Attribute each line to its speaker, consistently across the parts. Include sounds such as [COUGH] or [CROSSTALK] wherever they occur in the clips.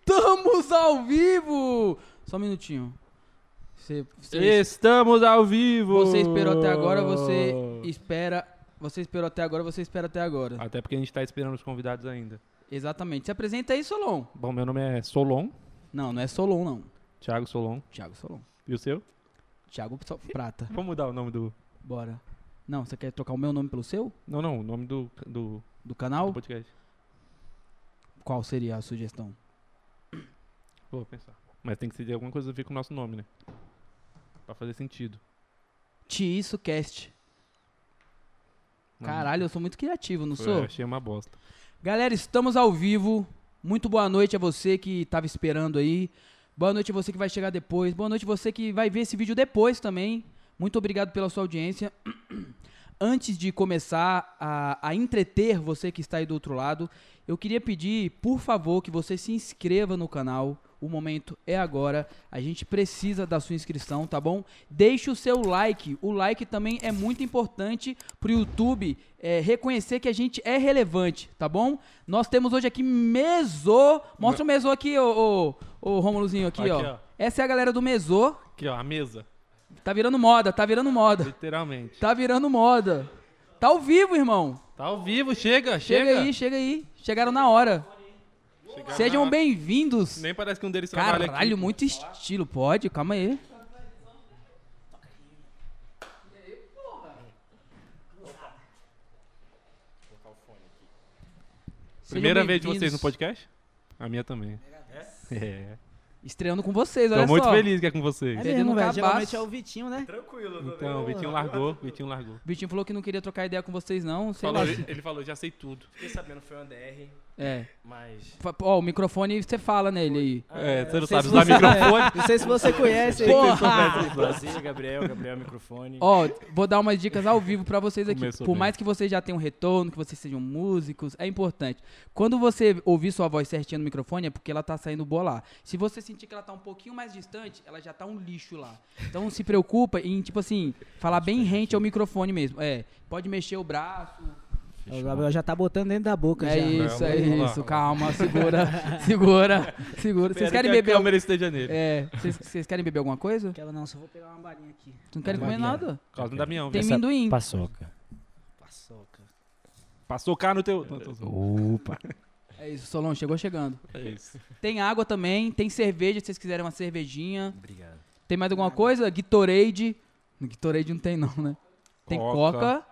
Speaker 1: Estamos ao vivo! Só um minutinho. Você, você,
Speaker 2: Estamos ao vivo!
Speaker 1: você esperou até agora, você espera. Você esperou até agora, você espera até agora.
Speaker 2: Até porque a gente tá esperando os convidados ainda.
Speaker 1: Exatamente. Se apresenta aí, Solon.
Speaker 2: Bom, meu nome é Solon,
Speaker 1: Não, não é Solon, não.
Speaker 2: Thiago Solon.
Speaker 1: Thiago Solon.
Speaker 2: E o seu?
Speaker 1: Thiago Sol- Prata.
Speaker 2: [LAUGHS] Vamos mudar o nome do...
Speaker 1: Bora. Não, você quer trocar o meu nome pelo seu?
Speaker 2: Não, não, o nome do, do,
Speaker 1: Do
Speaker 2: do
Speaker 1: canal?
Speaker 2: podcast.
Speaker 1: Qual seria a sugestão?
Speaker 2: Vou pensar. Mas tem que ser de alguma coisa a ver com o nosso nome, né? Pra fazer sentido.
Speaker 1: Ti Isso Cast.
Speaker 2: Não,
Speaker 1: Caralho, eu sou muito criativo, não
Speaker 2: foi-
Speaker 1: sou?
Speaker 2: Achei uma bosta.
Speaker 1: Galera, estamos ao vivo. Muito boa noite a você que estava esperando aí. Boa noite a você que vai chegar depois. Boa noite a você que vai ver esse vídeo depois também. Muito obrigado pela sua audiência. Antes de começar a, a entreter você que está aí do outro lado, eu queria pedir, por favor, que você se inscreva no canal. O momento é agora. A gente precisa da sua inscrição, tá bom? Deixe o seu like. O like também é muito importante pro YouTube é, reconhecer que a gente é relevante, tá bom? Nós temos hoje aqui Meso. Mostra o Meso aqui, ô, ô, ô Romulozinho, aqui,
Speaker 2: Aqui,
Speaker 1: ó.
Speaker 2: ó.
Speaker 1: Essa é a galera do Meso.
Speaker 2: Aqui, ó, a mesa.
Speaker 1: Tá virando moda, tá virando moda.
Speaker 2: Literalmente.
Speaker 1: Tá virando moda. Tá ao vivo, irmão.
Speaker 2: Tá ao vivo, [LAUGHS] chega,
Speaker 1: Chega,
Speaker 2: chega.
Speaker 1: aí, chega aí. Chegaram na hora.
Speaker 2: Chegaram
Speaker 1: Sejam
Speaker 2: na-
Speaker 1: bem-vindos.
Speaker 2: Nem parece que um deles trabalha aqui.
Speaker 1: Caralho, muito estilo. Pode, calma aí. Sejam
Speaker 2: Primeira vez de
Speaker 1: bem-vindos.
Speaker 2: vocês no podcast? A minha também. É.
Speaker 1: Estreando com vocês, olha
Speaker 2: Tô muito
Speaker 1: só.
Speaker 2: feliz que é com vocês.
Speaker 3: É mesmo,
Speaker 1: Perdendo
Speaker 3: velho.
Speaker 1: cabaço.
Speaker 3: Geralmente é o Vitinho, né?
Speaker 2: Então, o Vitinho largou, o Vitinho largou.
Speaker 1: O Vitinho falou que não queria trocar ideia com vocês, não. Sei
Speaker 2: Falou,
Speaker 1: lá.
Speaker 2: ele, ele falou, já sei tudo.
Speaker 4: Fiquei sabendo foi o DR,
Speaker 1: É.
Speaker 4: mas.
Speaker 1: Fa- Ó, o microfone você fala nele aí.
Speaker 2: É, você não
Speaker 3: sei
Speaker 2: sabe
Speaker 3: se
Speaker 2: usar
Speaker 1: [LAUGHS]
Speaker 3: você-
Speaker 2: microfone?
Speaker 3: Não sei se você conhece. aí.
Speaker 1: Porra!
Speaker 4: Prazer, Gabriel, Gabriel microfone.
Speaker 1: Ó, vou dar umas dicas ao vivo pra vocês aqui.
Speaker 2: Começou
Speaker 1: Por
Speaker 2: bem.
Speaker 1: mais que vocês já tenham retorno, que vocês sejam músicos, é importante. Quando você ouvir sua voz certinha no microfone, é porque ela tá saindo boa lá. Se você sentir que ela tá um pouquinho mais distante, ela já tá um lixo lá. Então se preocupa em, tipo assim, falar bem
Speaker 4: é
Speaker 1: rente ao microfone mesmo. É, pode mexer o braço.
Speaker 3: O Gabriel já tá botando dentro da boca
Speaker 1: É
Speaker 3: já.
Speaker 1: isso, é
Speaker 2: Vamos lá,
Speaker 1: isso.
Speaker 2: vamos lá.
Speaker 1: Calma, segura, [LAUGHS] segura, segura. Vocês
Speaker 2: Espera
Speaker 1: querem
Speaker 2: que
Speaker 1: beber?
Speaker 2: A
Speaker 1: al-
Speaker 2: câmera esteja nele.
Speaker 1: É, vocês- vocês querem beber alguma coisa?
Speaker 3: Aquela não, só vou pegar uma balinha aqui.
Speaker 1: Vocês Não querem comer nada?
Speaker 2: Por causa do Damião.
Speaker 1: Tem
Speaker 2: velho.
Speaker 1: amendoim.
Speaker 5: Paçoca.
Speaker 3: Paçoca.
Speaker 2: Passou cá no teu... Não, tô zoando.
Speaker 5: Opa.
Speaker 1: É isso, Solon, chegou chegando.
Speaker 2: É isso.
Speaker 1: Tem água também, tem cerveja, se vocês quiserem uma cervejinha.
Speaker 4: Obrigado.
Speaker 1: Tem mais alguma coisa? Gatorade. Gatorade não tem não, né? Tem coca,
Speaker 2: Coca.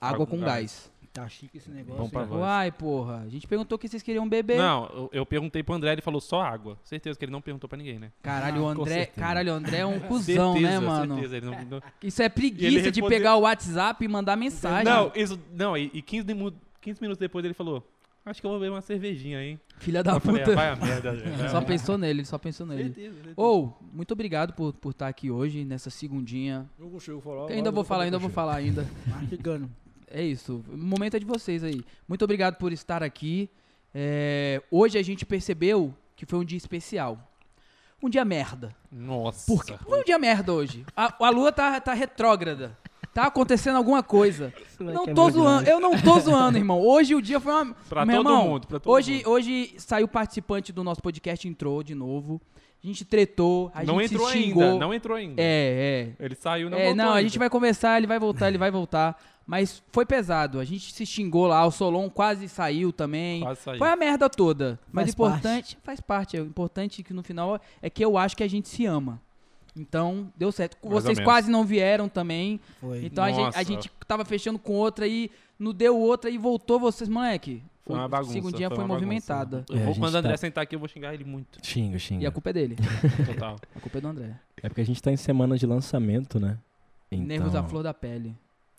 Speaker 1: água com gás.
Speaker 3: Tá chique esse
Speaker 2: Bom
Speaker 3: negócio.
Speaker 2: pra
Speaker 3: hein?
Speaker 2: voz.
Speaker 1: Uai, porra. A gente perguntou o que vocês queriam beber.
Speaker 2: Não, eu, eu perguntei pro André, ele falou só água. Certeza que ele não perguntou pra ninguém, né?
Speaker 1: Caralho, o
Speaker 5: Ah, com
Speaker 1: André,
Speaker 5: certeza.
Speaker 1: caralho, o André é
Speaker 2: [LAUGHS]
Speaker 1: um cuzão,
Speaker 2: certeza,
Speaker 1: né, mano?
Speaker 2: certeza. Ele não, não...
Speaker 1: Isso é preguiça
Speaker 2: E ele
Speaker 1: de
Speaker 2: respondeu-
Speaker 1: pegar o WhatsApp e mandar mensagem.
Speaker 2: não, isso... Não, e, e 15, demu- 15 minutos depois ele falou, acho que eu vou beber uma cervejinha, hein?
Speaker 1: Filha da
Speaker 2: eu falei,
Speaker 1: puta.
Speaker 2: ah, vai a merda, velho.
Speaker 1: [LAUGHS]
Speaker 2: vai a
Speaker 1: Só
Speaker 2: merda.
Speaker 1: pensou nele, só pensou nele.
Speaker 2: Certeza, certeza.
Speaker 1: Ou, muito obrigado por por estar aqui hoje, nessa segundinha.
Speaker 3: Não consigo falar.
Speaker 1: ainda vou falar, ainda vou falar ainda. [LAUGHS]
Speaker 3: Martigando.
Speaker 1: É isso. O momento é de vocês aí. Muito obrigado por estar aqui. É, hoje a gente percebeu que foi um dia especial. Um dia merda.
Speaker 2: Nossa.
Speaker 1: Por quê? Foi um dia merda hoje. A, a lua tá, tá retrógrada. Tá acontecendo alguma coisa. Não tô zoando. Eu não tô zoando, irmão. Hoje o dia foi uma.
Speaker 2: Pra
Speaker 1: Meu
Speaker 2: todo
Speaker 1: irmão,
Speaker 2: mundo, pra todo
Speaker 1: hoje,
Speaker 2: mundo.
Speaker 1: Hoje saiu participante do nosso podcast, entrou de novo. A gente tretou, a
Speaker 2: não
Speaker 1: gente
Speaker 2: entrou
Speaker 1: se xingou.
Speaker 2: ainda, não entrou ainda.
Speaker 1: É, é.
Speaker 2: Ele saiu, não
Speaker 1: É,
Speaker 2: voltou
Speaker 1: não, a
Speaker 2: ainda.
Speaker 1: gente vai conversar, ele vai voltar, ele vai voltar. Mas foi pesado. A gente se xingou lá, o Solon quase saiu também.
Speaker 2: Quase saiu.
Speaker 1: Foi a merda toda. Mas o
Speaker 3: Faz
Speaker 1: importante. Faz parte. é, O importante que no final é que eu acho que a gente se ama. Então, deu certo.
Speaker 2: Mais ou
Speaker 1: Vocês
Speaker 2: menos.
Speaker 1: quase não vieram também.
Speaker 3: Foi.
Speaker 1: Então a gente, a
Speaker 2: Nossa.
Speaker 1: gente tava fechando com outra e não deu outra e voltou vocês, moleque.
Speaker 2: Foi uma
Speaker 1: O
Speaker 2: bagunça.
Speaker 1: segundinha foi, né?
Speaker 2: uma bagunça.
Speaker 1: movimentada.
Speaker 2: Eu
Speaker 5: É, a
Speaker 2: vou,
Speaker 5: gente
Speaker 2: quando o André
Speaker 5: tá-
Speaker 2: sentar aqui, eu vou xingar ele muito.
Speaker 5: Xingo,
Speaker 1: E
Speaker 5: xingo.
Speaker 1: a culpa é dele.
Speaker 2: Total.
Speaker 1: [LAUGHS] A culpa é do André.
Speaker 5: É porque a gente tá em semana de lançamento, né? Então,
Speaker 1: Nervos à flor da pele.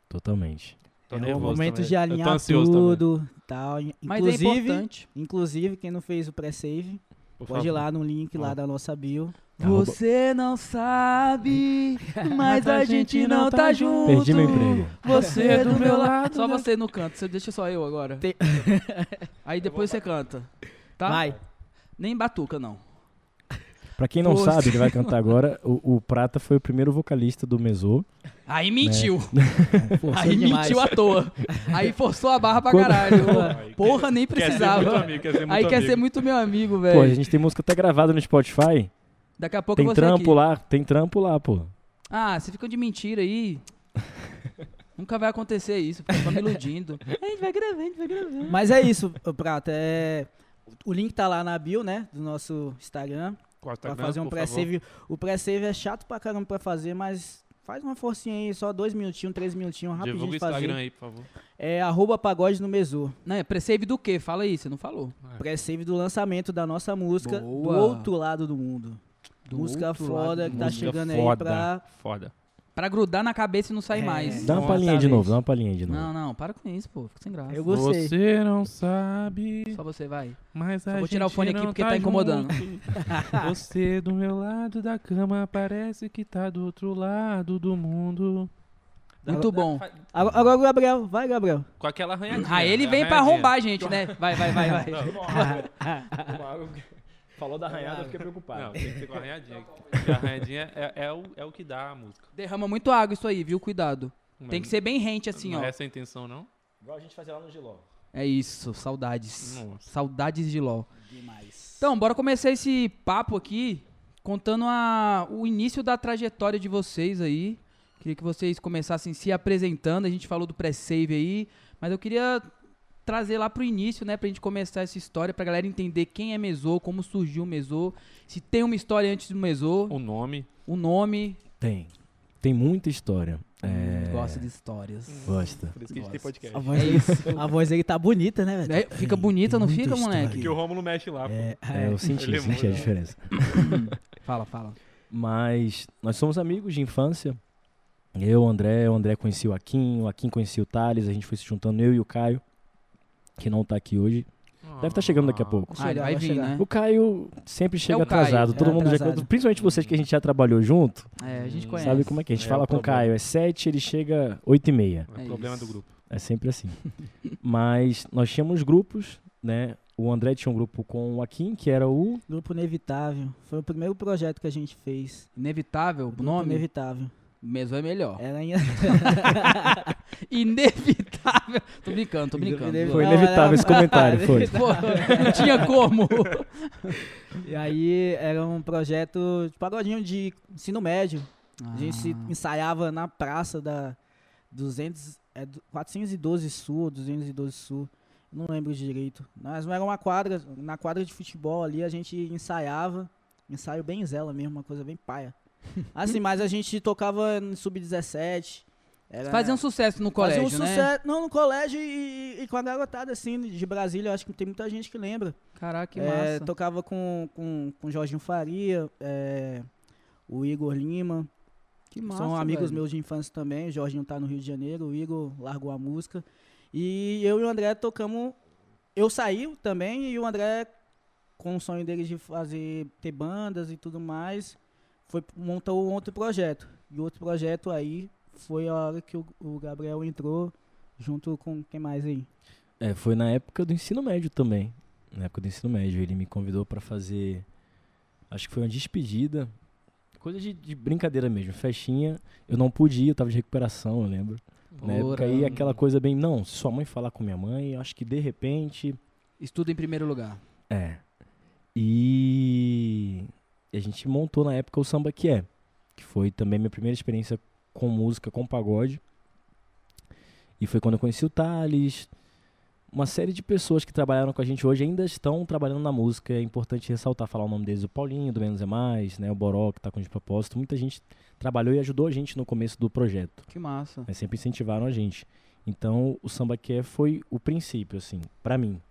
Speaker 5: Totalmente.
Speaker 2: Tô
Speaker 3: é o
Speaker 2: nervoso
Speaker 3: momento
Speaker 2: também.
Speaker 3: de
Speaker 2: eu tô
Speaker 3: alinhar
Speaker 2: ansioso
Speaker 3: tudo. Tal. In-
Speaker 1: Mas
Speaker 3: Inclusive,
Speaker 1: é importante.
Speaker 3: inclusive, quem não fez o pré-save,
Speaker 2: também. Por
Speaker 3: pode ir
Speaker 2: favor.
Speaker 3: lá no link lá
Speaker 2: Ah.
Speaker 3: da nossa bio.
Speaker 5: Arroba-
Speaker 1: Você não [LAUGHS] sabe, mas a gente não tá junto.
Speaker 5: Perdi meu emprego.
Speaker 1: Você é do meu lado. Só você no canto. Você deixa só eu agora. [LAUGHS]
Speaker 3: Tem-
Speaker 1: Aí depois você canta. Tá?
Speaker 3: Vai.
Speaker 1: Nem batuca, não.
Speaker 5: Pra quem não
Speaker 1: Pô,
Speaker 5: sabe, que vai cantar agora, o, o Prata foi o primeiro vocalista do Mesô.
Speaker 1: Aí mentiu. [LAUGHS]
Speaker 3: Forçou
Speaker 1: Aí
Speaker 3: demais.
Speaker 1: mentiu à toa. Aí forçou a barra pra
Speaker 5: Quando-
Speaker 1: [LAUGHS] caralho.
Speaker 2: Aí,
Speaker 1: Porra, nem
Speaker 2: quer ser muito
Speaker 1: precisava.
Speaker 2: amigo, quer ser muito
Speaker 1: Aí quer
Speaker 2: amigo.
Speaker 1: ser muito meu amigo,
Speaker 5: Pô, a
Speaker 1: velho.
Speaker 5: gente tem música até gravada no Spotify.
Speaker 1: Daqui a pouco
Speaker 5: Tem
Speaker 1: você
Speaker 5: trampo
Speaker 1: aqui.
Speaker 5: lá, tem trampo lá, pô.
Speaker 1: Ah, você fica de mentira [LAUGHS] aí. Nunca vai acontecer isso, pô. Tá me iludindo. A gente vai gravando, a gente vai gravando.
Speaker 3: Mas é isso, ô, Prata. É... O link tá lá na bio, né? Do nosso Instagram.
Speaker 2: Corta
Speaker 3: Pra
Speaker 2: grana,
Speaker 3: fazer um
Speaker 2: por favor.
Speaker 3: pré-save. O pré-save é chato pra caramba pra fazer, mas faz uma forcinha aí, só dois minutinhos, três minutinhos, rapidinho
Speaker 2: Divulga o
Speaker 3: de fazer.
Speaker 2: Instagram aí, por favor.
Speaker 3: É arroba pagode no mesô.
Speaker 1: Não, é pre-save do quê? Fala aí, você não falou.
Speaker 2: É.
Speaker 3: Pré-save do lançamento da nossa música
Speaker 1: Boa.
Speaker 3: do outro lado do mundo.
Speaker 1: Do
Speaker 3: música
Speaker 1: outro
Speaker 3: foda
Speaker 1: lado
Speaker 3: que
Speaker 1: do
Speaker 3: tá
Speaker 1: mundo.
Speaker 3: chegando aí
Speaker 2: foda.
Speaker 3: pra
Speaker 2: Foda.
Speaker 1: Pra grudar na cabeça e não sair
Speaker 3: É.
Speaker 1: mais.
Speaker 5: Dá uma
Speaker 3: Nossa,
Speaker 5: palhinha de
Speaker 3: talvez.
Speaker 5: novo, dá uma palhinha de novo.
Speaker 1: Não, não, para com isso, pô. Fica sem graça.
Speaker 3: Eu gostei.
Speaker 2: Você não sabe,
Speaker 1: Só você vai.
Speaker 2: mas
Speaker 1: Só
Speaker 2: a gente
Speaker 1: vou tirar o fone aqui
Speaker 2: não
Speaker 1: porque tá incomodando. [LAUGHS]
Speaker 2: junto. Você do meu lado da cama parece que tá do outro lado do mundo.
Speaker 1: Muito bom.
Speaker 3: Agora, agora o Gabriel, vai, Gabriel.
Speaker 2: Com aquela arranhadinha.
Speaker 1: Aí Ah,
Speaker 4: É
Speaker 1: ele vem pra arrombar a gente, né? Vai, vai, vai, vai. [LAUGHS]
Speaker 4: Falou da arranhada, eu fiquei preocupado.
Speaker 2: Não, tem que ser com a arranhadinha. Porque A arranhadinha é, é o, é o que dá a música.
Speaker 1: Derrama muito água isso aí, viu? Cuidado. Tem que ser bem rente assim,
Speaker 2: não
Speaker 1: ó.
Speaker 2: é essa a intenção, não?
Speaker 4: Igual a gente fazia lá no Giló.
Speaker 1: É isso, saudades.
Speaker 2: Nossa.
Speaker 1: Saudades de LOL.
Speaker 3: Demais.
Speaker 1: Então, bora começar esse papo aqui contando a- o início da trajetória de vocês aí. Queria que vocês começassem se apresentando. A gente falou do pré-save aí, mas eu queria trazer lá pro início, né, pra gente começar essa história, pra galera entender quem é Mesô, como surgiu o Mesô, se tem uma história antes do Mesô,
Speaker 2: O nome.
Speaker 1: o nome.
Speaker 5: Tem. Tem muita história. É...
Speaker 1: Gosto de histórias.
Speaker 5: Gosta.
Speaker 2: Por isso que a gente tem podcast.
Speaker 3: A voz, dele, a voz dele tá bonita, né, velho?
Speaker 1: É, fica bonita, não
Speaker 3: muita
Speaker 1: fica,
Speaker 3: história.
Speaker 1: moleque?
Speaker 2: Que o Rômulo mexe lá. pô.
Speaker 3: É,
Speaker 5: É, eu senti,
Speaker 2: Ele é
Speaker 5: senti a
Speaker 2: muito-
Speaker 5: diferença.
Speaker 1: Fala, fala.
Speaker 5: Mas nós somos amigos de infância. Eu, o André, o André conhecia o Akin, o Akin conhecia o Thales, a gente foi se juntando, eu e o Caio, que não tá aqui hoje. Deve estar chegando daqui a pouco.
Speaker 1: Ah, ele vai
Speaker 3: vai
Speaker 1: vir,
Speaker 3: chegar.
Speaker 1: né?
Speaker 5: O Caio sempre chega
Speaker 1: o Caio,
Speaker 5: atrasado,
Speaker 3: é
Speaker 5: todo mundo já.
Speaker 3: atrasado.
Speaker 5: Principalmente vocês que a gente já trabalhou junto,
Speaker 1: É, a gente
Speaker 2: Hum,
Speaker 1: conhece.
Speaker 5: sabe como é que é? A gente
Speaker 2: É,
Speaker 5: fala
Speaker 2: o
Speaker 5: com o
Speaker 2: problema.
Speaker 5: Caio, é 7, ele chega 8 e meia.
Speaker 2: É
Speaker 1: É
Speaker 2: o problema
Speaker 1: isso.
Speaker 2: do grupo.
Speaker 5: É
Speaker 2: [LAUGHS]
Speaker 5: sempre assim. Mas nós tínhamos grupos, né? O André tinha um grupo com o Akin, que era o.
Speaker 3: Grupo Inevitável. Foi o primeiro projeto que a gente fez.
Speaker 1: Inevitável, o
Speaker 3: Grupo
Speaker 1: nome?
Speaker 3: Inevitável.
Speaker 1: Mesô é melhor.
Speaker 3: Era ainda.
Speaker 1: [LAUGHS] Inevitável. Tô brincando, tô brincando.
Speaker 5: Foi
Speaker 3: Não,
Speaker 5: inevitável
Speaker 3: era-
Speaker 5: esse comentário,
Speaker 3: [LAUGHS]
Speaker 5: foi.
Speaker 1: Pô, não tinha como.
Speaker 3: E aí era um projeto de pagodinho de ensino médio. A gente se
Speaker 1: Ah.
Speaker 3: ensaiava na praça da 200, é, do- 412 Sul, ou 212 Sul, não lembro direito. Mas não era uma quadra, na quadra de futebol ali a gente ensaiava, ensaio bem zela mesmo, uma coisa bem
Speaker 1: [LAUGHS]
Speaker 3: paia. Assim, mas a gente tocava no sub-17. Era,
Speaker 1: Fazia um sucesso no
Speaker 3: fazia um
Speaker 1: colégio, né?
Speaker 3: sucesso, não, no colégio e, e com a garotada assim de Brasília, eu acho que tem muita gente que lembra.
Speaker 1: Caraca, que
Speaker 3: É,
Speaker 1: massa.
Speaker 3: tocava com, com, com Jorginho Faria, é, o Igor Lima.
Speaker 1: Que massa,
Speaker 3: São amigos
Speaker 1: velho.
Speaker 3: meus de infância também. O Jorginho tá no Rio de Janeiro, o Igor largou a música. E eu e o André tocamos. Eu saí também e o André, com o sonho dele de fazer ter bandas e tudo mais, foi montou um outro projeto. E o outro projeto aí foi a hora que o, o Gabriel entrou junto com quem mais aí?
Speaker 5: É, foi na época do ensino médio também. Na época do ensino médio, ele me convidou pra fazer. Acho que foi uma despedida. Coisa de, de brincadeira mesmo, festinha. Eu não pude ir, eu tava de recuperação, eu lembro. Na época aí,
Speaker 1: Porra.
Speaker 5: aquela coisa bem. Não, se sua mãe falar com minha mãe, eu acho que de repente.
Speaker 1: Estudo em primeiro lugar.
Speaker 5: É. E a gente montou na época o Samba Que É, que foi também minha primeira experiência com música, com pagode. E foi quando eu conheci o Thales. Uma série de pessoas que trabalharam com a gente hoje ainda estão trabalhando na música. É importante ressaltar, falar o nome deles, o Paulinho, do Menos é Mais, né, o Boró, que tá com de propósito. Muita gente trabalhou e ajudou a gente no começo do projeto
Speaker 1: Que massa.
Speaker 5: mas sempre incentivaram a gente. Então, o Samba Que É foi o princípio, assim, pra mim.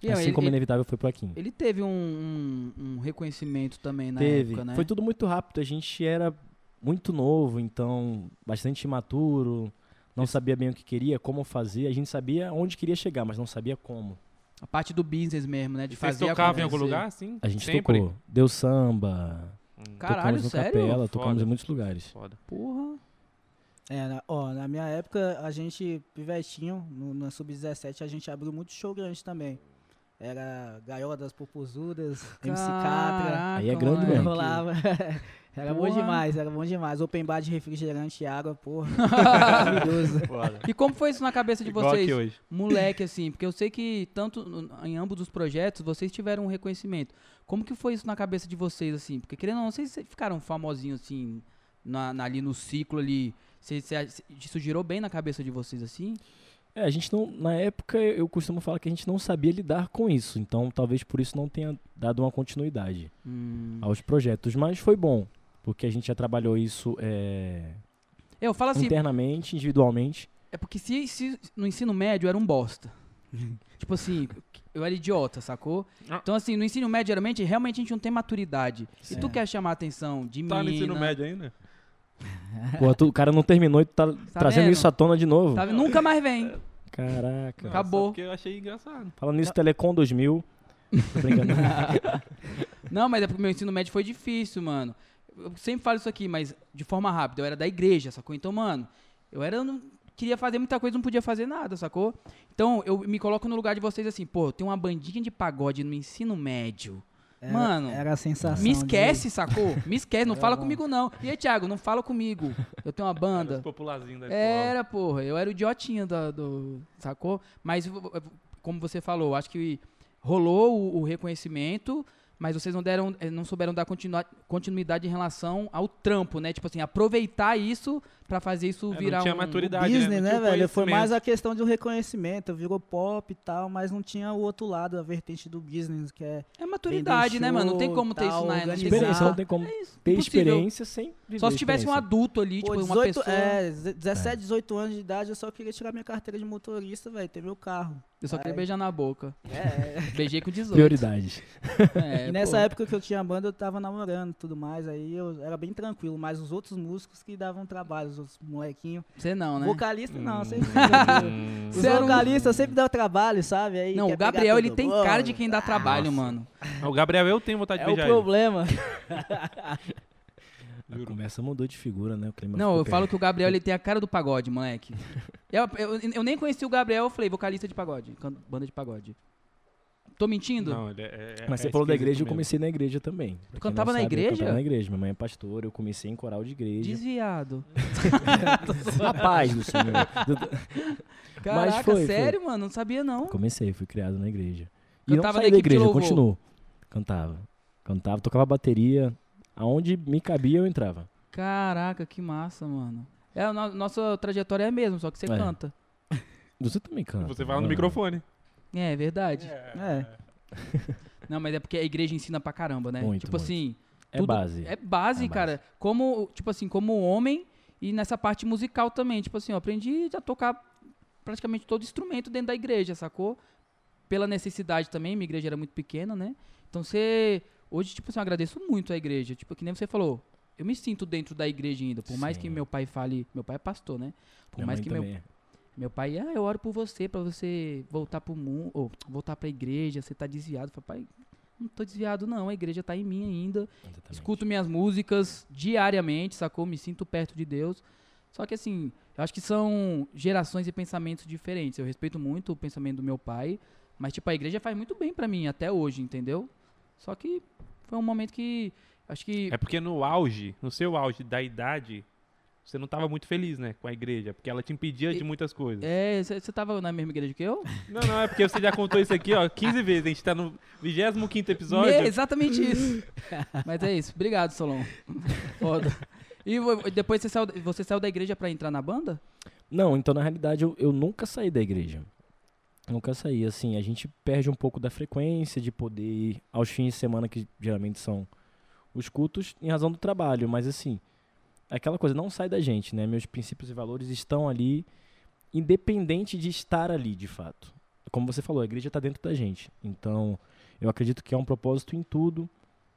Speaker 1: E, ó,
Speaker 5: assim
Speaker 1: ele,
Speaker 5: como
Speaker 1: ele,
Speaker 5: Inevitável foi pro Aquim.
Speaker 1: ele teve um, um- um reconhecimento também na
Speaker 5: Teve.
Speaker 1: época, né?
Speaker 5: Foi tudo muito rápido, a gente era muito novo, então, bastante imaturo, não sabia bem o que queria, como fazer. A gente sabia onde queria chegar, mas não sabia como.
Speaker 1: A parte do business mesmo, né? De
Speaker 2: E vocês
Speaker 1: fazer
Speaker 2: tocavam em algum
Speaker 1: acontecer.
Speaker 2: lugar, assim?
Speaker 5: A gente
Speaker 2: Sempre?
Speaker 5: tocou, deu samba,
Speaker 2: Hum,
Speaker 1: Caralho,
Speaker 5: tocamos no
Speaker 1: sério?
Speaker 5: Capela, tocamos
Speaker 2: Foda.
Speaker 5: em muitos lugares.
Speaker 2: Foda.
Speaker 1: Porra.
Speaker 3: É, na, ó, na minha época, a gente, pivetinho, no, na Sub-17, a gente abriu muito show grande também. Era Gaiola das Popozudas, MC Catra.
Speaker 1: Caraca,
Speaker 5: Aí é grande
Speaker 1: moleque.
Speaker 5: mesmo.
Speaker 3: Rolava. [LAUGHS] Era bom
Speaker 1: Porra.
Speaker 3: demais, era bom demais. Open bar de refrigerante e água,
Speaker 1: [LAUGHS]
Speaker 3: porra. Maravilhoso.
Speaker 2: Foda.
Speaker 1: E como foi isso na cabeça de
Speaker 2: Igual
Speaker 1: vocês?
Speaker 2: aqui hoje.
Speaker 1: moleque, assim, porque eu sei que tanto n- em ambos os projetos vocês tiveram um reconhecimento. Como que foi isso na cabeça de vocês, assim? Porque querendo ou não, vocês ficaram famosinhos, assim, na- na- ali no ciclo ali. Cê- cê- cê- isso girou bem na cabeça de vocês, assim?
Speaker 5: É, a gente não. Na época, eu costumo falar que a gente não sabia lidar com isso. Então, talvez por isso não tenha dado uma continuidade
Speaker 1: Hum.
Speaker 5: aos projetos. Mas foi bom, porque a gente já trabalhou isso é,
Speaker 1: Eu falo assim,
Speaker 5: internamente, individualmente.
Speaker 1: é porque se, se no ensino médio eu era um
Speaker 5: [LAUGHS]
Speaker 1: bosta. tipo assim, eu era idiota, sacou?
Speaker 2: Ah.
Speaker 1: Então assim, no ensino médio geralmente, realmente a gente não tem maturidade. Se tu quer chamar a atenção de mim,
Speaker 2: Tá no ensino médio ainda?
Speaker 5: [LAUGHS] Pô, tu- o cara não terminou e tu tá, trazendo
Speaker 1: vendo?
Speaker 5: isso à tona de novo.
Speaker 1: nunca mais vem.
Speaker 5: Caraca.
Speaker 1: Acabou.
Speaker 2: é Porque eu achei engraçado.
Speaker 5: Falando nisso, Telecom 2000. Tô
Speaker 1: [LAUGHS]
Speaker 5: brincando.
Speaker 1: Não, mas é porque meu ensino médio foi difícil, mano. Eu sempre falo isso aqui, mas de forma rápida. Eu era da igreja, sacou? Então, mano, eu era. eu Não queria fazer muita coisa, não podia fazer nada, sacou? Então, eu me coloco no lugar de vocês assim, pô, eu tenho uma bandinha de pagode no ensino médio.
Speaker 3: Era-
Speaker 1: Mano,
Speaker 3: Era a sensação.
Speaker 1: me
Speaker 3: É de-
Speaker 1: esquece, sacou? Me esquece, não
Speaker 3: Era
Speaker 1: fala
Speaker 3: bom.
Speaker 1: comigo não. E aí, Thiago, não fala comigo. Eu tenho uma
Speaker 2: Era
Speaker 1: banda.
Speaker 2: os popularzinhos da escola.
Speaker 1: Era, porra. Eu era o idiotinha da- do. Sacou? Mas, vo- vo- como você falou, acho que rolou o, o reconhecimento, mas vocês não deram, eh, não souberam dar continua- continuidade em relação ao trampo, né? Tipo assim, aproveitar isso pra fazer isso
Speaker 2: É, não
Speaker 1: virar
Speaker 2: tinha
Speaker 1: um.
Speaker 2: maturidade.
Speaker 3: Disney,
Speaker 2: Não
Speaker 3: né,
Speaker 2: tinha
Speaker 3: velho? Foi
Speaker 2: conhecimento.
Speaker 3: mais a questão do reconhecimento. Virou pop e tal, mas não tinha o outro lado, a vertente do business, que é.
Speaker 1: É maturidade, né, mano? Não tem como ter isso na, na
Speaker 3: Organizar.
Speaker 5: experiência, não tem como ter
Speaker 1: impossível.
Speaker 5: experiência sem. viver
Speaker 1: Só se tivesse um
Speaker 5: experiência.
Speaker 1: adulto ali, tipo,
Speaker 3: Pô,
Speaker 1: uma
Speaker 3: 18
Speaker 1: pessoa.
Speaker 3: é, deze- 17, 18 anos de idade, eu só queria tirar minha carteira de motorista, velho, ter meu carro.
Speaker 1: Eu só queria
Speaker 3: Ai.
Speaker 1: beijar na boca.
Speaker 3: É,
Speaker 1: [LAUGHS] Beijei com 18.
Speaker 5: Prioridades.
Speaker 1: [LAUGHS] É,
Speaker 3: e nessa
Speaker 1: pô.
Speaker 3: época que eu tinha banda, eu tava namorando e tudo mais, aí eu era bem tranquilo, mas os outros músicos que davam trabalho, os outros molequinhos.
Speaker 1: Você não, né?
Speaker 3: Vocalista não, sempre.
Speaker 2: Hum.
Speaker 3: Os
Speaker 1: Você era um-
Speaker 3: vocalistas sempre dão trabalho, sabe? Aí
Speaker 1: Não,
Speaker 3: quer
Speaker 1: o
Speaker 3: pegar
Speaker 1: Gabriel, ele
Speaker 3: todo
Speaker 1: tem
Speaker 3: mundo.
Speaker 1: cara de
Speaker 2: Ah,
Speaker 1: quem dá trabalho,
Speaker 2: [LAUGHS]
Speaker 1: mano.
Speaker 2: O Gabriel, eu tenho vontade
Speaker 3: É
Speaker 2: de
Speaker 3: o
Speaker 2: beijar [LAUGHS]
Speaker 3: problema.
Speaker 5: A conversa mudou de figura, né? O clima
Speaker 1: Não,
Speaker 5: ficou
Speaker 1: eu
Speaker 5: pe-
Speaker 1: falo que o Gabriel ele tem a cara do pagode,
Speaker 5: [LAUGHS]
Speaker 1: moleque. Eu, eu- eu nem conheci o Gabriel, eu falei, vocalista de pagode, can- banda de pagode. Tô
Speaker 2: ele.
Speaker 1: mentindo?
Speaker 2: Não, ele é, é-
Speaker 5: Mas
Speaker 2: é
Speaker 5: você falou da
Speaker 2: esquisito
Speaker 5: igreja, eu
Speaker 2: mesmo.
Speaker 5: comecei na igreja também. Pra quem
Speaker 1: cantava
Speaker 5: não
Speaker 1: na
Speaker 5: sabe, Eu
Speaker 1: igreja?
Speaker 5: cantava na igreja. Minha mãe é pastora, eu comecei em coral de igreja. [LAUGHS]
Speaker 1: Desviado.
Speaker 5: Na paz
Speaker 1: [LAUGHS]
Speaker 5: do Senhor.
Speaker 1: Caraca,
Speaker 5: foi, foi.
Speaker 1: sério, mano? Não sabia não.
Speaker 5: comecei, fui criado na igreja. E
Speaker 1: Cantava
Speaker 5: não
Speaker 1: na
Speaker 5: saí da
Speaker 1: equipe de
Speaker 5: igreja,
Speaker 1: louvor?
Speaker 5: continuo. Cantava. Cantava, tocava bateria. Aonde me cabia, eu entrava.
Speaker 1: Caraca, que massa, mano. É, a no- nossa trajetória é a mesma, só que você
Speaker 5: É.
Speaker 1: canta.
Speaker 5: Você também canta.
Speaker 2: Você fala no
Speaker 5: não?
Speaker 2: microfone.
Speaker 1: É, é verdade.
Speaker 3: É.
Speaker 1: [LAUGHS] Não, mas é porque a igreja ensina pra caramba, né?
Speaker 5: Muito,
Speaker 1: tipo
Speaker 5: muito.
Speaker 1: assim,
Speaker 5: É
Speaker 1: tudo-
Speaker 5: base.
Speaker 1: É base,
Speaker 5: É base.
Speaker 1: cara. Como, tipo assim, como homem e nessa parte musical também. Tipo assim, eu aprendi a tocar praticamente todo instrumento dentro da igreja, sacou? Pela necessidade também, minha igreja era muito pequena, né? Então você. Hoje, tipo assim, eu agradeço muito a igreja. Tipo, que nem você falou. Eu me sinto dentro da igreja ainda. Por mais que
Speaker 5: Sim.
Speaker 1: meu pai fale. Meu pai é pastor, né? Por
Speaker 5: Minha
Speaker 1: mais
Speaker 5: mãe
Speaker 1: que meu
Speaker 5: também é.
Speaker 1: meu pai, ah, eu oro por você, pra você voltar pro mundo, ou voltar pra igreja, você tá desviado. Eu falei, pai, não tô desviado não, a igreja tá em mim ainda.
Speaker 5: Exatamente.
Speaker 1: Escuto minhas músicas diariamente, sacou? Me sinto perto de Deus. Só que assim, eu acho que são gerações e pensamentos diferentes. Eu respeito muito o pensamento do meu pai, mas tipo, a igreja faz muito bem pra mim até hoje, entendeu? Só que foi um momento que acho que
Speaker 2: É porque no auge, no seu auge da idade, você não tava muito feliz, né? Com a igreja. Porque ela te impedia de
Speaker 1: E-
Speaker 2: muitas coisas.
Speaker 1: é, você tava na mesma igreja que eu?
Speaker 2: Não, não, é porque você já contou isso aqui, ó, 15 vezes. A gente tá no 25
Speaker 1: [LAUGHS]
Speaker 2: episódio.
Speaker 1: Me- É, exatamente
Speaker 2: [LAUGHS]
Speaker 1: isso. Mas é isso. Obrigado, Solon. Foda. E vo- depois você saiu, você saiu da igreja pra entrar na banda?
Speaker 5: Não, então na realidade eu, eu nunca saí da igreja. Nunca saí, assim, a gente perde um pouco da frequência de poder ir aos fins de semana, que geralmente são os cultos, em razão do trabalho, mas assim, aquela coisa não sai da gente, né? Meus princípios e valores estão ali, independente de estar ali, de fato. Como você falou, a igreja está dentro da gente, então eu acredito que há um propósito em tudo,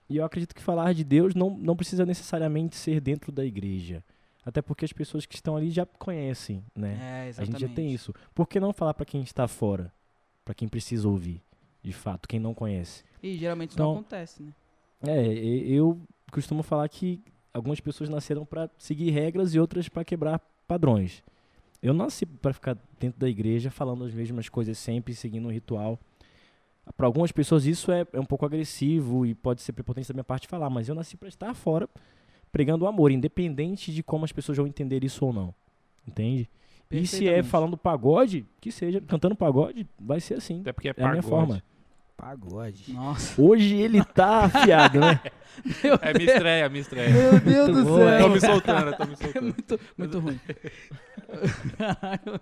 Speaker 5: e eu acredito que falar de Deus não, não precisa necessariamente ser dentro da igreja. Até porque as pessoas que estão ali já conhecem, né?
Speaker 1: É,
Speaker 5: A gente já tem isso. Por que não falar pra quem está fora? Pra quem precisa ouvir, de fato, quem não conhece.
Speaker 1: E geralmente isso não
Speaker 5: Então-
Speaker 1: acontece, né?
Speaker 5: É, e- eu costumo falar que algumas pessoas nasceram pra seguir regras e outras pra quebrar padrões. Eu nasci pra ficar dentro da igreja falando as mesmas coisas sempre, seguindo um ritual. Para algumas pessoas isso é, é um pouco agressivo e pode ser prepotência da minha parte falar, mas eu nasci para estar fora pregando o amor, independente de como as pessoas vão entender isso ou não. Entende? E se é
Speaker 1: Perfeitamente.
Speaker 5: falando pagode, que seja, cantando pagode, vai ser assim.
Speaker 2: Até porque é
Speaker 5: É a minha
Speaker 2: pagode.
Speaker 5: forma.
Speaker 3: Pagode.
Speaker 1: Nossa.
Speaker 5: Hoje ele tá afiado, né?
Speaker 1: Meu
Speaker 2: [LAUGHS] É minha
Speaker 1: Deus,
Speaker 2: estreia, minha estreia.
Speaker 1: meu Deus do
Speaker 5: bom,
Speaker 1: céu. [LAUGHS]
Speaker 2: tô me soltando, tô me
Speaker 1: É
Speaker 2: soltando.
Speaker 1: muito, muito ruim.
Speaker 2: [LAUGHS]
Speaker 1: [LAUGHS] Caralho.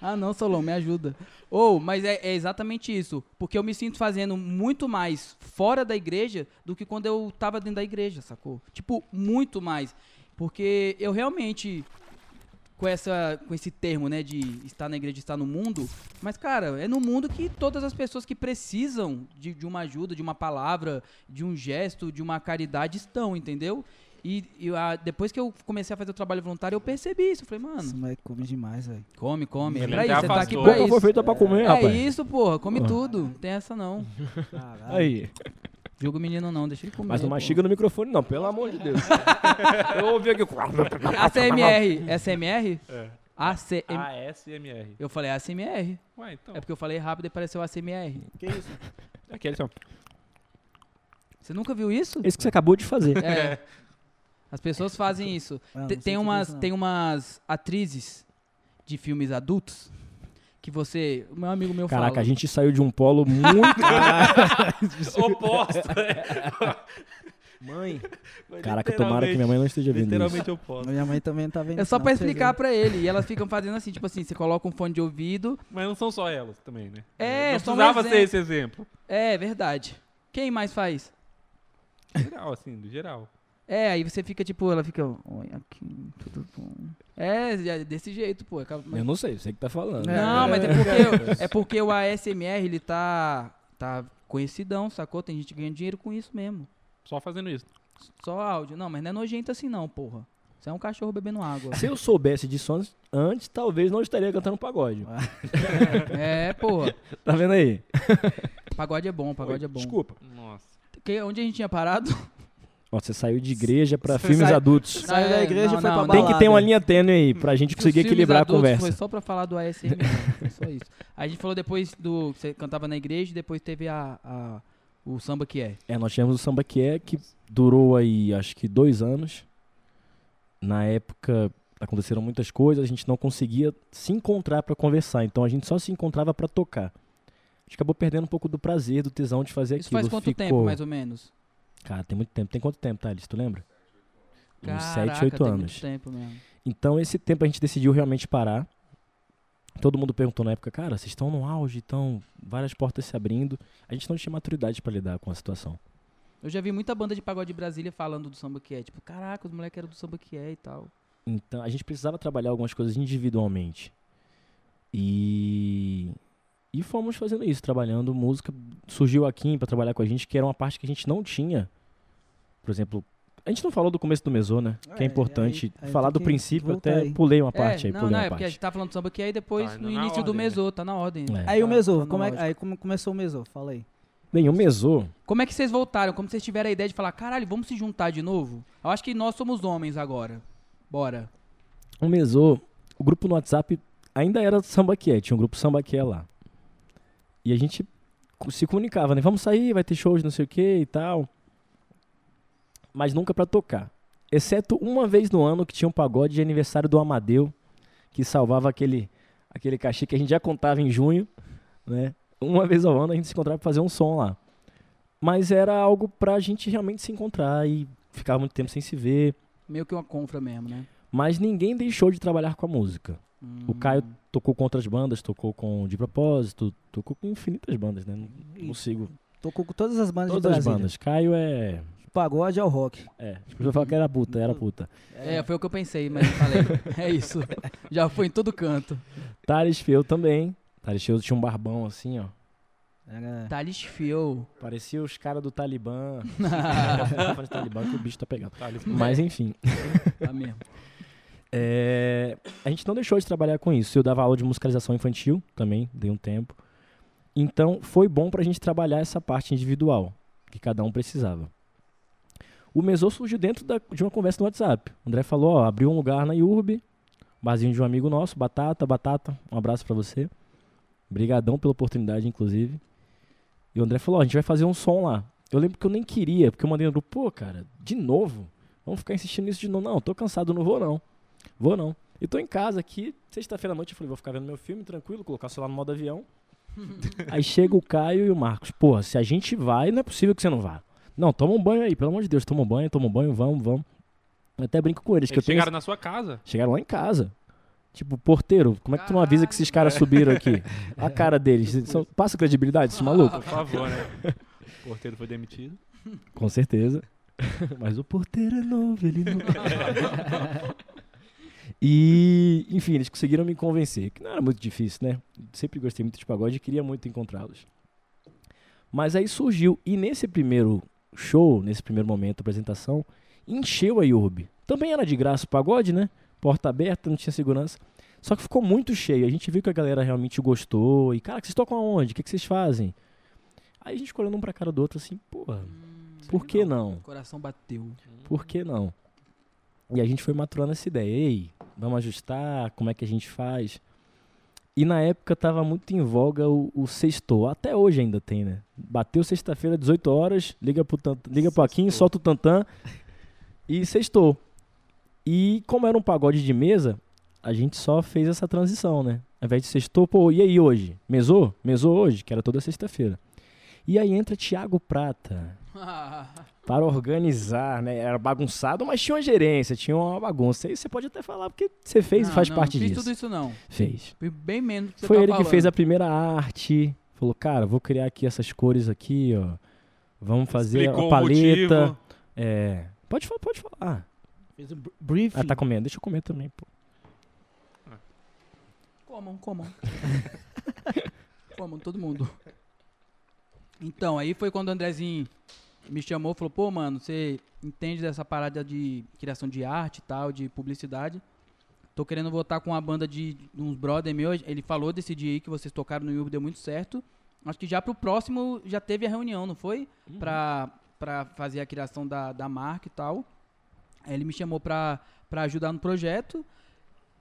Speaker 1: ah, não, Solon, me ajuda. Ou, mas é, é exatamente isso. Porque eu me sinto fazendo muito mais fora da igreja do que quando eu tava dentro da igreja, sacou? Tipo, muito mais. Porque eu realmente. Com, essa, com esse termo, né, de estar na igreja, estar no mundo. Mas, cara, é no mundo que todas as pessoas que precisam de, de uma ajuda, de uma palavra, de um gesto, de uma caridade estão, entendeu? E, e a- depois que eu comecei a fazer o trabalho voluntário, eu percebi isso. Eu falei, mano,
Speaker 3: Isso moleque come demais, velho.
Speaker 1: Come, come. É
Speaker 2: Ele
Speaker 1: pra
Speaker 2: até
Speaker 1: isso, você tá aqui
Speaker 2: afastou.
Speaker 1: pra
Speaker 5: Boca foi
Speaker 1: isso.
Speaker 5: feita pra comer,
Speaker 1: É
Speaker 5: rapaz. Ah.
Speaker 1: isso, porra. Come tudo. Não tem essa não.
Speaker 3: Caralho.
Speaker 5: Aí.
Speaker 1: Julga o menino não, deixa ele comer.
Speaker 5: Mas não
Speaker 1: pô.
Speaker 5: mastiga no microfone, não, pelo amor
Speaker 1: é.
Speaker 5: de
Speaker 1: [LAUGHS]
Speaker 5: Deus. Eu ouvi aqui.
Speaker 1: ACMR. ACMR?
Speaker 2: É.
Speaker 1: ACM.
Speaker 2: ASMR.
Speaker 1: Eu falei "É ACMR.
Speaker 2: Ué, então.
Speaker 1: É porque eu falei rápido e pareceu ACMR.
Speaker 3: Que
Speaker 1: [LAUGHS]
Speaker 3: isso?
Speaker 1: É
Speaker 2: Aquele só.
Speaker 1: Você nunca viu isso?
Speaker 5: Esse que você acabou de fazer.
Speaker 1: É. As pessoas
Speaker 5: É.
Speaker 1: fazem isso.
Speaker 3: Ah, não
Speaker 1: Te-
Speaker 3: sei
Speaker 1: tem,
Speaker 3: o que
Speaker 1: umas,
Speaker 3: é isso,
Speaker 1: tem umas atrizes de filmes adultos que você. Meu amigo
Speaker 2: [LAUGHS]
Speaker 1: meu fala.
Speaker 5: Caraca, a gente saiu de um
Speaker 1: [LAUGHS]
Speaker 5: polo muito.
Speaker 2: Oposto. é.
Speaker 1: [LAUGHS]
Speaker 5: Mãe. Caraca, tomara que minha mãe não esteja vendo isso.
Speaker 2: Literalmente
Speaker 3: não.
Speaker 2: oposto.
Speaker 3: Minha mãe também tá vendo.
Speaker 1: É
Speaker 3: isso,
Speaker 1: só
Speaker 3: não,
Speaker 1: pra
Speaker 3: você vê.
Speaker 1: explicar pra ele. E elas ficam fazendo assim, tipo assim, você coloca um fone de ouvido.
Speaker 2: Mas não são só elas também, né?
Speaker 1: É,
Speaker 2: Não
Speaker 1: só um
Speaker 2: precisava ser
Speaker 1: exemplo.
Speaker 2: esse exemplo.
Speaker 1: É, verdade. Quem mais faz?
Speaker 2: Geral, assim, do geral.
Speaker 1: É, aí você fica tipo, ela fica, oi, aqui, tudo bom. É, já- desse jeito, pô. acaba- mas-
Speaker 5: Eu não sei, você que tá falando.
Speaker 1: Não, mas é porque,
Speaker 5: [LAUGHS]
Speaker 1: é porque o ASMR, ele tá, tá conhecidão, sacou? Tem gente ganhando dinheiro com isso mesmo.
Speaker 2: Só fazendo isso.
Speaker 1: Só áudio. Não, mas não é nojento assim não, porra. Você é um cachorro bebendo água.
Speaker 5: [LAUGHS] Se eu soubesse disso antes- antes, talvez não estaria cantando pagode.
Speaker 1: é, porra.
Speaker 5: [LAUGHS] Tá vendo aí? [LAUGHS]
Speaker 1: Pagode é bom, pagode é bom.
Speaker 5: Desculpa.
Speaker 2: Nossa.
Speaker 1: Que- onde a gente tinha parado?
Speaker 5: Ó, você saiu de igreja
Speaker 1: [LAUGHS]
Speaker 5: pra
Speaker 3: Você
Speaker 5: É, filmes
Speaker 3: sai-
Speaker 5: adultos.
Speaker 3: Saiu da
Speaker 1: É,
Speaker 3: igreja
Speaker 1: não,
Speaker 3: e foi
Speaker 1: não,
Speaker 3: pra
Speaker 1: não.
Speaker 5: Tem que ter uma
Speaker 3: balada.
Speaker 5: linha tênue aí, pra gente conseguir
Speaker 1: Os filmes
Speaker 5: equilibrar a
Speaker 1: adultos
Speaker 5: conversa.
Speaker 1: Foi só pra falar do ASMR. foi só isso. A gente falou depois do... Você cantava na igreja e depois teve a, a- o samba que é.
Speaker 5: É, nós tivemos o Samba Que É, que durou aí, acho que dois anos. Na época, aconteceram muitas coisas, a gente não conseguia se encontrar pra conversar, então a gente só se encontrava pra tocar. A gente acabou perdendo um pouco do prazer, do tesão de fazer
Speaker 1: Isso
Speaker 5: aquilo.
Speaker 1: faz quanto
Speaker 5: Ficou-
Speaker 1: tempo, mais ou menos?
Speaker 5: Cara, tem muito tempo. Tem quanto tempo, Thales? Tu lembra? Uns 7,
Speaker 1: Caraca,
Speaker 5: 8
Speaker 1: tem
Speaker 5: anos.
Speaker 1: Muito tempo mesmo.
Speaker 5: Então, esse tempo a gente decidiu realmente parar. Todo mundo perguntou na época, cara, vocês estão no auge, estão várias portas se abrindo. A gente não tinha maturidade pra lidar com a situação.
Speaker 1: Eu já vi muita banda de pagode de Brasília falando do samba que é. Tipo, caraca, os moleques eram do samba que é e tal.
Speaker 5: Então, a gente precisava trabalhar algumas coisas individualmente. E e fomos fazendo isso, trabalhando música. Surgiu a Kim pra trabalhar com a gente, que era uma parte que a gente não tinha. Por exemplo, a gente não falou do começo do mesô, né?
Speaker 3: Ah,
Speaker 5: que
Speaker 3: é,
Speaker 5: é importante
Speaker 3: aí- aí
Speaker 5: falar
Speaker 3: tem
Speaker 5: do
Speaker 3: que
Speaker 5: princípio, eu
Speaker 3: voltar
Speaker 5: até
Speaker 3: aí.
Speaker 5: pulei uma
Speaker 1: É,
Speaker 5: parte aí,
Speaker 1: não,
Speaker 5: pulei
Speaker 1: não,
Speaker 5: uma
Speaker 1: é porque a
Speaker 5: parte.
Speaker 1: gente tá falando do samba que é e depois
Speaker 2: Tá,
Speaker 1: no
Speaker 2: na
Speaker 1: início do
Speaker 2: ordem, né?
Speaker 1: mesô, tá na ordem.
Speaker 5: É.
Speaker 3: Aí o
Speaker 1: Tá- tá
Speaker 3: mesô,
Speaker 1: na
Speaker 3: como é,
Speaker 1: ordem.
Speaker 3: aí como começou o mesô? Fala aí.
Speaker 5: Bem, o mesô,
Speaker 1: Como é que vocês voltaram? Como vocês tiveram a ideia de falar, caralho, vamos se juntar de novo? Eu acho que nós somos homens agora. Bora.
Speaker 5: o um mesô, o grupo no WhatsApp ainda era sambaqué, tinha um grupo sambaqué lá. E a gente co- se comunicava, né? Vamos sair, vai ter shows, não sei o que e tal. Mas nunca pra tocar. Exceto uma vez no ano que tinha um pagode de aniversário do Amadeu, que salvava aquele, aquele cachê que a gente já contava em junho, né? Uma vez ao ano a gente se encontrava pra fazer um som lá. Mas era algo pra gente realmente se encontrar e ficar muito tempo sem se ver.
Speaker 1: Meio que uma confra mesmo, né?
Speaker 5: Mas ninguém deixou de trabalhar com a música. O
Speaker 3: Hum.
Speaker 5: Caio tocou com outras bandas, tocou com De Propósito, tocou com infinitas bandas, né? Não não consigo.
Speaker 3: Tocou com todas as bandas
Speaker 5: Todas
Speaker 3: de
Speaker 5: as
Speaker 3: Brasília.
Speaker 5: bandas. Caio é.
Speaker 3: Pagode ao rock.
Speaker 5: É. As pessoas falam que era puta, era puta.
Speaker 1: É, foi o que eu pensei, mas eu falei.
Speaker 5: [LAUGHS]
Speaker 1: é [LAUGHS] isso. Já foi em todo canto.
Speaker 5: Thales Feu também. Thales Feu tinha um barbão assim, ó.
Speaker 6: É.
Speaker 3: Era...
Speaker 1: Thales Fiel.
Speaker 5: Parecia os caras do
Speaker 1: [LAUGHS]
Speaker 5: Talibã. Os do Talibã que o bicho tá pegando.
Speaker 2: Tá, eles-
Speaker 5: Mas
Speaker 3: [LAUGHS]
Speaker 5: enfim.
Speaker 1: "É, Tá mesmo.
Speaker 5: [LAUGHS] É, a gente não deixou de trabalhar com isso. Eu dava aula de musicalização infantil também, dei um tempo. Então foi bom pra gente trabalhar essa parte individual que cada um precisava. O Mesô surgiu dentro da- de uma conversa no WhatsApp. O André falou: ó, abriu um lugar na IURB, barzinho de um amigo nosso, Batata, Batata, um abraço pra você. Obrigadão pela oportunidade, inclusive. E o André falou, ó, a gente vai fazer um som lá. Eu lembro que eu nem queria, porque eu mandei no grupo, pô, cara, de novo? Vamos ficar insistindo nisso de novo. Não, tô cansado, não vou não. Vou não. E tô em casa aqui, sexta-feira à noite, eu falei, vou ficar vendo meu filme,
Speaker 2: [LAUGHS]
Speaker 5: tranquilo, colocar o celular no modo avião. aí chega o Caio e o Marcos, porra, se a gente vai, não é possível que você não vá. Não, toma um banho aí, pelo amor de Deus, toma um banho, toma um banho, vamos, vamos. Eu até brinco com eles, que eu
Speaker 2: Eles
Speaker 5: tenho...
Speaker 2: chegaram na sua casa.
Speaker 5: Chegaram lá em casa. Tipo, porteiro, como é que tu não avisa que esses caras subiram aqui? A
Speaker 2: [LAUGHS]
Speaker 5: cara deles. São- passa credibilidade, esse maluco?
Speaker 2: Ah, Por favor,
Speaker 5: [LAUGHS]
Speaker 2: né? O porteiro foi demitido.
Speaker 5: Com certeza. [LAUGHS] Mas o porteiro é novo, ele não.
Speaker 2: [LAUGHS]
Speaker 5: e, enfim, eles conseguiram me convencer, que não era muito difícil, né? Sempre gostei muito de pagode e queria muito encontrá-los. Mas aí surgiu, e nesse primeiro show, nesse primeiro momento, apresentação, encheu a IURB. Também era de graça o pagode, né? Porta aberta, não tinha segurança. Só que ficou muito cheio. A gente viu que a galera realmente gostou. E, cara, vocês tocam aonde? O que que vocês fazem? Aí a gente ficou olhando um pra cara do outro assim, porra, por que não?
Speaker 1: O coração bateu.
Speaker 5: Por que não? E a gente foi maturando essa ideia. Ei, vamos ajustar, como é que a gente faz? E na época tava muito em voga o, o sextou. Até hoje ainda tem, né? Bateu sexta-feira, 18 horas, liga pro, tan- liga pro Aquim, solta o tantã e sextou. E como era um pagode de mesa, a gente só fez essa transição, né? Ao invés de sextou, pô, e aí hoje? Mesou? Mesou hoje, que era toda sexta-feira. E aí entra Tiago Prata, para organizar, né? Era bagunçado, mas tinha uma gerência, tinha uma bagunça. Aí você [LAUGHS] pode até falar, porque você fez
Speaker 1: Não,
Speaker 5: e faz
Speaker 1: não,
Speaker 5: parte
Speaker 1: fiz
Speaker 5: disso.
Speaker 1: tudo isso não.
Speaker 5: Fez.
Speaker 1: Fui Bem menos do que você
Speaker 5: Foi
Speaker 1: tá
Speaker 5: ele que
Speaker 1: falando.
Speaker 5: fez a primeira arte. Falou, cara, vou criar aqui essas cores aqui, ó. Vamos fazer
Speaker 2: Explicou
Speaker 5: a
Speaker 2: o
Speaker 5: paleta.
Speaker 2: motivo.
Speaker 5: É. Pode falar, pode falar.
Speaker 3: Fez um br- briefing.
Speaker 5: Ah, tá comendo. Deixa eu comer também, pô.
Speaker 1: Comam, comam. [LAUGHS] comam, todo mundo. Então, aí foi quando o Andrezinho me chamou e falou, pô, mano, você entende dessa parada de criação de arte e tal, de publicidade. Tô querendo voltar com uma banda de de uns brother meu. Ele falou desse dia aí que vocês tocaram no Yubo, deu muito certo. Acho que já pro próximo já teve a reunião, não foi? Pra, pra fazer a criação da, da marca e tal. Aí ele me chamou pra, pra ajudar no projeto.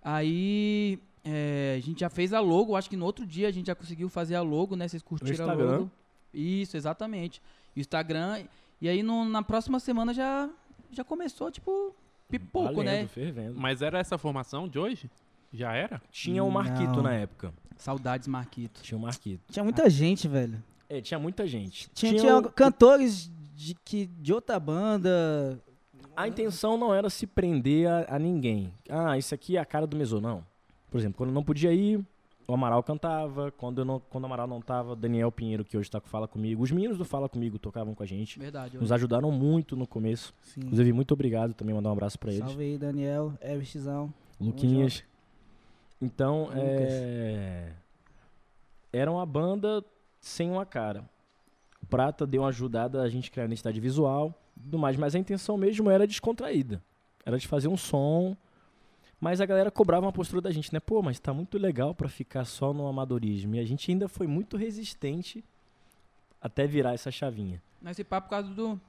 Speaker 1: Aí é, a gente já fez a logo, acho que no outro dia a gente já conseguiu fazer a logo, né? Vocês curtiram a
Speaker 5: Instagram.
Speaker 1: logo. Isso, exatamente. E o Instagram. E aí no- na próxima semana já, já começou, tipo, pipoco, né?
Speaker 5: Valendo, fervendo.
Speaker 2: Mas era essa formação de hoje? Já era?
Speaker 5: Tinha o Marquito
Speaker 3: Não.
Speaker 5: na época.
Speaker 1: Saudades, Marquito.
Speaker 5: Tinha o Marquito.
Speaker 3: Tinha muita gente, velho.
Speaker 5: É, tinha muita gente.
Speaker 3: Tinha,
Speaker 5: Ah. Tinha
Speaker 3: tinha
Speaker 5: o-
Speaker 3: cantores de, que, de outra banda.
Speaker 5: A intenção não era se prender a, a ninguém. Ah, isso aqui é a cara do Mesô, não. Por exemplo, quando eu não podia ir, o Amaral cantava. Quando, eu não, quando o Amaral não tava, Daniel Pinheiro, que hoje tá com Fala Comigo. Os meninos do Fala Comigo tocavam com a gente.
Speaker 1: Verdade.
Speaker 5: Nos ajudaram muito no começo.
Speaker 3: Sim.
Speaker 5: Inclusive, muito obrigado também, mandar um abraço pra eles.
Speaker 3: Salve aí, Daniel, Ericzão.
Speaker 5: Luquinhas. Então,
Speaker 3: Lucas.
Speaker 5: é... era uma banda sem uma cara. O Prata deu uma ajudada a gente criar uma identidade visual e tudo mais, mas a intenção mesmo era descontraída. Era de fazer um som, mas a galera cobrava uma postura da gente, né? Pô, mas tá muito legal pra ficar só no amadorismo. E a gente ainda foi muito resistente até virar essa chavinha.
Speaker 1: Nesse papo por causa do.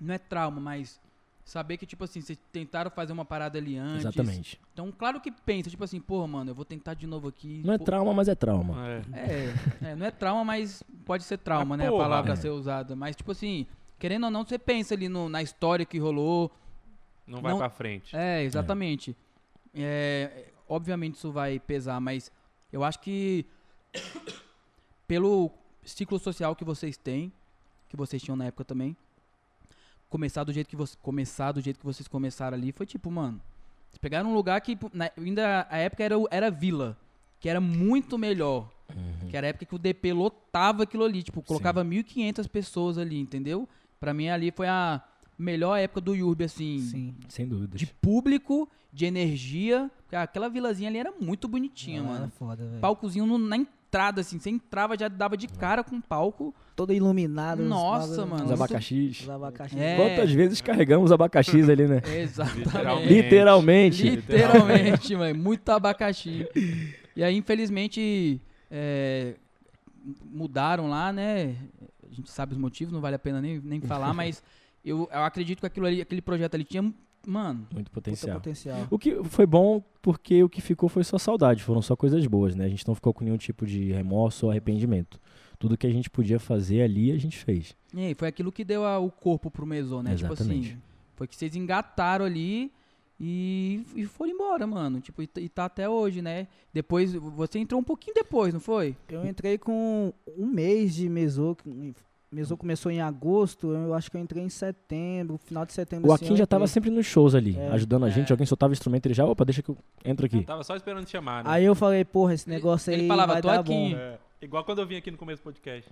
Speaker 1: Não é trauma, mas saber que, tipo assim, vocês tentaram fazer uma parada ali antes.
Speaker 5: Exatamente.
Speaker 1: Então, claro que pensa, tipo assim, porra, mano, eu vou tentar de novo aqui.
Speaker 5: Não é
Speaker 1: Pô-
Speaker 5: trauma, mas é trauma.
Speaker 2: É.
Speaker 1: É, é, não é trauma, mas pode ser trauma,
Speaker 2: Ah,
Speaker 1: né?
Speaker 2: porra,
Speaker 1: a palavra a
Speaker 5: é.
Speaker 1: ser usada. Mas, tipo assim, querendo ou não, você pensa ali no- na história que rolou,
Speaker 2: Não vai
Speaker 1: Não-
Speaker 2: pra frente.
Speaker 1: É, exatamente. É, obviamente isso vai pesar, mas eu acho que [COUGHS] pelo ciclo social que vocês têm, que vocês tinham na época também, começar do jeito que vocês começar do jeito que vocês começaram ali foi tipo, mano, vocês pegaram um lugar que pô, na- ainda a época era o- era vila, que era muito melhor. Que era a época que o DP lotava aquilo ali, tipo, colocava 1500 pessoas ali, entendeu? Pra mim ali foi a melhor época do Yurb assim,
Speaker 3: Sim.
Speaker 5: Sem dúvidas.
Speaker 1: de público, de energia. Porque aquela vilazinha ali era muito bonitinha,
Speaker 3: Ela Era
Speaker 1: mano.
Speaker 3: foda, velho.
Speaker 1: Palcozinho no- na entrada, assim. Você entrava, já dava de cara com o palco.
Speaker 3: Todo iluminado. os
Speaker 1: Nossa,
Speaker 3: bagulho-
Speaker 1: mano.
Speaker 5: Os
Speaker 1: Muito-
Speaker 5: abacaxis.
Speaker 3: Os abacaxi.
Speaker 1: É.
Speaker 5: Quantas vezes carregamos abacaxis ali, né?
Speaker 1: [LAUGHS] Exatamente.
Speaker 2: Literalmente.
Speaker 5: Literalmente.
Speaker 1: Literalmente, mano. Muito abacaxi. E aí, infelizmente, é, mudaram lá, né? A gente sabe os motivos, não vale a pena nem, nem falar, mas eu, eu acredito que aquilo ali, aquele projeto ali tinha Mano,
Speaker 5: Muito
Speaker 3: Puta
Speaker 5: potencial.
Speaker 3: potencial.
Speaker 5: [LAUGHS] O que foi bom porque o que ficou foi só saudade, foram só coisas boas, né? A gente não ficou com nenhum tipo de remorso ou arrependimento. Tudo que a gente podia fazer ali, a gente fez.
Speaker 1: e aí, foi aquilo que deu a- o corpo pro Meson, né?
Speaker 5: Exatamente.
Speaker 1: Tipo assim, foi que vocês engataram ali e, e foram embora, mano. Tipo, e, t- e tá até hoje, né? Depois, você entrou um pouquinho depois, não foi?
Speaker 3: Eu entrei com um mês de mesô. Mesô começou em agosto, eu acho que eu entrei em setembro, final de setembro.
Speaker 5: O
Speaker 3: assim,
Speaker 5: Akin
Speaker 3: eu
Speaker 5: já tava
Speaker 3: entrei.
Speaker 5: sempre nos shows ali,
Speaker 3: É.
Speaker 5: ajudando a gente.
Speaker 1: É.
Speaker 5: Alguém soltava instrumento, ele já, opa, deixa que eu entro aqui.
Speaker 2: Tava só esperando te chamar, né?
Speaker 3: Aí eu falei, porra, esse negócio aí
Speaker 1: Ele falava,
Speaker 3: vai
Speaker 1: tô
Speaker 3: dar
Speaker 1: aqui.
Speaker 3: bom.
Speaker 2: É, igual quando eu vim aqui no começo do podcast.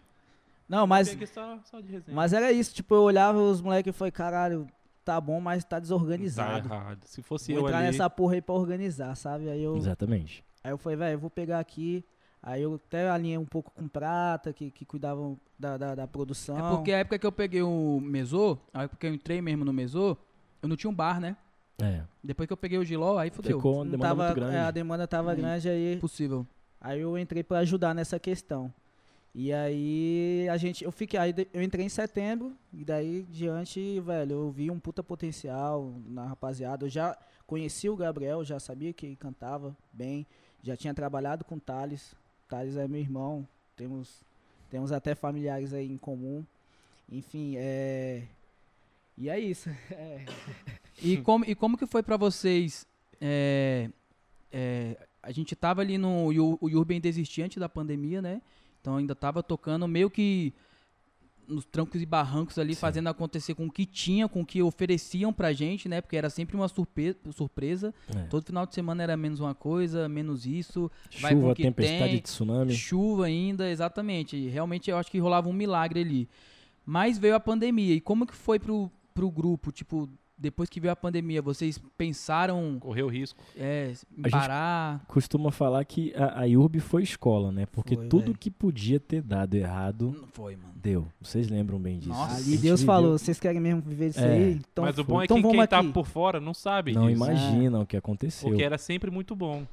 Speaker 3: Não,
Speaker 2: Eu
Speaker 3: mas
Speaker 2: vim aqui só, só de resenha.
Speaker 3: Mas era isso, tipo, eu olhava os moleques e falei, caralho, tá bom, mas tá
Speaker 2: tá
Speaker 3: desorganizado.
Speaker 2: errado. Se fosse
Speaker 3: vou
Speaker 2: eu
Speaker 3: entrar
Speaker 2: ali...
Speaker 3: nessa porra aí pra organizar, sabe? Aí eu,
Speaker 5: Exatamente.
Speaker 3: aí eu falei, velho, eu vou pegar aqui. Aí eu até alinhei um pouco com prata, que, que cuidavam da, da, da produção.
Speaker 1: É porque a época que eu peguei o Mesô, a época que eu entrei mesmo no Mesô, eu não tinha um bar, né?
Speaker 5: É.
Speaker 1: Depois que eu peguei o Giló, aí fodeu.
Speaker 5: Ficou uma
Speaker 3: não
Speaker 5: demanda
Speaker 3: tava,
Speaker 5: muito
Speaker 3: é, a
Speaker 5: grande.
Speaker 3: demanda tava grande, aí,
Speaker 1: Hum, Impossível.
Speaker 3: aí eu entrei pra ajudar nessa questão. E aí a gente, eu fiquei, aí de- eu entrei em setembro, e daí diante, velho, eu vi um puta potencial na rapaziada. Eu já conheci o Gabriel, já sabia que ele cantava bem, já tinha trabalhado com o Thales. Thales é meu irmão, temos, temos até familiares aí em comum. Enfim, é. E é isso. [LAUGHS] É.
Speaker 5: [LAUGHS]
Speaker 1: E como, e como que foi pra vocês? é, é, a gente tava ali no. O Yu- o Urban desistia antes da pandemia, né? Então ainda tava tocando meio que nos trancos e barrancos ali,
Speaker 5: Sim.
Speaker 1: fazendo acontecer com o que tinha, com o que ofereciam pra gente, né? Porque era sempre uma surpe- surpresa.
Speaker 5: É.
Speaker 1: Todo final de semana era menos uma coisa, menos isso. vai com o
Speaker 5: Chuva,
Speaker 1: que
Speaker 5: tempestade,
Speaker 1: tem,
Speaker 5: tsunami.
Speaker 1: Chuva ainda, exatamente. E Realmente eu acho que rolava um milagre ali. Mas veio a pandemia. E como que foi pro, pro grupo? Tipo, depois que veio a pandemia, vocês pensaram
Speaker 2: Correu risco.
Speaker 1: é, em
Speaker 5: A gente-
Speaker 1: parar?
Speaker 5: Costuma falar que a, a IURB foi escola, né? Porque
Speaker 3: Foi,
Speaker 5: tudo
Speaker 3: velho.
Speaker 5: que podia ter dado errado,
Speaker 1: Não foi, mano.
Speaker 5: deu. Vocês lembram bem disso.
Speaker 1: Nossa.
Speaker 5: A
Speaker 3: Ali
Speaker 5: gente
Speaker 3: Deus
Speaker 5: viveu-
Speaker 3: falou, vocês querem mesmo viver disso
Speaker 5: É.
Speaker 3: aí? Então,
Speaker 2: Mas
Speaker 3: foi.
Speaker 2: o bom é que
Speaker 3: então vamos
Speaker 2: quem tá
Speaker 3: aqui.
Speaker 2: por fora não sabe
Speaker 5: Não
Speaker 2: disso.
Speaker 5: imagina o que aconteceu.
Speaker 2: Porque era sempre muito bom.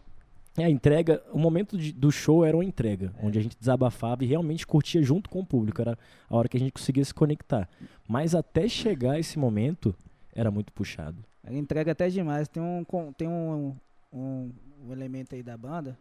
Speaker 5: É, a entrega, o momento de- do show era uma entrega, onde a gente desabafava e realmente curtia junto com o público, era a hora que a gente conseguia se conectar. Mas até chegar esse momento, era muito puxado.
Speaker 3: Ela entrega até demais. Tem um, con- tem um, um, um elemento aí da banda.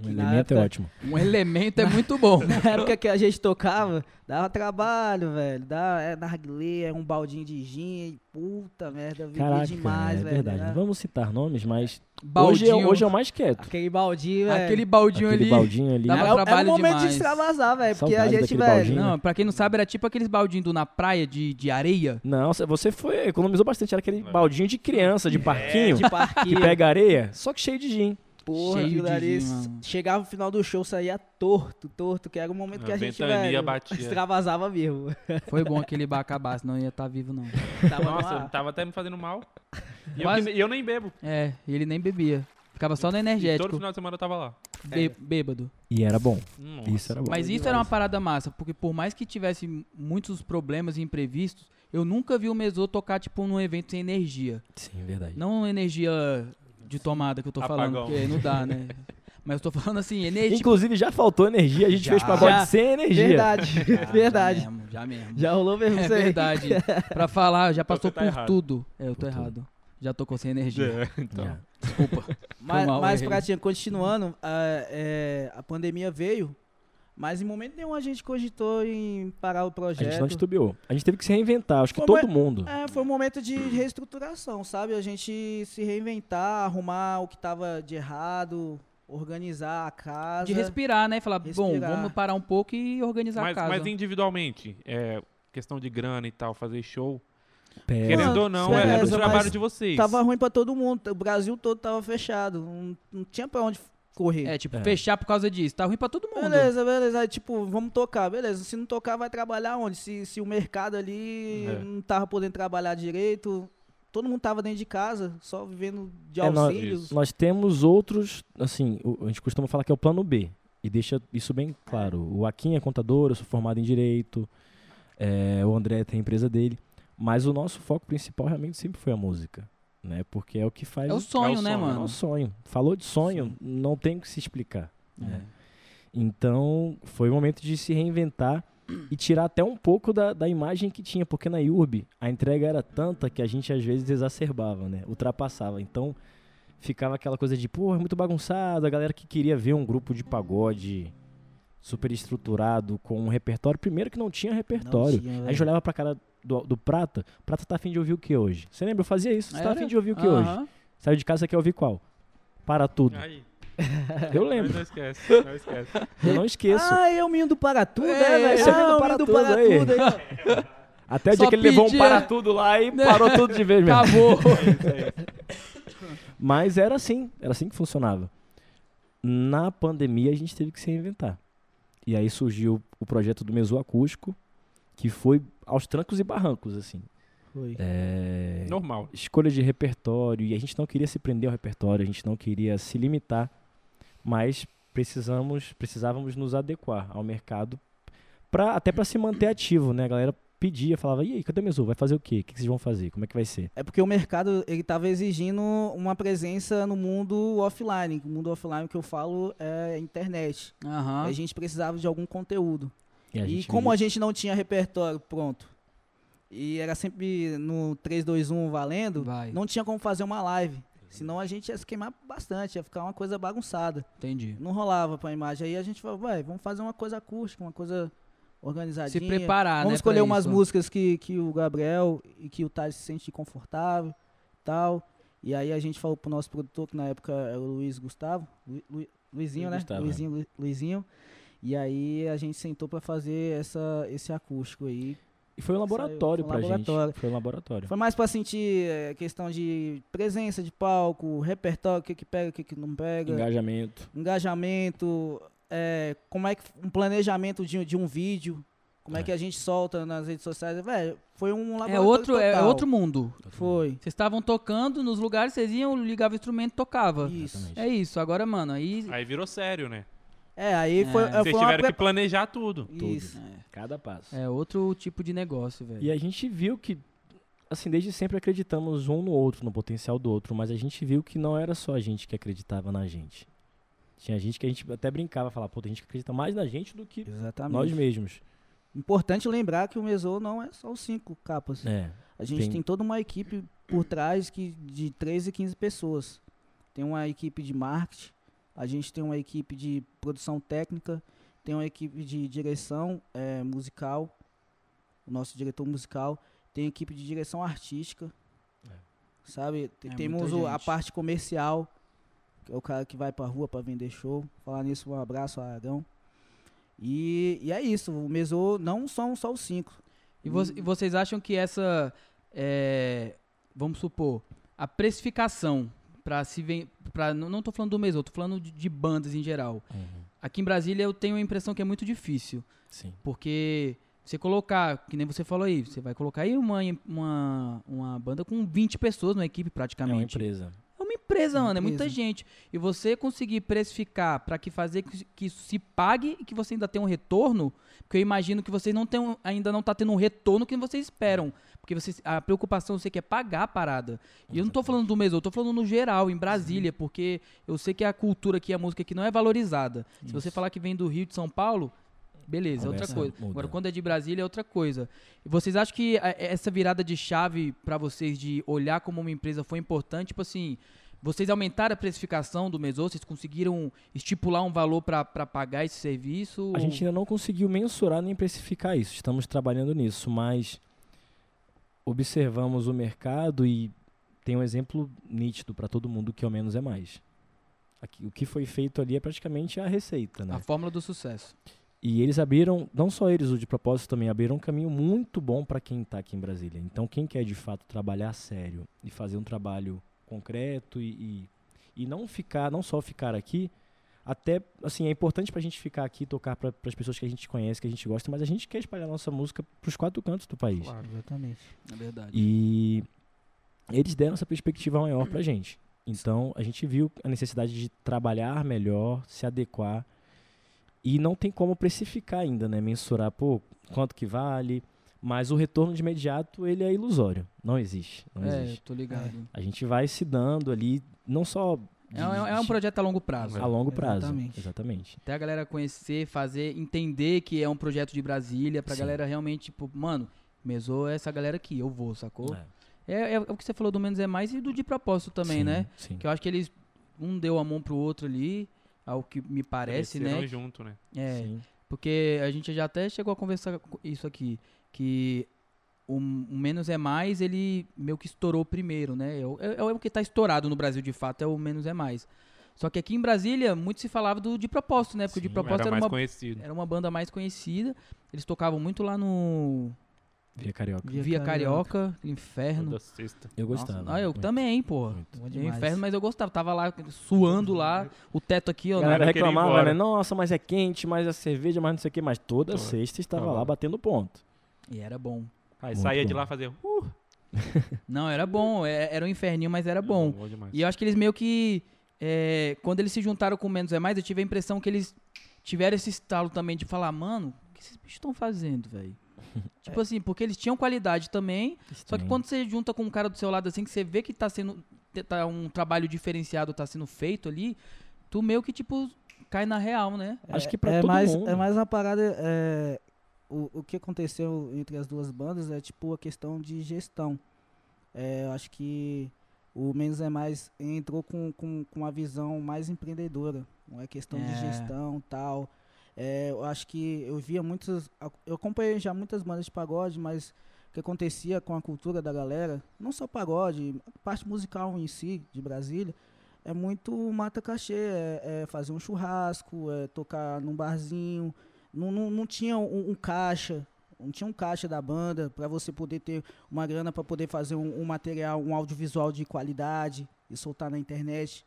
Speaker 5: O
Speaker 3: Na
Speaker 5: elemento
Speaker 3: época-
Speaker 5: é ótimo.
Speaker 1: Um elemento é muito
Speaker 5: [LAUGHS]
Speaker 1: bom.
Speaker 3: [LAUGHS] Na época que a gente tocava, dava trabalho, velho. Dava, é narguilé, é um baldinho de gin. e Puta merda, vivi
Speaker 5: Caraca,
Speaker 3: demais,
Speaker 5: é
Speaker 3: velho.
Speaker 5: verdade.
Speaker 3: Era
Speaker 5: Não vamos citar nomes, mas hoje é,
Speaker 1: Baldinho.
Speaker 5: hoje é o mais quieto.
Speaker 3: Aquele baldinho, velho.
Speaker 1: [LAUGHS] Aquele baldinho
Speaker 5: Aquele
Speaker 1: ali.
Speaker 5: baldinho ali.
Speaker 1: Dá
Speaker 3: Era,
Speaker 1: pra-
Speaker 5: Não,
Speaker 3: era
Speaker 1: trabalho
Speaker 3: um momento de
Speaker 1: demais.
Speaker 3: extravasar, velho. Porque a
Speaker 5: né?
Speaker 3: gente,
Speaker 5: Saudade daquele
Speaker 3: velho.
Speaker 5: baldinho.
Speaker 1: Não, pra quem não sabe, era tipo aqueles baldinhos do, na praia de, de areia.
Speaker 5: Nossa, você foi, economizou bastante. Era aquele
Speaker 2: É.
Speaker 5: baldinho de criança, de parquinho,
Speaker 3: Tipo, De
Speaker 5: que
Speaker 3: parquinho.
Speaker 5: pega areia, só que cheio de gin.
Speaker 3: Porra,
Speaker 1: Cheio
Speaker 3: aquilo
Speaker 1: de
Speaker 3: ali,
Speaker 1: gin, mano.
Speaker 3: Chegava o final do show, saía torto, torto, que era o momento que a
Speaker 2: A
Speaker 3: gente,
Speaker 2: ventania
Speaker 3: velho,
Speaker 2: batia.
Speaker 3: extravasava mesmo.
Speaker 1: Foi bom aquele bar acabar, senão eu ia estar vivo, não.
Speaker 3: [LAUGHS] Tava
Speaker 2: Nossa,
Speaker 3: numa-
Speaker 2: tava até me fazendo mal. E eu,
Speaker 1: Mas-
Speaker 2: que- e eu nem bebo.
Speaker 1: É, e ele nem bebia. Ficava só no
Speaker 2: E todo
Speaker 1: energético,
Speaker 2: final de semana eu tava lá.
Speaker 3: É.
Speaker 2: É.
Speaker 1: bê- bêbado.
Speaker 5: E era bom.
Speaker 2: Nossa.
Speaker 5: Isso era bom.
Speaker 1: Mas isso era uma parada massa, porque por mais que tivesse m- muitos problemas e imprevistos, eu nunca vi o Mesô tocar, tipo, num evento sem energia.
Speaker 5: Sim, verdade.
Speaker 1: Não energia de tomada que eu tô falando,
Speaker 2: Apagão.
Speaker 1: porque não dá,
Speaker 2: [LAUGHS]
Speaker 1: né? Mas eu tô falando assim, energia.
Speaker 5: Inclusive, já faltou energia, a gente
Speaker 1: Já.
Speaker 5: fez pagode
Speaker 3: Já.
Speaker 5: sem energia. [LAUGHS]
Speaker 3: Verdade,
Speaker 1: Ah,
Speaker 3: verdade.
Speaker 1: [LAUGHS] Já mesmo, já mesmo.
Speaker 3: Já rolou mesmo
Speaker 1: É
Speaker 3: isso aí. [LAUGHS]
Speaker 1: verdade. Pra falar, já
Speaker 5: Então
Speaker 1: passou
Speaker 2: tá
Speaker 1: por
Speaker 2: errado.
Speaker 1: tudo. É, eu tô
Speaker 5: Por tudo.
Speaker 1: errado. Já tocou sem energia.
Speaker 2: É, então.
Speaker 5: Já.
Speaker 1: Desculpa.
Speaker 3: [LAUGHS] Mas,
Speaker 1: mal,
Speaker 3: mas
Speaker 1: errei.
Speaker 3: Pratinha, continuando, a, é, a pandemia veio, mas em momento nenhum a gente cogitou em parar o
Speaker 5: A
Speaker 3: projeto.
Speaker 5: gente não titubeou. A gente teve que se reinventar. Acho que
Speaker 3: Como é-
Speaker 5: todo mundo.
Speaker 3: É, foi um momento de reestruturação, sabe? A gente se reinventar, arrumar o que tava de errado, organizar a casa.
Speaker 1: De respirar, né? Falar, bom,
Speaker 3: Respirar.
Speaker 1: vamos parar um pouco e organizar a
Speaker 2: Mas,
Speaker 1: casa.
Speaker 2: mas individualmente, é, questão de grana e tal, fazer show.
Speaker 5: Pera.
Speaker 2: Querendo ou não,
Speaker 5: beleza,
Speaker 2: era o
Speaker 5: mas
Speaker 2: trabalho de vocês.
Speaker 3: Tava ruim pra todo mundo, o Brasil todo tava fechado, não, não tinha pra onde correr.
Speaker 1: É, tipo,
Speaker 5: É.
Speaker 1: fechar por causa disso. Tá ruim pra todo mundo.
Speaker 3: Beleza, beleza. Aí, tipo, vamos tocar, beleza. Se não tocar, vai trabalhar onde? Se, se o mercado ali
Speaker 2: É.
Speaker 3: não tava podendo trabalhar direito, todo mundo tava dentro de casa, só vivendo de
Speaker 5: É, nós-
Speaker 3: auxílios.
Speaker 5: Nós temos outros, assim, o- a gente costuma falar que é o plano B. E deixa isso bem claro. O Akin é contador, eu sou formado em Direito. é, o André tem a empresa dele. Mas o nosso foco principal realmente sempre foi a música. Né? Porque é o que faz
Speaker 1: É o sonho, né,
Speaker 2: sonho,
Speaker 5: é o
Speaker 1: mano?
Speaker 5: nosso sonho. Falou de sonho, não tem o que se explicar.
Speaker 1: É.
Speaker 5: Então, foi o momento de se reinventar e tirar até um pouco da, da imagem que tinha, porque na IURB a entrega era tanta que a gente às vezes exacerbava, né? Ultrapassava. Então ficava aquela coisa de, pô, é muito bagunçado, a galera que queria ver um grupo de pagode super estruturado, com um repertório. Primeiro que não tinha repertório.
Speaker 3: tinha,
Speaker 5: a gente
Speaker 3: velho.
Speaker 5: olhava pra cara do, do Prata, Prata tá afim de ouvir o que hoje? Você lembra? Eu fazia isso, você tá
Speaker 1: Era?
Speaker 5: afim de ouvir o que hoje?
Speaker 1: Aham.
Speaker 5: Saiu de casa, você quer ouvir qual? Para tudo. [LAUGHS]
Speaker 2: Aí,
Speaker 5: Eu
Speaker 2: mas
Speaker 5: lembro,
Speaker 2: não esquece, não esquece.
Speaker 5: eu não esqueço.
Speaker 3: Ah, eu me indo para tudo,
Speaker 1: É,
Speaker 3: é, velho.
Speaker 5: esse é
Speaker 3: Ah,
Speaker 5: o
Speaker 3: eu me
Speaker 5: Para
Speaker 3: indo
Speaker 5: Tudo
Speaker 3: para
Speaker 5: aí.
Speaker 3: tudo. aí,
Speaker 5: [LAUGHS] Até o
Speaker 1: Só
Speaker 5: dia que ele levou um
Speaker 1: pedia- Né?
Speaker 5: para tudo lá e parou tudo de vez mesmo. [LAUGHS]
Speaker 7: [LAUGHS] É
Speaker 5: É
Speaker 1: Acabou.
Speaker 5: Mas era assim, era assim que funcionava. Na pandemia a gente teve que se reinventar. E aí surgiu o projeto do Meso Acústico, que foi aos trancos e barrancos, assim.
Speaker 3: Foi.
Speaker 5: É,
Speaker 2: Normal.
Speaker 5: Escolha de repertório, e a gente não queria se prender ao repertório, a gente não queria se limitar, mas precisamos, precisávamos nos adequar ao mercado, pra, até para se manter ativo, né? A galera pedia, falava, e aí, cadê o Meso? Vai fazer o quê? O que que vocês vão fazer? Como é que vai ser?
Speaker 3: É porque o mercado ele tava exigindo uma presença no mundo offline. O mundo offline que eu falo é a internet.
Speaker 1: Aham.
Speaker 3: A gente precisava de algum conteúdo.
Speaker 5: E, a
Speaker 3: E,
Speaker 5: gente
Speaker 3: como
Speaker 5: viu-
Speaker 3: a gente não tinha repertório pronto, e era sempre no 3, 2, 1 valendo,
Speaker 1: Vai.
Speaker 3: não tinha como fazer uma live. Senão a gente ia se queimar bastante, ia ficar uma coisa bagunçada.
Speaker 1: Entendi.
Speaker 3: Não rolava pra imagem. Aí a gente falou, vai, vamos fazer uma coisa acústica, uma coisa
Speaker 1: Se
Speaker 3: organizadinha.
Speaker 1: preparar, né?
Speaker 3: Vamos
Speaker 1: pra
Speaker 3: escolher umas
Speaker 1: isso.
Speaker 3: músicas que, que o Gabriel e que o Thales se sente confortável tal. E aí a gente falou pro nosso produtor, que na época era o Luiz Gustavo, Lu, Lu- Luizinho,
Speaker 5: Luiz
Speaker 3: né?
Speaker 5: Gustavo, é.
Speaker 3: Luizinho, Lu- Luizinho. E aí a gente sentou pra fazer essa, esse acústico aí.
Speaker 5: E foi um
Speaker 3: Saiu, foi
Speaker 5: laboratório
Speaker 3: um
Speaker 5: pra
Speaker 3: laboratório.
Speaker 5: gente. Foi um laboratório.
Speaker 3: Foi mais pra sentir eh, questão de presença de palco, repertório, o que que pega, o que que não pega.
Speaker 5: um Engajamento.
Speaker 3: engajamento, é, como é que um planejamento de, de um vídeo, como é.
Speaker 5: É.
Speaker 3: que a gente solta nas redes sociais, velho, foi um laboratório
Speaker 1: É outro, é
Speaker 3: total.
Speaker 1: outro mundo.
Speaker 3: foi.
Speaker 1: Vocês estavam tocando nos lugares, vocês iam, ligavam o instrumento e tocava.
Speaker 3: Isso.
Speaker 1: É isso, agora, mano, aí.
Speaker 2: Aí virou sério, né?
Speaker 3: É, aí
Speaker 1: É.
Speaker 3: foi,
Speaker 1: Vocês
Speaker 3: foi
Speaker 2: Vocês
Speaker 3: uma
Speaker 2: tiveram que
Speaker 3: preparação.
Speaker 2: planejar tudo.
Speaker 3: Isso.
Speaker 5: Cada passo.
Speaker 1: É outro tipo de negócio,
Speaker 5: E
Speaker 1: velho.
Speaker 5: a gente viu que, assim, desde sempre acreditamos um no outro, no potencial do outro, mas a gente viu que não era só a gente que acreditava na gente. Tinha gente que a gente até brincava, falava, pô, tem gente que acredita mais na gente do que
Speaker 3: Exatamente.
Speaker 5: nós mesmos.
Speaker 3: Importante lembrar que o Meso não é só os cinco capas.
Speaker 5: É.
Speaker 3: A gente
Speaker 5: Tem-
Speaker 3: tem... toda uma equipe por trás que de 13 e 15 pessoas. Tem uma equipe de marketing, a gente tem uma equipe de produção técnica, tem uma equipe de direção eh, musical, o nosso diretor musical, tem equipe de direção artística, sabe? Te-
Speaker 1: É
Speaker 3: Temos
Speaker 1: muita
Speaker 3: o- a
Speaker 1: gente.
Speaker 3: parte comercial, que é o cara que vai pra rua pra vender show. Falar nisso, um abraço, Aragão. E, e é isso, o Meso não são só os cinco.
Speaker 1: E, vo- e vocês acham que essa. é, vamos supor, a precificação pra se ven- pra Não, não tô falando do mês, eu tô falando de, de bandas em geral. Aqui em Brasília eu tenho a impressão que é muito difícil.
Speaker 5: Uhum. Sim.
Speaker 1: Porque você colocar, que nem você falou aí, você vai colocar aí uma, uma, uma banda com 20 pessoas na equipe
Speaker 5: É uma
Speaker 1: praticamente.
Speaker 5: empresa.
Speaker 1: É uma empresa,
Speaker 3: Uma
Speaker 1: mano, é muita
Speaker 3: empresa.
Speaker 1: gente. E você conseguir precificar para que fazer que que isso se pague e que você ainda tenha um retorno, porque eu imagino que vocês não tenham, ainda não tá tendo um retorno que vocês esperam. Porque vocês, a preocupação você quer é pagar a parada. E eu não tô falando do mês, eu tô falando no geral, em Brasília, porque eu sei que a cultura aqui, a música aqui não é valorizada. Se você falar que vem do Rio de São Paulo, beleza, é outra
Speaker 5: Conversa
Speaker 1: coisa.
Speaker 5: muda.
Speaker 1: Agora, quando é de Brasília, é outra coisa. E vocês acham que a- essa virada de chave para vocês de olhar como uma empresa foi importante? Tipo assim, vocês aumentaram a precificação do Meso? Vocês conseguiram estipular um valor para pagar esse serviço?
Speaker 5: A gente ainda não conseguiu mensurar nem precificar isso. Estamos trabalhando nisso, mas observamos o mercado e tem um exemplo nítido para todo mundo que ao menos é mais. Aqui, o que foi feito ali é praticamente a receita, né?
Speaker 1: A fórmula do sucesso.
Speaker 5: E eles abriram, não só eles, o de propósito também, abriram um caminho muito bom para quem está aqui em Brasília. Então, quem quer de fato trabalhar sério e fazer um trabalho concreto e, e, e não ficar, não só ficar aqui, até, assim, é importante para a gente ficar aqui e tocar para as pessoas que a gente conhece, que a gente gosta, mas a gente quer espalhar nossa música para os quatro cantos do país.
Speaker 2: Claro.
Speaker 3: Exatamente.
Speaker 1: Na É verdade.
Speaker 5: E eles deram essa perspectiva maior pra gente. Então, a gente viu a necessidade de trabalhar melhor, se adequar. E não tem como precificar ainda, né? Mensurar, pô, quanto que vale. Mas o retorno de imediato, ele é ilusório. Não existe. Não
Speaker 1: é,
Speaker 5: existe.
Speaker 1: tô ligado.
Speaker 5: A gente vai se dando ali, não só
Speaker 1: É, um- é um projeto a longo prazo.
Speaker 5: a longo prazo.
Speaker 3: Exatamente.
Speaker 5: Exatamente.
Speaker 1: Até a galera conhecer, fazer, entender que é um projeto de Brasília, pra
Speaker 5: Sim.
Speaker 1: galera realmente, tipo, mano, mesou essa galera aqui, eu vou, sacou?
Speaker 5: É,
Speaker 1: É, é o que você falou do menos é mais e do de propósito também,
Speaker 5: sim,
Speaker 1: né?
Speaker 5: Sim.
Speaker 1: Que eu acho que eles, um deu a mão pro outro ali, ao que me parece, né?
Speaker 2: Cresceram junto, né?
Speaker 1: É,
Speaker 5: Sim.
Speaker 1: porque a gente já até chegou a conversar co- isso aqui, que o, m- o menos é mais, ele meio que estourou primeiro, né? É, o- é- é o que tá estourado no Brasil de fato, é o menos é mais. Só que aqui em Brasília, muito se falava do de propósito, né? Porque o de
Speaker 5: Sim,
Speaker 1: propósito
Speaker 2: Era
Speaker 1: era,
Speaker 2: mais
Speaker 1: uma,
Speaker 2: conhecido.
Speaker 1: era uma banda mais conhecida. Eles tocavam muito lá no
Speaker 5: Via Carioca.
Speaker 1: Via,
Speaker 3: Via
Speaker 1: Carioca, Inferno.
Speaker 2: Toda sexta.
Speaker 5: Eu
Speaker 1: Nossa,
Speaker 5: gostava.
Speaker 1: ah, eu
Speaker 5: muito.
Speaker 1: também, pô.
Speaker 5: Muito.
Speaker 3: Bom
Speaker 1: Via
Speaker 3: demais.
Speaker 1: Inferno, mas eu gostava. Tava lá suando lá, o teto aqui, ó.
Speaker 5: A galera
Speaker 2: Galera queria ir
Speaker 5: reclamava,
Speaker 2: embora.
Speaker 5: né? Nossa, mas é quente, mas a cerveja, mas não sei o quê. Mas toda
Speaker 2: Toma.
Speaker 5: sexta estava
Speaker 2: Toma.
Speaker 5: lá batendo ponto.
Speaker 1: E era bom.
Speaker 2: Aí
Speaker 5: Muito
Speaker 2: saía de
Speaker 5: bom.
Speaker 2: lá fazer. Uh,
Speaker 1: [LAUGHS] Não, era bom. é- Era um inferninho, mas era bom.
Speaker 2: demais.
Speaker 1: E eu acho que eles meio que. é, quando eles se juntaram com o Menos é Mais, eu tive a impressão que eles tiveram esse estalo também de falar, mano, o que esses bichos estão fazendo,
Speaker 5: [LAUGHS]
Speaker 1: velho? tipo assim, porque eles tinham qualidade também, só que
Speaker 5: É. Sim.
Speaker 1: quando você junta com um cara do seu lado assim, que você vê que tá sendo. Tá um trabalho diferenciado tá sendo feito ali, tu meio que, tipo, cai na real, né?
Speaker 5: Acho
Speaker 3: É-
Speaker 5: que pra
Speaker 3: é
Speaker 5: todo
Speaker 3: mais,
Speaker 5: mundo.
Speaker 1: Uhum.
Speaker 3: É mais uma parada. é, o, o que aconteceu entre as duas bandas é tipo a questão de gestão. É, eu acho que o Menos é Mais entrou com, com, com uma visão mais empreendedora. Não é questão
Speaker 1: É.
Speaker 3: de gestão tal. É, eu acho que eu via muitos. Eu acompanhei já muitas bandas de pagode, mas o que acontecia com a cultura da galera, não só pagode, a parte musical em si, de Brasília, é muito mata cachê, é, é fazer um churrasco, é tocar num barzinho. Não, não, não tinha um, um caixa, não tinha um caixa da banda para você poder ter uma grana para poder fazer um, um material, um audiovisual de qualidade e soltar na internet.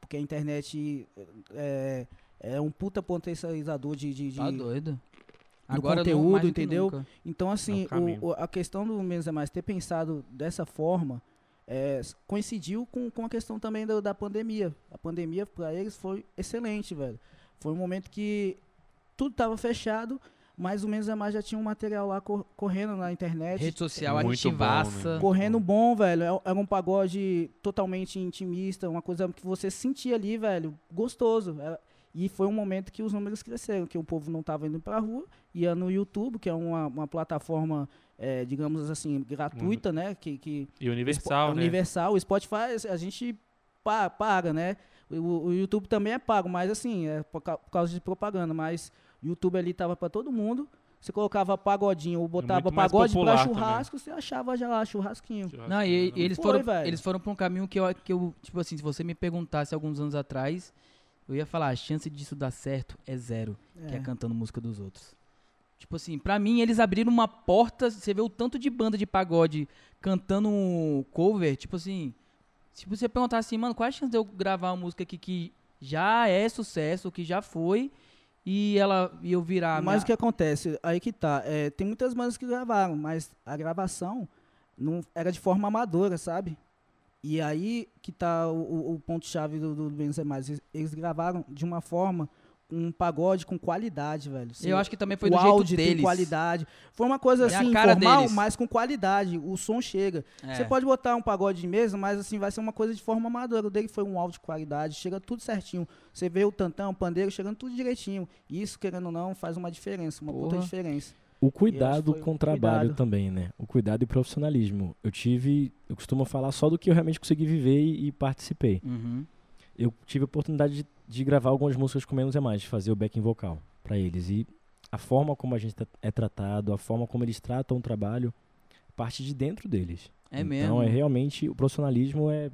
Speaker 3: Porque a internet é, é um puta potencializador de, de, de-
Speaker 1: Tá doido.
Speaker 3: do
Speaker 1: Agora não,
Speaker 3: conteúdo,
Speaker 1: mais do que
Speaker 3: entendeu?
Speaker 1: nunca.
Speaker 3: Então, assim, o-
Speaker 2: É caminho.
Speaker 3: o- a questão do Menos é Mais ter pensado dessa forma é, s- coincidiu com, com a questão também do- da pandemia. A pandemia, para eles, foi excelente, velho. Foi um momento que tudo estava fechado, mas o Menos é Mais já tinha um material lá cor- correndo na internet.
Speaker 1: Rede social
Speaker 2: Muito bom,
Speaker 1: ativaça.
Speaker 2: né?
Speaker 3: Correndo bom, velho. É- Era um pagode totalmente intimista, uma coisa que você sentia ali, velho, gostoso. Era- E foi um momento que os números cresceram, que o povo não estava indo pra rua, ia no YouTube, que é uma, uma plataforma, é, digamos assim, gratuita, né? Que, que
Speaker 2: Uhum. E Universal,
Speaker 3: é
Speaker 2: né?
Speaker 3: universal. O Spotify, a gente pa- paga, né? O, o YouTube também é pago, mas assim, é por, ca- por causa de propaganda. Mas o YouTube ali tava pra todo mundo. Você colocava pagodinho ou botava
Speaker 2: É muito mais
Speaker 3: pagode pra
Speaker 2: popular né?
Speaker 3: churrasco, você achava já lá churrasquinho.
Speaker 1: Não, e, e eles,
Speaker 3: Foi,
Speaker 1: foram,
Speaker 3: velho.
Speaker 1: eles foram pra um caminho que eu, que eu, tipo assim, se você me perguntasse alguns anos atrás, eu ia falar, a chance disso dar certo é zero, que é
Speaker 3: É.
Speaker 1: cantando música dos outros. Tipo assim, pra mim, eles abriram uma porta, você vê o tanto de banda de pagode cantando um cover, tipo assim, se você perguntar assim, mano, qual é a chance de eu gravar uma música aqui que já é sucesso, que já foi, e ela e eu virar... a
Speaker 3: Mas o que
Speaker 1: minha-
Speaker 3: acontece? Aí que tá. é, tem muitas bandas que gravaram, mas a gravação não era de forma amadora, sabe? E aí que tá o, o- o ponto-chave do, do Benz é Mais. Eles- Eles gravaram de uma forma, um pagode com qualidade, velho. Você-
Speaker 1: Eu acho que também foi
Speaker 3: o
Speaker 1: do jeito
Speaker 3: áudio
Speaker 1: deles.
Speaker 3: tem qualidade. Foi uma coisa
Speaker 1: É a
Speaker 3: assim,
Speaker 1: cara
Speaker 3: informal,
Speaker 1: deles.
Speaker 3: mas com qualidade. O som chega.
Speaker 1: É.
Speaker 3: Você pode botar um pagode de mesa, mas assim, vai ser uma coisa de forma amadora. O dele foi um áudio de qualidade, chega tudo certinho. Você vê o tantão, o pandeiro chegando tudo direitinho. Isso, querendo ou não, faz uma diferença, uma
Speaker 1: Porra.
Speaker 3: puta diferença.
Speaker 5: O cuidado
Speaker 3: foi
Speaker 5: com o
Speaker 3: um
Speaker 5: trabalho
Speaker 3: cuidado.
Speaker 5: também, né? O cuidado e o profissionalismo. Eu tive. Eu costumo falar só do que eu realmente consegui viver e, e participei.
Speaker 1: Uhum.
Speaker 5: Eu tive a oportunidade de, de gravar algumas músicas com menos é mais, de fazer o backing vocal pra eles. E a forma como a gente tá- é tratado, a forma como eles tratam o trabalho, parte de dentro deles.
Speaker 1: É
Speaker 5: então,
Speaker 1: mesmo.
Speaker 5: é realmente. O profissionalismo é.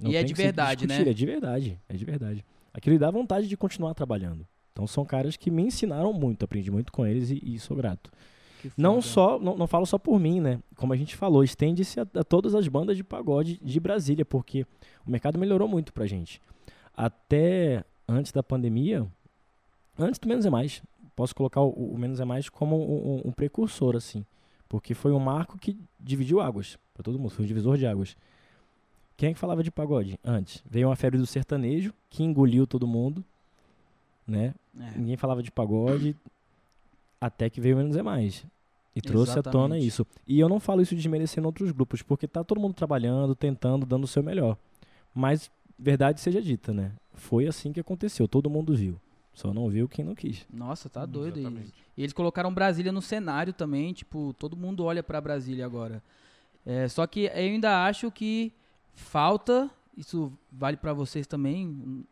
Speaker 5: não
Speaker 1: E é
Speaker 5: tem
Speaker 1: de
Speaker 5: que se
Speaker 1: verdade,
Speaker 5: discutir,
Speaker 1: né?
Speaker 5: É de verdade, é de verdade. Aquilo lhe dá vontade de continuar trabalhando. Então são caras que me ensinaram muito, aprendi muito com eles e- e sou grato.
Speaker 1: Que foda.
Speaker 5: Não só, não, não falo só por mim, né? Como a gente falou, estende-se a, a todas as bandas de pagode de Brasília, porque o mercado melhorou muito pra gente. Até antes da pandemia, antes do Menos é Mais, posso colocar o, o Menos é Mais como um, um- um precursor, assim, porque foi um marco que dividiu águas pra todo mundo, foi um divisor de águas. Quem é que falava de pagode antes? Veio uma febre do sertanejo, que engoliu todo mundo, né?
Speaker 1: É.
Speaker 5: ninguém falava de pagode, até que veio o Menos é Mais. E trouxe à tona
Speaker 1: Exatamente.
Speaker 5: isso. E eu não falo isso desmerecendo outros grupos, porque tá todo mundo trabalhando, tentando, dando o seu melhor. Mas verdade seja dita, né? Foi assim que aconteceu, todo mundo viu. Só não viu quem não quis.
Speaker 1: Nossa, tá doido isso.
Speaker 2: Hum, Exatamente.
Speaker 1: E eles colocaram Brasília no cenário também, tipo, todo mundo olha pra Brasília agora. É, só que eu ainda acho que falta, isso vale pra vocês também, um-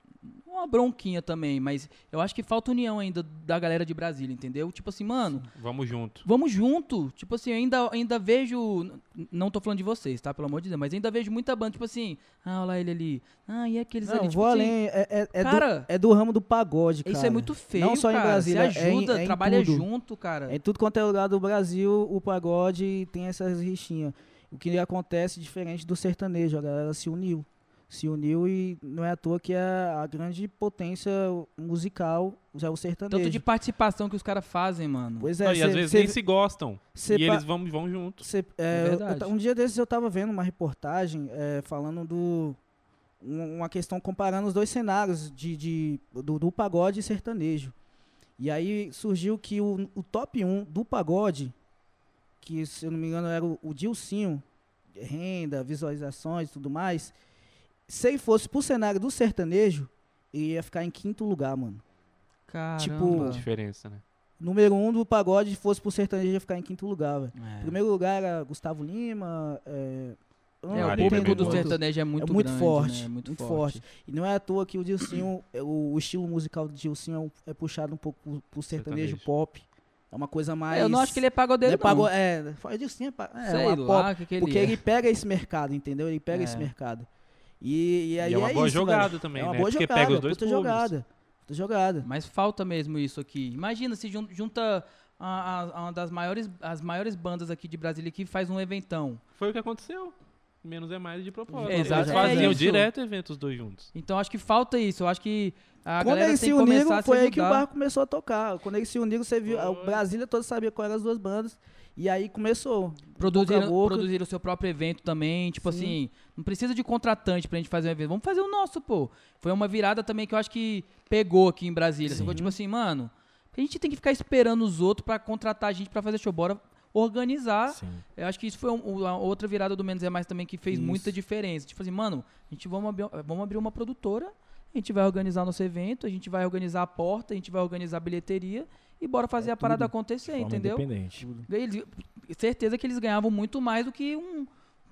Speaker 1: uma bronquinha também, mas eu acho que falta união ainda da galera de Brasília, entendeu? Tipo assim, mano,
Speaker 2: Vamos junto.
Speaker 1: Vamos junto. Tipo assim, eu ainda, ainda vejo. n- Não tô falando de vocês, tá? Pelo amor de Deus, mas ainda vejo muita banda, tipo assim, ah, olha lá ele ali. Ah, e aqueles
Speaker 3: Não,
Speaker 1: ali. Tipo
Speaker 3: vou
Speaker 1: assim,
Speaker 3: além. É, é- é do,
Speaker 1: cara,
Speaker 3: é do ramo do pagode, cara.
Speaker 1: isso é muito feio.
Speaker 3: Não só em
Speaker 1: cara.
Speaker 3: Brasília,
Speaker 1: Se
Speaker 3: é em-
Speaker 1: ajuda,
Speaker 3: é em
Speaker 1: trabalha
Speaker 3: tudo.
Speaker 1: junto, cara.
Speaker 3: Em tudo quanto é lugar do Brasil, o pagode tem essas rixinhas. O que acontece diferente do sertanejo, a galera se uniu. Se uniu e não é à toa que a, a grande potência musical já é o sertanejo.
Speaker 1: Tanto de participação que os caras fazem, mano.
Speaker 3: Pois é,
Speaker 2: Não, e às
Speaker 3: cê-
Speaker 2: vezes
Speaker 3: cê-
Speaker 2: nem se gostam.
Speaker 3: cê
Speaker 2: e
Speaker 3: pa-
Speaker 2: eles vão, vão juntos.
Speaker 3: Cê- é,
Speaker 1: É
Speaker 3: eu- eu
Speaker 1: verdade.
Speaker 3: ta- um dia desses eu tava vendo uma reportagem é, falando do um- uma questão comparando os dois cenários de, de- do, do pagode e sertanejo. E aí surgiu que o, o top 1 do pagode, que se eu não me engano era o, o Dilcinho, renda, visualizações e tudo mais, se ele fosse pro cenário do sertanejo, ele ia ficar em quinto lugar, mano.
Speaker 1: Caramba. Tipo.
Speaker 2: Diferença, né?
Speaker 3: Número 1 um do pagode, se fosse pro sertanejo, ia ficar em quinto lugar, velho.
Speaker 1: É.
Speaker 3: Primeiro lugar era Gustavo Lima. É, eu não
Speaker 1: É, o
Speaker 2: Marília
Speaker 1: público do
Speaker 2: Mendonça.
Speaker 1: sertanejo é muito,
Speaker 3: muito
Speaker 1: grande,
Speaker 3: forte,
Speaker 1: né? É muito,
Speaker 3: muito
Speaker 1: forte.
Speaker 3: E não é à toa que o Dilcinho, é, o, o estilo musical do Dilcinho é um- é, puxado um pouco pro, pro sertanejo,
Speaker 2: Sertanejo.
Speaker 3: pop. É uma coisa mais.
Speaker 1: É, eu não acho que ele é
Speaker 3: não
Speaker 1: pagodeiro,
Speaker 3: é
Speaker 1: não.
Speaker 3: pagou, é, fala, Dilcinho é, pa- é
Speaker 1: Sei
Speaker 3: uma
Speaker 1: lá
Speaker 3: pop.
Speaker 1: o que, que ele
Speaker 3: Porque
Speaker 1: é.
Speaker 3: ele pega esse mercado, entendeu? Ele pega
Speaker 1: É.
Speaker 3: esse mercado. E, e
Speaker 2: E
Speaker 3: aí
Speaker 2: é uma
Speaker 3: é
Speaker 2: boa
Speaker 3: isso,
Speaker 2: jogada
Speaker 3: velho.
Speaker 2: também,
Speaker 3: é uma
Speaker 2: né?
Speaker 3: boa
Speaker 2: Porque
Speaker 3: jogada,
Speaker 2: pega os dois
Speaker 3: puta
Speaker 2: públicos.
Speaker 3: jogada. Puta jogada.
Speaker 1: Mas falta mesmo isso aqui. Imagina se jun- junta a- a- a uma das maiores, as maiores bandas aqui de Brasília que faz um eventão.
Speaker 2: Foi o que aconteceu. Menos é mais de propósito.
Speaker 1: Exato,
Speaker 2: Eles
Speaker 3: é
Speaker 2: faziam
Speaker 1: isso.
Speaker 2: direto eventos dois juntos.
Speaker 1: Então acho que falta isso. Eu acho que a
Speaker 3: Quando
Speaker 1: galera
Speaker 3: eles
Speaker 1: tem
Speaker 3: se
Speaker 1: que começar
Speaker 3: uniram,
Speaker 1: a se
Speaker 3: foi aí que o
Speaker 1: ajudar.
Speaker 3: barco começou a tocar. Quando eles se uniram, você viu. a- O
Speaker 2: Foi.
Speaker 3: Brasília todo sabia qual eram as duas bandas. E aí começou.
Speaker 1: Produziram,
Speaker 3: boca a boca.
Speaker 1: produziram o seu próprio evento também. Tipo
Speaker 3: Sim.
Speaker 1: assim, não precisa de contratante pra gente fazer um evento. Vamos fazer o nosso, pô. Foi uma virada também que eu acho que pegou aqui em Brasília. Ficou tipo assim, mano, a gente tem que ficar esperando os outros pra contratar a gente pra fazer show. Bora organizar.
Speaker 5: Sim.
Speaker 1: Eu acho que isso foi um- uma outra virada do Menos é Mais também que fez
Speaker 3: Isso.
Speaker 1: muita diferença. Tipo assim, mano, a gente vamos abrir, vamos abrir uma produtora, a gente vai organizar nosso evento, a gente vai organizar a porta, a gente vai organizar a bilheteria e bora
Speaker 3: É
Speaker 1: fazer a parada acontecer,
Speaker 5: Forma
Speaker 1: entendeu?
Speaker 5: independente.
Speaker 1: Eles, certeza que eles ganhavam muito mais do que um,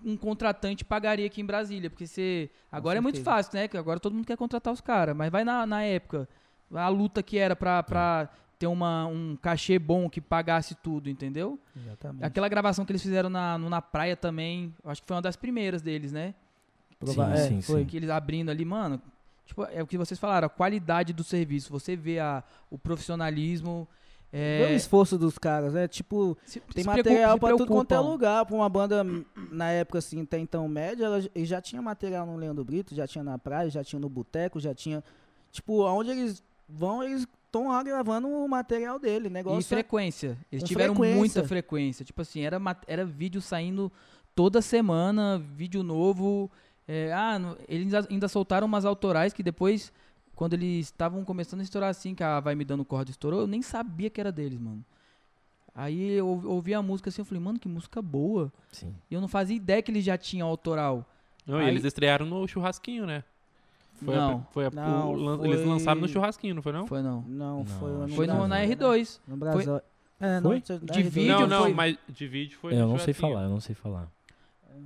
Speaker 1: um contratante pagaria aqui em Brasília. Porque você. Agora é muito
Speaker 3: certeza.
Speaker 1: fácil, né? Que agora todo mundo quer contratar os caras. Mas vai na, na época. A luta que era pra, pra ter uma, um cachê bom que pagasse tudo, entendeu?
Speaker 3: Exatamente.
Speaker 1: Aquela gravação que eles fizeram na, no- na praia também. eu Acho que foi uma das primeiras deles, né?
Speaker 3: Prova-
Speaker 5: Sim,
Speaker 3: é,
Speaker 5: sim,
Speaker 3: foi.
Speaker 5: sim.
Speaker 1: Que eles abrindo ali, mano. Tipo, é o que vocês falaram, a qualidade do serviço. Você vê a, o profissionalismo.
Speaker 3: Vê o
Speaker 1: É,
Speaker 3: um esforço dos caras, né? Tipo,
Speaker 1: se-
Speaker 3: tem
Speaker 1: se
Speaker 3: material
Speaker 1: preocupa-
Speaker 3: pra
Speaker 1: se
Speaker 3: tudo quanto é
Speaker 1: preocupam.
Speaker 3: lugar. Pra uma banda, hum, na época, assim, até então média, ela j- já tinha material no Leandro Brito, já tinha na praia, já tinha no boteco, já tinha. Tipo, aonde eles vão, eles estão lá gravando o material dele. O
Speaker 1: E
Speaker 3: negócio é-
Speaker 1: frequência. Eles
Speaker 3: com
Speaker 1: tiveram
Speaker 3: frequência.
Speaker 1: muita frequência. Tipo assim, era, mat- era vídeo saindo toda semana, vídeo novo. É, ah, no- eles a- ainda soltaram umas autorais que depois, quando eles estavam começando a estourar assim, que a Vai Me Dando Corda estourou, eu nem sabia que era deles, mano. Aí eu ouvi- ouvi a música assim, eu falei, mano, que música boa.
Speaker 5: Sim.
Speaker 1: E eu não fazia ideia que eles já tinham autoral.
Speaker 2: Não,
Speaker 1: Aí-
Speaker 2: e eles estrearam no churrasquinho, né? Foi a-
Speaker 1: não,
Speaker 2: foi a- o
Speaker 3: Não,
Speaker 2: lan- Eles
Speaker 3: foi-
Speaker 2: lançaram no churrasquinho, não foi não?
Speaker 1: foi não.
Speaker 3: Não,
Speaker 5: Não,
Speaker 3: foi
Speaker 5: acho
Speaker 3: no
Speaker 1: Foi no,
Speaker 5: Brasil,
Speaker 1: na
Speaker 5: né?
Speaker 1: R2.
Speaker 3: No Brasil. É,
Speaker 5: Foi?
Speaker 3: não,
Speaker 1: De
Speaker 3: R2.
Speaker 1: vídeo
Speaker 2: não, não,
Speaker 1: foi-
Speaker 2: mas de vídeo foi
Speaker 5: É,
Speaker 2: no
Speaker 5: eu não sei
Speaker 2: churrasquinho.
Speaker 5: falar, eu não sei falar.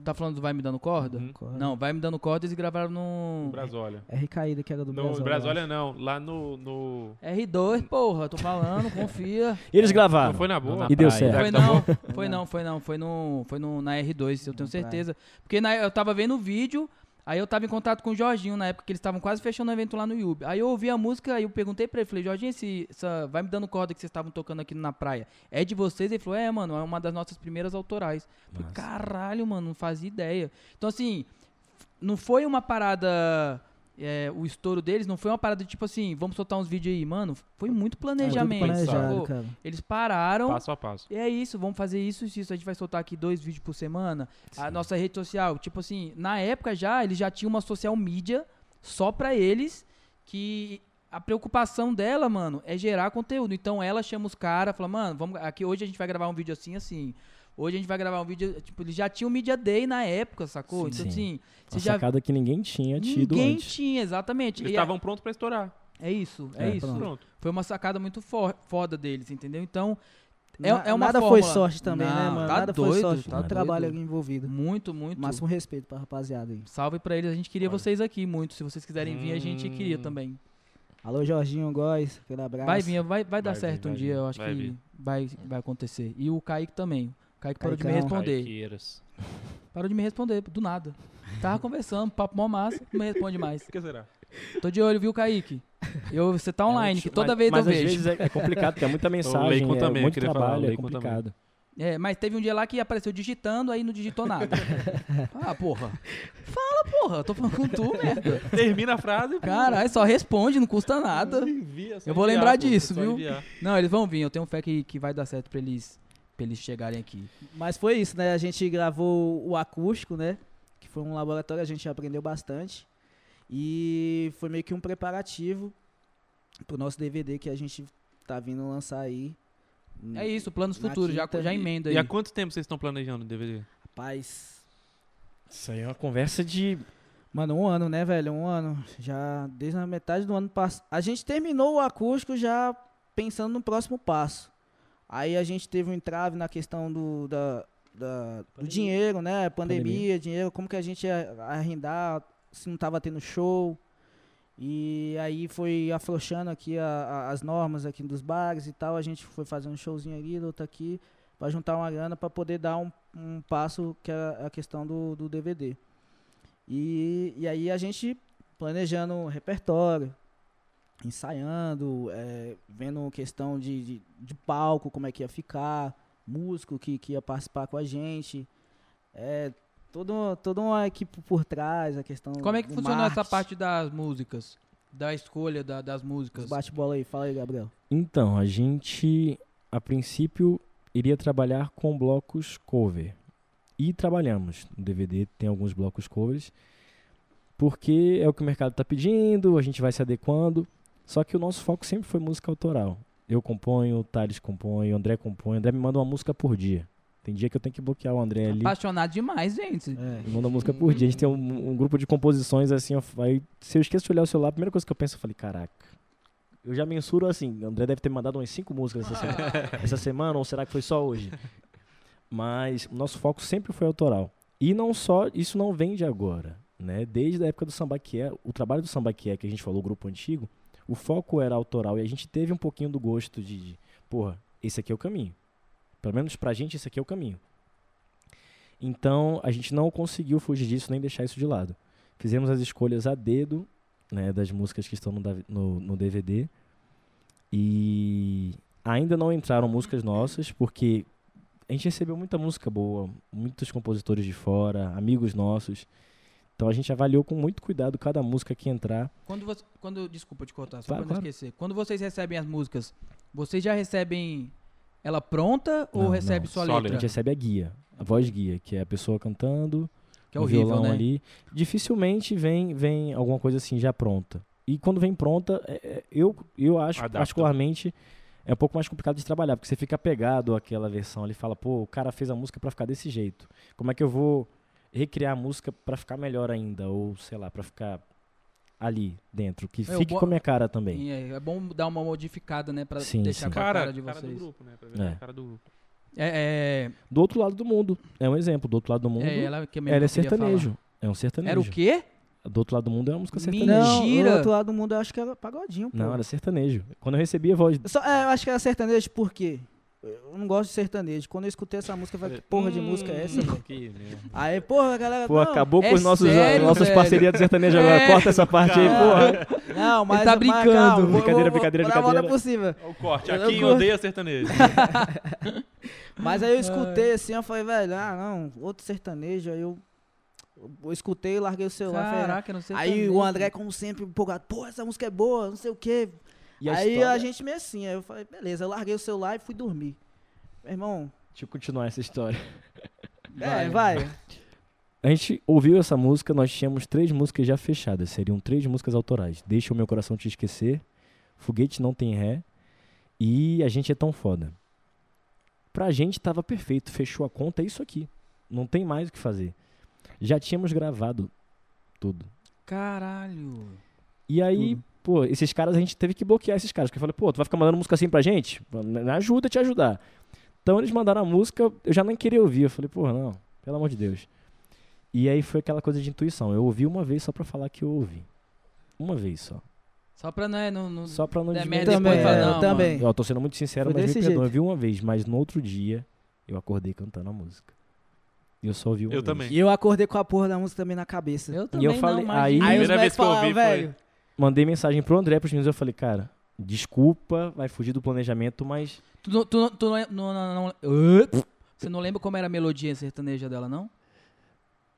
Speaker 1: Tá falando do Vai Me Dando Corda?
Speaker 2: Uhum.
Speaker 1: Não, Vai Me Dando Corda eles gravaram
Speaker 2: No
Speaker 1: no...
Speaker 2: Brasólia.
Speaker 3: É recaída que era do
Speaker 2: No
Speaker 3: Brasil.
Speaker 2: Brasólia não, lá no... no... [LAUGHS]
Speaker 1: R2, porra, tô falando, confia.
Speaker 5: Eles gravaram.
Speaker 2: Não foi na boa?
Speaker 5: E deu
Speaker 2: praia.
Speaker 5: certo.
Speaker 1: Foi
Speaker 2: Tá
Speaker 1: não,
Speaker 2: bom?
Speaker 1: foi não, foi não, foi no, foi no na R2, eu tenho
Speaker 3: Na praia.
Speaker 1: certeza. Porque na- eu tava vendo o vídeo, aí eu tava em contato com o Jorginho na época que eles estavam quase fechando o evento lá no Yub. Aí eu ouvi a música aí eu perguntei pra ele, falei, Jorginho, esse, essa vai me dando corda que vocês estavam tocando aqui na praia. É de vocês? Ele falou, é, mano, é uma das nossas primeiras autorais. Eu Falei,
Speaker 5: Massa.
Speaker 1: caralho, mano, não fazia ideia. Então assim, não foi uma parada é, o estouro deles não foi uma parada de tipo assim, vamos soltar uns vídeos aí, mano. Foi muito planejamento.
Speaker 2: pensado.
Speaker 1: sacou?
Speaker 3: É planejado, cara.
Speaker 1: Eles pararam,
Speaker 2: Passo a passo.
Speaker 1: é isso, vamos fazer isso, isso, isso. A gente vai soltar aqui dois vídeos por semana. A nossa rede social, tipo assim, na época já, eles já tinham uma social media só pra eles, que a preocupação dela, mano, é gerar conteúdo. Então ela chama os caras, fala, mano, vamos, aqui hoje a gente vai gravar um vídeo assim, assim. Hoje a gente vai gravar um vídeo, tipo, eles já tinham Media Day na época, sacou?
Speaker 5: Sim.
Speaker 1: então,
Speaker 5: Sim.
Speaker 1: assim, você
Speaker 5: Uma
Speaker 1: já...
Speaker 5: sacada que ninguém tinha tido
Speaker 1: Ninguém
Speaker 5: antes.
Speaker 1: tinha, exatamente.
Speaker 2: Eles
Speaker 1: E é-
Speaker 2: estavam prontos pra estourar.
Speaker 1: É isso, é,
Speaker 5: É,
Speaker 1: isso.
Speaker 2: Pronto.
Speaker 1: Foi uma sacada muito fo- foda deles, entendeu? Então, É-
Speaker 3: Na-
Speaker 1: é uma
Speaker 3: Nada
Speaker 1: fórmula.
Speaker 3: foi sorte também, né,
Speaker 1: Não,
Speaker 3: mano?
Speaker 1: tá
Speaker 3: Nada
Speaker 1: doido,
Speaker 3: foi sorte.
Speaker 1: tá
Speaker 3: muito trabalho
Speaker 1: doido.
Speaker 3: envolvido.
Speaker 1: muito, muito.
Speaker 3: Máximo respeito pra rapaziada aí.
Speaker 1: Salve pra eles. A gente queria
Speaker 2: Olha.
Speaker 1: vocês aqui muito. Se vocês quiserem vir, a gente queria
Speaker 2: Hum.
Speaker 1: também.
Speaker 3: Alô, Jorginho Góes, aquele abraço.
Speaker 1: Vai vir, vai, vai dar
Speaker 2: Vai vir,
Speaker 1: certo um
Speaker 2: vai
Speaker 1: dia,
Speaker 2: vir,
Speaker 1: eu acho
Speaker 2: vai
Speaker 1: que
Speaker 2: vir.
Speaker 1: vai, vai acontecer. E o Kaique também. O Kaique parou de me
Speaker 3: Caicão.
Speaker 1: responder.
Speaker 2: Caiqueiras.
Speaker 1: Parou de me responder, do nada. Tava conversando, papo mó massa, não me responde mais.
Speaker 2: O que será?
Speaker 1: Tô de olho, viu, Kaique? Eu, você tá online, que toda vez
Speaker 5: É mas
Speaker 1: eu
Speaker 5: às
Speaker 1: vejo.
Speaker 5: vezes é, é complicado, porque
Speaker 1: [LAUGHS]
Speaker 5: é muita mensagem,
Speaker 2: Leicon
Speaker 5: é
Speaker 2: também,
Speaker 5: muito
Speaker 2: queria falar,
Speaker 5: trabalho, é
Speaker 2: Leicon também.
Speaker 5: complicado.
Speaker 1: É, mas teve um dia lá que apareceu digitando, aí não digitou nada.
Speaker 5: [LAUGHS]
Speaker 1: ah, porra. Fala, porra. Tô falando com tu, merda.
Speaker 2: Termina a frase. pô.
Speaker 1: Caralho, só responde, não custa nada.
Speaker 2: Envia, é só
Speaker 1: Eu vou
Speaker 2: enviar,
Speaker 1: lembrar
Speaker 2: pô,
Speaker 1: disso,
Speaker 2: só
Speaker 1: viu?
Speaker 2: enviar.
Speaker 1: Não, eles vão vir. Eu tenho fé que, que vai dar certo pra eles, pra eles chegarem aqui.
Speaker 3: Mas foi isso, né? A gente gravou o acústico, né? Que foi um laboratório, a gente aprendeu bastante. E foi meio que um preparativo pro nosso DVD que a gente tá vindo lançar aí.
Speaker 1: É isso, planos
Speaker 3: Na
Speaker 1: futuros. Já,
Speaker 3: quinta.
Speaker 1: já emenda aí.
Speaker 2: E há quanto tempo vocês estão planejando o DVD?
Speaker 3: Rapaz.
Speaker 5: Isso aí é uma conversa de.
Speaker 3: Mano, um ano, né, velho? Um ano. Já desde a metade do ano passado. A gente terminou o acústico já pensando no próximo passo. Aí a gente teve um entrave na questão do, da, da- do dinheiro, né? Pandemia,
Speaker 5: Pandemia.
Speaker 3: dinheiro, como que a gente ia arrendar, se não tava tendo show. E aí foi afrouxando aqui a- a- as normas aqui dos bares e tal. A gente foi fazendo um showzinho ali, outro aqui, pra juntar uma grana pra poder dar um, um passo que era a questão do, do DVD. E, e aí a gente planejando o repertório, ensaiando, eh, vendo questão de, de, de palco, como é que ia ficar, músico que, que ia participar com a gente. É, todo, toda uma equipe por trás, a questão.
Speaker 1: Como é que
Speaker 3: do
Speaker 1: funcionou essa
Speaker 3: marketing.
Speaker 1: parte das músicas? Da escolha da- das músicas?
Speaker 3: Bate bola aí, fala aí, Gabriel.
Speaker 5: Então, a gente, a princípio, iria trabalhar com blocos cover. E trabalhamos. No DVD tem alguns blocos covers. Porque é o que o mercado está pedindo, a gente vai se adequando. Só que o nosso foco sempre foi música autoral. Eu componho, o Thales compõe, o André compõe. O André me manda uma música por dia. Tem dia que eu tenho que bloquear o André ali.
Speaker 1: Apaixonado demais, gente.
Speaker 3: É.
Speaker 5: Me manda música por dia. A gente tem um, um grupo de composições assim. ó, Aí, se eu esqueço de olhar o celular, a primeira coisa que eu penso, eu falei, caraca. Eu já mensuro assim. André deve ter me mandado umas cinco músicas essa semana, essa semana, ou será que foi só hoje? Mas o nosso foco sempre foi autoral. E não só, isso não vem de agora. Né? Desde a época do Sambaquié, o trabalho do Sambaquié, que a gente falou, o grupo antigo, o foco era autoral. E a gente teve um pouquinho do gosto de, de porra, esse aqui é o caminho. Pelo menos pra gente, esse aqui é o caminho. Então, a gente não conseguiu fugir disso nem deixar isso de lado. Fizemos as escolhas a dedo né, das músicas que estão no, dav- no- no DVD. E ainda não entraram músicas nossas, porque a gente recebeu muita música boa, muitos compositores de fora, amigos nossos. Então a gente avaliou com muito cuidado cada música que entrar.
Speaker 1: Quando você. Quando, desculpa te cortar, só
Speaker 5: Claro,
Speaker 1: pra não
Speaker 5: claro.
Speaker 1: esquecer. Quando vocês recebem as músicas, vocês já recebem ela pronta ou
Speaker 5: Não,
Speaker 1: recebe
Speaker 5: não,
Speaker 1: só a
Speaker 2: só a
Speaker 1: letra?
Speaker 5: A gente recebe a guia, a voz guia, que é a pessoa cantando,
Speaker 1: Que é
Speaker 5: o
Speaker 1: horrível,
Speaker 5: violão
Speaker 1: né?
Speaker 5: ali. Dificilmente vem, vem alguma coisa assim já pronta. E quando vem pronta, é- é- eu, eu acho,
Speaker 2: Adapta.
Speaker 5: particularmente, é um pouco mais complicado de trabalhar, porque você fica apegado àquela versão ali, fala, pô, o cara fez a música pra ficar desse jeito. Como é que eu vou recriar a música pra ficar melhor ainda? Ou, sei lá, pra ficar ali dentro, que
Speaker 1: É, o
Speaker 5: fique
Speaker 1: bo-
Speaker 5: com a minha cara também.
Speaker 1: Sim, é, é bom dar uma modificada, né? Pra
Speaker 5: Sim,
Speaker 1: deixar
Speaker 5: sim.
Speaker 1: com a cara,
Speaker 2: Cara,
Speaker 1: de
Speaker 2: cara do
Speaker 1: vocês.
Speaker 2: grupo, né? Pra ver
Speaker 5: É.
Speaker 2: a cara do grupo.
Speaker 1: é, é,
Speaker 5: Do outro lado do mundo, é um exemplo, do outro lado do mundo,
Speaker 1: é,
Speaker 5: ela,
Speaker 1: ela que mesmo
Speaker 5: é
Speaker 1: eu queria falar.
Speaker 5: sertanejo. É um sertanejo.
Speaker 1: Era o quê?
Speaker 5: Do outro lado do mundo é uma música
Speaker 1: Menino.
Speaker 5: sertaneja.
Speaker 3: Não,
Speaker 1: Mentira.
Speaker 3: do outro lado do mundo eu acho que era pagodinho, pô.
Speaker 5: Não, era sertanejo. Quando eu recebi a voz.
Speaker 3: Só, é, eu acho que era sertanejo por quê? Eu não gosto de sertanejo. Quando eu escutei essa música, eu falei, que porra de
Speaker 1: Hum,
Speaker 3: música é essa? velho?
Speaker 2: Que merda.
Speaker 3: Aí, porra, a galera.
Speaker 5: Pô,
Speaker 3: não,
Speaker 5: acabou
Speaker 1: é
Speaker 5: com os nossos,
Speaker 1: sério,
Speaker 5: nossas
Speaker 1: velho.
Speaker 5: parcerias de sertanejo
Speaker 1: É.
Speaker 5: agora. Corta essa parte aí, porra.
Speaker 3: Não, mas.
Speaker 1: tá
Speaker 3: mas
Speaker 1: brincando.
Speaker 3: calma, vou- vou-
Speaker 5: Brincadeira,
Speaker 3: vou-
Speaker 5: brincadeira,
Speaker 3: vou dar a volta
Speaker 5: brincadeira.
Speaker 3: possível.
Speaker 2: Olha É o corte.
Speaker 3: Eu
Speaker 2: Aqui
Speaker 3: gosto.
Speaker 2: odeia sertanejo.
Speaker 3: [LAUGHS] Mas aí eu escutei assim, eu falei, velho, ah, não, outro sertanejo. Aí eu, eu escutei, larguei o celular. falei,
Speaker 1: Caraca, era um
Speaker 3: não.
Speaker 1: sertanejo.
Speaker 3: aí o André, como sempre, empolgado, pô, essa música é boa, não sei o quê.
Speaker 5: E a
Speaker 3: aí
Speaker 5: história?
Speaker 3: a gente meio assim, aí eu falei, beleza, eu larguei o celular e fui dormir. Meu irmão,
Speaker 5: Deixa eu continuar essa história.
Speaker 3: é, vai.
Speaker 5: A gente ouviu essa música, nós tínhamos três músicas já fechadas. Seriam três músicas autorais. Deixa o meu coração te esquecer. Foguete não tem ré. E a gente é tão foda. Pra Pra gente tava perfeito, fechou a conta, é isso aqui. Não tem mais o que fazer. Já tínhamos gravado tudo.
Speaker 1: Caralho.
Speaker 5: E aí, pô, esses caras a gente teve que bloquear esses caras. Porque eu falei, pô, tu vai ficar mandando música assim pra gente? Me ajuda a te ajudar. Então eles mandaram a música, eu já nem queria ouvir. Eu falei, pô, não, pelo amor de Deus. E aí foi aquela coisa de intuição. Eu ouvi uma vez só pra falar que eu ouvi. Uma vez só.
Speaker 1: Só pra né, não. não...
Speaker 5: Só pra não
Speaker 1: Der
Speaker 5: desmerecer.
Speaker 1: merda
Speaker 3: também,
Speaker 1: depois, fala,
Speaker 3: é,
Speaker 1: não,
Speaker 3: eu
Speaker 1: mano.
Speaker 3: também.
Speaker 5: Ó, tô sendo muito sincero,
Speaker 3: Foi
Speaker 5: mas me
Speaker 3: desse jeito.
Speaker 5: perdoa. Eu vi uma vez, mas no outro dia eu acordei cantando a música. E eu só ouvi uma
Speaker 2: Eu
Speaker 5: vez.
Speaker 2: também.
Speaker 3: E eu acordei com a porra da música também na cabeça.
Speaker 1: Eu
Speaker 5: E
Speaker 1: também
Speaker 5: eu falei,
Speaker 1: não,
Speaker 5: aí-
Speaker 1: imagina.
Speaker 3: Aí os
Speaker 2: Primeira
Speaker 3: moleques
Speaker 2: vez que eu
Speaker 3: falaram,
Speaker 2: ouvi foi-
Speaker 3: velho.
Speaker 5: Mandei mensagem pro André, pros meninos, eu falei, cara, desculpa, vai fugir do planejamento, mas
Speaker 1: Tu, não- tu, não- tu não, é, não- não- não- Você não lembra como era a melodia sertaneja dela, não?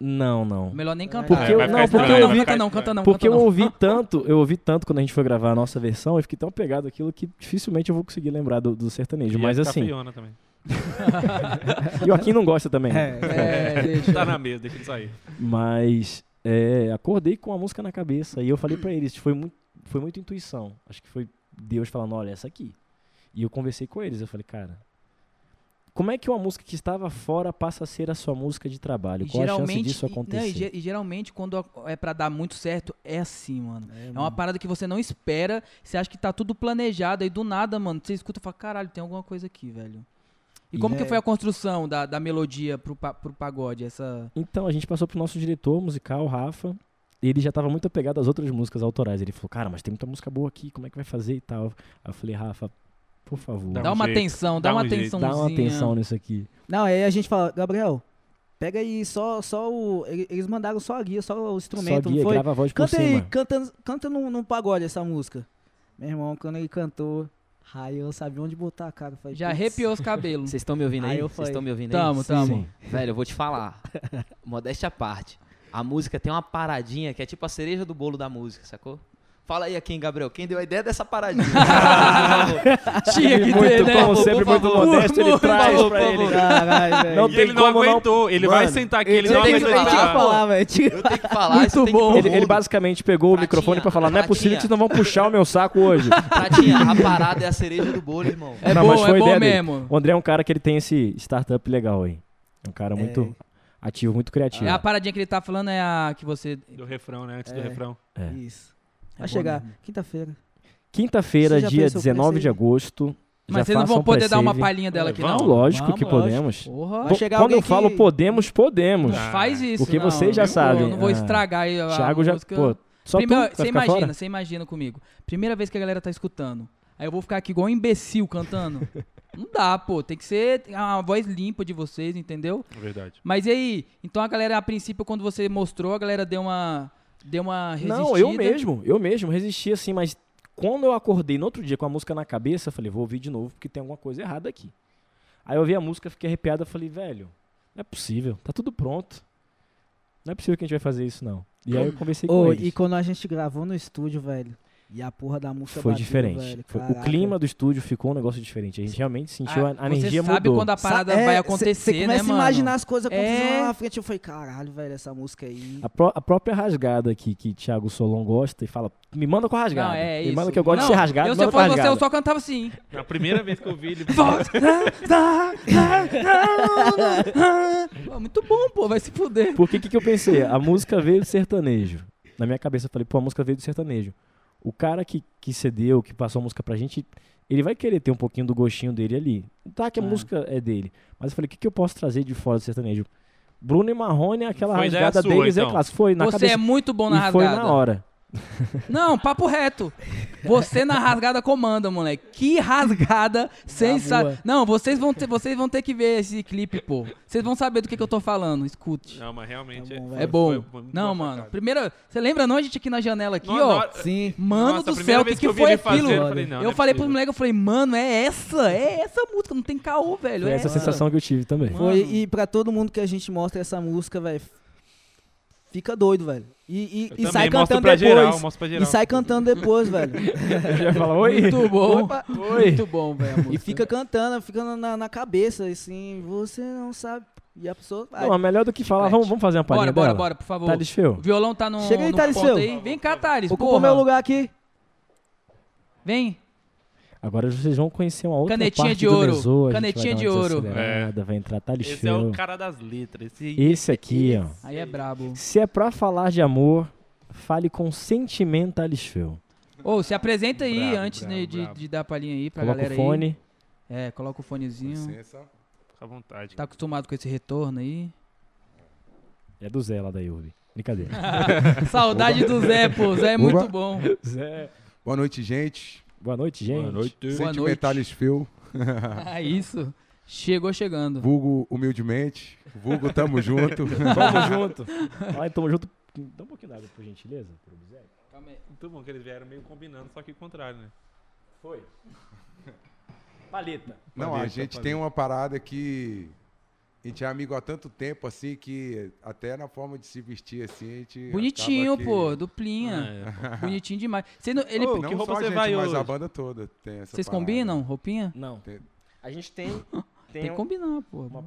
Speaker 5: não, não.
Speaker 1: Melhor nem cantar.
Speaker 5: Porque
Speaker 2: É,
Speaker 5: eu,
Speaker 2: vai
Speaker 5: não,
Speaker 2: ficar
Speaker 5: porque
Speaker 2: estranho,
Speaker 5: eu
Speaker 1: não,
Speaker 2: vai
Speaker 5: ouvi,
Speaker 1: canta não, canta não,
Speaker 5: porque
Speaker 1: canta
Speaker 5: eu
Speaker 1: não.
Speaker 5: ouvi tanto, eu ouvi tanto quando a gente foi gravar a nossa versão, eu fiquei tão apegado àquilo que dificilmente eu vou conseguir lembrar do, do sertanejo.
Speaker 2: E
Speaker 5: mas
Speaker 2: a
Speaker 5: assim,
Speaker 2: cafeína também.
Speaker 5: Joaquim não gosta também.
Speaker 2: [LAUGHS]
Speaker 1: É, deixa.
Speaker 2: Tá na mesa, deixa ele sair.
Speaker 5: Mas é, acordei com a música na cabeça e eu falei pra eles, foi muito, foi muito intuição. Acho que foi Deus falando, olha, essa aqui. E eu conversei com eles, eu falei, cara, como é que uma música que estava fora passa a ser a sua música de trabalho?
Speaker 1: E
Speaker 5: Qual a chance disso
Speaker 1: e- não, e
Speaker 5: acontecer?
Speaker 1: ge- e, geralmente, quando é pra dar muito certo, é assim, mano. É, uma parada que você não espera, você acha que tá tudo planejado, aí do nada, mano, você escuta e fala, caralho, tem alguma coisa aqui, velho. E
Speaker 5: E
Speaker 1: como que
Speaker 3: é-
Speaker 1: foi a construção da, da melodia pro, pa- pro pagode? Essa.
Speaker 5: Então a gente passou pro nosso diretor musical, Rafa. Ele já tava muito apegado às outras músicas autorais. Ele falou, cara, mas tem muita música boa aqui, como é que vai fazer e tal? Aí eu falei, Rafa, por favor,
Speaker 2: Dá
Speaker 1: Dá
Speaker 2: um
Speaker 1: uma
Speaker 2: jeito,
Speaker 1: atenção, dá,
Speaker 2: dá
Speaker 1: uma
Speaker 2: um jeito,
Speaker 1: atenção.
Speaker 5: dá uma atenção nisso aqui.
Speaker 3: Não, aí a gente fala, Gabriel, pega aí só, só o. ele- Eles mandaram só a guia, só o instrumento,
Speaker 5: Só
Speaker 3: não
Speaker 5: guia,
Speaker 3: foi?
Speaker 5: grava a voz por
Speaker 3: Canta aí,
Speaker 5: cima.
Speaker 3: canta, canta num, num pagode essa música. Meu irmão, quando ele cantou, aí eu sabia onde botar a cara. eu Falei,
Speaker 1: Já
Speaker 3: "Putz".
Speaker 1: arrepiou
Speaker 3: [LAUGHS]
Speaker 1: os cabelos.
Speaker 6: Vocês estão me ouvindo
Speaker 3: Aí
Speaker 6: aí?
Speaker 3: eu
Speaker 6: Vocês
Speaker 3: falei.
Speaker 6: estão me ouvindo
Speaker 1: Tamo,
Speaker 6: aí?
Speaker 1: tamo.
Speaker 5: Sim.
Speaker 6: Velho, eu vou te falar. Modéstia à parte. A música tem uma paradinha que é tipo a cereja do bolo da música, sacou? Fala aí a quem, Gabriel. Quem deu a ideia dessa paradinha? Por favor.
Speaker 1: [LAUGHS] Tinha que ter, né?
Speaker 5: bom, sempre
Speaker 6: Por
Speaker 5: muito
Speaker 6: favor,
Speaker 5: modesto, ele
Speaker 1: por
Speaker 5: traz
Speaker 6: favor,
Speaker 5: pra
Speaker 6: por
Speaker 5: ele.
Speaker 6: favor.
Speaker 3: Caralho, velho.
Speaker 5: Não
Speaker 2: E
Speaker 5: tem
Speaker 2: ele não
Speaker 5: como não-
Speaker 2: aguentou, ele vai
Speaker 5: Mano,
Speaker 2: sentar aqui, ele
Speaker 6: eu
Speaker 2: não Tipo,
Speaker 6: tenho
Speaker 2: vai
Speaker 6: que- eu tinha que
Speaker 2: sentar.
Speaker 3: falar, velho. tinha-
Speaker 6: Eu tenho que falar,
Speaker 1: Muito
Speaker 6: isso tem que ir
Speaker 1: bom.
Speaker 6: pro
Speaker 5: Ele, ele
Speaker 6: mundo.
Speaker 5: basicamente pegou o
Speaker 6: Pratinha,
Speaker 5: microfone pra falar: não é
Speaker 6: pratinha.
Speaker 5: possível que vocês não vão puxar o meu saco hoje.
Speaker 6: Pratinha, a
Speaker 5: [LAUGHS]
Speaker 6: parada é a cereja do bolo, irmão.
Speaker 1: É
Speaker 5: Não, mas
Speaker 1: bom,
Speaker 5: foi
Speaker 1: é bom
Speaker 5: ideia dele.
Speaker 1: mesmo.
Speaker 5: O André é um cara que ele tem esse startup legal aí. É um cara muito ativo, muito criativo.
Speaker 1: É a paradinha que ele tá falando é a que você.
Speaker 2: Do refrão, né? Antes do
Speaker 3: É.
Speaker 2: refrão.
Speaker 5: É. né?
Speaker 3: Isso.
Speaker 1: bom
Speaker 3: Vai chegar, quinta-feira.
Speaker 5: Quinta-feira,
Speaker 3: Você já
Speaker 5: dia
Speaker 3: fez seu
Speaker 5: 19 de
Speaker 3: pre-save?
Speaker 5: agosto. já
Speaker 1: Mas vocês não
Speaker 5: façam
Speaker 1: vão poder dar uma
Speaker 5: pre-save.
Speaker 1: palhinha dela aqui,
Speaker 5: Não,
Speaker 1: não?
Speaker 5: lógico
Speaker 3: Vamos,
Speaker 5: que
Speaker 3: lógico.
Speaker 5: podemos.
Speaker 1: Porra.
Speaker 3: Vai chegar
Speaker 5: Quando eu
Speaker 3: alguém que-
Speaker 5: falo podemos, podemos.
Speaker 2: Ah,
Speaker 1: Faz isso,
Speaker 5: porque
Speaker 1: não,
Speaker 5: vocês já
Speaker 1: eu-
Speaker 5: sabem,
Speaker 1: Eu não vou
Speaker 5: é.
Speaker 1: estragar aí a
Speaker 5: Thiago já.
Speaker 1: música.
Speaker 5: Pô, só
Speaker 1: Primeiro, você
Speaker 5: tu vai ficar
Speaker 1: imagina,
Speaker 5: fora?
Speaker 1: você imagina comigo. Primeira vez que a galera tá escutando. Aí eu vou ficar aqui igual um imbecil
Speaker 5: [LAUGHS]
Speaker 1: cantando. não dá, pô. Tem que ser a voz limpa de vocês, entendeu?
Speaker 2: É Verdade.
Speaker 1: Mas e aí? Então a galera, a princípio, quando você mostrou, a galera deu uma. Deu uma resistida.
Speaker 5: Não, eu mesmo, eu mesmo resisti assim, mas quando eu acordei no outro dia com a música na cabeça, eu falei, vou ouvir de novo porque tem alguma coisa errada aqui. Aí eu ouvi a música, fiquei arrepiado, eu falei, velho, não é possível, tá tudo pronto. Não é possível que a gente vai fazer isso, não. E aí eu conversei com
Speaker 3: Ô,
Speaker 5: eles.
Speaker 3: e quando a gente gravou no estúdio, velho, e a porra da música
Speaker 5: Foi
Speaker 3: bateu,
Speaker 5: diferente.
Speaker 3: velho,
Speaker 5: Foi- o
Speaker 3: caraca.
Speaker 5: clima do estúdio ficou um negócio diferente. A gente realmente sentiu a, a
Speaker 1: Ah, Você
Speaker 5: energia
Speaker 1: sabe
Speaker 5: mudou.
Speaker 1: quando a parada
Speaker 3: Sa- é,
Speaker 1: vai
Speaker 3: cê-
Speaker 1: acontecer,
Speaker 3: cê começa
Speaker 1: né,
Speaker 3: a
Speaker 1: mano?
Speaker 3: imaginar as coisas acontecendo
Speaker 1: É.
Speaker 3: lá na frente. Eu falei, caralho, velho, essa música aí.
Speaker 5: A, pró- a própria rasgada aqui que Thiago Solon gosta e fala, me manda com a rasgada.
Speaker 1: Não, é
Speaker 5: me
Speaker 1: isso.
Speaker 5: manda que eu gosto
Speaker 1: Não,
Speaker 5: de ser rasgado,
Speaker 1: Eu, se
Speaker 5: manda
Speaker 1: eu
Speaker 5: com a
Speaker 1: fosse você, eu
Speaker 5: rasgada.
Speaker 1: só cantava assim.
Speaker 2: Na primeira vez que eu
Speaker 1: [LAUGHS]
Speaker 2: vi ele.
Speaker 1: Pô, muito bom, pô. Vai se fuder.
Speaker 5: Porque o que, que eu pensei? A música veio do sertanejo. Na minha cabeça eu falei, pô, a música veio do sertanejo. O cara que, que cedeu, que passou a música pra gente, ele vai querer ter um pouquinho do gostinho dele ali. Tá que a
Speaker 1: É.
Speaker 5: música é dele. Mas eu falei, o que, que eu posso trazer de fora do sertanejo? Bruno e Marrone, aquela
Speaker 2: Foi ideia
Speaker 5: rasgada
Speaker 2: sua,
Speaker 5: deles é
Speaker 2: então.
Speaker 5: clássico. Foi na
Speaker 1: você
Speaker 5: cabeça.
Speaker 1: é muito bom na
Speaker 5: e foi
Speaker 1: rasgada.
Speaker 5: na hora.
Speaker 1: Não, papo reto. Você na rasgada comanda, moleque. Que rasgada sensacional.
Speaker 3: boa.
Speaker 1: Não, vocês vão, ter, vocês vão ter que ver esse clipe, pô. Vocês vão saber do que, que eu tô falando. Escute.
Speaker 2: Não, mas realmente.
Speaker 3: Tá bom,
Speaker 2: foi-
Speaker 3: vai.
Speaker 1: é bom.
Speaker 2: foi-
Speaker 1: [LAUGHS]
Speaker 2: foi muito
Speaker 1: não,
Speaker 2: boa
Speaker 1: mano.
Speaker 2: sacada.
Speaker 1: Primeira. Você lembra não? A gente aqui na janela aqui,
Speaker 2: Não,
Speaker 1: ó.
Speaker 2: na-
Speaker 3: Sim.
Speaker 1: Mano
Speaker 2: Nossa, a
Speaker 1: do
Speaker 2: primeira
Speaker 1: céu, o que,
Speaker 2: vez
Speaker 1: que
Speaker 2: eu vi
Speaker 1: foi
Speaker 2: ele fazer,
Speaker 1: aquilo?
Speaker 2: eu falei, não, não
Speaker 1: eu
Speaker 2: é
Speaker 1: falei pro
Speaker 2: possível.
Speaker 1: moleque, eu falei, mano, é essa, é essa música, não tem caô, velho.
Speaker 5: Foi
Speaker 1: é
Speaker 5: essa sensação que eu tive também.
Speaker 1: Mano.
Speaker 3: Foi, e pra todo mundo que a gente mostra essa música, velho, fica doido, velho. E,
Speaker 2: Eu
Speaker 3: e, e sai
Speaker 2: também mostro
Speaker 3: cantando
Speaker 2: pra
Speaker 3: depois.
Speaker 2: geral, mostro pra geral.
Speaker 3: e [LAUGHS] sai cantando depois,
Speaker 2: [LAUGHS]
Speaker 3: velho.
Speaker 5: Eu já ia falar, oi.
Speaker 1: Muito bom.
Speaker 3: Opa.
Speaker 1: Muito bom, velho.
Speaker 3: [LAUGHS]
Speaker 1: a
Speaker 3: E
Speaker 1: música.
Speaker 3: fica cantando, fica na, na cabeça, assim, você não sabe. E a pessoa vai.
Speaker 5: Não, é melhor do que falar, vamos, vamos fazer uma
Speaker 1: Bora,
Speaker 5: palhinha
Speaker 1: bora,
Speaker 5: dela?
Speaker 1: bora, por favor.
Speaker 5: Thales Feu.
Speaker 1: O violão tá no,
Speaker 3: Chega aí,
Speaker 1: no
Speaker 3: Thales
Speaker 1: ponto
Speaker 3: Feu.
Speaker 1: aí. Vem cá, Thales,
Speaker 3: Ocupa
Speaker 1: porra.
Speaker 3: o meu lugar aqui.
Speaker 1: Vem.
Speaker 5: Agora vocês vão conhecer uma outra
Speaker 1: Canetinha
Speaker 5: parte
Speaker 1: de
Speaker 5: do
Speaker 1: ouro.
Speaker 5: Nezoa, a gente
Speaker 1: Canetinha
Speaker 5: vai
Speaker 1: de
Speaker 5: dar uma
Speaker 1: ouro.
Speaker 5: desacelerada, Vai entrar
Speaker 2: Esse
Speaker 5: Talisfeu.
Speaker 2: é o cara das letras. Esse,
Speaker 5: Esse aqui, ó.
Speaker 1: Aí é brabo.
Speaker 5: Se é pra falar de amor, fale com sentimento Talisfeu.
Speaker 1: Ô, se apresenta aí
Speaker 2: Brabo,
Speaker 1: antes né,
Speaker 2: brabo,
Speaker 1: de,
Speaker 2: brabo.
Speaker 1: de dar palhinha aí pra
Speaker 5: Coloca
Speaker 1: galera
Speaker 5: o fone.
Speaker 1: aí. É, coloca o fonezinho.
Speaker 8: Licença.
Speaker 2: Fica à vontade.
Speaker 1: Tá acostumado com esse retorno aí.
Speaker 5: É do Zé lá da Yurbi. Brincadeira.
Speaker 1: [LAUGHS] Saudade do Zé, pô. Zé é
Speaker 8: Oba.
Speaker 1: muito bom.
Speaker 5: Zé.
Speaker 8: Boa noite, gente.
Speaker 5: Boa noite, gente.
Speaker 2: Boa noite.
Speaker 1: Boa
Speaker 8: Sentimentales Phil,
Speaker 1: Ah, isso. [LAUGHS] Chegou chegando.
Speaker 8: vulgo humildemente, vulgo tamo junto.
Speaker 5: [LAUGHS] Tamo junto. Vai, tamo junto. Dá um pouquinho d'água, por gentileza,
Speaker 2: tá
Speaker 5: pro Zé.
Speaker 2: Muito bom que eles vieram meio combinando, só que o contrário, né? [LAUGHS]
Speaker 4: Foi. Paleta.
Speaker 8: Não, a
Speaker 2: Paleta,
Speaker 8: gente
Speaker 2: paleta.
Speaker 8: tem uma parada que a gente é amigo há tanto tempo, assim, que até na forma de se vestir, assim, a gente
Speaker 1: Bonitinho,
Speaker 8: acaba que-
Speaker 1: pô. Duplinha.
Speaker 8: Ah, é,
Speaker 1: [LAUGHS] Bonitinho demais. Cê não- ele,
Speaker 2: Ô,
Speaker 8: Não
Speaker 2: que
Speaker 8: só
Speaker 2: roupa Ah, é, você
Speaker 8: a gente,
Speaker 2: vai
Speaker 8: mas
Speaker 2: hoje?
Speaker 8: a banda toda tem essa
Speaker 1: vocês
Speaker 8: parada.
Speaker 1: combinam roupinha?
Speaker 5: Não.
Speaker 4: A gente tem.
Speaker 1: [LAUGHS] Tem que combinar, pô.
Speaker 2: Ah,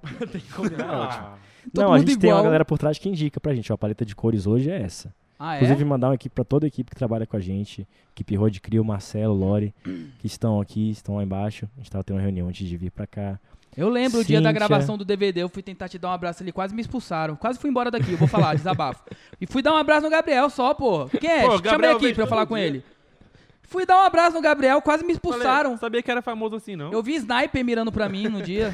Speaker 1: Todo
Speaker 5: não, a
Speaker 1: mundo
Speaker 5: gente tem uma
Speaker 1: igual.
Speaker 5: galera por trás que indica pra gente. Ó, a paleta de cores hoje é essa.
Speaker 1: Ah, é?
Speaker 5: Inclusive, mandar uma equipe pra toda a equipe que trabalha com a gente. Equipe Rod Crio, Marcelo, Lore, que estão aqui, estão lá embaixo. A gente tava tendo uma reunião antes de vir pra cá.
Speaker 1: Eu lembro o dia da
Speaker 5: Cíntia.
Speaker 1: gravação do DVD, eu fui tentar te dar um abraço ali, quase me expulsaram. Quase fui embora daqui, eu vou falar, [LAUGHS] desabafo. E fui dar um abraço no Gabriel só, pô. Quem é?
Speaker 2: Pô,
Speaker 1: Chama
Speaker 2: Gabriel
Speaker 1: ele aqui
Speaker 2: vem
Speaker 1: pra eu
Speaker 2: todo
Speaker 1: falar com
Speaker 2: dia.
Speaker 1: ele. Fui dar um abraço no Gabriel, quase me
Speaker 2: falei,
Speaker 1: expulsaram.
Speaker 2: sabia que era famoso assim, não?
Speaker 1: Eu vi sniper mirando pra mim no
Speaker 2: [LAUGHS]
Speaker 1: dia.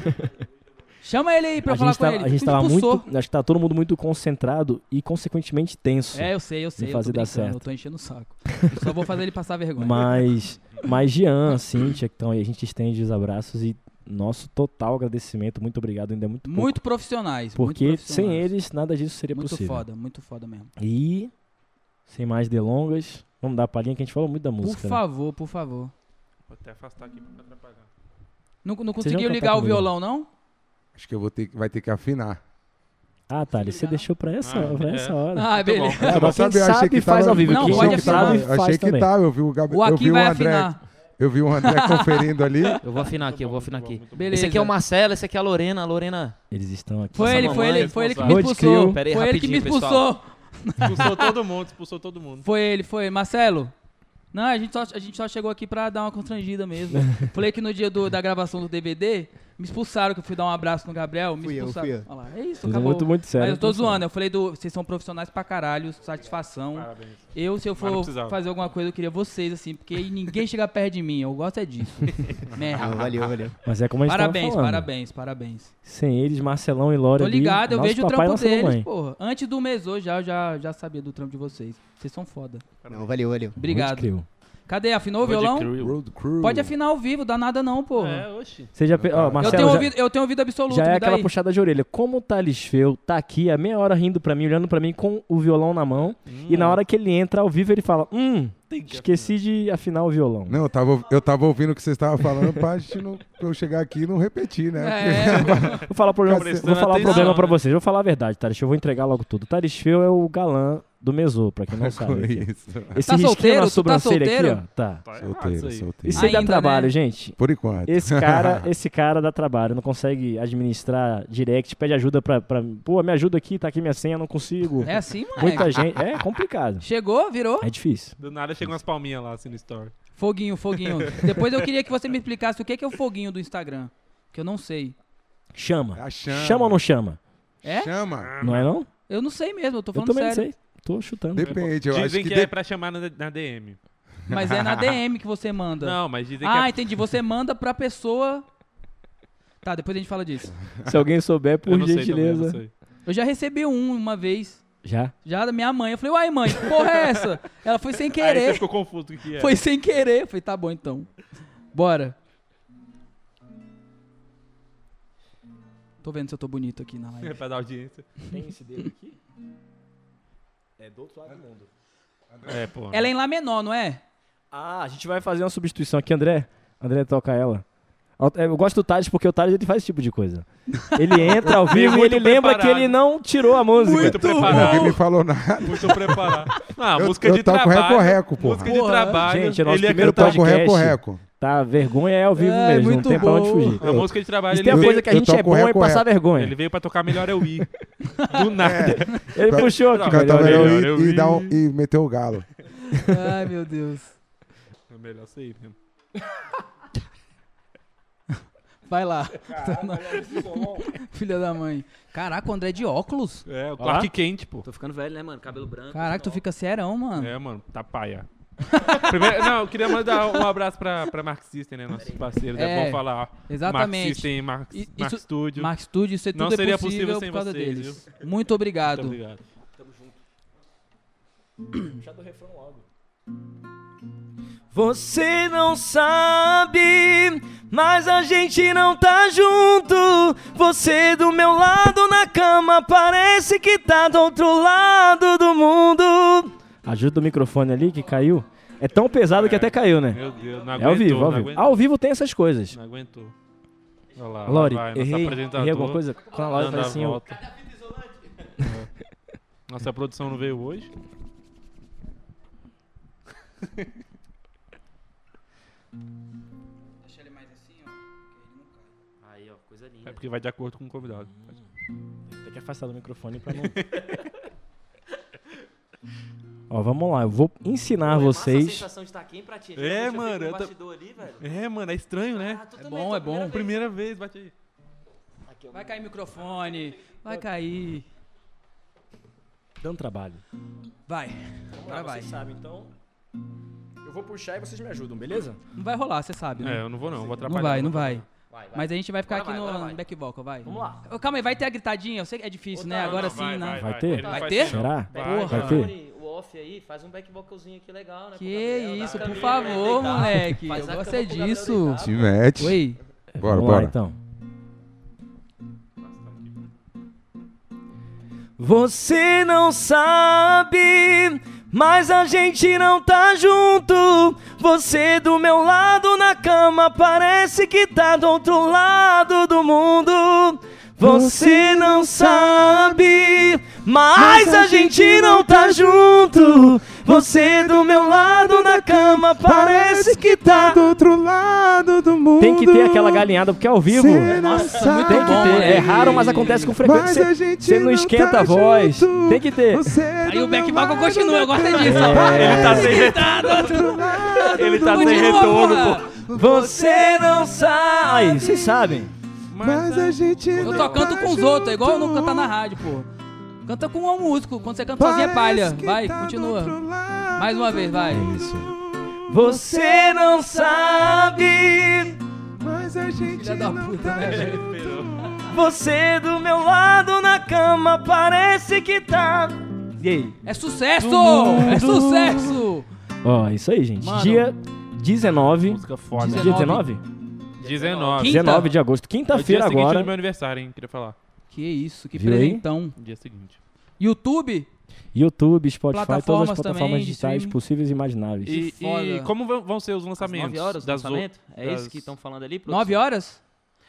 Speaker 1: Chama ele aí pra
Speaker 5: a
Speaker 1: eu falar
Speaker 5: gente,
Speaker 1: com
Speaker 5: tá-
Speaker 1: ele.
Speaker 5: a gente
Speaker 1: Me
Speaker 5: tava
Speaker 1: expulsou.
Speaker 5: muito. Acho que tá todo mundo muito concentrado e, consequentemente, tenso.
Speaker 1: É, eu sei, eu sei.
Speaker 5: fazer
Speaker 1: eu tô
Speaker 5: dar
Speaker 1: brincando,
Speaker 5: certo.
Speaker 1: Eu tô enchendo o saco. Eu só vou fazer ele passar vergonha. [LAUGHS]
Speaker 5: Mas, mas Jean, Cíntia, que estão aí, a gente estende os abraços e nosso total agradecimento. Muito obrigado, ainda é muito pouco,
Speaker 1: Muito profissionais. muito
Speaker 5: Porque sem
Speaker 1: profissionais.
Speaker 5: eles, nada disso seria
Speaker 1: Muito
Speaker 5: possível.
Speaker 1: foda, muito foda mesmo.
Speaker 5: E, sem mais delongas, vamos dar a palhinha que a gente falou muito da música.
Speaker 1: por
Speaker 5: né?
Speaker 1: favor, por favor.
Speaker 2: Vou até afastar aqui pra não atrapalhar.
Speaker 1: Não, não
Speaker 5: Vocês vão
Speaker 1: conseguiu
Speaker 5: cantar
Speaker 1: ligar o
Speaker 5: comigo? né?
Speaker 1: violão, não?
Speaker 8: Acho que eu vou ter, que- vai ter que afinar.
Speaker 5: Ah, Thales, você
Speaker 1: ligar,
Speaker 5: deixou pra essa,
Speaker 2: Ah,
Speaker 5: pra
Speaker 2: é.
Speaker 5: essa hora.
Speaker 1: Ah, beleza.
Speaker 5: É,
Speaker 8: Eu
Speaker 5: agora
Speaker 8: não
Speaker 5: quem
Speaker 8: sabia, achei
Speaker 5: sabe
Speaker 8: que
Speaker 5: faz
Speaker 8: tava-
Speaker 5: ao vivo.
Speaker 1: Não,
Speaker 5: quem
Speaker 1: pode
Speaker 5: não
Speaker 1: afinar.
Speaker 5: sabe, faz
Speaker 8: Achei que
Speaker 5: também.
Speaker 8: tava, eu vi o Gabriel,
Speaker 1: O
Speaker 8: eu
Speaker 1: Akin
Speaker 8: vi o
Speaker 1: vai
Speaker 8: André,
Speaker 1: afinar.
Speaker 8: eu vi o André conferindo ali. [LAUGHS]
Speaker 6: Eu vou afinar aqui, eu vou afinar aqui.
Speaker 1: Beleza.
Speaker 6: Esse aqui é o Marcelo, esse aqui é a Lorena. A Lorena.
Speaker 5: Eles estão aqui.
Speaker 1: Foi
Speaker 6: Essa
Speaker 1: ele, foi
Speaker 6: mamãe
Speaker 1: ele, foi ele que me
Speaker 5: responsável.
Speaker 1: expulsou.
Speaker 6: Pera aí,
Speaker 1: foi ele que me
Speaker 6: rapidinho,
Speaker 1: expulsou.
Speaker 2: Expulsou todo mundo, expulsou todo mundo.
Speaker 1: Foi ele, foi ele. Marcelo? Não, a gente, só, a gente só chegou aqui pra dar uma
Speaker 3: [LAUGHS]
Speaker 1: constrangida mesmo. Falei que no dia do- da gravação do DVD, me expulsaram, que eu fui dar um abraço no Gabriel, me
Speaker 3: Fui eu,
Speaker 1: expulsaram.
Speaker 3: fui eu.
Speaker 1: Olha lá, é isso,
Speaker 5: Tudo
Speaker 1: acabou.
Speaker 5: muito, muito sério.
Speaker 1: Mas eu tô zoando, eu falei do. Vocês são profissionais pra caralho, satisfação. Eu, se eu
Speaker 2: Mas não
Speaker 1: for
Speaker 2: precisava.
Speaker 1: fazer alguma coisa, eu queria vocês, assim, porque ninguém chega perto de mim. Eu gosto é
Speaker 3: [LAUGHS]
Speaker 1: disso. Merda.
Speaker 3: Valeu, valeu.
Speaker 5: Mas é como a gente tava
Speaker 1: Parabéns,
Speaker 5: falando.
Speaker 1: parabéns, parabéns.
Speaker 5: Sem eles, Marcelão e Lore
Speaker 1: Tô ligado, eu
Speaker 5: ali,
Speaker 1: vejo o
Speaker 5: nosso papai e
Speaker 1: trampo
Speaker 5: nossa
Speaker 1: deles,
Speaker 5: mamãe.
Speaker 1: porra. Antes do Mesô já, eu já, já sabia do trampo de vocês. Vocês são foda.
Speaker 3: Não, valeu, valeu.
Speaker 1: Obrigado.
Speaker 5: Muito incrível.
Speaker 1: Cadê? Afinou o
Speaker 2: Vou de
Speaker 1: violão?
Speaker 2: crew.
Speaker 8: Road Crew.
Speaker 1: Pode afinar ao vivo, dá nada não, porra.
Speaker 2: É, oxi.
Speaker 5: Você já pe- ó,
Speaker 8: Eu
Speaker 1: eu,
Speaker 5: Marcelo,
Speaker 1: tenho
Speaker 5: já-
Speaker 1: ouvido, eu tenho ouvido absoluto,
Speaker 5: Já
Speaker 1: me
Speaker 5: é
Speaker 1: dá
Speaker 5: aquela
Speaker 1: aí.
Speaker 5: puxada de orelha. Como o Thales Feu tá aqui a meia hora rindo pra mim, olhando pra mim com o violão na mão,
Speaker 1: Hum.
Speaker 5: e na hora que ele entra ao vivo ele fala: Hum, esqueci de afinar o violão.
Speaker 8: Não, eu tava, eu tava ouvindo o que vocês estavam falando pra, gente não, pra eu chegar aqui e não repetir, né?
Speaker 1: É,
Speaker 5: Vou falar, o problema,
Speaker 2: Prestando
Speaker 5: vou falar o
Speaker 2: atenção,
Speaker 5: problema pra
Speaker 2: né?
Speaker 5: vocês, vou falar a verdade, Thales Feu, eu vou entregar logo tudo. Thales Feu é o galã do Mesô,
Speaker 8: [LAUGHS]
Speaker 5: pra quem não sabe.
Speaker 8: isso.
Speaker 5: aqui. Esse
Speaker 1: Tá
Speaker 5: risquinho
Speaker 1: solteiro? Tu
Speaker 5: na
Speaker 1: tá
Speaker 5: sobrancelha
Speaker 1: solteiro?
Speaker 5: aqui, ó. Tá.
Speaker 2: Tá errado isso
Speaker 8: Solteiro,
Speaker 2: aí.
Speaker 5: Isso
Speaker 8: solteiro.
Speaker 5: aí dá
Speaker 1: Ainda,
Speaker 5: trabalho,
Speaker 1: né?
Speaker 5: gente.
Speaker 8: Por enquanto.
Speaker 5: Esse
Speaker 8: [LAUGHS]
Speaker 5: cara, esse cara dá trabalho, não consegue administrar direct, pede ajuda pra, pra. Pô, me ajuda aqui, tá aqui minha senha, não consigo.
Speaker 1: é assim, moleque.
Speaker 5: Muita gente. É complicado.
Speaker 1: [LAUGHS] Chegou, virou?
Speaker 5: É difícil.
Speaker 2: Do nada chegam umas palminhas lá assim no story.
Speaker 1: Foguinho, foguinho. Depois eu queria que você me explicasse o que que é o foguinho do Instagram, que eu não sei.
Speaker 5: Chama.
Speaker 8: Ah,
Speaker 5: chama.
Speaker 8: chama.
Speaker 5: ou não chama?
Speaker 1: É?
Speaker 8: Chama.
Speaker 5: Não é não?
Speaker 1: Eu não sei mesmo, eu tô
Speaker 5: [LAUGHS] Eu
Speaker 1: falando
Speaker 5: também
Speaker 1: sério.
Speaker 5: não sei. Tô chutando.
Speaker 8: Depende, eu acho
Speaker 2: Dizem
Speaker 8: que,
Speaker 2: que,
Speaker 8: de-
Speaker 2: é pra chamar na, na DM.
Speaker 1: Mas
Speaker 8: [LAUGHS]
Speaker 1: é
Speaker 2: [LAUGHS]
Speaker 1: na DM que você manda.
Speaker 2: Não, mas dizem
Speaker 1: ah,
Speaker 2: que é
Speaker 1: entendi. Você manda pra pessoa... Tá, depois a gente fala disso.
Speaker 5: Se alguém souber,
Speaker 2: é. Eu
Speaker 5: por
Speaker 2: não sei também, eu
Speaker 5: gentileza.
Speaker 2: não sei.
Speaker 1: Eu já recebi um uma vez.
Speaker 5: Já?
Speaker 1: Já da minha mãe. Eu falei, uai, mãe, que porra é essa? Ela foi sem
Speaker 2: Aí você
Speaker 1: querer.
Speaker 2: ficou confuso o que é.
Speaker 1: Foi sem querer. Eu falei, tá bom então. Bora. Tô vendo se eu tô bonito aqui na live.
Speaker 2: É, [LAUGHS] pra dar audiência.
Speaker 5: Tem esse dele aqui? É do outro lado do mundo.
Speaker 2: É, pô.
Speaker 1: Ela é em Lá menor, não é?
Speaker 5: Ah, a gente vai fazer uma substituição aqui, André. André toca ela. é, Eu gosto do Thales porque o Thales ele faz esse tipo de coisa. Ele
Speaker 8: [LAUGHS]
Speaker 5: entra ao vivo e
Speaker 2: Muito
Speaker 5: ele lembra que
Speaker 2: preparado.
Speaker 5: ele não tirou a música.
Speaker 2: Muito preparado.
Speaker 8: ninguém me falou nada.
Speaker 2: Muito preparado. Ah,
Speaker 8: Eu-
Speaker 2: música
Speaker 8: eu
Speaker 2: de
Speaker 8: toco
Speaker 2: trabalho.
Speaker 8: reco-reco, porra.
Speaker 2: Música de
Speaker 1: Porra.
Speaker 2: [LAUGHS] trabalho.
Speaker 5: Gente, é nosso
Speaker 2: ele é
Speaker 5: primeiro
Speaker 8: Eu toco
Speaker 5: podcast.
Speaker 8: reco-reco.
Speaker 5: Tá, vergonha é ao vivo
Speaker 1: É,
Speaker 5: mesmo, não
Speaker 1: muito
Speaker 5: tem pra onde
Speaker 1: bom.
Speaker 5: fugir.
Speaker 2: A É música de trabalho,
Speaker 5: Se
Speaker 2: ele
Speaker 5: tem uma
Speaker 2: veio,
Speaker 5: coisa que a
Speaker 8: eu
Speaker 5: gente é
Speaker 8: toco
Speaker 5: bom é
Speaker 8: reco,
Speaker 5: passar vergonha.
Speaker 2: ele veio pra tocar Melhor É o
Speaker 5: [LAUGHS]
Speaker 2: I. Do nada.
Speaker 5: Ele
Speaker 8: Pra-
Speaker 5: puxou aqui,
Speaker 2: pra
Speaker 5: melhor
Speaker 8: Cantar
Speaker 2: melhor,
Speaker 5: eu.
Speaker 8: É. melhor
Speaker 2: eu
Speaker 8: Tá- e,
Speaker 2: vi.
Speaker 8: e, dar um- e meter o galo.
Speaker 1: Ai, meu Deus.
Speaker 2: É melhor sair mesmo.
Speaker 1: Vai lá, Tá
Speaker 8: Caraca, esse som.
Speaker 1: [LAUGHS] filha da mãe. Caraca, o André de óculos.
Speaker 2: É, o Clark Kent, pô.
Speaker 6: Tô ficando velho, né, mano? Cabelo branco.
Speaker 1: Caraca, tu
Speaker 6: sinal.
Speaker 1: fica serão, mano.
Speaker 2: É, mano,
Speaker 1: [LAUGHS]
Speaker 2: tá paia. Primeiro, não, eu queria mandar um abraço pra, pra Mark System, né? Nossos parceiros. É,
Speaker 1: É,
Speaker 2: bom falar.
Speaker 1: exatamente.
Speaker 2: Mark System, Mark,
Speaker 1: E- isso-
Speaker 2: Mark Studio.
Speaker 1: Mark Studio, isso é tudo
Speaker 2: Não
Speaker 1: é
Speaker 2: seria
Speaker 1: possível,
Speaker 2: possível sem
Speaker 1: por causa
Speaker 2: vocês,
Speaker 1: deles. Muito obrigado.
Speaker 2: Muito obrigado.
Speaker 5: Você não sabe, mas a gente não tá junto. Você do meu lado na cama parece que tá do outro lado do mundo. Ajuda o microfone ali que caiu. É tão pesado que até caiu, né?
Speaker 2: Meu Deus, não
Speaker 5: É ao
Speaker 2: aguentou.
Speaker 5: vivo, ao
Speaker 2: não
Speaker 5: vivo.
Speaker 2: aguentou.
Speaker 5: Ao vivo tem essas coisas.
Speaker 2: Não aguentou. Olha lá, lá
Speaker 5: Lori,
Speaker 2: vai, nosso
Speaker 5: errei,
Speaker 2: apresentador
Speaker 5: errei alguma coisa? Quando a Lori
Speaker 2: dando a
Speaker 5: faz assim, eu...
Speaker 2: volta. É. Nossa produção não veio hoje.
Speaker 1: Deixa ele mais assim, ó. Ele não cai.
Speaker 6: Aí, ó, coisa linda.
Speaker 2: É porque vai de acordo com o convidado.
Speaker 5: Tem que afastar do microfone pra não... [LAUGHS] Ó, vamos lá. Eu vou ensinar
Speaker 6: Pô, é massa a
Speaker 5: vocês...
Speaker 6: sensação de estar aqui em Pratinha.
Speaker 2: É,
Speaker 6: Geralmente eu
Speaker 2: mano,
Speaker 6: fico no
Speaker 2: eu tô-
Speaker 6: bastidor ali, velho.
Speaker 2: É, mano, é estranho, né?
Speaker 6: Ah, tu
Speaker 1: É
Speaker 6: também,
Speaker 1: bom,
Speaker 6: tua
Speaker 1: é bom.
Speaker 6: primeira
Speaker 2: Primeira vez, bate aí.
Speaker 6: vez. Aqui, é ó.
Speaker 1: Vai cair microfone, vai cair. um
Speaker 5: Dando trabalho.
Speaker 1: Vai, agora vai.
Speaker 5: sabem, então...
Speaker 4: Eu vou puxar e vocês me ajudam, beleza?
Speaker 1: Não vai rolar, você sabe,
Speaker 2: É,
Speaker 1: né?
Speaker 2: eu não vou não, eu vou atrapalhar.
Speaker 1: não vai,
Speaker 2: eu
Speaker 1: não
Speaker 2: vou
Speaker 1: vai.
Speaker 6: Vai, vai.
Speaker 1: Mas a gente vai ficar
Speaker 6: Agora
Speaker 1: aqui
Speaker 6: vai,
Speaker 1: no,
Speaker 6: agora
Speaker 1: no
Speaker 6: vai.
Speaker 1: back vocal, vai.
Speaker 6: Vamos lá.
Speaker 1: Ô, calma aí, vai ter a gritadinha. Eu sei que é difícil, né?
Speaker 6: Outra-
Speaker 1: Agora
Speaker 2: atrapalhar.
Speaker 1: sim,
Speaker 2: Não,
Speaker 1: não.
Speaker 2: vai,
Speaker 5: Vai ter?
Speaker 2: Ele não
Speaker 1: Vai
Speaker 2: faz
Speaker 1: ter?
Speaker 2: isso, não.
Speaker 5: Será?
Speaker 1: Porra.
Speaker 5: Vai
Speaker 1: ter?
Speaker 6: Tony, O off aí, faz um back vocalzinho aqui legal, né? com o Gabriel,
Speaker 1: Que
Speaker 6: dá
Speaker 1: isso,
Speaker 6: pra
Speaker 1: por
Speaker 6: mim,
Speaker 1: favor,
Speaker 6: deitar.
Speaker 1: moleque.
Speaker 6: Faz
Speaker 1: Eu
Speaker 6: a
Speaker 1: gosto
Speaker 6: cama
Speaker 1: é
Speaker 6: pro Gabriel
Speaker 1: disso.
Speaker 6: deitar.
Speaker 7: tá?
Speaker 8: Te mete.
Speaker 1: Oi,
Speaker 8: Bora,
Speaker 5: Vamos lá,
Speaker 8: bora.
Speaker 5: então. Você não sabe, mas a gente não tá junto. Você do meu lado na cama parece que tá do outro lado do mundo. Você não sabe, mas a gente não tá junto. Você do meu lado na cama parece que tá do
Speaker 8: outro lado do mundo.
Speaker 5: tem que ter aquela galinhada, porque é ao vivo.
Speaker 8: Cê não
Speaker 5: tem
Speaker 8: sabe.
Speaker 5: que ter. É raro, mas acontece com frequência. Você-
Speaker 8: gente
Speaker 5: Você não esquenta
Speaker 1: tá
Speaker 5: a voz. Tem que ter.
Speaker 1: Aí o back vocal continua, eu gosto é disso.
Speaker 2: Ele tá sem Ele tá sem retorno, pô.
Speaker 5: Você não sabe. Aí, vocês sabem.
Speaker 8: Mas a gente tá
Speaker 1: Eu só canto com os outros, é igual eu não cantar na rádio, pô. Canta com um músico, quando você canta sozinho é palha. Vai,
Speaker 6: tá
Speaker 1: continua. Mais uma vez, vai.
Speaker 5: Você não sabe.
Speaker 8: Mas a gente tá
Speaker 1: Filha da puta, né, velho.
Speaker 5: Você do meu lado na cama parece que tá. E aí?
Speaker 1: É sucesso!
Speaker 5: mundo.
Speaker 1: É sucesso!
Speaker 5: Ó, isso aí, gente.
Speaker 1: Mano.
Speaker 5: Dia 19.
Speaker 2: Música foda.
Speaker 5: Dia
Speaker 1: 19?
Speaker 5: 19?
Speaker 2: 19.
Speaker 1: Quinta.
Speaker 5: 19 de agosto,
Speaker 2: É o dia
Speaker 5: quinta-feira
Speaker 2: seguinte do meu
Speaker 5: agora.
Speaker 2: aniversário, hein? Queria falar.
Speaker 1: Que isso, que
Speaker 5: Viu aí?
Speaker 1: presentão.
Speaker 2: Dia seguinte.
Speaker 1: YouTube?
Speaker 5: YouTube, Spotify, todas
Speaker 1: Plataformas
Speaker 5: as
Speaker 1: também,
Speaker 5: plataformas digitais
Speaker 1: streaming.
Speaker 5: possíveis e imagináveis.
Speaker 2: E,
Speaker 1: Que
Speaker 2: e
Speaker 1: foda.
Speaker 2: como vão- vão ser os
Speaker 6: Às
Speaker 2: lançamentos?
Speaker 6: 9 horas,
Speaker 2: das o-
Speaker 6: lançamento? É
Speaker 2: das-
Speaker 6: isso que estão falando ali? produção? Ah.
Speaker 1: 9 horas?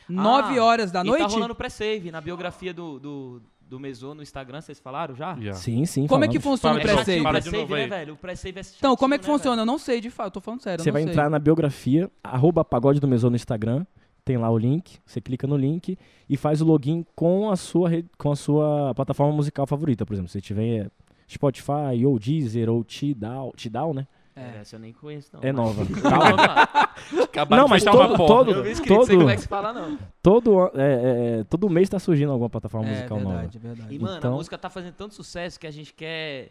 Speaker 1: 9 horas da
Speaker 6: e
Speaker 1: noite?
Speaker 6: tá rolando pré-save na biografia do, do, do Mezo no Instagram, vocês falaram já?
Speaker 2: Já.
Speaker 5: Sim, sim.
Speaker 1: Como é que
Speaker 5: falamos.
Speaker 1: funciona o
Speaker 2: Fala
Speaker 6: É chatinho
Speaker 1: pré-save?
Speaker 6: o
Speaker 2: Fala de
Speaker 6: pré-save,
Speaker 2: novo
Speaker 6: né,
Speaker 2: aí.
Speaker 6: velho? O pré-save é chatinho,
Speaker 1: Então, como é que
Speaker 6: né,
Speaker 1: funciona? Eu não sei, de fato. Eu tô falando sério, eu
Speaker 5: Você
Speaker 1: não
Speaker 5: vai
Speaker 1: sei.
Speaker 5: entrar na biografia, arroba pagode do Meson no Instagram, tem lá o link, você clica no link e faz o login com a sua rede, com a sua plataforma musical favorita, por exemplo, se tiver Spotify, ou Deezer, ou Tidal, Tidal, né?
Speaker 6: velho? É, essa eu nem conheço, não.
Speaker 5: É
Speaker 6: mas-
Speaker 5: nova.
Speaker 6: [LAUGHS]
Speaker 8: Tá
Speaker 6: Vamos
Speaker 5: Tal.
Speaker 6: lá.
Speaker 2: Acabaram
Speaker 5: Não,
Speaker 2: de
Speaker 5: mas
Speaker 2: fechar uma
Speaker 5: todo,
Speaker 2: porta.
Speaker 5: todo,
Speaker 6: Eu vi que não sei como é que
Speaker 5: todo,
Speaker 6: se fala, não.
Speaker 5: todo, an- é, é, é, todo mês tá surgindo alguma plataforma
Speaker 1: É
Speaker 5: musical nova.
Speaker 1: verdade, é verdade.
Speaker 6: E, mano,
Speaker 5: Então-
Speaker 6: a música tá fazendo tanto sucesso que a gente quer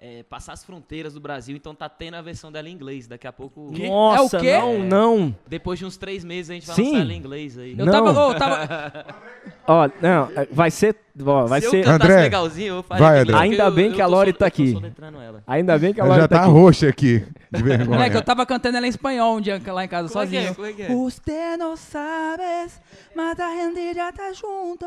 Speaker 6: é, passar as fronteiras do Brasil, então tá tendo a versão dela em inglês. Daqui a pouco,
Speaker 5: Nossa,
Speaker 1: É o quê?
Speaker 5: não, não.
Speaker 6: depois de uns três meses, a gente vai
Speaker 5: Sim.
Speaker 6: lançar ela em inglês aí.
Speaker 1: Eu
Speaker 5: Não.
Speaker 1: tava, oh, eu tava.
Speaker 5: [LAUGHS] Ó, não, é, vai ser, ó, vai
Speaker 6: Se
Speaker 5: ser,
Speaker 6: eu cantasse
Speaker 8: André,
Speaker 6: legalzinho, eu faria
Speaker 8: vai,
Speaker 6: em inglês,
Speaker 5: André. Ainda
Speaker 6: porque
Speaker 5: bem que a
Speaker 6: tô
Speaker 5: Lori
Speaker 6: sol-
Speaker 5: tá
Speaker 6: eu tô
Speaker 5: aqui.
Speaker 6: soletrando ela. É
Speaker 5: ainda bem que a
Speaker 8: Ela
Speaker 5: Laura
Speaker 8: já
Speaker 5: tá
Speaker 8: tá
Speaker 5: aqui.
Speaker 8: roxa aqui.
Speaker 5: [LAUGHS]
Speaker 8: De vergonha.
Speaker 5: né?
Speaker 1: Moleque, É eu tava cantando ela em espanhol um dia lá em casa,
Speaker 6: Como é que
Speaker 1: sozinho.
Speaker 6: é?
Speaker 1: Uh,
Speaker 6: Como é que é? [LAUGHS]
Speaker 1: Você não sabes, mas a gente já tá [LAUGHS] junto.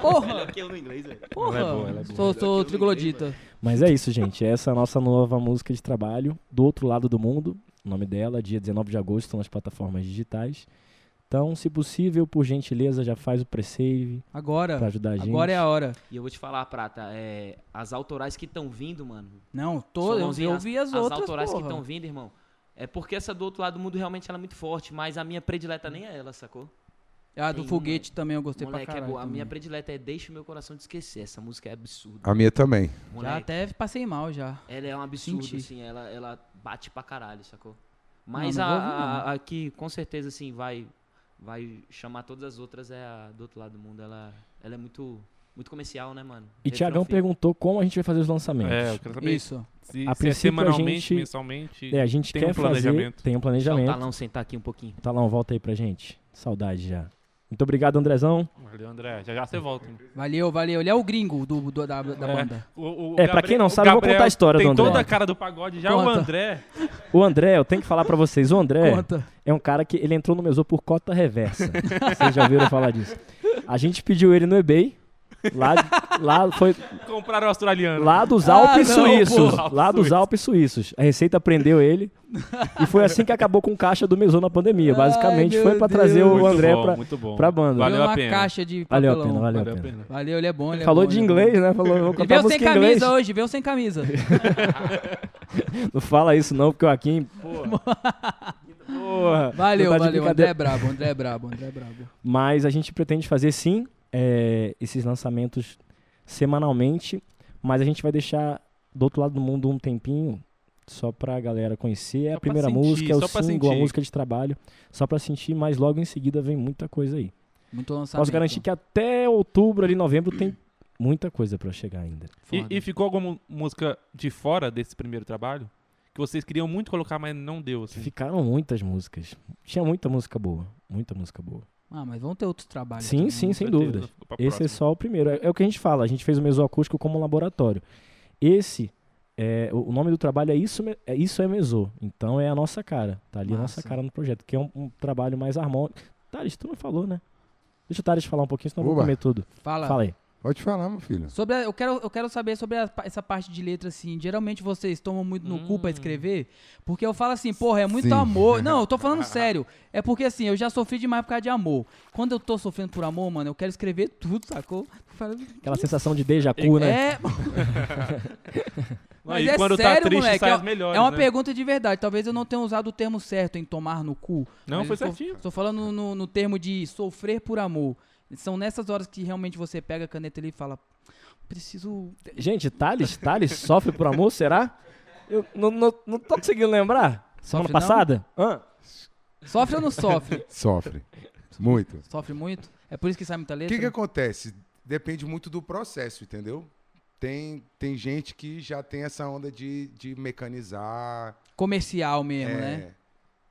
Speaker 1: Porra,
Speaker 6: Melhor que eu no inglês, velho.
Speaker 1: porra.
Speaker 2: Ela é boa, ela é boa.
Speaker 1: Sou, sou triglodita.
Speaker 5: Mas é isso, gente. Essa é a nossa nova música de trabalho, Do Outro Lado do Mundo. O nome dela, dia 19 de agosto, nas plataformas digitais. Então, se possível, por gentileza, já faz o pre-save
Speaker 1: Agora,
Speaker 5: pra ajudar a gente.
Speaker 1: agora é a hora.
Speaker 6: E eu vou te falar, Prata, é, as autorais que estão vindo, mano.
Speaker 1: Não, tô, eu,
Speaker 6: Solonzinho,
Speaker 1: eu vi as, outras,
Speaker 6: As autorais
Speaker 1: porra.
Speaker 6: que estão vindo, irmão. É porque essa do outro lado do mundo realmente ela é muito forte, mas a minha predileta nem é ela, sacou?
Speaker 1: A do
Speaker 6: Tem
Speaker 1: foguete também eu gostei
Speaker 6: Moleque,
Speaker 1: pra
Speaker 6: é
Speaker 1: caralho.
Speaker 6: boa. A minha
Speaker 1: também.
Speaker 6: predileta é Deixa o meu coração te esquecer. Essa música é absurda.
Speaker 8: A minha também.
Speaker 1: Já
Speaker 6: Moleque,
Speaker 1: até passei mal já.
Speaker 6: ela é um absurdo,
Speaker 1: Senti.
Speaker 6: assim. Ela, ela bate pra caralho, sacou? Mas
Speaker 1: não
Speaker 6: a,
Speaker 1: vou ouvir, não.
Speaker 6: a- a que com certeza, assim, vai vai chamar todas as outras é a do outro lado do mundo. Ela, ela é muito, muito comercial, né, mano?
Speaker 5: E Tiagão
Speaker 6: Retrofit.
Speaker 5: perguntou como a gente vai fazer os lançamentos.
Speaker 2: É, eu quero saber
Speaker 1: Isso.
Speaker 2: se,
Speaker 5: A
Speaker 2: se é
Speaker 5: princípio, a
Speaker 2: semanalmente,
Speaker 5: gente-
Speaker 2: mensalmente.
Speaker 5: É, a gente
Speaker 2: Tem
Speaker 5: quer
Speaker 2: um planejamento.
Speaker 5: fazer. Tem um
Speaker 6: Deixa o
Speaker 5: planejamento. Talão.
Speaker 6: talão sentar aqui um pouquinho.
Speaker 5: volta aí pra gente. Saudade já. Muito obrigado, Andrezão.
Speaker 2: Valeu, André. Já já você volta. hein?
Speaker 1: Valeu, valeu. Ele é o gringo do, do- da, da
Speaker 2: É.
Speaker 1: banda.
Speaker 2: O- o
Speaker 5: É, pra
Speaker 2: Gabriel-
Speaker 5: quem não
Speaker 2: o
Speaker 5: sabe, eu vou
Speaker 2: Gabriel
Speaker 5: contar a história
Speaker 2: tem
Speaker 5: do André.
Speaker 2: toda a cara do pagode. Já o
Speaker 1: Conta.
Speaker 2: André.
Speaker 5: O André, eu tenho que falar pra vocês. O André
Speaker 1: Conta.
Speaker 5: é um cara que ele entrou no Mesô por cota reversa. Vocês já ouviram falar disso. A gente pediu ele no eBay. Lá, lá foi
Speaker 2: Compraram o australiano.
Speaker 5: Lá dos
Speaker 1: Ah,
Speaker 5: Alpes
Speaker 1: não,
Speaker 5: Suíços.
Speaker 2: pô.
Speaker 5: Lá dos
Speaker 2: Suíços.
Speaker 5: Alpes Suíços. A Receita prendeu ele. e foi assim que acabou com o caixa do Meson na pandemia.
Speaker 1: Ai,
Speaker 5: Basicamente,
Speaker 1: meu
Speaker 5: foi pra
Speaker 1: Deus.
Speaker 5: trazer o
Speaker 2: Muito
Speaker 5: André
Speaker 2: bom,
Speaker 5: pra,
Speaker 2: muito bom.
Speaker 5: pra banda.
Speaker 2: Valeu
Speaker 1: Deu
Speaker 2: a
Speaker 1: uma
Speaker 2: pena.
Speaker 1: caixa de
Speaker 5: Valeu a
Speaker 1: papelão.
Speaker 5: pena, valeu,
Speaker 2: Valeu
Speaker 5: a
Speaker 2: a
Speaker 5: pena.
Speaker 2: pena.
Speaker 1: Valeu, ele é bom. Ele é
Speaker 5: Falou
Speaker 1: bom,
Speaker 5: de
Speaker 1: ele é
Speaker 5: inglês, né? Falou, vou
Speaker 1: bom. Ele
Speaker 5: cantar
Speaker 1: veio sem
Speaker 5: música em
Speaker 1: camisa
Speaker 5: inglês.
Speaker 1: hoje, veio sem camisa.
Speaker 5: [LAUGHS] Não fala isso não, porque o Joaquim...
Speaker 1: [LAUGHS]
Speaker 5: [LAUGHS] Porra.
Speaker 1: Valeu,
Speaker 5: Não tá de
Speaker 1: valeu. André
Speaker 5: brincadeira.
Speaker 1: é brabo, André é brabo, André é brabo.
Speaker 5: Mas a gente pretende fazer sim é, esses lançamentos semanalmente, mas a gente vai deixar do outro lado do mundo um tempinho só pra galera conhecer
Speaker 2: Só
Speaker 5: a
Speaker 2: pra
Speaker 5: primeira
Speaker 2: sentir,
Speaker 5: música, é o
Speaker 2: só pra
Speaker 5: single, a
Speaker 2: sentir.
Speaker 5: música de trabalho, só pra sentir, mas logo em seguida vem muita coisa aí.
Speaker 1: Muito lançamento.
Speaker 5: Posso garantir que até outubro ali, novembro tem muita coisa pra chegar ainda.
Speaker 1: Foda.
Speaker 2: E, e ficou alguma mu- música de fora desse primeiro trabalho? Que vocês queriam muito colocar, mas não deu, assim.
Speaker 5: Ficaram muitas músicas. Tinha muita música boa, muita música boa.
Speaker 1: Ah, mas vão ter outros trabalhos.
Speaker 5: Sim,
Speaker 1: também. né?
Speaker 5: sim, sem
Speaker 2: certeza,
Speaker 5: dúvidas.
Speaker 2: ficou pra
Speaker 5: Esse é
Speaker 2: próxima.
Speaker 5: só o primeiro. É, é o que a gente fala, a gente fez o mesoacústico como um laboratório. Esse, é, o o nome do trabalho é Isso Me- é, isso é Meso. Então é a nossa cara. Tá ali a nossa
Speaker 1: Massa.
Speaker 5: cara no projeto, que é um, um trabalho mais harmônico. Thales, tu não falou, né? Deixa o Thales falar um pouquinho, senão eu vou
Speaker 8: Oba.
Speaker 5: comer tudo.
Speaker 1: Fala.
Speaker 5: Fala aí.
Speaker 8: Pode falar, meu filho.
Speaker 1: Sobre a- eu, quero, eu quero saber sobre a pa- essa parte de letra, assim. Geralmente vocês tomam muito no
Speaker 5: Hum.
Speaker 1: cu pra escrever, porque eu falo assim, porra, é muito
Speaker 8: Sim.
Speaker 1: amor. Não,
Speaker 5: [LAUGHS]
Speaker 1: eu tô falando sério. É porque, assim, eu já sofri demais por causa de amor. Quando eu tô sofrendo por amor, mano, eu quero escrever tudo, sacou? Eu falo,
Speaker 5: Aquela sensação de déjà vu, né? [LAUGHS]
Speaker 1: É, mas
Speaker 2: e
Speaker 1: é
Speaker 2: quando
Speaker 1: sério,
Speaker 2: tá triste,
Speaker 1: moleque,
Speaker 2: sai
Speaker 1: é-
Speaker 2: as melhores,
Speaker 1: é uma
Speaker 2: né?
Speaker 1: pergunta de verdade. Talvez eu não tenha usado o termo certo em tomar no cu.
Speaker 2: Não,
Speaker 1: Mas
Speaker 2: foi
Speaker 1: eu tô-
Speaker 2: certinho.
Speaker 1: Estou falando no, no termo de sofrer por amor. São nessas horas que realmente você pega a caneta ali e fala: preciso.
Speaker 5: Gente, Thales, Thales sofre por amor, será? Eu não, não, não tô conseguindo lembrar. Semana
Speaker 1: Sofre não?
Speaker 5: passada? Hã?
Speaker 1: Sofre ou não
Speaker 5: [LAUGHS]
Speaker 1: sofre?
Speaker 8: Sofre. Muito.
Speaker 1: sofre muito? É por isso que sai muita
Speaker 8: O
Speaker 1: letra?
Speaker 8: que, que acontece? Depende muito do processo, entendeu? Tem, tem gente que já tem essa onda de, de mecanizar.
Speaker 1: Comercial mesmo,
Speaker 8: é,
Speaker 1: né?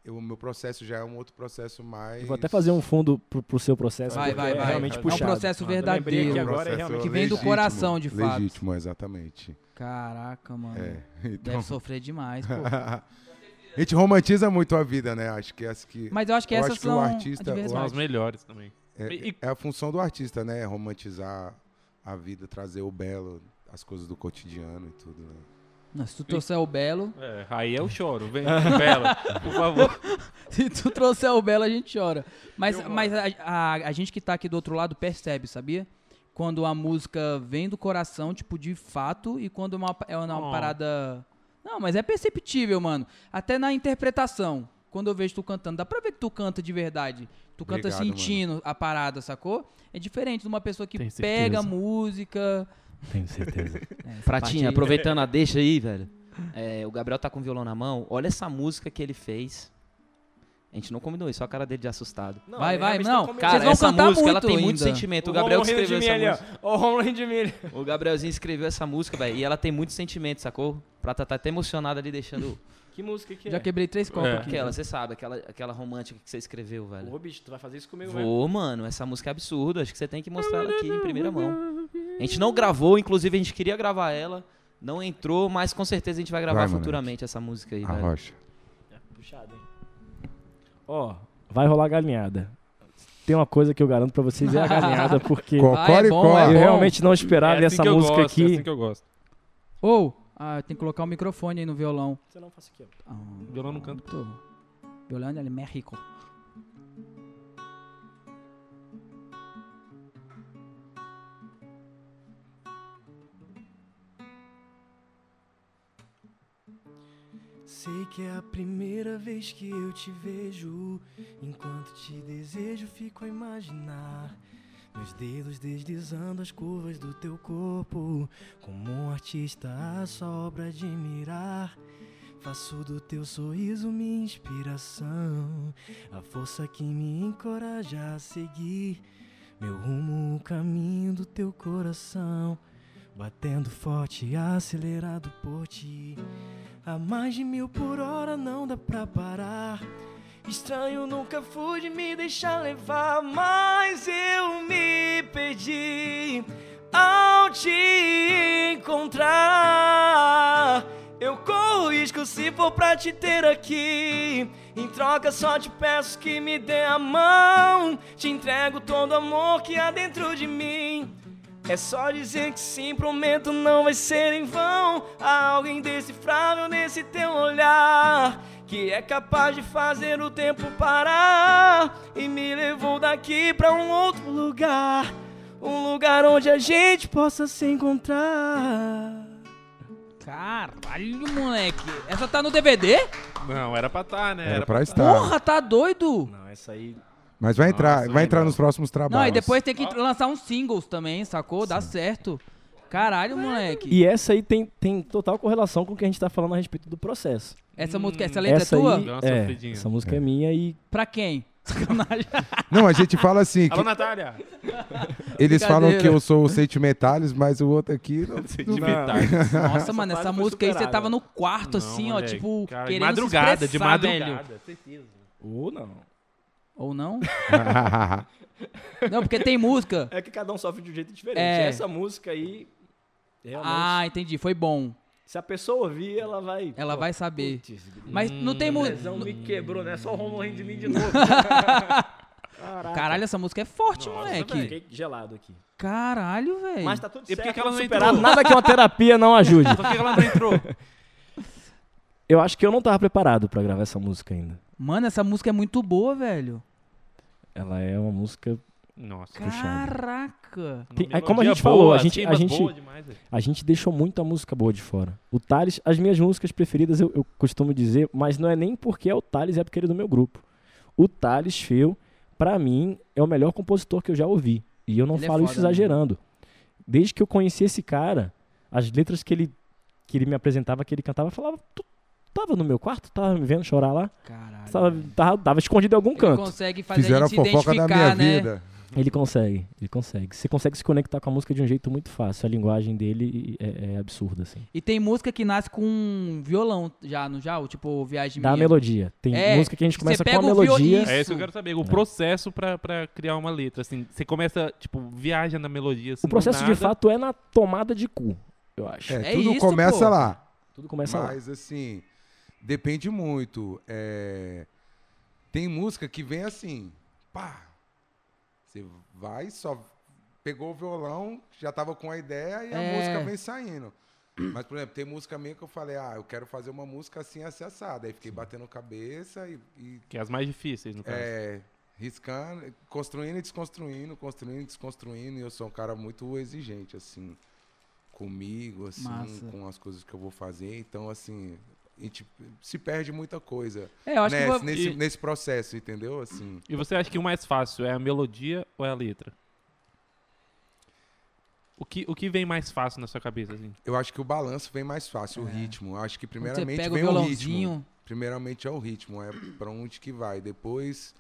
Speaker 8: eu- O meu processo já é um outro processo mais.
Speaker 5: Eu vou até fazer um fundo pro, pro seu processo.
Speaker 1: Vai,
Speaker 5: porque
Speaker 1: vai,
Speaker 5: é
Speaker 1: vai.
Speaker 5: realmente
Speaker 1: é um
Speaker 5: puxado.
Speaker 1: processo
Speaker 2: Nada,
Speaker 1: verdadeiro.
Speaker 5: lembrei aqui
Speaker 8: Um
Speaker 5: agora é
Speaker 8: processo
Speaker 5: realmente-
Speaker 1: Que vem do
Speaker 8: legítimo,
Speaker 1: coração, de fato.
Speaker 8: Legítimo, exatamente.
Speaker 1: Caraca, mano.
Speaker 5: [LAUGHS]
Speaker 8: É. [LAUGHS]
Speaker 5: então.
Speaker 1: Deve sofrer demais, pô.
Speaker 8: A gente romantiza muito a vida, né? Acho que essa que.
Speaker 1: Mas eu acho que
Speaker 8: Eu
Speaker 1: essas
Speaker 8: acho que o
Speaker 1: são.
Speaker 8: artista-
Speaker 1: de
Speaker 8: o
Speaker 2: São
Speaker 1: verdade.
Speaker 2: as melhores também.
Speaker 8: É,
Speaker 2: E- e-
Speaker 8: é a função do artista, né? É Romantizar a vida, trazer o belo, as coisas do cotidiano e tudo, né?
Speaker 1: Não, se tu trouxer o Belo.
Speaker 2: É, aí é o choro.
Speaker 1: [LAUGHS]
Speaker 2: Vem, Bela, por favor.
Speaker 1: Se tu trouxer o Belo, a gente chora. Mas, mas a, a, a gente que tá aqui do outro lado percebe, sabia? Quando a música vem do coração, tipo, de fato, e quando é uma, é uma
Speaker 2: Oh.
Speaker 1: parada. Não, mas é perceptível, mano. Até na interpretação. Quando eu vejo tu cantando, dá pra ver que tu canta de verdade. Tu canta
Speaker 8: Obrigado,
Speaker 1: sentindo a parada, sacou? É diferente de uma pessoa que
Speaker 5: Tenho
Speaker 1: pega
Speaker 5: certeza.
Speaker 1: a música.
Speaker 5: Tenho
Speaker 6: [LAUGHS]
Speaker 5: certeza.
Speaker 1: Parte-
Speaker 6: É, Pratinha, aproveitando a deixa aí, velho. É, o Gabriel tá com o violão na mão. Olha essa música que ele fez. A gente não combinou isso, só a cara dele de assustado.
Speaker 1: vai, vai, não.
Speaker 6: Cara,
Speaker 1: Vocês vão
Speaker 6: essa
Speaker 1: cantar
Speaker 6: música ela
Speaker 1: muito
Speaker 6: tem
Speaker 1: ainda.
Speaker 6: muito sentimento. O, Gabriel que escreveu essa música. [LAUGHS]
Speaker 5: Ó, o Homeland de milho.
Speaker 6: O Gabrielzinho escreveu essa música, velho, e ela tem muito sentimento, sacou? Prata tá até emocionada ali deixando
Speaker 5: Que música que
Speaker 1: Já quebrei três copos
Speaker 2: É.
Speaker 1: aqui. né?
Speaker 6: aquela, você sabe, aquela, aquela romântica que você escreveu, velho.
Speaker 4: Ô, bicho, tu vai fazer isso comigo, né?
Speaker 6: Vou, mano, essa música é absurda, acho que você tem que mostrar ela aqui em primeira mão. A gente não gravou, inclusive a gente queria gravar ela, não entrou, mas com certeza a gente vai gravar
Speaker 8: Vai, mano.
Speaker 6: futuramente essa música aí,
Speaker 8: A
Speaker 6: velho.
Speaker 8: rocha.
Speaker 5: Ó, vai rolar galinhada. Tem uma coisa que eu garanto pra vocês, é
Speaker 1: [LAUGHS]
Speaker 5: a galinhada, porque eu
Speaker 8: Cocoricó.
Speaker 1: é bom.
Speaker 5: realmente não esperava
Speaker 2: É assim
Speaker 5: essa
Speaker 2: que eu
Speaker 5: música
Speaker 2: gosto,
Speaker 5: aqui.
Speaker 2: É assim que eu gosto.
Speaker 1: Ou, ah, tem que colocar o microfone aí no violão.
Speaker 5: Você não faz aqui, ó.
Speaker 1: Ah,
Speaker 2: Violão no canto.
Speaker 1: Tô. Violão é de México.
Speaker 7: Sei que é a primeira vez que eu te vejo. Enquanto te desejo, fico a imaginar. Meus dedos deslizando as curvas do teu corpo. Como um artista, a sua obra admirar. Faço do teu sorriso minha inspiração, a força que me encoraja a seguir meu rumo, o caminho do teu coração. Batendo forte, acelerado por ti. A mais de mil por hora não dá pra parar. Estranho nunca fui de me deixar levar, mas eu me perdi ao te encontrar. Eu corro risco se for pra te ter aqui. Em troca, só te peço que me dê a mão. Te entrego todo o amor que há dentro de mim. É só dizer que sim, prometo, não vai ser em vão. Há algo indecifrável nesse teu olhar que é capaz de fazer o tempo parar e me levou daqui pra um outro lugar. Um lugar onde a gente possa se encontrar.
Speaker 1: Caralho, moleque. Essa tá no DVD?
Speaker 2: Não, era pra tá, né?
Speaker 8: Era pra estar.
Speaker 1: Porra, tá doido?
Speaker 5: Não, essa aí.
Speaker 8: Mas vai entrar,
Speaker 2: Nossa,
Speaker 8: vai entrar
Speaker 2: legal.
Speaker 8: nos próximos trabalhos.
Speaker 1: Não, e depois tem que lançar uns singles também, sacou? Dá certo. Caralho,
Speaker 2: Hum.
Speaker 1: moleque.
Speaker 5: E essa aí tem, tem total correlação com o que a gente tá falando a respeito do processo.
Speaker 1: Essa
Speaker 2: Hum,
Speaker 1: música, essa letra é
Speaker 5: Essa
Speaker 1: tua?
Speaker 5: aí,
Speaker 2: Dá uma
Speaker 5: é,
Speaker 2: sofridinha.
Speaker 5: essa música é minha e
Speaker 1: Pra quem? [LAUGHS] Sacanagem.
Speaker 8: Não, a gente fala assim, que
Speaker 2: Alô, Natália!
Speaker 8: eles falam que
Speaker 1: brincadeira.
Speaker 8: eu sou o Sentimentalis, mas o outro aqui
Speaker 2: [LAUGHS]
Speaker 8: não,
Speaker 2: Você de metade.
Speaker 1: Nossa, mano,
Speaker 2: fase
Speaker 1: essa
Speaker 2: foi
Speaker 1: música aí você
Speaker 2: superada.
Speaker 1: tava no quarto,
Speaker 2: Não,
Speaker 1: assim, ó,
Speaker 2: moleque,
Speaker 1: tipo,
Speaker 2: cara, de
Speaker 1: querendo
Speaker 2: madrugada,
Speaker 1: se
Speaker 2: de
Speaker 1: expressar, velho.
Speaker 2: madrugada. certeza.
Speaker 5: Ou não.
Speaker 1: Ou
Speaker 5: [LAUGHS]
Speaker 1: não? Não, porque tem [LAUGHS] música.
Speaker 7: É que cada um sofre de um jeito diferente.
Speaker 1: É.
Speaker 7: Essa música aí, realmente,
Speaker 1: Ah, entendi, foi bom.
Speaker 7: se a pessoa ouvir, ela vai.
Speaker 1: Ela
Speaker 7: Pô,
Speaker 1: vai saber.
Speaker 7: putz,
Speaker 1: Mas não
Speaker 5: hum,
Speaker 1: tem
Speaker 5: é,
Speaker 1: música.
Speaker 7: Não Hum, me quebrou, né? Só o Romulo de mim
Speaker 1: [LAUGHS]
Speaker 7: de novo. Caraca.
Speaker 1: Caralho, essa música é forte, moleque.
Speaker 7: Fiquei gelado aqui.
Speaker 1: Caralho, velho.
Speaker 7: Mas tá tudo
Speaker 2: E
Speaker 7: certo.
Speaker 2: por que que ela não
Speaker 7: superado.
Speaker 2: entrou?
Speaker 5: Nada que uma terapia não ajude.
Speaker 2: [LAUGHS]
Speaker 7: [LAUGHS]
Speaker 2: Por que ela não entrou?
Speaker 5: Eu acho que eu não tava preparado pra gravar essa música ainda.
Speaker 1: Mano, essa música é muito boa, velho.
Speaker 5: Ela é uma música.
Speaker 2: Nossa.
Speaker 5: Puxado.
Speaker 1: Caraca.
Speaker 5: Tem-
Speaker 2: Uma
Speaker 5: é como a
Speaker 2: melodia
Speaker 5: gente falou,
Speaker 2: boa,
Speaker 5: a gente- a
Speaker 2: timbas
Speaker 5: gente-
Speaker 2: boa demais, velho.
Speaker 5: A gente deixou muita música boa de fora. O Thales, as minhas músicas preferidas, eu, eu costumo dizer, mas não é nem porque é o Thales, é porque ele é do meu grupo. O Thales Feu, pra mim, é o melhor compositor que eu já ouvi. E eu não
Speaker 1: Ele é
Speaker 5: falo
Speaker 1: foda,
Speaker 5: isso
Speaker 1: né?
Speaker 5: exagerando. Desde que eu conheci esse cara, as letras que ele, que ele me apresentava, que ele cantava, eu falava, tu tava no meu quarto, tava me vendo chorar lá,
Speaker 1: Caralho.
Speaker 5: tava, tava, tava escondido em algum
Speaker 1: Ele
Speaker 5: canto.
Speaker 1: consegue fazer
Speaker 8: fizeram
Speaker 1: a
Speaker 8: a
Speaker 1: gente se
Speaker 8: fofoca da minha
Speaker 1: identificar, né?
Speaker 8: vida.
Speaker 5: Ele consegue, ele consegue. Você consegue se conectar com a música de um jeito muito fácil. A linguagem dele é, é absurda, assim.
Speaker 1: E tem música que nasce com um violão já, não já? Ou, tipo, Viagem
Speaker 5: Da
Speaker 1: Minha.
Speaker 5: melodia. Tem
Speaker 1: É,
Speaker 5: música que a gente
Speaker 1: você
Speaker 5: começa com
Speaker 1: pega
Speaker 5: a
Speaker 1: o violino-
Speaker 5: melodia.
Speaker 2: É isso que eu quero saber. O processo pra, pra criar uma letra, assim. Você começa, tipo, viaja na melodia, assim,
Speaker 5: O processo
Speaker 2: do
Speaker 5: de
Speaker 2: nada.
Speaker 5: fato é na tomada de cu, eu acho.
Speaker 8: É,
Speaker 1: É
Speaker 8: tudo
Speaker 1: isso,
Speaker 8: começa
Speaker 1: pô.
Speaker 8: lá.
Speaker 5: Tudo começa lá.
Speaker 8: Mas assim, depende muito. É, Tem música que vem assim, pá. Você vai, só pegou o violão, já tava com a ideia e
Speaker 1: É.
Speaker 8: a música vem saindo. Mas, por exemplo, tem música minha que eu falei, ah, eu quero fazer uma música assim, assim, assada. Aí fiquei batendo cabeça e, e,
Speaker 2: Que é as mais difíceis, no caso.
Speaker 8: é, riscando, construindo e desconstruindo, construindo e desconstruindo. E eu sou um cara muito exigente, assim, comigo, assim,
Speaker 1: Massa.
Speaker 8: com as coisas que eu vou fazer. Então, assim, a gente se perde muita coisa
Speaker 1: É, eu acho
Speaker 8: nesse,
Speaker 1: que... vou-
Speaker 8: nesse,
Speaker 2: e-
Speaker 8: nesse processo, entendeu? Assim,
Speaker 2: E você acha que o mais fácil é a melodia ou é a letra? O que, o que vem mais fácil na sua cabeça, assim?
Speaker 8: eu acho que o balanço vem mais fácil, o ritmo. Eu acho que
Speaker 1: É. quando Você
Speaker 8: primeiramente
Speaker 1: pega o
Speaker 8: vem o ritmo.
Speaker 1: violãozinho.
Speaker 8: Primeiramente é o ritmo, é pra onde que vai. Depois,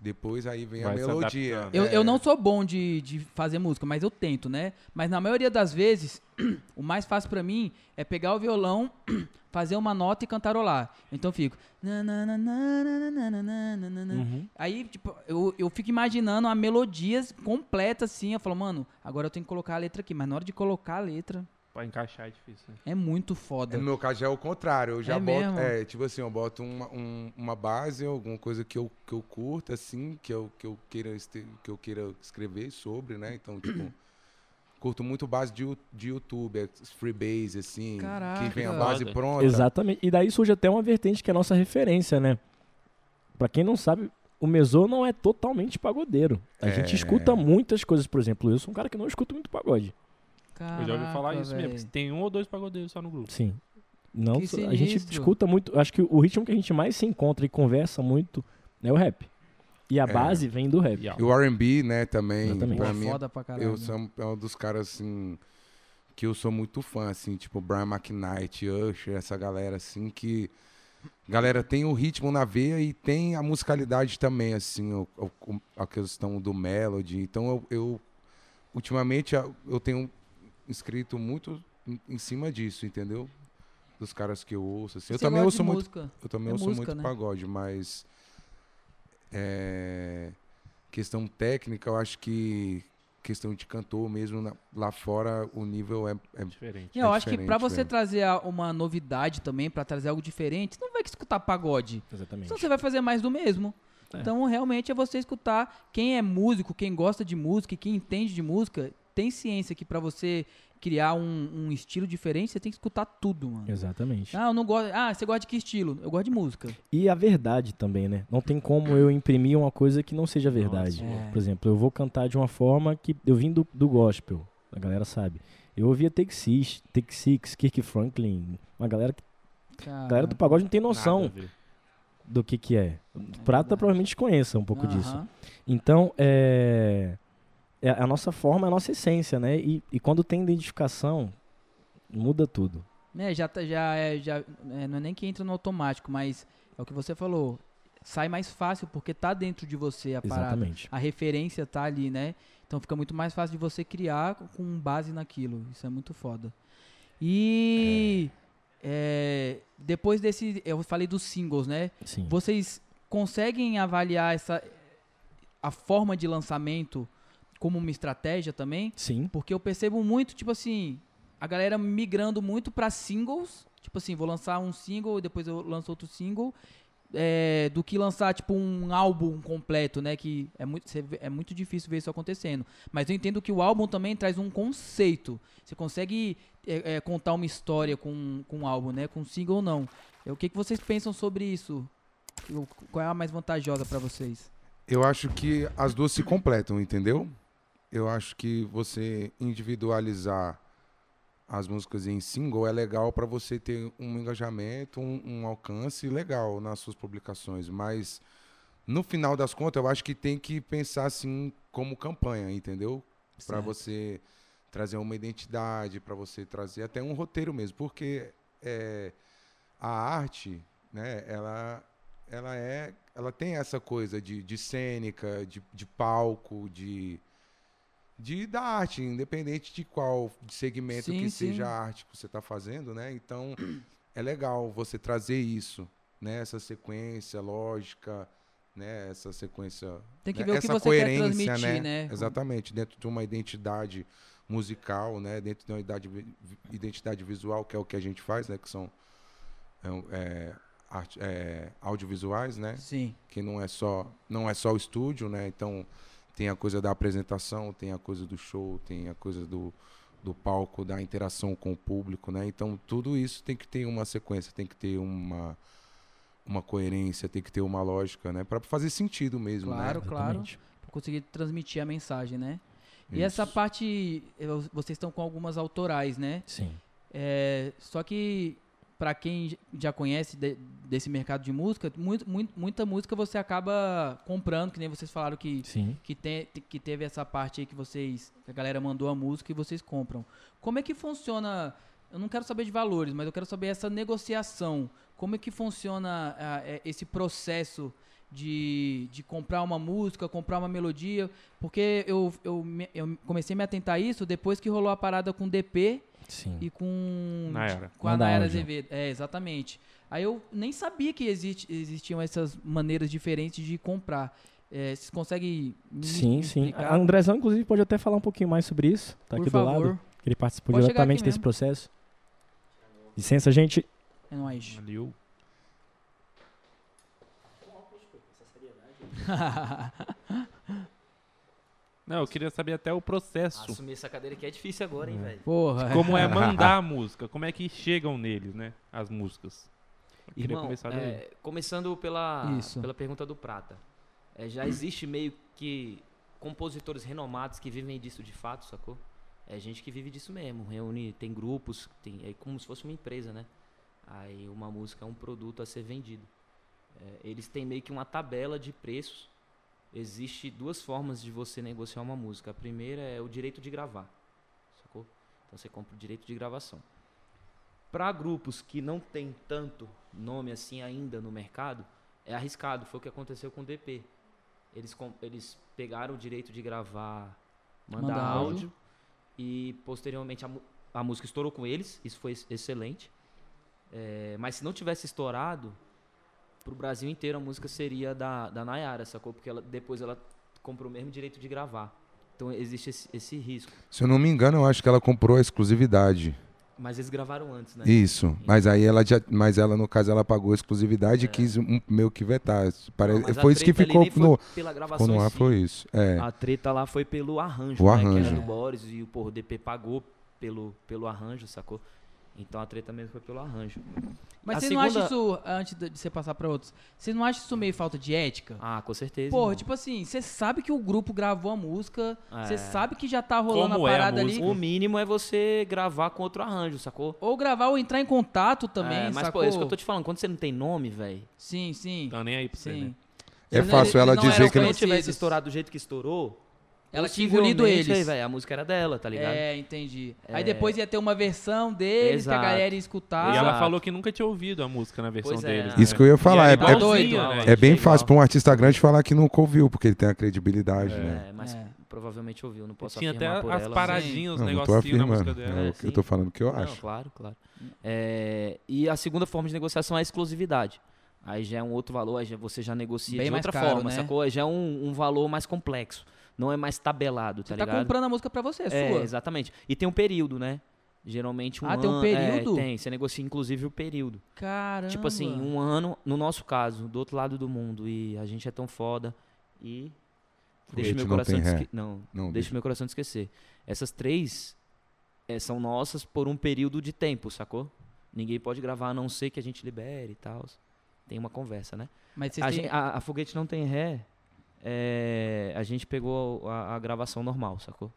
Speaker 8: depois aí vem
Speaker 2: Vai
Speaker 8: a
Speaker 2: se
Speaker 8: melodia.
Speaker 2: adaptando.
Speaker 1: Eu,
Speaker 8: É,
Speaker 1: eu não sou bom de, de fazer música, mas eu tento, né? Mas na maioria das vezes, [CLEARS THROAT] o mais fácil pra mim é pegar o violão, [CLEARS THROAT] fazer uma nota e cantarolar. Então eu fico. nanananananananananana.
Speaker 6: Uhum.
Speaker 2: Uhum.
Speaker 1: Aí, tipo, eu, eu fico imaginando a melodia completa assim. Eu falo, mano, agora eu tenho que colocar a letra aqui. Mas na hora de colocar a letra,
Speaker 2: Pra encaixar é difícil, né?
Speaker 1: é muito
Speaker 8: É,
Speaker 1: foda.
Speaker 8: No meu caso já é o contrário. Eu já
Speaker 1: É
Speaker 8: boto.
Speaker 1: mesmo?
Speaker 8: É, tipo assim, eu boto uma, um- uma base, alguma coisa que eu, que eu curto, assim, que eu, que, eu queira este- que eu queira escrever sobre, né? Então,
Speaker 1: [CLEARS THROAT]
Speaker 8: tipo. Curto muito base de, Yu- de YouTube, é freebase, assim. Que
Speaker 1: Caraca.
Speaker 8: vem a base
Speaker 2: Foda.
Speaker 8: pronta.
Speaker 5: Exatamente. E daí surge até uma vertente que é a nossa referência, né? Pra quem não sabe, o Mesô não é totalmente pagodeiro. A gente escuta muitas coisas, por exemplo, eu sou um cara que não escuta muito pagode.
Speaker 1: Caraca,
Speaker 2: eu já ouvi falar isso
Speaker 1: véi.
Speaker 2: mesmo. que Tem um ou dois pagodeiros só no grupo.
Speaker 5: Sim. Não,
Speaker 1: Que
Speaker 5: a gente
Speaker 1: sinistro.
Speaker 5: escuta muito, acho que o ritmo que a gente mais se encontra e conversa muito é o rap. E
Speaker 8: É.
Speaker 5: a base vem do rap.
Speaker 2: E, ó,
Speaker 8: E o RB, né, também.
Speaker 5: Exatamente.
Speaker 8: Pra
Speaker 1: Pô,
Speaker 8: mim,
Speaker 1: foda pra É caralho.
Speaker 8: eu sou um, é um dos caras, assim. que eu sou muito fã, assim, tipo Brian McKnight, Usher, essa galera, assim, que. Galera, tem o ritmo na veia e tem a musicalidade também, assim, o- o- a questão do melody. Então, eu, eu- ultimamente, a- eu tenho escrito muito em- em cima disso, entendeu? Dos caras que eu ouço, assim. eu
Speaker 1: Você
Speaker 8: também
Speaker 1: gosta de
Speaker 8: ouço muito
Speaker 1: música.
Speaker 8: eu também
Speaker 1: É
Speaker 8: ouço
Speaker 1: música,
Speaker 8: muito
Speaker 1: né?
Speaker 8: pagode, mas é, questão técnica, eu acho que questão de cantor mesmo na- lá fora o nível é, é-
Speaker 2: Diferente.
Speaker 1: E eu
Speaker 8: É
Speaker 1: acho que
Speaker 8: diferente
Speaker 1: pra você
Speaker 8: mesmo.
Speaker 1: trazer a- uma novidade também, pra trazer algo diferente, você não vai escutar pagode.
Speaker 5: Exatamente.
Speaker 1: Senão você vai fazer mais do mesmo. Então, realmente, é você escutar quem é músico, quem gosta de música e quem entende de música. Tem ciência que pra você criar um, um estilo diferente, você tem que escutar tudo, mano.
Speaker 5: Exatamente.
Speaker 1: Ah, eu não gosto. Ah, você gosta de que estilo? Eu gosto de música.
Speaker 5: E a verdade também, né? Não tem como eu imprimir uma coisa que não seja verdade.
Speaker 1: Nossa, é.
Speaker 5: Por exemplo, eu vou cantar de uma forma que eu vim do, do gospel, a galera sabe. Eu ouvia Take Six, Take Six, Kirk Franklin, uma galera que a galera do pagode não tem noção do que que é. Prata
Speaker 1: verdade.
Speaker 5: provavelmente conheça um pouco disso.
Speaker 1: Aham.
Speaker 5: Então, é, é a nossa forma, é a nossa essência, né? E, e quando tem identificação, muda tudo.
Speaker 1: É, já, tá- já, é, já é, não é nem que entra no automático, mas é o que você falou. Sai mais fácil, porque tá dentro de você a parada.
Speaker 5: Exatamente.
Speaker 1: A referência tá ali, né? Então fica muito mais fácil de você criar com base naquilo. Isso é muito foda. E é, depois desse. Eu falei dos singles, né?
Speaker 5: Sim.
Speaker 1: Vocês conseguem avaliar essa a forma de lançamento como uma estratégia também?
Speaker 5: Sim.
Speaker 1: Porque eu percebo muito, tipo assim, a galera migrando muito pra singles. Tipo assim, vou lançar um single, depois eu lanço outro single. é, do que lançar, tipo, um álbum completo, né? Que é muito, cê vê- é muito difícil ver isso acontecendo. Mas eu entendo que o álbum também traz um conceito. Você consegue é, é, contar uma história com, com um álbum, né? Com um single, não. É, O que, que vocês pensam sobre isso? O- Qual é a mais vantajosa pra vocês?
Speaker 8: Eu acho que as duas se completam, entendeu? Eu acho que você individualizar as músicas em single é legal para você ter um engajamento, um, um alcance legal nas suas publicações. Mas no final das contas, eu acho que tem que pensar assim como campanha, entendeu? Para você trazer uma identidade, para você trazer até um roteiro mesmo, porque é, a arte, né? Ela, ela é, ela tem essa coisa de, de cênica, de, de palco, de de da arte, independente de qual segmento
Speaker 1: Sim,
Speaker 8: que
Speaker 1: sim.
Speaker 8: seja a arte que você está fazendo, né?
Speaker 1: [CLEARS THROAT]
Speaker 8: Então é legal você trazer isso, né? Essa sequência lógica, né? Essa sequência,
Speaker 1: Tem que
Speaker 8: né?
Speaker 1: ver o que
Speaker 8: essa
Speaker 1: você quer
Speaker 8: coerência,
Speaker 1: transmitir,
Speaker 8: né?
Speaker 1: né?
Speaker 8: Exatamente, dentro de uma identidade musical, né? Dentro de uma idade vi- identidade visual, que é o que a gente faz, né? Que são é, um, é, arte- é, audiovisuais, né?
Speaker 1: Sim.
Speaker 8: que não é só não é só o estúdio, né? Então tem a coisa da apresentação, tem a coisa do show, tem a coisa do, do palco, da interação com o público, né? Então tudo isso tem que ter uma sequência, tem que ter uma uma coerência, tem que ter uma lógica, né? Para fazer sentido mesmo,
Speaker 1: Claro,
Speaker 8: né?
Speaker 1: claro.
Speaker 5: Exatamente.
Speaker 1: Pra conseguir transmitir a mensagem, né? E
Speaker 8: Isso.
Speaker 1: essa parte, eu- vocês estão com algumas autorais, né?
Speaker 5: Sim.
Speaker 1: É, só que, pra quem já conhece de- desse mercado de música, muito, muito- muita música você acaba comprando, que nem vocês falaram que,
Speaker 5: Sim.
Speaker 1: que, te- que teve essa parte aí que vocês, que a galera mandou a música e vocês compram. Como é que funciona? Eu não quero saber de valores, mas eu quero saber essa negociação. Como é que funciona ah, é, esse processo de, de comprar uma música, comprar uma melodia? Porque eu, eu, me- eu comecei a me atentar a isso depois que rolou a parada com DP
Speaker 5: Sim.
Speaker 1: e com,
Speaker 2: Nayara.
Speaker 1: com a
Speaker 5: Manda
Speaker 1: Nayara
Speaker 5: áudio.
Speaker 1: Azevedo. É, exatamente. Aí eu nem sabia que existe- existiam essas maneiras diferentes de comprar. É, vocês conseguem me
Speaker 5: Sim, sim. Ah,
Speaker 1: explicar?
Speaker 5: A Andrezão, inclusive, pode até falar um pouquinho mais sobre isso. Tá
Speaker 1: Por
Speaker 5: aqui
Speaker 1: favor.
Speaker 5: do lado. que Ele participou
Speaker 1: Pode chegar
Speaker 5: diretamente
Speaker 1: aqui
Speaker 5: desse
Speaker 1: mesmo.
Speaker 5: processo. Licença, gente.
Speaker 1: É nóis.
Speaker 2: Valeu. Não, eu queria saber até o processo.
Speaker 6: Assumir essa cadeira aqui é difícil agora, hein, velho?
Speaker 1: Porra.
Speaker 2: Como
Speaker 8: [LAUGHS]
Speaker 2: é mandar a música, como é que chegam neles, né? As músicas. Eu queria
Speaker 6: Irmão, é,
Speaker 2: começar daí.
Speaker 6: começando pela,
Speaker 1: Isso.
Speaker 6: pela pergunta do Prata. É,
Speaker 2: Hum.
Speaker 6: já existe meio que compositores renomados que vivem disso de fato, sacou? É gente que vive disso mesmo. Reúne, tem grupos, tem, é como se fosse uma empresa, né? Aí uma música é um produto a ser vendido. É, eles têm meio que uma tabela de preços. Existe duas formas de você negociar uma música. A primeira é o direito de gravar, sacou? Então você compra o direito de gravação. Para grupos que não tem tanto nome assim ainda no mercado, é arriscado. Foi o que aconteceu com o DP. Eles, com- eles pegaram o direito de gravar, mandar
Speaker 1: Mandar áudio.
Speaker 6: áudio, e posteriormente a, mu- a música estourou com eles. Isso foi ex- excelente. É, mas se não tivesse estourado, pro Brasil inteiro a música seria da, da Nayara, sacou? Porque ela, depois ela comprou o mesmo direito de gravar. Então existe esse, esse risco.
Speaker 8: Se eu não me engano, eu acho que ela comprou a exclusividade.
Speaker 6: Mas eles gravaram antes, né?
Speaker 8: Isso. Mas aí ela já. Mas ela, no caso, ela pagou a exclusividade e
Speaker 6: É.
Speaker 8: quis um, meio que vetar. Isso Parece,
Speaker 6: Não, mas a
Speaker 8: É, foi isso que
Speaker 6: treta ali
Speaker 8: ficou
Speaker 6: nem foi
Speaker 8: no.
Speaker 6: pela
Speaker 8: Ficou
Speaker 6: gravação
Speaker 8: no
Speaker 6: em
Speaker 8: ar,
Speaker 6: si. Ah,
Speaker 8: foi isso. É.
Speaker 6: A treta lá foi pelo arranjo,
Speaker 8: O
Speaker 6: né? Que
Speaker 8: arranjo.
Speaker 6: era do Boris e o porra, o DP pagou pelo, pelo arranjo, sacou? Então a treta mesmo foi pelo arranjo.
Speaker 1: [LAUGHS] Mas
Speaker 6: A
Speaker 1: você não acha isso, antes de de você passar pra outros, você não acha isso meio falta de ética?
Speaker 6: Ah, com certeza.
Speaker 1: Porra,
Speaker 6: irmão.
Speaker 1: tipo assim, você sabe que o grupo gravou a música, você
Speaker 6: É.
Speaker 1: sabe que já tá rolando
Speaker 2: Como
Speaker 1: a
Speaker 2: é a
Speaker 1: parada ali.
Speaker 6: o mínimo é você gravar com outro arranjo, sacou?
Speaker 1: Ou gravar ou entrar em contato também,
Speaker 6: É, mas
Speaker 1: sacou?
Speaker 6: pô, é isso que eu tô te falando, quando você não tem nome, velho.
Speaker 1: Sim, sim,
Speaker 2: Tá nem aí pra você,
Speaker 1: sim.
Speaker 2: né?
Speaker 8: É
Speaker 1: Vocês não-
Speaker 8: fácil ela
Speaker 1: eles não
Speaker 8: dizer
Speaker 1: eram
Speaker 8: que
Speaker 6: Se
Speaker 8: não-
Speaker 6: não tivesse
Speaker 1: conhecidos.
Speaker 6: estourado do jeito que estourou,
Speaker 1: Ela tinha engolido
Speaker 6: possivelmente,
Speaker 1: eles.
Speaker 6: véi, a música era dela, tá ligado?
Speaker 1: É, entendi. Aí depois ia ter uma versão deles que
Speaker 6: Exato.
Speaker 1: a galera ia escutar.
Speaker 2: E ela
Speaker 6: Exato.
Speaker 2: falou que nunca tinha ouvido a música na versão
Speaker 6: Pois é,
Speaker 2: deles.
Speaker 6: né?
Speaker 8: Isso que eu ia falar. É,
Speaker 1: igual-
Speaker 8: é,
Speaker 1: doido.
Speaker 8: é bem
Speaker 6: Legal.
Speaker 8: fácil pra um artista grande falar que nunca ouviu, porque ele tem a credibilidade, né?
Speaker 6: É, mas
Speaker 1: É.
Speaker 6: provavelmente ouviu, não posso
Speaker 2: Tinha até
Speaker 6: afirmar por
Speaker 2: as
Speaker 6: ela.
Speaker 2: paradinhas, os
Speaker 8: Não, não tô
Speaker 2: negocinhos na música
Speaker 8: afirmando.
Speaker 2: dela.
Speaker 8: Não,
Speaker 6: É,
Speaker 8: eu- eu
Speaker 6: sim.
Speaker 8: tô falando o que eu
Speaker 6: Não,
Speaker 8: acho.
Speaker 6: claro, claro. É, e a segunda forma de negociação é a exclusividade. Aí já é um outro valor, aí já- você já negocia
Speaker 1: Bem
Speaker 6: de
Speaker 1: mais
Speaker 6: outra
Speaker 1: caro,
Speaker 6: forma,
Speaker 1: né?
Speaker 6: sacou? Aí já é um, um valor mais complexo, não é mais tabelado,
Speaker 1: Você
Speaker 6: tá
Speaker 1: tá
Speaker 6: ligado?
Speaker 1: comprando a música pra você, é
Speaker 6: é,
Speaker 1: sua.
Speaker 6: exatamente. E tem um período, né? Geralmente um
Speaker 1: Ah,
Speaker 6: ano.
Speaker 1: tem um período?
Speaker 6: É, tem, você negocia inclusive o período.
Speaker 1: Caramba.
Speaker 6: Tipo assim, um ano, no nosso caso, do outro lado do mundo, e a gente é tão foda, e. Deixa
Speaker 8: Foguete
Speaker 6: meu
Speaker 8: não
Speaker 6: coração
Speaker 8: tem
Speaker 6: de
Speaker 8: ré.
Speaker 6: esque- Não,
Speaker 8: Não,
Speaker 6: deixa meu coração de esquecer. Essas três eh, são nossas por um período de tempo, sacou? Ninguém pode gravar a não ser que a gente libere e tal. Tem uma conversa, né?
Speaker 1: Mas vocês
Speaker 6: A,
Speaker 1: têm...
Speaker 6: gen- a- a Foguete Não Tem Ré, eh, a gente pegou a, a gravação normal, sacou?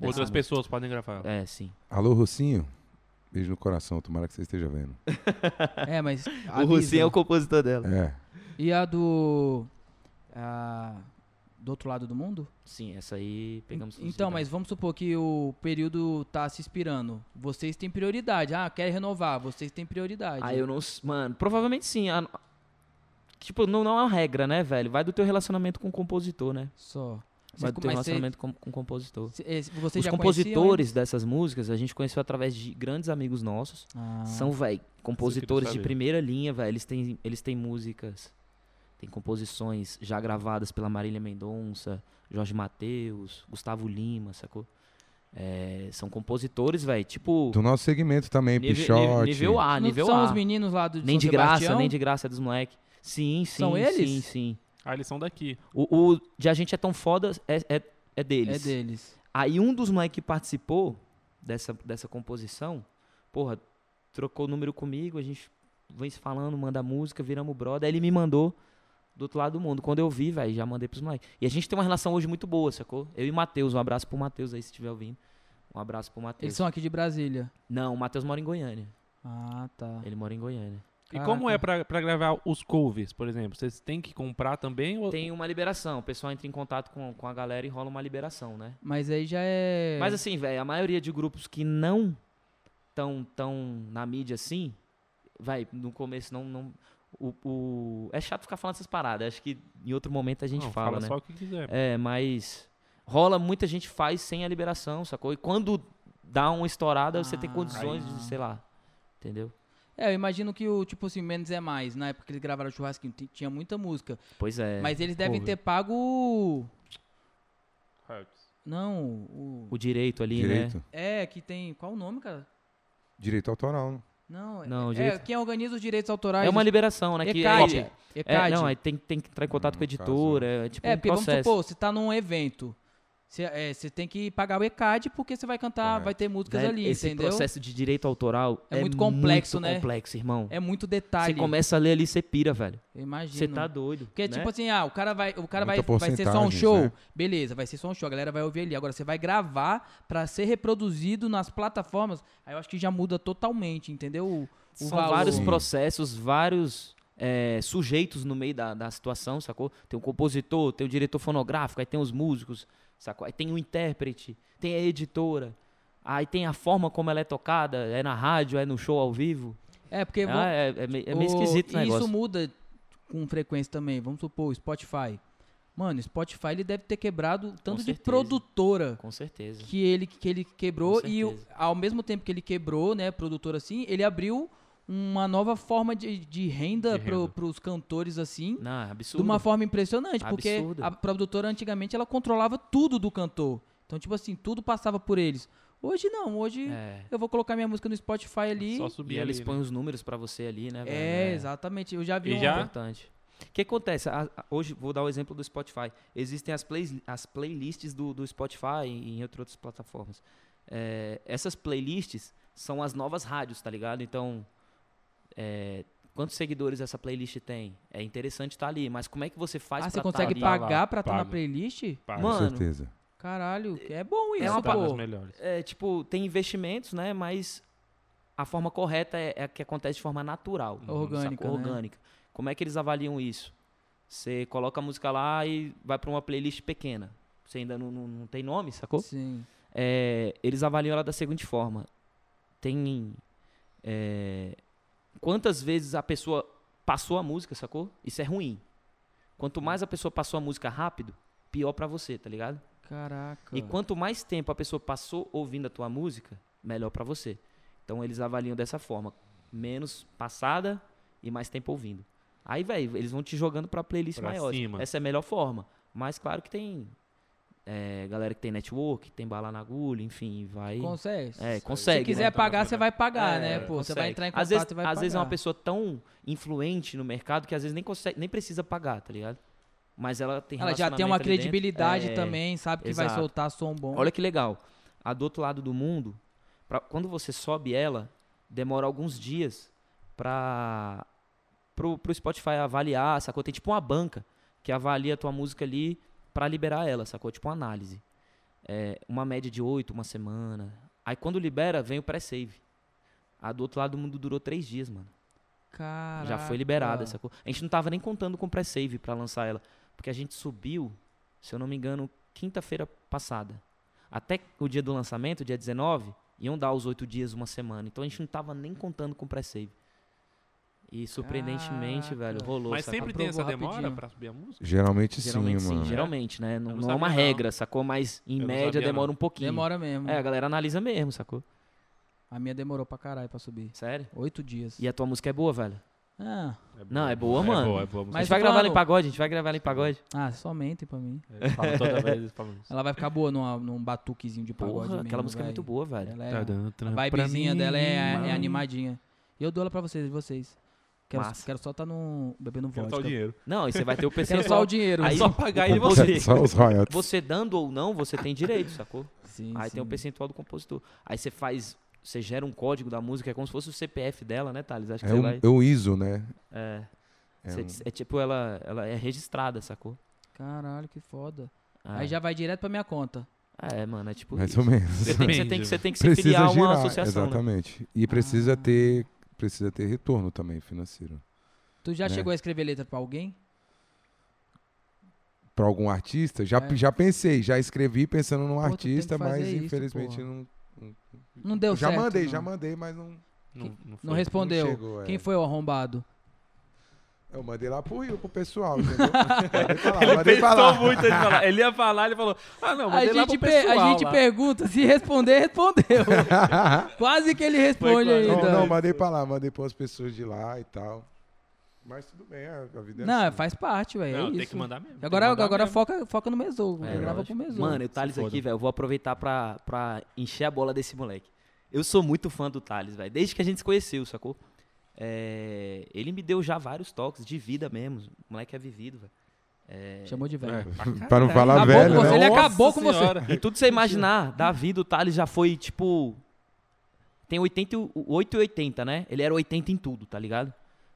Speaker 2: Outras
Speaker 6: Dessa-
Speaker 2: pessoas podem gravar.
Speaker 6: É, sim.
Speaker 8: Alô, Rocinho? Beijo no coração, tomara que você esteja vendo.
Speaker 1: [LAUGHS] É, mas...
Speaker 6: O Rocinho é o compositor dela.
Speaker 8: É.
Speaker 1: E a do...
Speaker 6: Ah,
Speaker 1: a- Ah, Do outro lado do mundo?
Speaker 6: Sim, essa aí pegamos.
Speaker 1: Então, mas vamos supor que o período tá se expirando. Vocês têm prioridade. Ah, quer renovar. Vocês têm prioridade.
Speaker 6: Ah, eu não. s- Mano, provavelmente sim. Ah, A- tipo, não, não é uma regra, né, velho? Vai do teu relacionamento com o compositor, né?
Speaker 1: Só.
Speaker 6: Vai
Speaker 1: Vocês,
Speaker 6: do teu
Speaker 1: mas cê-
Speaker 6: relacionamento com, com o compositor.
Speaker 1: cê- eh, vocês
Speaker 6: Os
Speaker 1: já
Speaker 6: compositores dessas músicas a gente conheceu através de grandes amigos nossos.
Speaker 1: conheciam, hein?
Speaker 6: São, velho, compositores de
Speaker 2: saber.
Speaker 6: primeira linha, velho. Eles têm, eles têm músicas, têm composições já gravadas pela Marília Mendonça, Jorge Mateus, Gustavo Lima, sacou? É, são compositores, velho, tipo.
Speaker 8: Do nosso segmento também,
Speaker 6: nível, nível,
Speaker 8: Pichote.
Speaker 6: nível A, né?
Speaker 1: Não
Speaker 6: nível
Speaker 1: são
Speaker 6: A.
Speaker 1: os meninos lá do
Speaker 6: Nem
Speaker 1: São
Speaker 6: de graça,
Speaker 1: Sebastião?
Speaker 6: nem de graça é dos moleque. Sim, sim.
Speaker 1: São eles?
Speaker 6: Sim, sim.
Speaker 2: Ah, eles são daqui.
Speaker 6: O, o de a gente é tão foda é, é, é deles.
Speaker 1: É deles.
Speaker 6: Aí um dos moleques que participou dessa, dessa composição, porra, trocou o número comigo, a gente vem se falando, manda música, viramos brother. Aí ele me mandou do outro lado do mundo. Quando eu vi, velho, já mandei pros moleques. E a gente tem uma relação hoje muito boa, sacou? Eu e o Matheus, um abraço pro Matheus aí se estiver ouvindo. Um abraço pro
Speaker 1: Eles
Speaker 6: Matheus.
Speaker 1: são aqui de Brasília.
Speaker 6: Não, o Matheus mora em Goiânia.
Speaker 1: Ah, tá.
Speaker 6: Ele mora em Goiânia.
Speaker 2: E como
Speaker 1: Caraca.
Speaker 2: é pra, pra gravar os covers, por exemplo? Vocês têm que comprar também? Ou...
Speaker 6: Tem uma liberação, o pessoal entra em contato com, com a galera e rola uma liberação, né?
Speaker 1: Mas aí já é.
Speaker 6: Mas assim, velho, a maioria de grupos que não tão, tão na mídia assim, vai, no começo não. não o, o- É chato ficar falando essas paradas, acho que em outro momento a gente
Speaker 2: Não,
Speaker 6: fala, né?
Speaker 2: só o que quiser.
Speaker 6: É, mas rola, muita gente faz sem a liberação, sacou? E quando dá uma estourada, você tem
Speaker 1: Ah.
Speaker 6: condições de, sei lá, entendeu?
Speaker 1: É, eu imagino que o, tipo assim, menos é mais. Na época que eles gravaram o churrasquinho, ti- tinha muita música.
Speaker 6: Pois é.
Speaker 1: Mas eles devem
Speaker 6: Cover.
Speaker 1: ter pago.
Speaker 2: Hearts.
Speaker 1: Não, o.
Speaker 6: O direito ali,
Speaker 8: Direito.
Speaker 6: né?
Speaker 1: É, que tem. Qual o nome, cara?
Speaker 8: Direito autoral. né?
Speaker 1: Não, é-
Speaker 6: Não, o
Speaker 1: é,
Speaker 6: direito-
Speaker 1: quem organiza os direitos autorais.
Speaker 6: É uma liberação, né? Que
Speaker 1: ECAD.
Speaker 6: é, é,
Speaker 1: ECAD.
Speaker 6: não, aí tem, tem que entrar em contato
Speaker 8: Hum, No
Speaker 6: com a
Speaker 8: caso,
Speaker 6: editora, é tipo
Speaker 1: É,
Speaker 6: um
Speaker 1: porque vamos
Speaker 6: processo.
Speaker 1: supor, você tá num evento. Você é, você tem que pagar o ECAD porque você vai cantar,
Speaker 8: Correto.
Speaker 1: vai ter músicas
Speaker 6: Velho,
Speaker 1: ali,
Speaker 6: Né, esse
Speaker 1: entendeu?
Speaker 6: processo de direito autoral
Speaker 1: É muito complexo,
Speaker 6: muito
Speaker 1: né?
Speaker 6: complexo, irmão.
Speaker 1: É muito
Speaker 6: você
Speaker 1: detalhe.
Speaker 6: começa a ler ali, você pira, velho.
Speaker 1: Eu imagino.
Speaker 6: Você tá doido.
Speaker 1: Porque,
Speaker 6: né?
Speaker 1: tipo assim, ah, o cara vai, o cara vai,
Speaker 8: Muita
Speaker 1: vai ser só um
Speaker 8: porcentagem,
Speaker 1: show.
Speaker 8: né?
Speaker 1: Beleza, vai ser só um show, a galera vai ouvir ali. Agora, você vai gravar pra ser reproduzido nas plataformas. Aí eu acho que já muda totalmente, entendeu? O, o
Speaker 6: São
Speaker 1: valor.
Speaker 6: vários
Speaker 8: Sim.
Speaker 6: processos, vários é, sujeitos no meio da, da situação, sacou? Tem o compositor, tem o diretor fonográfico, aí tem os músicos, sacou? Aí tem o intérprete, tem a editora. Aí tem a forma como ela é tocada, é na rádio, é no show ao vivo.
Speaker 1: É, porque vamos-
Speaker 6: Ah, é, é meio, é meio
Speaker 1: o-
Speaker 6: esquisito
Speaker 1: e
Speaker 6: o negócio.
Speaker 1: Isso muda com frequência também. Vamos supor, o Spotify. Mano, o Spotify ele deve ter quebrado o tanto de
Speaker 6: certeza.
Speaker 1: produtora
Speaker 6: Com certeza.
Speaker 1: que ele, que ele quebrou
Speaker 6: Com
Speaker 1: e o-
Speaker 6: certeza.
Speaker 1: ao mesmo tempo que ele quebrou, né, produtor assim, ele abriu uma nova forma de, de renda,
Speaker 2: De
Speaker 1: Pro,
Speaker 2: renda.
Speaker 1: pros cantores assim,
Speaker 6: Não, é
Speaker 1: de
Speaker 6: absurdo.
Speaker 1: uma forma impressionante, porque
Speaker 6: Absurdo.
Speaker 1: a produtora antigamente ela controlava tudo do cantor. Então, tipo assim, tudo passava por eles. Hoje não, hoje
Speaker 6: É.
Speaker 1: eu vou colocar minha música no Spotify ali. né?
Speaker 2: Só subir
Speaker 6: E ela
Speaker 2: ali, né?
Speaker 6: expõe os números pra você ali, né? velho?
Speaker 1: É, exatamente. Eu já vi
Speaker 2: E
Speaker 1: um
Speaker 2: já-
Speaker 6: Importante. O que acontece? A- a- hoje, vou dar o exemplo do Spotify. Existem as, plays, as playlists do, do Spotify e em outras plataformas. É, essas playlists são as novas rádios, tá ligado? Então, é, quantos seguidores essa playlist tem? É interessante estar ali, mas como é que você faz
Speaker 1: Ah,
Speaker 6: pra
Speaker 1: você
Speaker 6: tá
Speaker 1: consegue
Speaker 6: ali?
Speaker 2: pagar?
Speaker 1: pagar pra estar na
Speaker 2: Paga.
Speaker 1: playlist?
Speaker 2: né?
Speaker 8: Com
Speaker 6: Mano,
Speaker 8: certeza.
Speaker 1: Caralho, que é bom isso,
Speaker 6: uma
Speaker 2: Tá nas
Speaker 1: pô.
Speaker 2: melhores.
Speaker 6: tipo É, tipo, tem investimentos, né? Mas a forma correta é, é a que acontece de forma natural.
Speaker 1: Orgânica,
Speaker 6: sacou?
Speaker 1: né?
Speaker 6: Orgânica. Como é que eles avaliam isso? Você coloca a música lá e vai pra uma playlist pequena. Você ainda não, não, não tem nome, sacou?
Speaker 1: Sim.
Speaker 6: É, eles avaliam ela da seguinte forma: tem. é, quantas vezes a pessoa passou a música, sacou? Isso é ruim. Quanto mais a pessoa passou a música rápido, pior pra você, tá ligado?
Speaker 1: Caraca.
Speaker 6: E quanto mais tempo a pessoa passou ouvindo a tua música, melhor pra você. Então eles avaliam dessa forma, menos passada e mais tempo ouvindo. Aí, velho, eles vão te jogando pra playlist
Speaker 2: Pra
Speaker 6: maior.
Speaker 2: cima.
Speaker 6: Essa é a melhor forma. Mas claro que tem é, galera que tem network, tem bala na agulha, enfim, vai.
Speaker 1: Consegue?
Speaker 6: É,
Speaker 1: Se
Speaker 6: consegue.
Speaker 1: quiser
Speaker 6: né?
Speaker 1: pagar, você vai pagar, né,
Speaker 6: É,
Speaker 1: pô? Você vai
Speaker 6: consegue.
Speaker 1: entrar em
Speaker 6: às vezes,
Speaker 1: contato e vai pagar.
Speaker 6: Às vezes é uma pessoa tão influente no mercado que às vezes nem consegue, nem precisa pagar, tá ligado? Mas ela tem
Speaker 1: Ela já tem uma
Speaker 6: relacionamento ali dentro.
Speaker 1: credibilidade
Speaker 6: É,
Speaker 1: também, sabe que vai
Speaker 6: exato.
Speaker 1: soltar som bom.
Speaker 6: Olha que legal. A do outro lado do mundo, pra- quando você sobe ela, demora alguns dias para pro, pro Spotify avaliar, sacou? Tem tipo uma banca que avalia a tua música ali para liberar ela, sacou? Tipo uma análise. É, uma média de oito, uma semana. Aí quando libera, vem o pré-save. A do outro lado do mundo durou três dias, mano.
Speaker 1: Caraca.
Speaker 6: Já foi liberada, sacou? A gente não tava nem contando com pré-save pra lançar ela. Porque a gente subiu, se eu não me engano, quinta-feira passada. Até o dia do lançamento, dia 19, iam dar os oito dias, uma semana. Então a gente não tava nem contando com pré-save. E surpreendentemente,
Speaker 1: Caraca.
Speaker 6: velho, rolou.
Speaker 2: Mas
Speaker 6: sacou?
Speaker 2: sempre tem essa
Speaker 1: Aprovou
Speaker 2: demora
Speaker 1: rapidinho.
Speaker 2: pra subir a música?
Speaker 8: Geralmente, sim,
Speaker 6: Geralmente sim,
Speaker 8: mano.
Speaker 6: geralmente, né? Não,
Speaker 2: não
Speaker 6: não é uma
Speaker 2: sabia, não.
Speaker 6: regra, sacou? Mas em
Speaker 2: Eu não
Speaker 6: média
Speaker 2: sabia,
Speaker 6: demora
Speaker 2: não.
Speaker 6: um pouquinho.
Speaker 1: Demora mesmo.
Speaker 6: É, a galera analisa mesmo, sacou?
Speaker 1: A minha demorou pra caralho pra subir.
Speaker 6: Sério?
Speaker 1: Oito dias.
Speaker 6: E a tua música é boa, velho?
Speaker 1: Ah,
Speaker 6: Não, é boa, mano.
Speaker 2: É boa, é boa.
Speaker 6: a
Speaker 1: Mas
Speaker 6: gente vai
Speaker 1: tô
Speaker 6: gravar ela
Speaker 1: falando-
Speaker 6: em pagode, a gente vai gravar ela em pagode.
Speaker 1: ah, só mentem pra mim.
Speaker 2: Mas... Fala toda vez, É, eles falam isso.
Speaker 1: Ela vai ficar boa numa, num batuquezinho de pagode
Speaker 6: Porra,
Speaker 1: mesmo,
Speaker 6: aquela música é
Speaker 1: vai.
Speaker 6: muito boa, velho.
Speaker 1: Ela
Speaker 2: Tá
Speaker 1: é...
Speaker 2: dando trampo
Speaker 1: A
Speaker 2: pra
Speaker 1: vibezinha
Speaker 2: mim,
Speaker 1: dela é,
Speaker 2: mano.
Speaker 1: é animadinha. E eu dou ela pra vocês, vocês. Quero,
Speaker 6: Massa.
Speaker 1: quero só estar tá no, bebendo
Speaker 8: é
Speaker 2: Quero só o
Speaker 1: vodka.
Speaker 2: dinheiro.
Speaker 6: Não, e você vai ter o
Speaker 1: Quero É só o
Speaker 6: percentual.
Speaker 1: dinheiro. né?
Speaker 6: Aí
Speaker 2: Só pagar
Speaker 6: o
Speaker 2: e
Speaker 6: compositor-
Speaker 2: você.
Speaker 8: Só os royalties.
Speaker 6: Você dando ou não, você tem direito, sacou?
Speaker 1: Sim,
Speaker 6: Aí tem o
Speaker 1: sim.
Speaker 6: percentual do compositor. Aí você faz, você gera um código da música, é como se fosse o CPF dela, né, Thales? Acho que
Speaker 8: É
Speaker 6: você
Speaker 8: o,
Speaker 6: vai.
Speaker 8: é o ISO, né?
Speaker 6: É,
Speaker 8: É
Speaker 6: Você-
Speaker 8: um-
Speaker 6: é tipo, ela, ela é registrada, sacou?
Speaker 1: Caralho, que foda.
Speaker 6: É.
Speaker 1: Aí já vai direto pra minha conta.
Speaker 6: É, mano, é tipo.
Speaker 8: mais
Speaker 6: isso.
Speaker 8: ou menos.
Speaker 6: Você tem, que- você
Speaker 2: Depende,
Speaker 6: tem que, você tem que se
Speaker 8: Precisa
Speaker 6: filiar a uma
Speaker 8: girar,
Speaker 6: associação, né?
Speaker 8: exatamente. E precisa
Speaker 1: Ah.
Speaker 8: ter precisa ter retorno também financeiro.
Speaker 1: Tu já
Speaker 8: É.
Speaker 1: chegou a escrever letra pra alguém?
Speaker 8: Para algum artista, já
Speaker 1: É.
Speaker 8: já pensei, já escrevi pensando num
Speaker 1: Pô, tu tem
Speaker 8: artista,
Speaker 1: que fazer
Speaker 8: mas
Speaker 1: isso,
Speaker 8: infelizmente
Speaker 1: porra.
Speaker 8: não
Speaker 1: Não deu
Speaker 8: Já
Speaker 1: certo.
Speaker 8: mandei,
Speaker 1: não.
Speaker 8: já mandei, mas não
Speaker 2: Não, não, foi.
Speaker 1: Não respondeu.
Speaker 8: Não chegou, é.
Speaker 1: Quem foi o arrombado?
Speaker 8: eu mandei lá pro Rio pro
Speaker 1: [LAUGHS]
Speaker 8: pessoal, entendeu? mandei pra lá, mandei pra lá.
Speaker 2: Pensou muito ele falar. Ele ia falar, ele falou, ah, não,
Speaker 1: a
Speaker 2: mandei lá
Speaker 1: gente,
Speaker 2: pro
Speaker 1: pe-
Speaker 2: pessoal
Speaker 1: a gente
Speaker 2: lá.
Speaker 1: pergunta, se
Speaker 9: [LAUGHS]
Speaker 1: responder, respondeu. [LAUGHS] Quase que ele responde
Speaker 2: Foi
Speaker 1: ainda.
Speaker 8: Não,
Speaker 1: Não,
Speaker 8: não, mandei pra lá, mandei para as pessoas de lá e tal. Mas tudo bem, a a vida é assim.
Speaker 1: faz parte, velho.
Speaker 2: Não,
Speaker 1: é
Speaker 2: tem
Speaker 1: isso.
Speaker 2: que mandar mesmo. tem
Speaker 1: Agora,
Speaker 2: que mandar
Speaker 1: agora
Speaker 2: mesmo.
Speaker 1: foca, foca no Mesouro.
Speaker 6: É,
Speaker 1: velho. grava
Speaker 2: lógico.
Speaker 1: pro Mesouro.
Speaker 6: Mano, e o Thales
Speaker 2: Se foda.
Speaker 6: aqui, velho, eu vou aproveitar pra, pra encher a bola desse moleque. Eu sou muito fã do Thales, velho, desde que a gente se conheceu, sacou? É, ele me deu já vários toques de vida mesmo. O moleque é vivido, velho. É,
Speaker 1: Chamou de velho.
Speaker 8: Pra não falar
Speaker 1: Acabou
Speaker 8: velho,
Speaker 1: com você,
Speaker 8: né?
Speaker 1: ele
Speaker 2: Nossa
Speaker 1: acabou com você.
Speaker 2: senhora.
Speaker 6: E tudo que você imaginar, da vida, o Thales já foi, tipo. Tem 80, e- 8 e 80, né? Ele era 80 em tudo, tá ligado?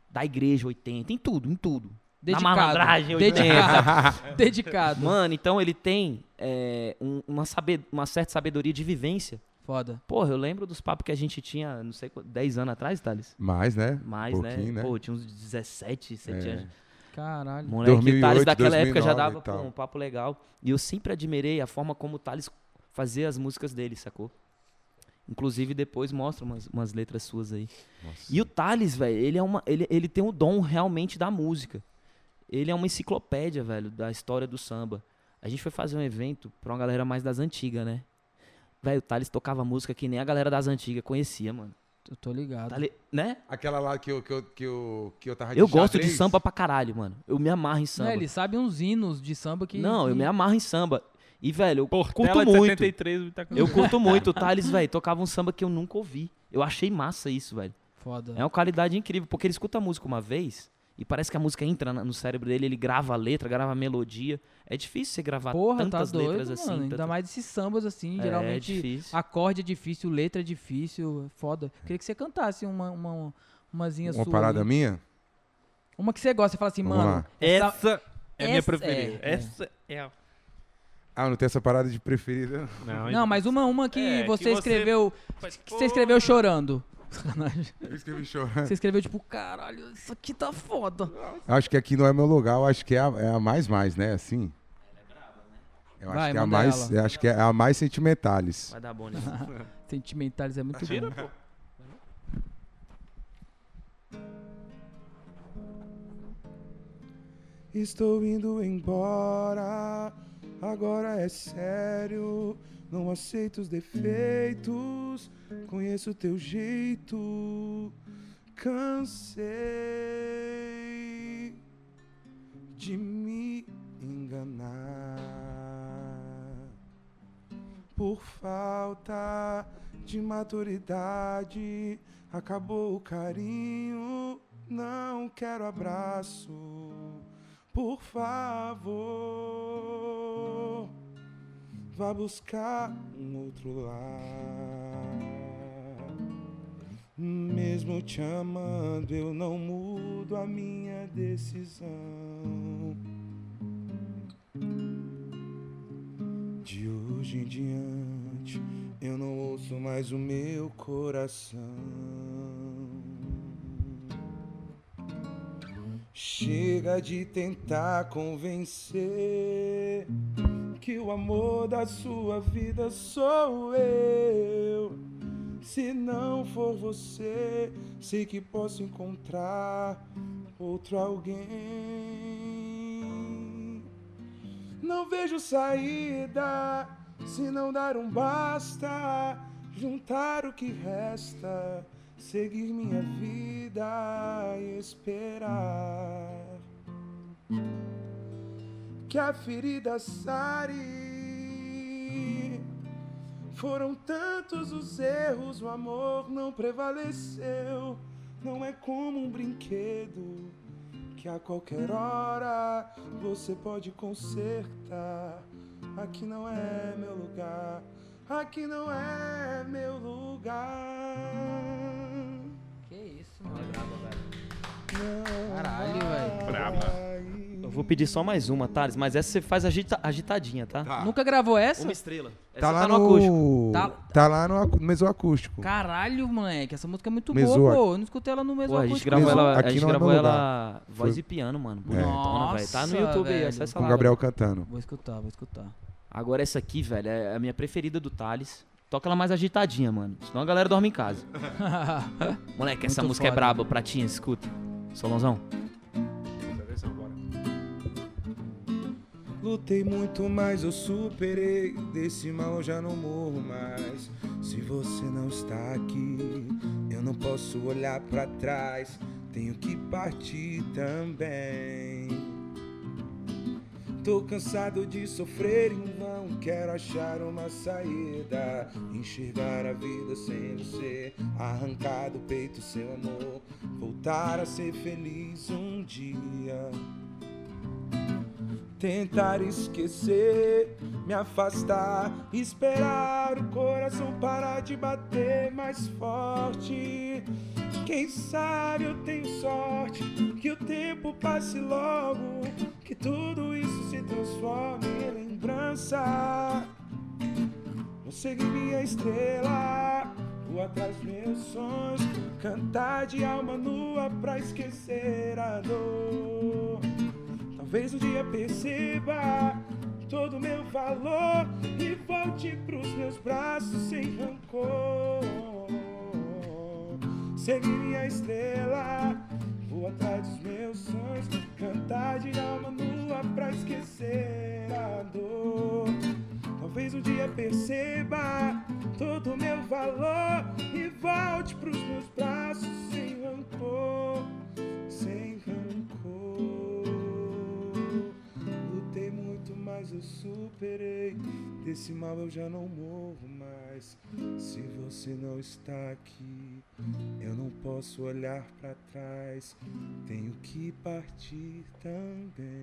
Speaker 6: Da igreja, 80, em tudo, em tudo. Na malandragem,
Speaker 1: Dedicado.
Speaker 6: 80. [LAUGHS]
Speaker 1: Dedicado. Dedicado.
Speaker 6: Mano, então ele tem é, um- uma, sabe- uma certa sabedoria de vivência.
Speaker 1: Foda.
Speaker 6: Porra, eu lembro dos papos que a gente tinha, não sei, qu- 10 anos atrás, Thales?
Speaker 8: Mais, né?
Speaker 6: Mais, né?
Speaker 8: Pouquinho, né?
Speaker 6: Pô, tinha uns 17, 17
Speaker 8: É.
Speaker 6: anos.
Speaker 1: Caralho.
Speaker 6: Moleque, o
Speaker 8: 2008,
Speaker 6: Thales daquela época já
Speaker 8: 2009
Speaker 6: dava
Speaker 8: e então. tal.
Speaker 6: pô, um papo legal. E eu sempre admirei a forma como o Thales fazia as músicas dele, sacou? Inclusive, depois mostra umas, umas letras suas aí.
Speaker 9: Nossa.
Speaker 6: E o Thales, velho, ele, é uma- ele, ele tem o dom realmente da música. Ele é uma enciclopédia, velho, da história do samba. A gente foi fazer um evento pra uma galera mais das antigas, né? Velho, o Thales tocava música que nem a galera das antigas conhecia, mano.
Speaker 1: Eu tô ligado.
Speaker 6: Thales, né?
Speaker 9: Aquela lá que eu, que eu, que eu, que eu tava
Speaker 6: Eu gosto de
Speaker 9: xadrez.
Speaker 6: samba pra caralho, mano. Eu me amarro em samba.
Speaker 1: Não, Né, ele sabe uns hinos de samba que.
Speaker 6: Não, eu me amarro em samba. E, velho, eu
Speaker 2: Tela
Speaker 6: curto
Speaker 2: de
Speaker 6: muito.
Speaker 2: 73, tá com-
Speaker 6: Eu curto muito. O Thales, velho, tocava um samba que eu nunca ouvi. Eu achei massa isso, velho.
Speaker 1: Foda.
Speaker 6: É uma qualidade incrível, porque ele escuta a música uma vez e parece que a música entra na- no cérebro dele, ele grava a letra, grava a melodia. É difícil você gravar
Speaker 1: Porra, tá
Speaker 6: tantas
Speaker 1: doido,
Speaker 6: letras
Speaker 1: mano.
Speaker 6: assim.
Speaker 1: Ainda
Speaker 6: tanta-
Speaker 1: mais esses sambas assim,
Speaker 6: É, É
Speaker 1: geralmente.
Speaker 6: difícil.
Speaker 1: Acorde é difícil, letra é difícil, é foda. Queria que você cantasse uma, uma, umazinha
Speaker 9: Uma
Speaker 1: sua.
Speaker 9: parada
Speaker 1: aí.
Speaker 9: minha?
Speaker 1: Uma que você gosta, você fala assim,
Speaker 9: Vamos
Speaker 1: mano.
Speaker 9: lá.
Speaker 1: Essa,
Speaker 2: é a minha
Speaker 1: essa-
Speaker 2: preferida.
Speaker 1: é, é.
Speaker 2: Essa é a.
Speaker 9: Ah, não tem essa parada de né? preferida.
Speaker 2: Não,
Speaker 1: Não, mas uma, uma que,
Speaker 2: É, que
Speaker 1: você
Speaker 2: você-
Speaker 1: escreveu. Que você escreveu chorando. Sacanagem.
Speaker 9: [LAUGHS] Eu escrevi chorando.
Speaker 1: Você escreveu tipo, caralho, isso aqui tá foda.
Speaker 9: Acho que aqui não é meu lugar, eu acho que é a, é a mais mais, né? Assim. Eu acho
Speaker 1: Vai,
Speaker 9: que é a
Speaker 1: manda
Speaker 9: mais,
Speaker 1: ela.
Speaker 9: eu acho que é a mais sentimentales.
Speaker 6: Vai dar bom
Speaker 1: [LAUGHS]
Speaker 6: nisso.
Speaker 1: Sentimentales é muito bom.
Speaker 9: Estou indo embora, agora é sério. Não aceito os defeitos, conheço o teu jeito. Cansei de me enganar por falta de maturidade. Acabou o carinho, não quero abraço por favor, vá buscar um outro lar. Mesmo te amando, eu não mudo a minha decisão. De hoje em diante, eu não ouço mais o meu coração. Chega de tentar convencer que o amor da sua vida sou eu. Se não for você, sei que posso encontrar outro alguém. Não vejo saída se não dar um basta, juntar o que resta, seguir minha vida e esperar que a ferida sare. Foram tantos os erros, o amor não prevaleceu. Não é como um brinquedo que a qualquer hora você pode consertar. Aqui não é meu lugar, aqui não é meu lugar.
Speaker 1: Que isso, mano.
Speaker 9: Não
Speaker 1: Caralho, velho.
Speaker 2: Braba.
Speaker 9: vai.
Speaker 6: Eu vou pedir só mais uma, Thales, mas essa você faz agita- agitadinha, tá?
Speaker 9: Tá.
Speaker 1: Nunca gravou essa?
Speaker 6: Uma estrela. Essa
Speaker 9: Tá lá
Speaker 6: no acústico.
Speaker 9: no.
Speaker 1: Tá-
Speaker 9: Tá, lá no acu- mesoacústico.
Speaker 1: Caralho, moleque, essa música é muito boa,
Speaker 9: Mesoa-
Speaker 1: pô. Eu não escutei ela no mesmo
Speaker 6: Pô, a gente
Speaker 1: acústico,
Speaker 6: gravou
Speaker 1: não.
Speaker 9: Mesmo
Speaker 6: ela, a
Speaker 9: aqui
Speaker 6: gente
Speaker 9: não é meu É.
Speaker 6: gravou ela voz e piano, mano. Bonitona,
Speaker 1: Nossa,
Speaker 6: velho. Tá no YouTube aí,
Speaker 1: velho.
Speaker 6: acessa
Speaker 9: Com
Speaker 6: lá.
Speaker 9: o
Speaker 6: velho.
Speaker 9: Gabriel cantando.
Speaker 1: Vou escutar, vou escutar.
Speaker 6: Agora essa aqui, velho, é a minha preferida do Thales. Toca ela mais agitadinha, mano. Senão a galera dorme
Speaker 1: [LAUGHS]
Speaker 6: em casa. Moleque, essa
Speaker 1: Muito
Speaker 6: música é
Speaker 1: foda.
Speaker 6: braba, pratinha, escuta. Solonzão.
Speaker 9: Lutei muito, mas eu superei. Desse mal eu já não morro mais. Se você não está aqui, eu não posso olhar pra trás. Tenho que partir também. Tô cansado de sofrer em vão. Quero achar uma saída. Enxergar a vida sem você. Arrancar do peito seu amor. Voltar a ser feliz um dia tentar esquecer, me afastar, esperar o coração parar de bater mais forte. Quem sabe eu tenho sorte que o tempo passe logo, que tudo isso se transforme em lembrança. Vou seguir minha estrela, vou atrás dos meus sonhos, cantar de alma nua pra esquecer a dor. Talvez um dia perceba todo o meu valor e volte pros meus braços sem rancor. seguir minha estrela. Vou atrás dos meus sonhos, cantar de alma nua pra esquecer a dor. Talvez um dia perceba todo o meu valor e volte pros meus braços sem rancor, sem rancor. Lutei muito, mas eu superei. Desse mal eu já não morro mais. Se você não está aqui, eu não posso olhar pra trás. Tenho que partir também.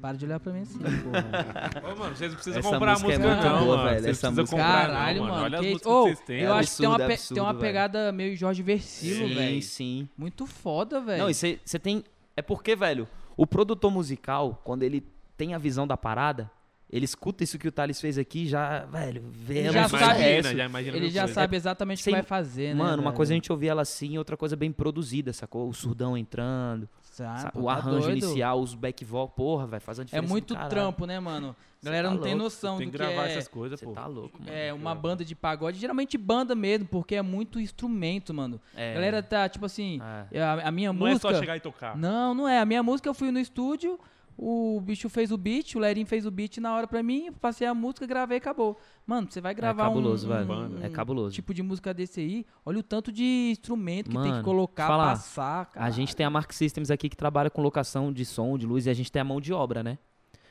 Speaker 1: Para de olhar pra mim assim,
Speaker 7: [LAUGHS]
Speaker 1: porra.
Speaker 2: [LAUGHS] Ô, mano, vocês não precisam
Speaker 7: Essa
Speaker 2: comprar a
Speaker 7: música é
Speaker 2: música,
Speaker 7: muito
Speaker 2: não,
Speaker 7: boa,
Speaker 2: mano.
Speaker 7: velho.
Speaker 2: Vocês
Speaker 7: Essa
Speaker 2: precisam
Speaker 6: é
Speaker 7: música-
Speaker 2: comprar, não,
Speaker 1: Caralho,
Speaker 2: mano.
Speaker 1: mano.
Speaker 2: Olha
Speaker 1: que
Speaker 2: as
Speaker 1: isso?
Speaker 2: músicas
Speaker 1: Ô,
Speaker 2: que vocês têm.
Speaker 1: Eu acho que tem uma,
Speaker 7: Absurdo,
Speaker 1: pe- tem uma
Speaker 7: absurdo,
Speaker 1: pegada meio Jorge Versilo,
Speaker 6: sim,
Speaker 1: velho.
Speaker 6: sim.
Speaker 1: Muito foda, velho.
Speaker 6: Não, e você tem. É porque, velho, o produtor musical, quando ele tem a visão da parada, ele escuta isso que o Thales fez aqui e já, velho, vê
Speaker 1: Ele
Speaker 6: a
Speaker 1: já
Speaker 6: música
Speaker 1: sabe-
Speaker 6: dessa.
Speaker 2: Imagina, já imagina
Speaker 1: Ele
Speaker 2: mil
Speaker 1: já
Speaker 2: coisas.
Speaker 1: sabe exatamente o que
Speaker 6: Sem-
Speaker 1: vai fazer, né?
Speaker 6: Mano, uma
Speaker 1: velho?
Speaker 6: coisa a gente ouvia ela assim, outra coisa bem produzida, sacou? O surdão entrando,
Speaker 1: Sabe,
Speaker 6: sa-
Speaker 1: pô,
Speaker 6: o
Speaker 1: tá
Speaker 6: arranjo
Speaker 1: doido.
Speaker 6: inicial, os back vocal, porra, vai fazer a
Speaker 1: É
Speaker 6: diferença. do
Speaker 1: muito
Speaker 6: caralho.
Speaker 1: trampo, né, mano?
Speaker 6: Cê
Speaker 1: Galera
Speaker 6: tá
Speaker 1: não tem
Speaker 6: louco,
Speaker 1: noção
Speaker 2: Tem
Speaker 1: do
Speaker 2: que
Speaker 1: que
Speaker 2: gravar
Speaker 1: é,
Speaker 2: essas coisas,
Speaker 6: Você
Speaker 2: pô.
Speaker 6: tá louco, mano.
Speaker 1: é uma banda de pagode. Geralmente banda mesmo, porque é muito instrumento, mano.
Speaker 6: É,
Speaker 1: Galera tá, tipo assim,
Speaker 6: é.
Speaker 1: a, a minha
Speaker 2: Não é
Speaker 1: música...
Speaker 2: só chegar e tocar.
Speaker 1: Não, não é. A minha música eu fui no estúdio, o bicho fez o beat, o Lerim fez o beat na hora pra mim, eu passei a música, gravei e acabou. Mano, você
Speaker 2: É
Speaker 1: vai gravar um-
Speaker 6: cabuloso,
Speaker 1: um,
Speaker 6: velho.
Speaker 2: Banda.
Speaker 6: É cabuloso.
Speaker 1: tipo de música desse aí, olha o tanto de instrumento que tem que
Speaker 6: Mano,
Speaker 1: colocar,
Speaker 6: falar.
Speaker 1: passar, cara.
Speaker 6: A gente tem a Mark Systems aqui que trabalha com locação de som, de luz, e a gente tem a mão de obra, né?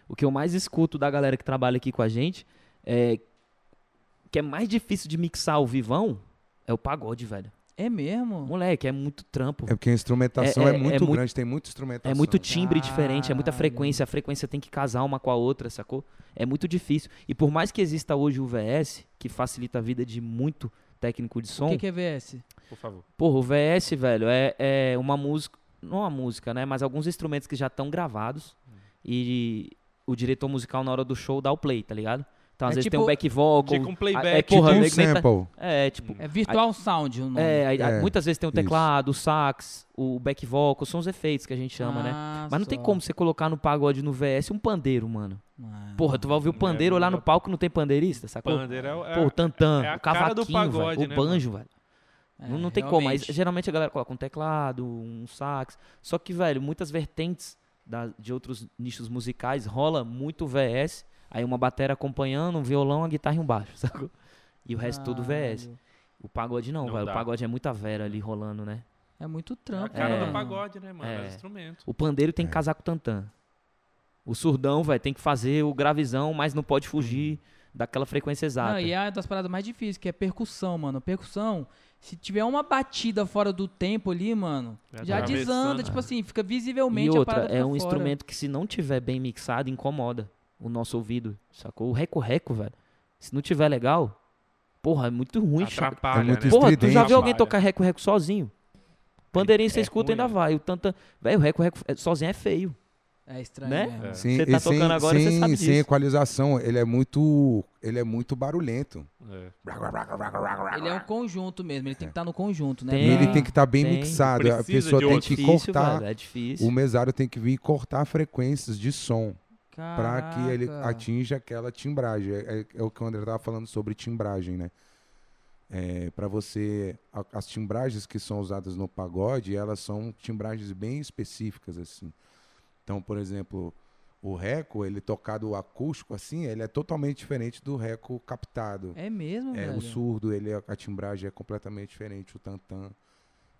Speaker 6: O que eu mais escuto da galera que trabalha aqui com a gente é que é mais difícil de mixar ao vivão é o pagode, velho.
Speaker 1: É mesmo?
Speaker 6: Moleque, é muito trampo.
Speaker 8: É porque a instrumentação
Speaker 6: É-
Speaker 8: é,
Speaker 6: é- é
Speaker 8: muito
Speaker 6: muito-
Speaker 8: grande, tem muita instrumentação.
Speaker 6: É muito timbre
Speaker 1: Ah.
Speaker 6: diferente, é muita
Speaker 1: Caralho.
Speaker 6: frequência. A frequência tem que casar uma com a outra, sacou? É muito difícil. E por mais que exista hoje o VS, que facilita a vida de muito técnico de
Speaker 1: O
Speaker 6: som,
Speaker 1: que, que é VS?
Speaker 2: Por favor.
Speaker 6: Porra, o VS, velho, é, é uma música. Não uma música, né? Mas alguns instrumentos que já estão gravados.
Speaker 2: Hum.
Speaker 6: E o diretor musical, na hora do show, dá o play, tá ligado? Então,
Speaker 1: É
Speaker 6: às vezes tem
Speaker 1: tipo-
Speaker 6: um back vocal.
Speaker 2: Tipo um
Speaker 6: a-
Speaker 2: playback,
Speaker 6: É,
Speaker 2: tipo
Speaker 6: porra,
Speaker 8: Um
Speaker 6: nego nem tá-
Speaker 8: sample.
Speaker 6: é, tipo.
Speaker 1: É Virtual Sound o nome.
Speaker 6: É, aí- aí
Speaker 8: É,
Speaker 6: muitas vezes tem o
Speaker 8: isso.
Speaker 6: teclado, o sax, o back vocal, são os efeitos que a gente chama, né?
Speaker 1: Ah,
Speaker 6: Mas não tem
Speaker 1: só.
Speaker 6: como você colocar no pagode no VS um pandeiro, mano.
Speaker 1: Ah.
Speaker 6: Porra, tu vai ouvir o
Speaker 2: É,
Speaker 6: pandeiro lá
Speaker 2: mano,
Speaker 6: no palco não tem pandeirista, sacou?
Speaker 2: Pandeiro é, o- é
Speaker 6: Pô, o tantan,
Speaker 2: é a
Speaker 6: o
Speaker 2: cara do
Speaker 6: cavaquinho, velho,
Speaker 2: pagode, né,
Speaker 6: o banjo, velho.
Speaker 1: É,
Speaker 6: não, não tem como, mas
Speaker 1: realmente.
Speaker 6: geralmente a galera coloca um teclado, um sax. Só que, velho, muitas vertentes da- de outros nichos musicais rola muito VS, aí uma bateria acompanhando, um violão, uma guitarra e um baixo, [LAUGHS] sacou? E o resto tudo VS.
Speaker 1: Caralho.
Speaker 6: O pagode não,
Speaker 2: Não
Speaker 6: velho.
Speaker 2: dá.
Speaker 6: O pagode é muita vera ali rolando, né?
Speaker 1: É muito
Speaker 2: a
Speaker 1: trampo.
Speaker 2: cara
Speaker 1: né,
Speaker 2: do
Speaker 1: mano?
Speaker 2: pagode, né, mano? É.
Speaker 6: É.
Speaker 2: os instrumentos.
Speaker 6: O pandeiro tem que casar com o tantã. O surdão, velho, tem que fazer o gravizão, mas não pode fugir
Speaker 1: Hum.
Speaker 6: daquela frequência exata.
Speaker 1: Não, e é uma das paradas mais difíceis, que é percussão, mano. Percussão, se tiver uma batida fora do tempo ali, mano,
Speaker 2: Já
Speaker 1: já
Speaker 2: tá
Speaker 1: desanda,
Speaker 2: atravessando,
Speaker 1: tipo
Speaker 2: né?
Speaker 1: assim, fica
Speaker 6: É E
Speaker 1: visivelmente a
Speaker 6: outra,
Speaker 1: parada
Speaker 6: é
Speaker 1: pra
Speaker 6: um
Speaker 1: fora.
Speaker 6: instrumento que se não tiver bem mixado, incomoda o nosso ouvido, sacou? O reco-reco, velho. Se não tiver legal, porra, é muito ruim. chato.
Speaker 2: Atrapalha,
Speaker 8: É muito
Speaker 2: né?
Speaker 6: Porra, tu
Speaker 8: estridente.
Speaker 6: já viu alguém
Speaker 2: Atrapalha.
Speaker 6: tocar reco-reco sozinho? Pandeirinho você
Speaker 2: é
Speaker 6: escuta
Speaker 2: ruim,
Speaker 6: ainda
Speaker 2: né?
Speaker 6: vai. O tanta... Velho, o reco-reco é- sozinho é feio.
Speaker 1: É estranho,
Speaker 6: Né?
Speaker 1: mesmo.
Speaker 2: É.
Speaker 8: Sim,
Speaker 6: Você
Speaker 8: e
Speaker 6: tá
Speaker 8: sem,
Speaker 6: tocando agora, você
Speaker 8: sem-
Speaker 6: sabe
Speaker 8: sem
Speaker 6: disso.
Speaker 8: equalização, ele é muito, ele é muito barulhento.
Speaker 2: É.
Speaker 1: Ele é um conjunto mesmo, ele tem que estar no conjunto, né?
Speaker 6: Tem.
Speaker 8: E ele tem que estar bem
Speaker 6: tem.
Speaker 8: mixado. A
Speaker 2: Precisa
Speaker 8: pessoa
Speaker 2: de
Speaker 8: tem
Speaker 2: outro.
Speaker 8: que
Speaker 6: difícil,
Speaker 8: cortar,
Speaker 6: velho, é difícil.
Speaker 8: o mesário tem que vir cortar frequências de som para
Speaker 1: Caraca.
Speaker 8: que ele atinja aquela timbragem. É, é- é o que o André tava falando sobre timbragem, né? para você, a- as timbragens que são usadas no pagode, elas são timbragens bem específicas assim. Então, por exemplo, o reco, ele tocado acústico assim, ele é totalmente diferente do reco captado.
Speaker 1: É mesmo,
Speaker 8: É,
Speaker 1: velho.
Speaker 8: o surdo, ele, a timbragem é completamente diferente, o tantã.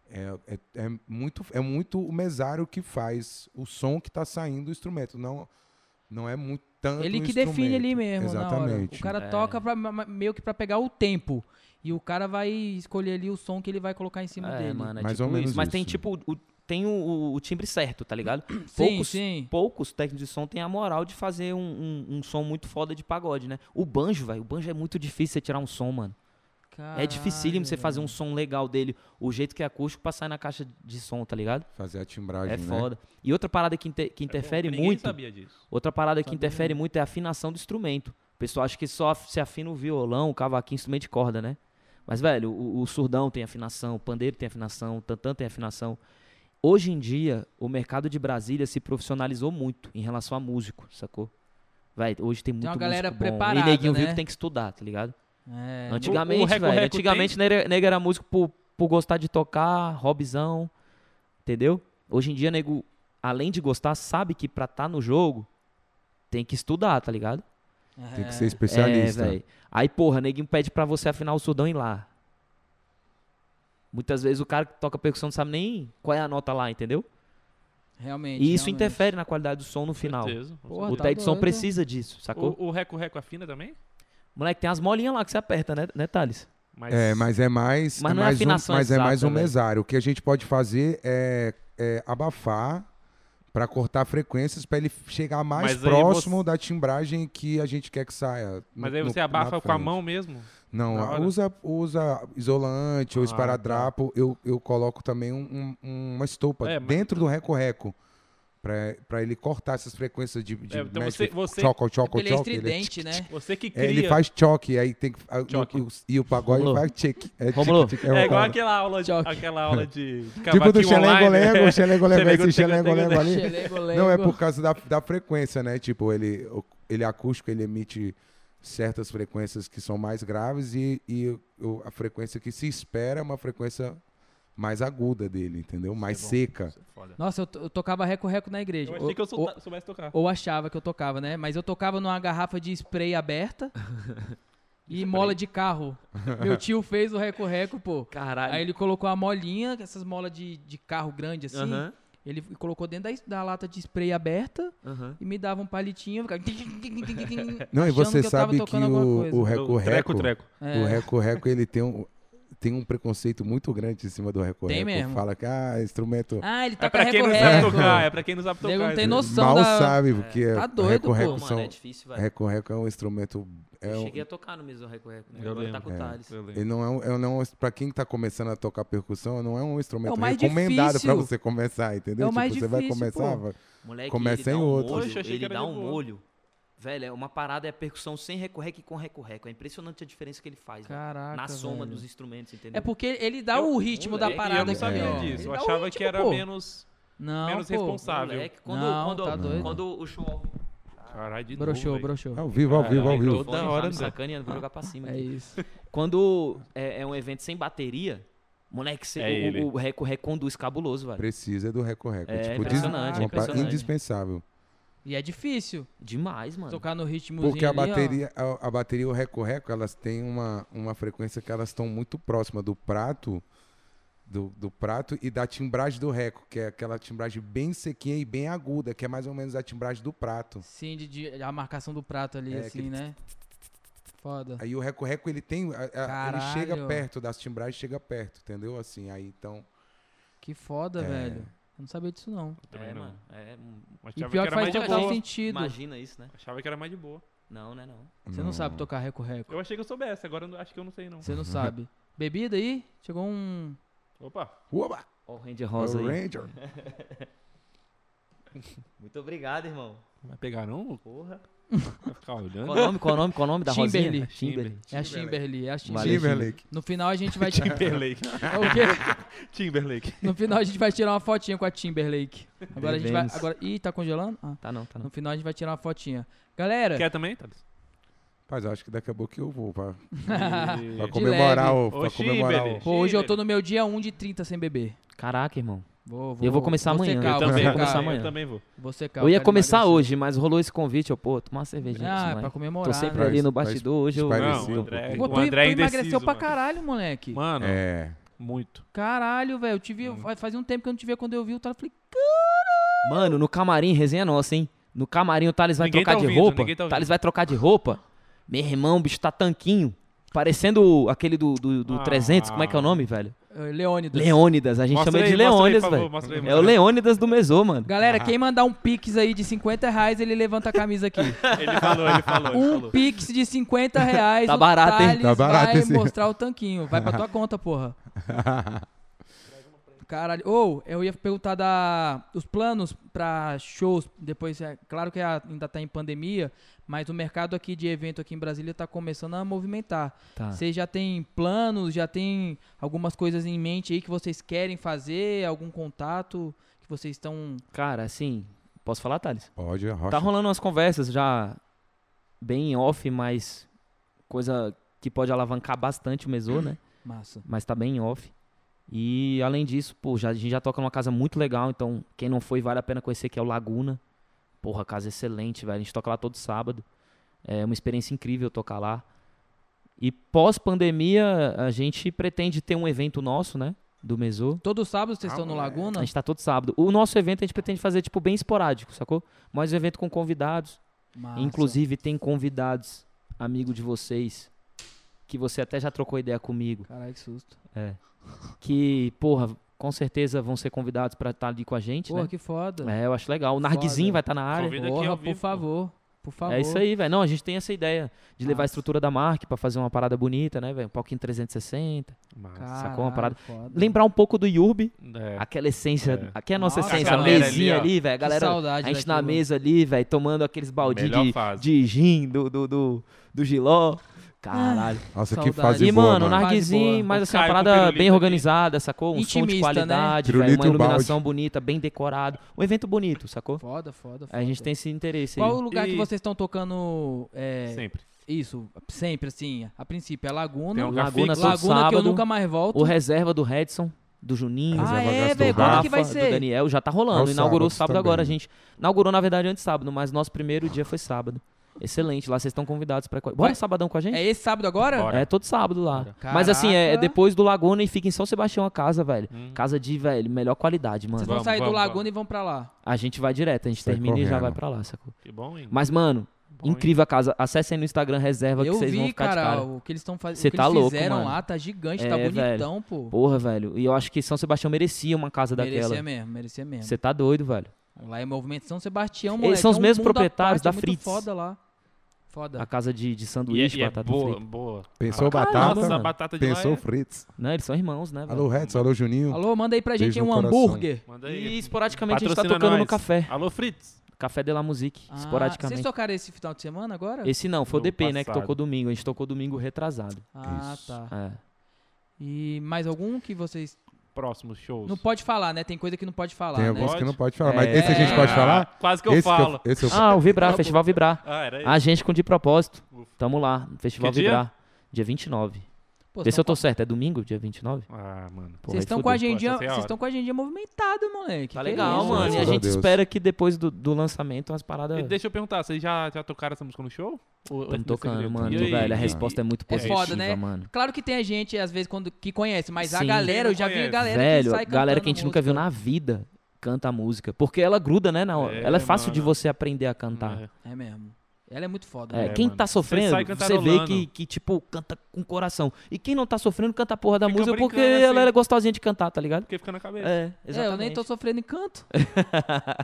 Speaker 8: É, é, é muito, é muito o mesário que faz o som que está saindo do instrumento, não, não é muito tanto
Speaker 1: Ele
Speaker 8: o
Speaker 1: que define ali
Speaker 8: instrumento.
Speaker 1: mesmo, na hora. O
Speaker 8: Exatamente.
Speaker 1: cara
Speaker 6: É.
Speaker 1: toca pra- ma- ma- meio que pra pegar o tempo. E o cara vai escolher ali o som que ele vai colocar em cima
Speaker 6: É,
Speaker 1: dele.
Speaker 6: mano, é
Speaker 8: Mais
Speaker 6: tipo
Speaker 8: ou menos
Speaker 6: isso. Mas tem
Speaker 8: isso.
Speaker 6: tipo... O, tem o, o- o timbre certo, tá ligado?
Speaker 1: Sim,
Speaker 6: poucos-
Speaker 1: sim.
Speaker 6: poucos técnicos de som têm a moral de fazer um, um- um som muito foda de pagode, né? O banjo, velho, o banjo é muito difícil você tirar um som, mano. é dificílimo você fazer um som legal dele, o jeito que é acústico, pra sair na caixa de som, tá ligado?
Speaker 8: Fazer a timbragem,
Speaker 6: É
Speaker 8: né?
Speaker 6: foda. E outra parada que, inte- que interfere
Speaker 2: É Ninguém
Speaker 6: muito,
Speaker 2: sabia disso.
Speaker 6: outra parada que interfere muito é a afinação do instrumento. O pessoal acha que só af- se afina o violão, o cavaquinho, instrumento de corda, né? Mas, velho, o, o surdão tem afinação, o pandeiro tem afinação, o tantã tem afinação. Hoje em dia, o mercado de Brasília se profissionalizou muito em relação a músico, sacou? Vai, hoje tem muito
Speaker 1: uma galera
Speaker 6: músico bom.
Speaker 1: preparada,
Speaker 6: E neguinho viu
Speaker 1: né?
Speaker 6: que tem que estudar, tá ligado?
Speaker 1: É,
Speaker 6: Antigamente,
Speaker 2: O- o Reco
Speaker 6: velho,
Speaker 2: Reco
Speaker 6: antigamente nego era- nego era músico por, por gostar de tocar, hobbyzão, entendeu? Hoje em dia, nego, além de gostar, sabe que pra tá no jogo, tem que estudar, tá ligado?
Speaker 8: Tem que ser especialista.
Speaker 6: É, velho. Aí, porra, neguinho pede pra você afinar o surdão em lá. Muitas vezes o cara que toca percussão não sabe nem qual é a nota lá, entendeu?
Speaker 1: Realmente.
Speaker 6: E isso
Speaker 1: realmente.
Speaker 6: interfere na qualidade do som no final.
Speaker 2: Certeza.
Speaker 1: Porra,
Speaker 6: O
Speaker 1: tá
Speaker 6: técnico de som
Speaker 1: doido.
Speaker 6: precisa disso, sacou?
Speaker 2: O, o Reco Reco afina também?
Speaker 6: Moleque, tem as molinhas lá que você aperta, né, né Thales?
Speaker 2: Mas,
Speaker 8: É, mas é mais,
Speaker 6: Mas
Speaker 8: é
Speaker 6: não é
Speaker 8: mais
Speaker 6: afinação
Speaker 8: um, mas é mais um
Speaker 6: exata, velho.
Speaker 2: né?
Speaker 8: mesário. O que a gente pode fazer é, é abafar para cortar frequências para ele chegar mais
Speaker 2: Mas aí
Speaker 8: próximo
Speaker 2: você-
Speaker 8: da timbragem que a gente quer que saia.
Speaker 2: mas
Speaker 8: no-
Speaker 2: aí
Speaker 8: no-
Speaker 2: você
Speaker 8: na
Speaker 2: abafa com a
Speaker 8: frente.
Speaker 2: mão mesmo? na
Speaker 8: Não,
Speaker 2: hora?
Speaker 8: usa, usa isolante
Speaker 2: Ah,
Speaker 8: ou esparadrapo. Eu, eu coloco também um- um- uma estopa
Speaker 2: É, mas-
Speaker 8: dentro do reco-reco. Pra, pra ele cortar essas frequências de, de
Speaker 2: É, então
Speaker 8: mestre-
Speaker 2: você- você-
Speaker 8: choco, choco,
Speaker 1: Porque ele é
Speaker 8: choco, ele-
Speaker 1: estridente, né?
Speaker 2: Você que
Speaker 8: é,
Speaker 2: cria.
Speaker 8: ele faz choque, aí tem que.
Speaker 2: Choque.
Speaker 8: E, o, e o pagode
Speaker 6: Romulo.
Speaker 8: vai check. É, tic,
Speaker 6: Romulo.
Speaker 8: tic,
Speaker 2: É
Speaker 8: o
Speaker 2: igual
Speaker 8: cara.
Speaker 2: aquela aula de,
Speaker 1: Choque.
Speaker 2: aquela aula de, de
Speaker 8: [LAUGHS] Tipo do
Speaker 2: cavaquinho online, né?
Speaker 8: xelengo-lengo, xelengo-lengo, esse
Speaker 2: [LAUGHS] Xelengo-lengo,
Speaker 8: xelengo-lengo ali.
Speaker 1: Xelego,
Speaker 8: Não, é
Speaker 1: lego.
Speaker 8: por causa da, da frequência, né? Tipo, ele, o- ele é acústico, ele emite certas frequências que são mais graves e, e o- a frequência que se espera é uma frequência mais aguda dele, entendeu?
Speaker 2: é
Speaker 8: Mais seca.
Speaker 2: Foda.
Speaker 1: Nossa, eu, to- eu tocava reco-reco na igreja.
Speaker 2: Eu
Speaker 1: Ou-
Speaker 2: achei que eu
Speaker 1: ou-
Speaker 2: solta- soubesse tocar.
Speaker 1: Ou achava que eu tocava, né? Mas eu tocava numa garrafa de spray aberta e mola de
Speaker 6: [LAUGHS]
Speaker 1: carro. Meu tio fez o reco-reco, pô.
Speaker 6: Caralho.
Speaker 1: Aí ele colocou a molinha, essas molas de, de carro grande assim.
Speaker 6: Aham,
Speaker 1: Ele colocou dentro da, es- da lata de spray aberta
Speaker 6: aham.
Speaker 1: e me dava um palitinho. eu Ficava...
Speaker 6: [LAUGHS]
Speaker 8: Não, e
Speaker 1: achando
Speaker 8: você
Speaker 1: que eu tava
Speaker 8: sabe que
Speaker 1: tocando alguma
Speaker 8: o,
Speaker 1: coisa. É.
Speaker 8: o reco-reco,
Speaker 2: Treco, treco.
Speaker 8: o reco-reco, ele tem um, tem um preconceito muito grande em cima do reco-reco.
Speaker 1: Tem mesmo.
Speaker 8: Fala que, ah, instrumento...
Speaker 1: Ah, ele
Speaker 2: É
Speaker 1: toca
Speaker 2: pra quem não sabe
Speaker 1: reco-reco.
Speaker 2: tocar, é pra quem não sabe tocar.
Speaker 1: Nego não tem
Speaker 2: entendeu?
Speaker 1: noção
Speaker 8: Mal
Speaker 1: da-
Speaker 8: sabe, porque
Speaker 1: Tá doido, pô,
Speaker 8: reco-reco
Speaker 6: Pô, mano,
Speaker 8: são...
Speaker 6: é difícil, velho.
Speaker 8: Reco-reco é um instrumento... É
Speaker 6: Eu
Speaker 8: um,
Speaker 6: cheguei a tocar no mesmo reco-reco, né?
Speaker 2: Eu
Speaker 6: Agora tá
Speaker 2: lembro.
Speaker 6: com o Thales.
Speaker 2: Eu lembro.
Speaker 8: Ele não é um, é um- não é um- pra quem tá começando a tocar percussão, não é um instrumento
Speaker 1: É o mais
Speaker 8: recomendado
Speaker 1: difícil.
Speaker 8: pra você começar, entendeu?
Speaker 1: É o mais
Speaker 8: tipo, você vai
Speaker 1: difícil,
Speaker 8: começar.
Speaker 1: pô.
Speaker 8: vai-
Speaker 6: Moleque,
Speaker 8: Começa
Speaker 6: ele dá
Speaker 8: em
Speaker 6: um
Speaker 1: [LAUGHS]
Speaker 8: outro.
Speaker 6: molho,
Speaker 2: Poxa, achei
Speaker 6: ele
Speaker 2: que era
Speaker 6: dá
Speaker 2: de
Speaker 6: um
Speaker 2: boa.
Speaker 6: molho. Velho, é uma parada, é percussão sem recorreco e com recorreco. É impressionante a diferença que ele faz, velho.
Speaker 1: Caraca.
Speaker 6: na soma
Speaker 1: velho.
Speaker 6: dos instrumentos, entendeu?
Speaker 1: É porque ele dá
Speaker 2: Eu-
Speaker 1: o ritmo da
Speaker 6: moleque,
Speaker 2: E eu
Speaker 1: parada
Speaker 2: não
Speaker 1: aqui,
Speaker 2: sabia
Speaker 1: ó.
Speaker 2: disso.
Speaker 1: Ele
Speaker 2: Eu
Speaker 1: dá o
Speaker 2: achava que
Speaker 1: ritmo,
Speaker 2: era
Speaker 1: pô.
Speaker 2: menos,
Speaker 1: Não,
Speaker 2: menos
Speaker 1: pô.
Speaker 2: responsável.
Speaker 6: Moleque, quando,
Speaker 1: Não,
Speaker 6: quando,
Speaker 1: tá doido.
Speaker 6: quando o show
Speaker 2: Caralho, de
Speaker 1: Broxou,
Speaker 2: novo. velho.
Speaker 1: broxou.
Speaker 8: Ao vivo, ao vivo, ao
Speaker 2: Caralho,
Speaker 8: vivo.
Speaker 2: toda hora,
Speaker 6: me
Speaker 2: Zé.
Speaker 6: sacaneando, vou jogar pra cima.
Speaker 1: [LAUGHS] É
Speaker 6: aqui.
Speaker 1: isso.
Speaker 6: Quando é, é um evento sem bateria, moleque, cê,
Speaker 2: É
Speaker 6: o-
Speaker 2: ele.
Speaker 6: o, o reco reconduz cabuloso, velho.
Speaker 8: Precisa do recorreco.
Speaker 6: É,
Speaker 8: tipo, diz-
Speaker 6: impressionante,
Speaker 8: uma
Speaker 6: é
Speaker 8: pa-
Speaker 6: impressionante.
Speaker 8: indispensável.
Speaker 1: E é difícil
Speaker 6: Demais, mano.
Speaker 1: tocar no ritmozinho
Speaker 8: Porque a
Speaker 1: ali, ó.
Speaker 8: bateria, a, a bateria e o recorreco, elas têm uma, uma frequência que elas estão muito próximas do prato. Do, do prato e da timbragem do reco, que é aquela timbragem bem sequinha e bem aguda, que é mais ou menos a timbragem do prato.
Speaker 1: Sim, de, de- a marcação do prato ali,
Speaker 8: É,
Speaker 1: assim,
Speaker 8: aquele
Speaker 1: né? Foda.
Speaker 8: Aí o reco-reco, ele tem. a- a- ele
Speaker 1: Caralho.
Speaker 8: chega perto, das timbragens chega perto, entendeu? Assim, aí então.
Speaker 1: Que foda,
Speaker 8: É.
Speaker 1: velho. Eu não sabia disso, não.
Speaker 2: Também
Speaker 6: É,
Speaker 2: não.
Speaker 6: mano. É, hum,
Speaker 2: Mas
Speaker 1: E
Speaker 2: achava
Speaker 1: pior que
Speaker 2: que era
Speaker 1: faz
Speaker 2: mais de
Speaker 6: total
Speaker 1: total
Speaker 2: boa.
Speaker 1: sentido.
Speaker 6: imagina isso, né?
Speaker 2: Achava que era mais de boa.
Speaker 6: Não, né, não.
Speaker 1: Você não, sabe tocar reco-reco.
Speaker 2: Eu achei que eu soubesse, agora eu não- acho que eu não sei,
Speaker 8: [LAUGHS]
Speaker 2: não.
Speaker 1: Você não sabe. Bebida aí? Chegou um...
Speaker 2: [LAUGHS] Opa,
Speaker 8: Oba!
Speaker 6: Ó o Ranger Rosa aí.
Speaker 8: Ranger.
Speaker 6: [LAUGHS] Muito obrigado, irmão.
Speaker 2: vai pegar não?
Speaker 6: Porra.
Speaker 2: Vai ficar
Speaker 6: Qual
Speaker 2: olhando.
Speaker 6: o nome, qual o nome, qual o nome da
Speaker 1: Timberly.
Speaker 6: Rosinha? Timberly.
Speaker 1: É a Chimberly, é a Chimberly.
Speaker 8: Timberlake.
Speaker 1: No final a gente vai...
Speaker 2: [LAUGHS] Timberlake.
Speaker 1: [LAUGHS] É o quê?
Speaker 2: [LAUGHS] Timberlake.
Speaker 1: No final a gente vai tirar uma fotinha com a Timberlake. Agora a gente vai...
Speaker 6: Devemos.
Speaker 1: Agora... Ih, tá congelando? Ah.
Speaker 6: Tá não, tá não.
Speaker 1: No final a gente vai tirar uma fotinha. Galera,
Speaker 2: Quer também, Tá Thales?
Speaker 8: Mas eu acho que daqui a pouco eu vou
Speaker 1: [LAUGHS]
Speaker 8: pra, pra
Speaker 1: De
Speaker 8: comemorar o.
Speaker 2: Ô,
Speaker 8: Pra comemorar
Speaker 2: Chimberley.
Speaker 8: o.
Speaker 1: pô, hoje eu tô no meu dia 1 de 30 sem beber.
Speaker 6: Caraca, irmão.
Speaker 1: Vou,
Speaker 6: Eu vou começar amanhã,
Speaker 1: secar,
Speaker 6: eu
Speaker 1: vou
Speaker 2: também,
Speaker 1: secar.
Speaker 6: vou começar amanhã.
Speaker 2: Eu também vou.
Speaker 1: Vou secar,
Speaker 6: Eu ia
Speaker 1: quero
Speaker 6: começar
Speaker 1: emagrecer.
Speaker 6: hoje, mas rolou esse convite. Eu, pô, tomar uma cerveja.
Speaker 1: Ah,
Speaker 2: é
Speaker 6: antes,
Speaker 1: pra
Speaker 6: mano.
Speaker 1: comemorar.
Speaker 6: Tô sempre
Speaker 1: né?
Speaker 6: ali no
Speaker 8: Pra-
Speaker 6: bastidor. Hoje eu.
Speaker 8: espairecer
Speaker 2: Não, o
Speaker 8: um
Speaker 2: André,
Speaker 1: Pô,
Speaker 2: o
Speaker 1: tu, tu
Speaker 2: André é indeciso,
Speaker 1: emagreceu pra
Speaker 2: mano.
Speaker 1: caralho, moleque.
Speaker 2: Mano,
Speaker 8: É.
Speaker 2: muito.
Speaker 1: Caralho, velho. Eu te
Speaker 2: Hum.
Speaker 1: vi, faz- fazia um tempo que eu não te via quando eu vi o Thales. Falei,
Speaker 6: Mano, no camarim, resenha nossa, hein? No camarim o Thales vai
Speaker 2: Ninguém
Speaker 6: trocar
Speaker 2: tá
Speaker 6: de
Speaker 2: ouvindo,
Speaker 6: roupa.
Speaker 2: ninguém tá ouvindo.
Speaker 6: Thales vai trocar de roupa. Meu irmão, o bicho tá tanquinho. Parecendo o- aquele do, do, do
Speaker 2: Ah.
Speaker 6: 300, como é que é o nome, velho?
Speaker 1: "Eh, Leônidas.
Speaker 6: Leônidas, a gente
Speaker 2: Mostra
Speaker 6: chama ele
Speaker 2: aí,
Speaker 6: de
Speaker 2: mostra aí,
Speaker 6: Leônidas,
Speaker 2: por favor,
Speaker 6: velho.
Speaker 2: mostra aí,
Speaker 6: É
Speaker 2: mostra
Speaker 6: o
Speaker 2: aí.
Speaker 6: Leônidas do Mesô, mano.
Speaker 1: Galera, quem mandar um pix aí de 50 reais, ele levanta a camisa aqui.
Speaker 2: [LAUGHS] Ele falou, ele falou, ele
Speaker 1: um
Speaker 2: falou.
Speaker 1: pix de 50 reais.
Speaker 6: Tá barato, hein?
Speaker 1: Thales
Speaker 8: Tá barato
Speaker 1: vai
Speaker 8: esse-
Speaker 1: mostrar o tanquinho.
Speaker 8: [LAUGHS]
Speaker 1: Vai pra tua conta, porra. Caralho. Ou, eu ia perguntar da, os planos pra shows. Depois, é claro que a- ainda tá em pandemia, mas o mercado aqui de evento aqui em Brasília tá começando a movimentar.
Speaker 6: Tá.
Speaker 1: Vocês já têm planos, já tem algumas coisas em mente aí que vocês querem fazer, algum contato que vocês estão.
Speaker 6: Cara, assim, posso falar, Thales?
Speaker 8: Pode,
Speaker 6: Tá
Speaker 8: Rocha.
Speaker 6: rolando umas conversas já bem off, mas coisa que pode alavancar bastante o Mesô, né?
Speaker 1: [CLEARS THROAT] Massa.
Speaker 6: Mas tá bem off. E além disso, pô, já, a gente já toca numa casa muito legal, então quem não foi vale a pena conhecer, que é o Laguna. Porra, casa excelente, velho. A gente toca lá todo sábado. É uma experiência incrível tocar lá. E pós-pandemia, a gente pretende ter um evento nosso, né? Do Mesô.
Speaker 1: Todo sábado
Speaker 2: Ah,
Speaker 1: vocês estão no Laguna?
Speaker 6: A gente tá todo sábado. O nosso evento a gente pretende fazer, tipo, bem esporádico, sacou? Mas um evento com convidados.
Speaker 1: Massa.
Speaker 6: Inclusive, tem convidados, amigo de vocês, que você até já trocou ideia comigo, É.
Speaker 1: Caralho, que susto.
Speaker 6: que, porra, com certeza vão ser convidados pra estar ali com a gente,
Speaker 1: Porra,
Speaker 6: né?
Speaker 1: que foda.
Speaker 6: É, eu acho legal. O Narguizinho vai estar na área.
Speaker 2: Convida aqui
Speaker 1: Porra,
Speaker 2: ao
Speaker 1: por
Speaker 2: vivo, pô.
Speaker 1: favor. Por favor.
Speaker 6: É isso aí, velho. Não, a gente tem essa ideia de levar a
Speaker 1: Massa.
Speaker 6: estrutura da marca pra fazer uma parada bonita, né, velho? Um palquinho 360.
Speaker 1: Caralho,
Speaker 6: Sacou uma parada?
Speaker 1: foda.
Speaker 6: Lembrar um pouco do Yurbi,
Speaker 2: É.
Speaker 6: aquela essência,
Speaker 2: É.
Speaker 6: aqui é a nossa
Speaker 1: Nossa,
Speaker 6: essência, a
Speaker 2: galera ali,
Speaker 6: mesinha
Speaker 2: ó.
Speaker 6: ali, velho. A
Speaker 1: Que
Speaker 6: galera
Speaker 1: saudade
Speaker 6: A gente na
Speaker 1: daquilo.
Speaker 6: mesa ali, velho, tomando aqueles baldios
Speaker 2: Melhor
Speaker 6: de,
Speaker 2: fase.
Speaker 6: de gin, do, do, do, do giló.
Speaker 1: Ah,
Speaker 6: Caralho.
Speaker 5: Ah.
Speaker 8: Nossa,
Speaker 1: Saudade.
Speaker 8: que fase
Speaker 6: E,
Speaker 8: boa,
Speaker 6: mano, o
Speaker 1: na-
Speaker 6: narguizinho,
Speaker 1: boa.
Speaker 6: mas
Speaker 2: O
Speaker 6: assim, uma
Speaker 2: Caio com
Speaker 6: parada
Speaker 2: pirulito
Speaker 6: bem
Speaker 2: ali. né,
Speaker 6: organizada, sacou? Um som de
Speaker 1: Intimista, né?
Speaker 6: qualidade, velho,
Speaker 8: Pirulito
Speaker 6: uma
Speaker 8: e o balde.
Speaker 6: iluminação bonita, bem decorado. Um evento bonito, sacou?
Speaker 1: Foda, foda, foda.
Speaker 6: A gente tem esse interesse
Speaker 1: Qual o
Speaker 6: aí.
Speaker 1: lugar que
Speaker 2: E-
Speaker 1: vocês estão tocando? é,
Speaker 2: Sempre.
Speaker 1: Isso, sempre assim. A princípio é Laguna.
Speaker 2: Tem um
Speaker 6: Laguna todo
Speaker 2: café
Speaker 1: Laguna que eu
Speaker 6: sábado.
Speaker 1: nunca mais volto.
Speaker 6: O reserva do Redson, do Juninho,
Speaker 1: ah,
Speaker 8: Reserva Gastão
Speaker 1: é, velho.
Speaker 6: do
Speaker 1: Quando
Speaker 6: Rafa,
Speaker 1: que vai
Speaker 6: do
Speaker 1: ser?
Speaker 6: Daniel, já tá rolando.
Speaker 8: Aos
Speaker 6: Inaugurou
Speaker 8: sábados
Speaker 6: sábado
Speaker 8: também,
Speaker 6: agora, a
Speaker 8: né?
Speaker 6: gente. Inaugurou, na verdade, antes de sábado, mas nosso primeiro dia foi sábado. Excelente, lá vocês estão convidados pra. Bora
Speaker 1: Vai-
Speaker 6: sabadão com a gente?
Speaker 1: É esse sábado agora?
Speaker 2: Bora.
Speaker 6: É todo sábado lá.
Speaker 1: Caraca.
Speaker 6: Mas assim, é, é depois do Laguna e fica em São Sebastião a casa, velho.
Speaker 2: Hum.
Speaker 6: Casa de, velho, melhor qualidade,
Speaker 1: Vocês
Speaker 6: mano.
Speaker 1: vão
Speaker 2: Vamos,
Speaker 1: sair do
Speaker 2: vamos,
Speaker 1: Laguna
Speaker 2: vamos.
Speaker 1: e vão pra lá.
Speaker 6: A gente vai direto, a gente
Speaker 8: Sai
Speaker 6: termina e já
Speaker 8: correndo.
Speaker 6: vai pra lá, sacou?
Speaker 2: Que bom, hein?
Speaker 6: Mas, mano,
Speaker 2: Bom, hein?
Speaker 6: incrível a casa. Acessem no Instagram, reserva
Speaker 1: eu
Speaker 6: que vocês vão
Speaker 1: vi,
Speaker 6: ficar de
Speaker 1: cara,
Speaker 6: cara.
Speaker 1: o que eles estão fazendo.
Speaker 6: Cê
Speaker 1: O que
Speaker 6: tá
Speaker 1: eles
Speaker 6: louco,
Speaker 1: fizeram
Speaker 6: mano.
Speaker 1: lá tá gigante, tá
Speaker 6: É,
Speaker 1: bonitão, pô.
Speaker 6: Porra, velho. E eu acho que São Sebastião merecia uma casa
Speaker 1: Merecia
Speaker 6: daquela.
Speaker 1: mesmo, merecia mesmo.
Speaker 6: Você tá doido, velho.
Speaker 1: Lá é movimento São Sebastião,
Speaker 6: Eles
Speaker 1: moleque.
Speaker 6: são os
Speaker 1: é um
Speaker 6: mesmos
Speaker 1: mundo à
Speaker 6: proprietários
Speaker 1: parte,
Speaker 6: da
Speaker 1: é muito
Speaker 6: Fritz.
Speaker 1: foda lá. Foda.
Speaker 6: A casa de, de
Speaker 2: E é,
Speaker 6: sanduíche,
Speaker 2: e é
Speaker 6: batata
Speaker 2: boa,
Speaker 6: frita.
Speaker 2: boa.
Speaker 8: Pensou
Speaker 2: Ah,
Speaker 8: batata?
Speaker 2: Nossa, a
Speaker 8: mano?
Speaker 2: batata de
Speaker 8: Pensou
Speaker 2: lá é...
Speaker 8: Fritz?
Speaker 6: Não, eles são irmãos, né, velho?
Speaker 8: Alô, Reds, alô, Juninho.
Speaker 1: Alô, manda aí pra
Speaker 8: Beijo
Speaker 1: gente
Speaker 8: no
Speaker 1: um
Speaker 8: coração.
Speaker 1: hambúrguer.
Speaker 2: Manda
Speaker 6: E
Speaker 2: aí.
Speaker 6: esporadicamente a gente tá
Speaker 2: Patrocina
Speaker 6: tocando no
Speaker 2: nós.
Speaker 6: café.
Speaker 2: Alô, Fritz.
Speaker 6: Café de la Musique,
Speaker 1: Ah, Vocês
Speaker 6: esporadicamente.
Speaker 1: tocaram esse final de semana agora?
Speaker 6: Esse não, foi o
Speaker 2: No
Speaker 6: DP, né, que
Speaker 2: passado.
Speaker 6: tocou domingo. A gente tocou domingo retrasado.
Speaker 1: Ah,
Speaker 8: Isso.
Speaker 1: tá.
Speaker 6: É.
Speaker 1: E mais algum que vocês.
Speaker 2: Próximo show.
Speaker 1: Não pode falar, né? Tem coisa que não pode falar.
Speaker 8: Tem
Speaker 1: né?
Speaker 8: alguns que
Speaker 2: Pode?
Speaker 8: não pode falar,
Speaker 6: É.
Speaker 8: mas esse a gente pode falar?
Speaker 2: Quase que eu
Speaker 8: esse
Speaker 2: falo.
Speaker 8: Que eu, esse eu
Speaker 6: Ah, o Vibrar, Festival Vibrar.
Speaker 2: Ah, era isso.
Speaker 6: A gente com de propósito. Tamo lá, no Festival
Speaker 2: Que dia?
Speaker 6: Vibrar. Dia 29.
Speaker 1: Pô, tá
Speaker 6: Vê se eu
Speaker 1: tão-
Speaker 6: tô certo, é domingo, dia 29?
Speaker 2: Ah,
Speaker 6: Porra,
Speaker 2: mano.
Speaker 1: Vocês
Speaker 6: aí
Speaker 1: estão com a
Speaker 6: fudeu.
Speaker 2: fudeu, pô,
Speaker 1: agendinha.
Speaker 2: essa foi a
Speaker 1: Vocês
Speaker 2: hora.
Speaker 1: estão com a agendinha movimentada, moleque.
Speaker 6: Tá
Speaker 1: Que
Speaker 6: legal,
Speaker 1: isso,
Speaker 6: mano. E a
Speaker 8: graças a
Speaker 6: gente
Speaker 8: Deus.
Speaker 6: espera que depois do, do lançamento as paradas.
Speaker 2: E deixa eu perguntar, vocês já, já tocaram essa música no show? Ou- ou é
Speaker 6: Tamo tocando,
Speaker 2: segredo?
Speaker 6: mano.
Speaker 2: E aí?
Speaker 6: velho, a
Speaker 2: E-
Speaker 6: resposta é muito
Speaker 1: É
Speaker 6: positiva,
Speaker 1: foda, né?
Speaker 6: mano.
Speaker 1: Claro que tem a gente, às vezes, quando, que conhece, mas a
Speaker 6: Sim.
Speaker 1: galera, eu já vi
Speaker 2: Conhece.
Speaker 1: galera que
Speaker 6: Velho,
Speaker 1: sai
Speaker 6: galera
Speaker 1: cantando
Speaker 6: que a gente nunca viu na vida canta a música. Porque ela gruda, né? Na hora.
Speaker 2: É,
Speaker 6: ela é fácil de
Speaker 2: mano.
Speaker 6: você aprender a cantar.
Speaker 2: É.
Speaker 1: música. É mesmo. Ela é muito foda.
Speaker 6: É,
Speaker 1: né?
Speaker 2: É,
Speaker 6: quem
Speaker 2: mano.
Speaker 6: tá
Speaker 2: Você
Speaker 6: sofrendo,
Speaker 2: sai
Speaker 6: você vê que,
Speaker 2: cantarolando.
Speaker 6: que, tipo, canta com coração. E quem não tá sofrendo, canta a porra da
Speaker 2: Fica
Speaker 6: música porque
Speaker 2: brincando,
Speaker 6: ela
Speaker 2: assim.
Speaker 6: é gostosinha de cantar, tá ligado?
Speaker 2: Porque fica na cabeça.
Speaker 6: É,
Speaker 1: É,
Speaker 6: exatamente.
Speaker 1: eu nem tô sofrendo em
Speaker 6: [LAUGHS]
Speaker 1: canto.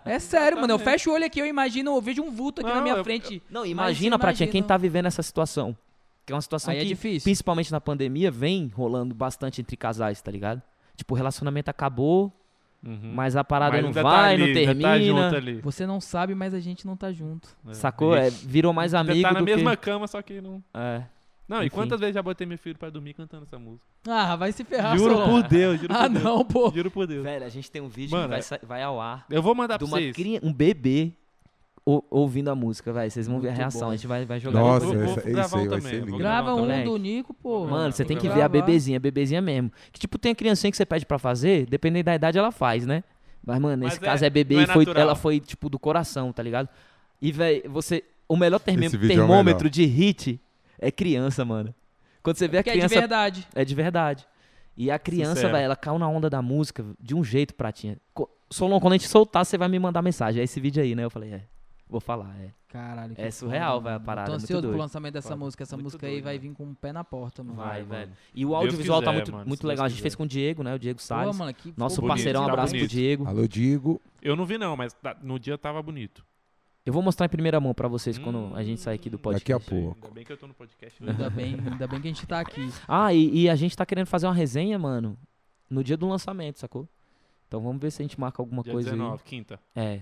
Speaker 1: é sério, mano. Eu fecho o olho aqui, eu imagino, eu vejo um vulto aqui na
Speaker 2: Não,
Speaker 1: minha
Speaker 2: eu-
Speaker 1: frente.
Speaker 6: Não,
Speaker 1: imagina,
Speaker 6: imagina, Pratinha, quem
Speaker 1: imagina.
Speaker 6: tá vivendo essa situação. Que é uma situação
Speaker 1: Aí é
Speaker 6: que,
Speaker 1: difícil.
Speaker 6: principalmente na pandemia, vem rolando bastante entre casais, tá ligado? Tipo, o relacionamento acabou,
Speaker 2: Uhum.
Speaker 6: mas a parada
Speaker 2: Mas
Speaker 6: não
Speaker 2: ainda tá
Speaker 6: vai,
Speaker 2: ali,
Speaker 6: não
Speaker 2: ainda tá junto
Speaker 6: termina.
Speaker 2: ali.
Speaker 1: Você não sabe, mas a gente não tá junto.
Speaker 2: É.
Speaker 6: sacou? É, virou mais
Speaker 2: Ainda
Speaker 6: amigo
Speaker 2: tá na
Speaker 6: do
Speaker 2: mesma
Speaker 6: que...
Speaker 2: cama, só que não...
Speaker 6: É.
Speaker 2: Não, e
Speaker 6: Enfim.
Speaker 2: quantas vezes já botei meu filho pra dormir cantando essa música?
Speaker 1: Ah, vai se ferrar,
Speaker 2: Juro
Speaker 1: Solon.
Speaker 2: por Deus, juro
Speaker 1: Ah,
Speaker 2: por Deus.
Speaker 1: não, pô.
Speaker 2: Juro por Deus.
Speaker 6: Velho, a gente tem um vídeo
Speaker 2: Mano,
Speaker 6: que vai,
Speaker 2: é-
Speaker 6: sa- vai ao ar
Speaker 2: Eu vou mandar
Speaker 6: de
Speaker 2: pra
Speaker 6: uma
Speaker 2: vocês.
Speaker 6: cri- um bebê ou- ouvindo a música, velho. Vocês vão ver a
Speaker 1: Muito
Speaker 6: reação.
Speaker 1: bom.
Speaker 6: A gente vai, vai jogar.
Speaker 8: Nossa,
Speaker 2: Eu vou-
Speaker 8: essa-
Speaker 2: vou
Speaker 8: isso
Speaker 2: gravar
Speaker 8: aí
Speaker 2: um
Speaker 8: vai
Speaker 2: também,
Speaker 8: ser
Speaker 2: eu vou
Speaker 8: lindo.
Speaker 2: gravar
Speaker 1: Grava um
Speaker 6: moleque.
Speaker 1: do Nico, pô.
Speaker 6: Mano, você
Speaker 2: vou
Speaker 6: tem que ver
Speaker 1: gravar.
Speaker 6: a bebezinha, a bebezinha mesmo. Que tipo, tem a criancinha que você pede pra fazer, dependendo da idade ela faz, né? Mas, mano, nesse
Speaker 2: Mas é-
Speaker 6: caso é bebê
Speaker 2: não é
Speaker 6: e foi,
Speaker 2: natural.
Speaker 6: ela foi, tipo, do coração, tá ligado? E, velho, você. O melhor termo-
Speaker 8: Esse vídeo é o
Speaker 6: termômetro
Speaker 8: melhor.
Speaker 6: de hit é criança, mano. Quando você vê a
Speaker 1: Porque é de
Speaker 6: criança
Speaker 1: verdade.
Speaker 6: É de verdade. E a criança,
Speaker 2: Sincero.
Speaker 6: velho, ela caiu na onda da música de um jeito, Pratinha. Co- Solon, quando a gente soltar, você vai me mandar mensagem. É esse vídeo aí, né? Eu falei, é. Vou falar, é.
Speaker 1: Caralho. que
Speaker 6: É surreal,
Speaker 1: foda,
Speaker 6: vai a
Speaker 1: mano.
Speaker 6: parada,
Speaker 1: Tô
Speaker 6: é muito
Speaker 1: ansioso pro
Speaker 6: doido.
Speaker 1: lançamento dessa
Speaker 2: Foda,
Speaker 1: música. Essa
Speaker 2: muito
Speaker 1: música aí
Speaker 2: doido,
Speaker 1: vai
Speaker 2: mano.
Speaker 1: vir com o pé na porta, mano.
Speaker 6: Vai, velho.
Speaker 2: mano.
Speaker 6: E o
Speaker 2: Deus
Speaker 6: audiovisual tá
Speaker 2: quiser,
Speaker 6: muito,
Speaker 2: mano,
Speaker 6: muito
Speaker 2: se Deus
Speaker 6: legal. A gente
Speaker 2: quiser.
Speaker 6: fez com o Diego, né? O Diego
Speaker 1: Pô,
Speaker 6: Salles.
Speaker 1: mano, que
Speaker 6: Nosso
Speaker 1: ficou
Speaker 2: bonito,
Speaker 6: parceirão, um
Speaker 2: tá
Speaker 6: abraço
Speaker 2: bonito.
Speaker 6: pro Diego.
Speaker 8: Alô, Digo.
Speaker 2: Eu não vi não, mas tá- no dia tava bonito.
Speaker 6: Eu vou mostrar em primeira mão pra vocês quando a gente sair aqui do
Speaker 2: Hum,
Speaker 6: podcast.
Speaker 8: Daqui a
Speaker 2: Isso aí,
Speaker 8: pouco.
Speaker 2: Ainda bem que eu tô no podcast. né? hoje.
Speaker 1: Ainda bem, ainda bem que a gente tá
Speaker 2: [LAUGHS]
Speaker 1: aqui.
Speaker 6: Ah, e, e a gente tá querendo fazer uma resenha, mano, no dia do lançamento, sacou? Então vamos ver se a gente marca alguma
Speaker 2: Dia
Speaker 6: coisa
Speaker 2: 19, quinta.
Speaker 6: aí. É,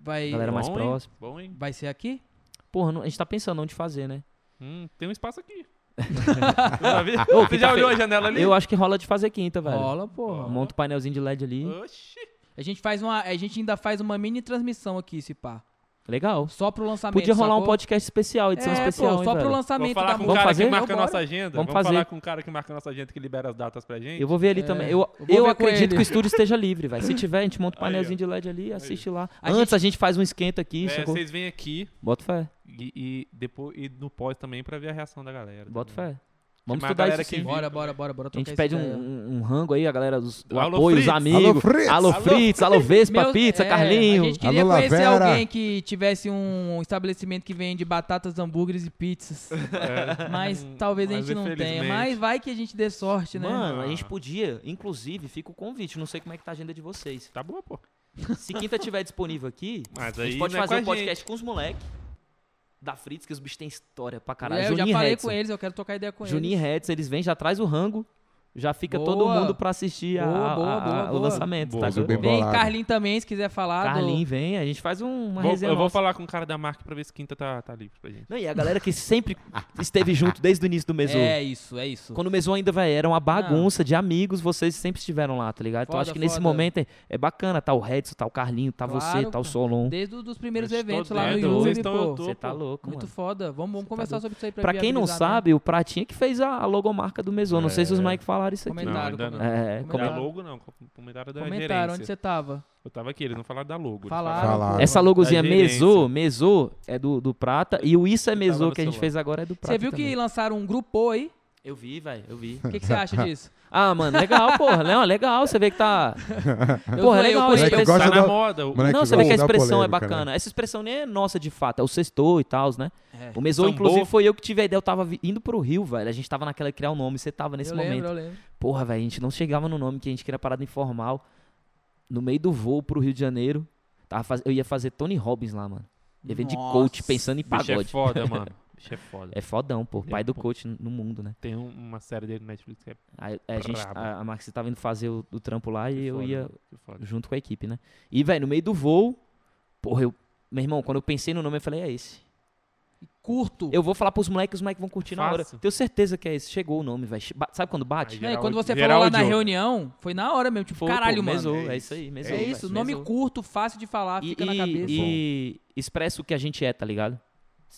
Speaker 1: Vai,
Speaker 6: galera mais
Speaker 2: Bom, hein?
Speaker 6: próxima.
Speaker 2: Bom, hein?
Speaker 1: vai ser aqui?
Speaker 6: Porra, não- a gente tá pensando onde fazer, né?
Speaker 2: Hum, tem um
Speaker 6: [LAUGHS]
Speaker 2: espaço aqui. Você [LAUGHS] já viu?
Speaker 6: Ô,
Speaker 2: Você já
Speaker 6: quinta-feira-
Speaker 2: olhou a janela ali?
Speaker 6: Eu acho que rola de fazer quinta, velho.
Speaker 1: Rola, porra.
Speaker 6: Monta o painelzinho de LED ali.
Speaker 2: Oxi.
Speaker 1: A gente faz uma. A gente ainda faz uma mini transmissão aqui, se pá.
Speaker 6: Legal.
Speaker 1: Só pro lançamento.
Speaker 6: Podia rolar um
Speaker 1: sacou?
Speaker 6: podcast especial, edição
Speaker 1: é,
Speaker 6: especial.
Speaker 1: Pô,
Speaker 6: hein,
Speaker 1: só pro
Speaker 6: velho?
Speaker 1: lançamento
Speaker 2: Vamos falar
Speaker 1: da
Speaker 2: com o
Speaker 1: música.
Speaker 2: cara que
Speaker 6: fazer?
Speaker 2: marca a
Speaker 1: Vambora.
Speaker 2: nossa agenda?
Speaker 6: Vamos
Speaker 2: Vamos,
Speaker 6: fazer.
Speaker 2: falar com o cara que marca a nossa agenda, que libera as datas pra gente?
Speaker 6: Eu vou ver ali
Speaker 1: É.
Speaker 6: também. Eu,
Speaker 1: Eu vou
Speaker 6: eu
Speaker 1: ver com
Speaker 6: acredito
Speaker 1: ele.
Speaker 6: que o estúdio esteja livre, velho. Se tiver, a gente monta
Speaker 1: [LAUGHS]
Speaker 6: um
Speaker 2: Aí, ó.
Speaker 6: painelzinho de LED ali, assiste lá.
Speaker 1: A
Speaker 6: Antes
Speaker 1: gente-
Speaker 6: a gente faz um esquenta aqui,
Speaker 2: É,
Speaker 6: sacou?
Speaker 2: vocês vêm aqui
Speaker 6: Bota fé,
Speaker 2: e, e depois, e no pós também pra ver a reação da galera.
Speaker 6: bota
Speaker 2: também.
Speaker 6: fé. Vamos
Speaker 2: mais
Speaker 6: estudar
Speaker 2: galera
Speaker 6: isso
Speaker 2: que
Speaker 6: sim.
Speaker 2: viu.
Speaker 1: Bora, bora, bora, bora.
Speaker 6: A gente
Speaker 1: trocar
Speaker 6: pede um,
Speaker 1: essa ideia.
Speaker 6: um- um rango aí, a galera dos do
Speaker 2: Alô,
Speaker 6: apoio, os
Speaker 2: Fritz.
Speaker 8: Alô,
Speaker 6: amigos.
Speaker 8: Fritz!
Speaker 6: Alô,
Speaker 2: Alô,
Speaker 6: Fritz, alô, Fritz, pra
Speaker 1: [LAUGHS] Meu-
Speaker 6: pizza,
Speaker 1: é, A
Speaker 6: Carlinho.
Speaker 1: gente queria
Speaker 8: Alô,
Speaker 1: conhecer
Speaker 8: Lavera.
Speaker 1: alguém que tivesse um estabelecimento que vende batatas, hambúrgueres e
Speaker 6: [LAUGHS]
Speaker 1: pizzas.
Speaker 2: É.
Speaker 6: É.
Speaker 1: Mas
Speaker 6: Hum,
Speaker 1: talvez a
Speaker 2: mas
Speaker 1: gente não tenha.
Speaker 2: infelizmente.
Speaker 1: Mas vai que a gente dê sorte, né?
Speaker 6: Mano, a gente
Speaker 2: Ah.
Speaker 6: podia, inclusive, fica o convite. Não sei como é que tá a agenda de vocês.
Speaker 2: Tá bom, pô.
Speaker 6: Se quinta tiver disponível aqui,
Speaker 2: Mas
Speaker 6: a gente
Speaker 2: aí
Speaker 6: pode
Speaker 2: não é
Speaker 6: fazer
Speaker 2: com a
Speaker 6: um podcast com os moleques da Fritz, que os bichos têm história pra caralho.
Speaker 1: É, eu
Speaker 6: Juninho
Speaker 1: já falei
Speaker 6: Redson.
Speaker 1: com eles, eu quero trocar ideia com
Speaker 6: Juninho
Speaker 1: eles.
Speaker 6: e Reds, eles vêm, já traz o rango, já fica todo
Speaker 1: Boa.
Speaker 6: mundo pra assistir a-
Speaker 1: Boa, boa,
Speaker 6: a-
Speaker 1: boa,
Speaker 6: a- o
Speaker 1: boa.
Speaker 6: lançamento.
Speaker 2: Boa,
Speaker 6: tá
Speaker 8: do
Speaker 6: doido?
Speaker 8: bem
Speaker 1: Vem
Speaker 8: bolado.
Speaker 1: Carlinho também, se quiser falar. do-
Speaker 6: Carlinho vem, a gente faz um- uma
Speaker 2: Vou-
Speaker 6: resenha
Speaker 2: eu vou
Speaker 6: nossa.
Speaker 2: falar com o cara da marca pra ver se quinta tá, tá livre pra gente.
Speaker 6: Não, e a galera que sempre [LAUGHS] esteve junto desde o início do Meso.
Speaker 1: É isso, é isso.
Speaker 6: Quando o Meso ainda, velho, era uma bagunça de amigos, vocês sempre estiveram lá, tá ligado? então
Speaker 1: Foda,
Speaker 6: acho que nesse
Speaker 1: foda.
Speaker 6: momento é, é bacana, tá o Redson, tá o Carlinho, tá você,
Speaker 1: Claro,
Speaker 6: tá o
Speaker 1: pô.
Speaker 6: Solon.
Speaker 1: Desde os dos primeiros
Speaker 2: Mas tô
Speaker 1: eventos lá no
Speaker 2: doido,
Speaker 1: YouTube,
Speaker 2: vocês estão, eu
Speaker 1: pô.
Speaker 2: tô-
Speaker 6: Você tá louco,
Speaker 1: Muito
Speaker 6: mano. tá
Speaker 1: foda. Vamos, vamos conversar
Speaker 6: doido.
Speaker 1: sobre isso aí pra
Speaker 6: Pra quem não
Speaker 1: viabilizar, né?
Speaker 6: sabe, o Pratinha que fez a, a logomarca do Meso. Não sei se os
Speaker 2: É.
Speaker 6: Mike falaram isso aqui.
Speaker 2: Não,
Speaker 1: Comentaram.
Speaker 2: ainda não.
Speaker 1: comentaram.
Speaker 6: É,
Speaker 2: Não é
Speaker 1: comentaram.
Speaker 2: logo, não. Comentário da
Speaker 1: Comentaram onde
Speaker 2: gerência.
Speaker 1: você tava.
Speaker 2: Eu tava aqui, eles não falaram da logo. eles
Speaker 1: Falaram.
Speaker 8: Falaram.
Speaker 1: pô.
Speaker 6: Essa logozinha
Speaker 2: Da É gerência.
Speaker 6: Meso, Meso é do, do Prata e o Isso é
Speaker 2: Ele tava
Speaker 6: Meso
Speaker 2: no
Speaker 6: que a gente
Speaker 2: celular.
Speaker 6: fez agora é do Prata.
Speaker 1: Você viu que
Speaker 6: também.
Speaker 1: lançaram um grupo aí?
Speaker 6: Eu vi, velho, eu vi.
Speaker 1: O que, que você acha disso?
Speaker 6: [LAUGHS] Ah, mano,
Speaker 1: [LAUGHS]
Speaker 6: legal, porra. Não, legal, você vê que [LAUGHS] tá.
Speaker 1: Eu
Speaker 6: Porra,
Speaker 1: zoei, eu
Speaker 6: legal,
Speaker 1: conheci-
Speaker 6: isso
Speaker 8: Moleque,
Speaker 6: aí.
Speaker 8: eu
Speaker 2: Tá
Speaker 8: gosto
Speaker 2: na
Speaker 8: da...
Speaker 2: moda. o-
Speaker 8: Moleque,
Speaker 6: não,
Speaker 8: eu
Speaker 6: você vê que a
Speaker 8: gosto da
Speaker 6: expressão é
Speaker 8: polêmica, né?
Speaker 6: bacana. Essa expressão nem é nossa de fato, é o sextou e tal, né?
Speaker 1: É.
Speaker 6: O Meso,
Speaker 2: Sambou.
Speaker 6: inclusive, foi eu que tive a ideia. Eu tava vi- indo pro Rio, velho. A gente tava naquela criar o nome, você tava nesse
Speaker 1: eu
Speaker 6: momento.
Speaker 1: lembro, eu lembro.
Speaker 6: Porra, velho, a gente não chegava no nome que a gente queria parada informal. No meio do voo pro Rio de Janeiro, tava faz- eu ia fazer Tony Robbins lá, mano. Ia ver de coach
Speaker 1: Nossa.
Speaker 6: pensando em
Speaker 2: Bicho é
Speaker 6: pagode. [LAUGHS]
Speaker 2: foda, mano. Bicho é foda.
Speaker 6: É fodão, pô. Pai
Speaker 2: É,
Speaker 6: do
Speaker 2: pô.
Speaker 6: coach no mundo, né?
Speaker 2: Tem um- uma série dele no Netflix que é
Speaker 6: Aí, a, gente,
Speaker 2: Brabo.
Speaker 6: a, a Marx tava indo fazer o, o trampo lá e
Speaker 2: que
Speaker 6: eu
Speaker 2: foda,
Speaker 6: ia
Speaker 2: mano, que foda.
Speaker 6: junto com a equipe, né? E, velho, no meio do voo, porra, eu. Meu irmão, quando eu pensei no nome, eu falei, é esse.
Speaker 1: Curto.
Speaker 6: Eu vou falar pros moleques, os moleques vão curtir na hora.
Speaker 2: Fácil.
Speaker 6: Tenho certeza que é esse. Chegou o nome, velho. Che- ba- Sabe quando bate?
Speaker 2: Aí
Speaker 1: Não, e
Speaker 2: Geraldo-
Speaker 1: É, quando você falou lá
Speaker 2: Geraldo.
Speaker 1: na reunião, foi na hora mesmo. Tipo,
Speaker 6: Foi, É, pô,
Speaker 1: caralho, mano.
Speaker 6: mesou, é isso aí, mesou,
Speaker 1: é
Speaker 6: velho,
Speaker 1: isso, nome
Speaker 6: mesou.
Speaker 1: curto, fácil de falar,
Speaker 6: E,
Speaker 1: fica na
Speaker 6: e-
Speaker 1: cabeça.
Speaker 6: e expressa o que a gente é, tá ligado?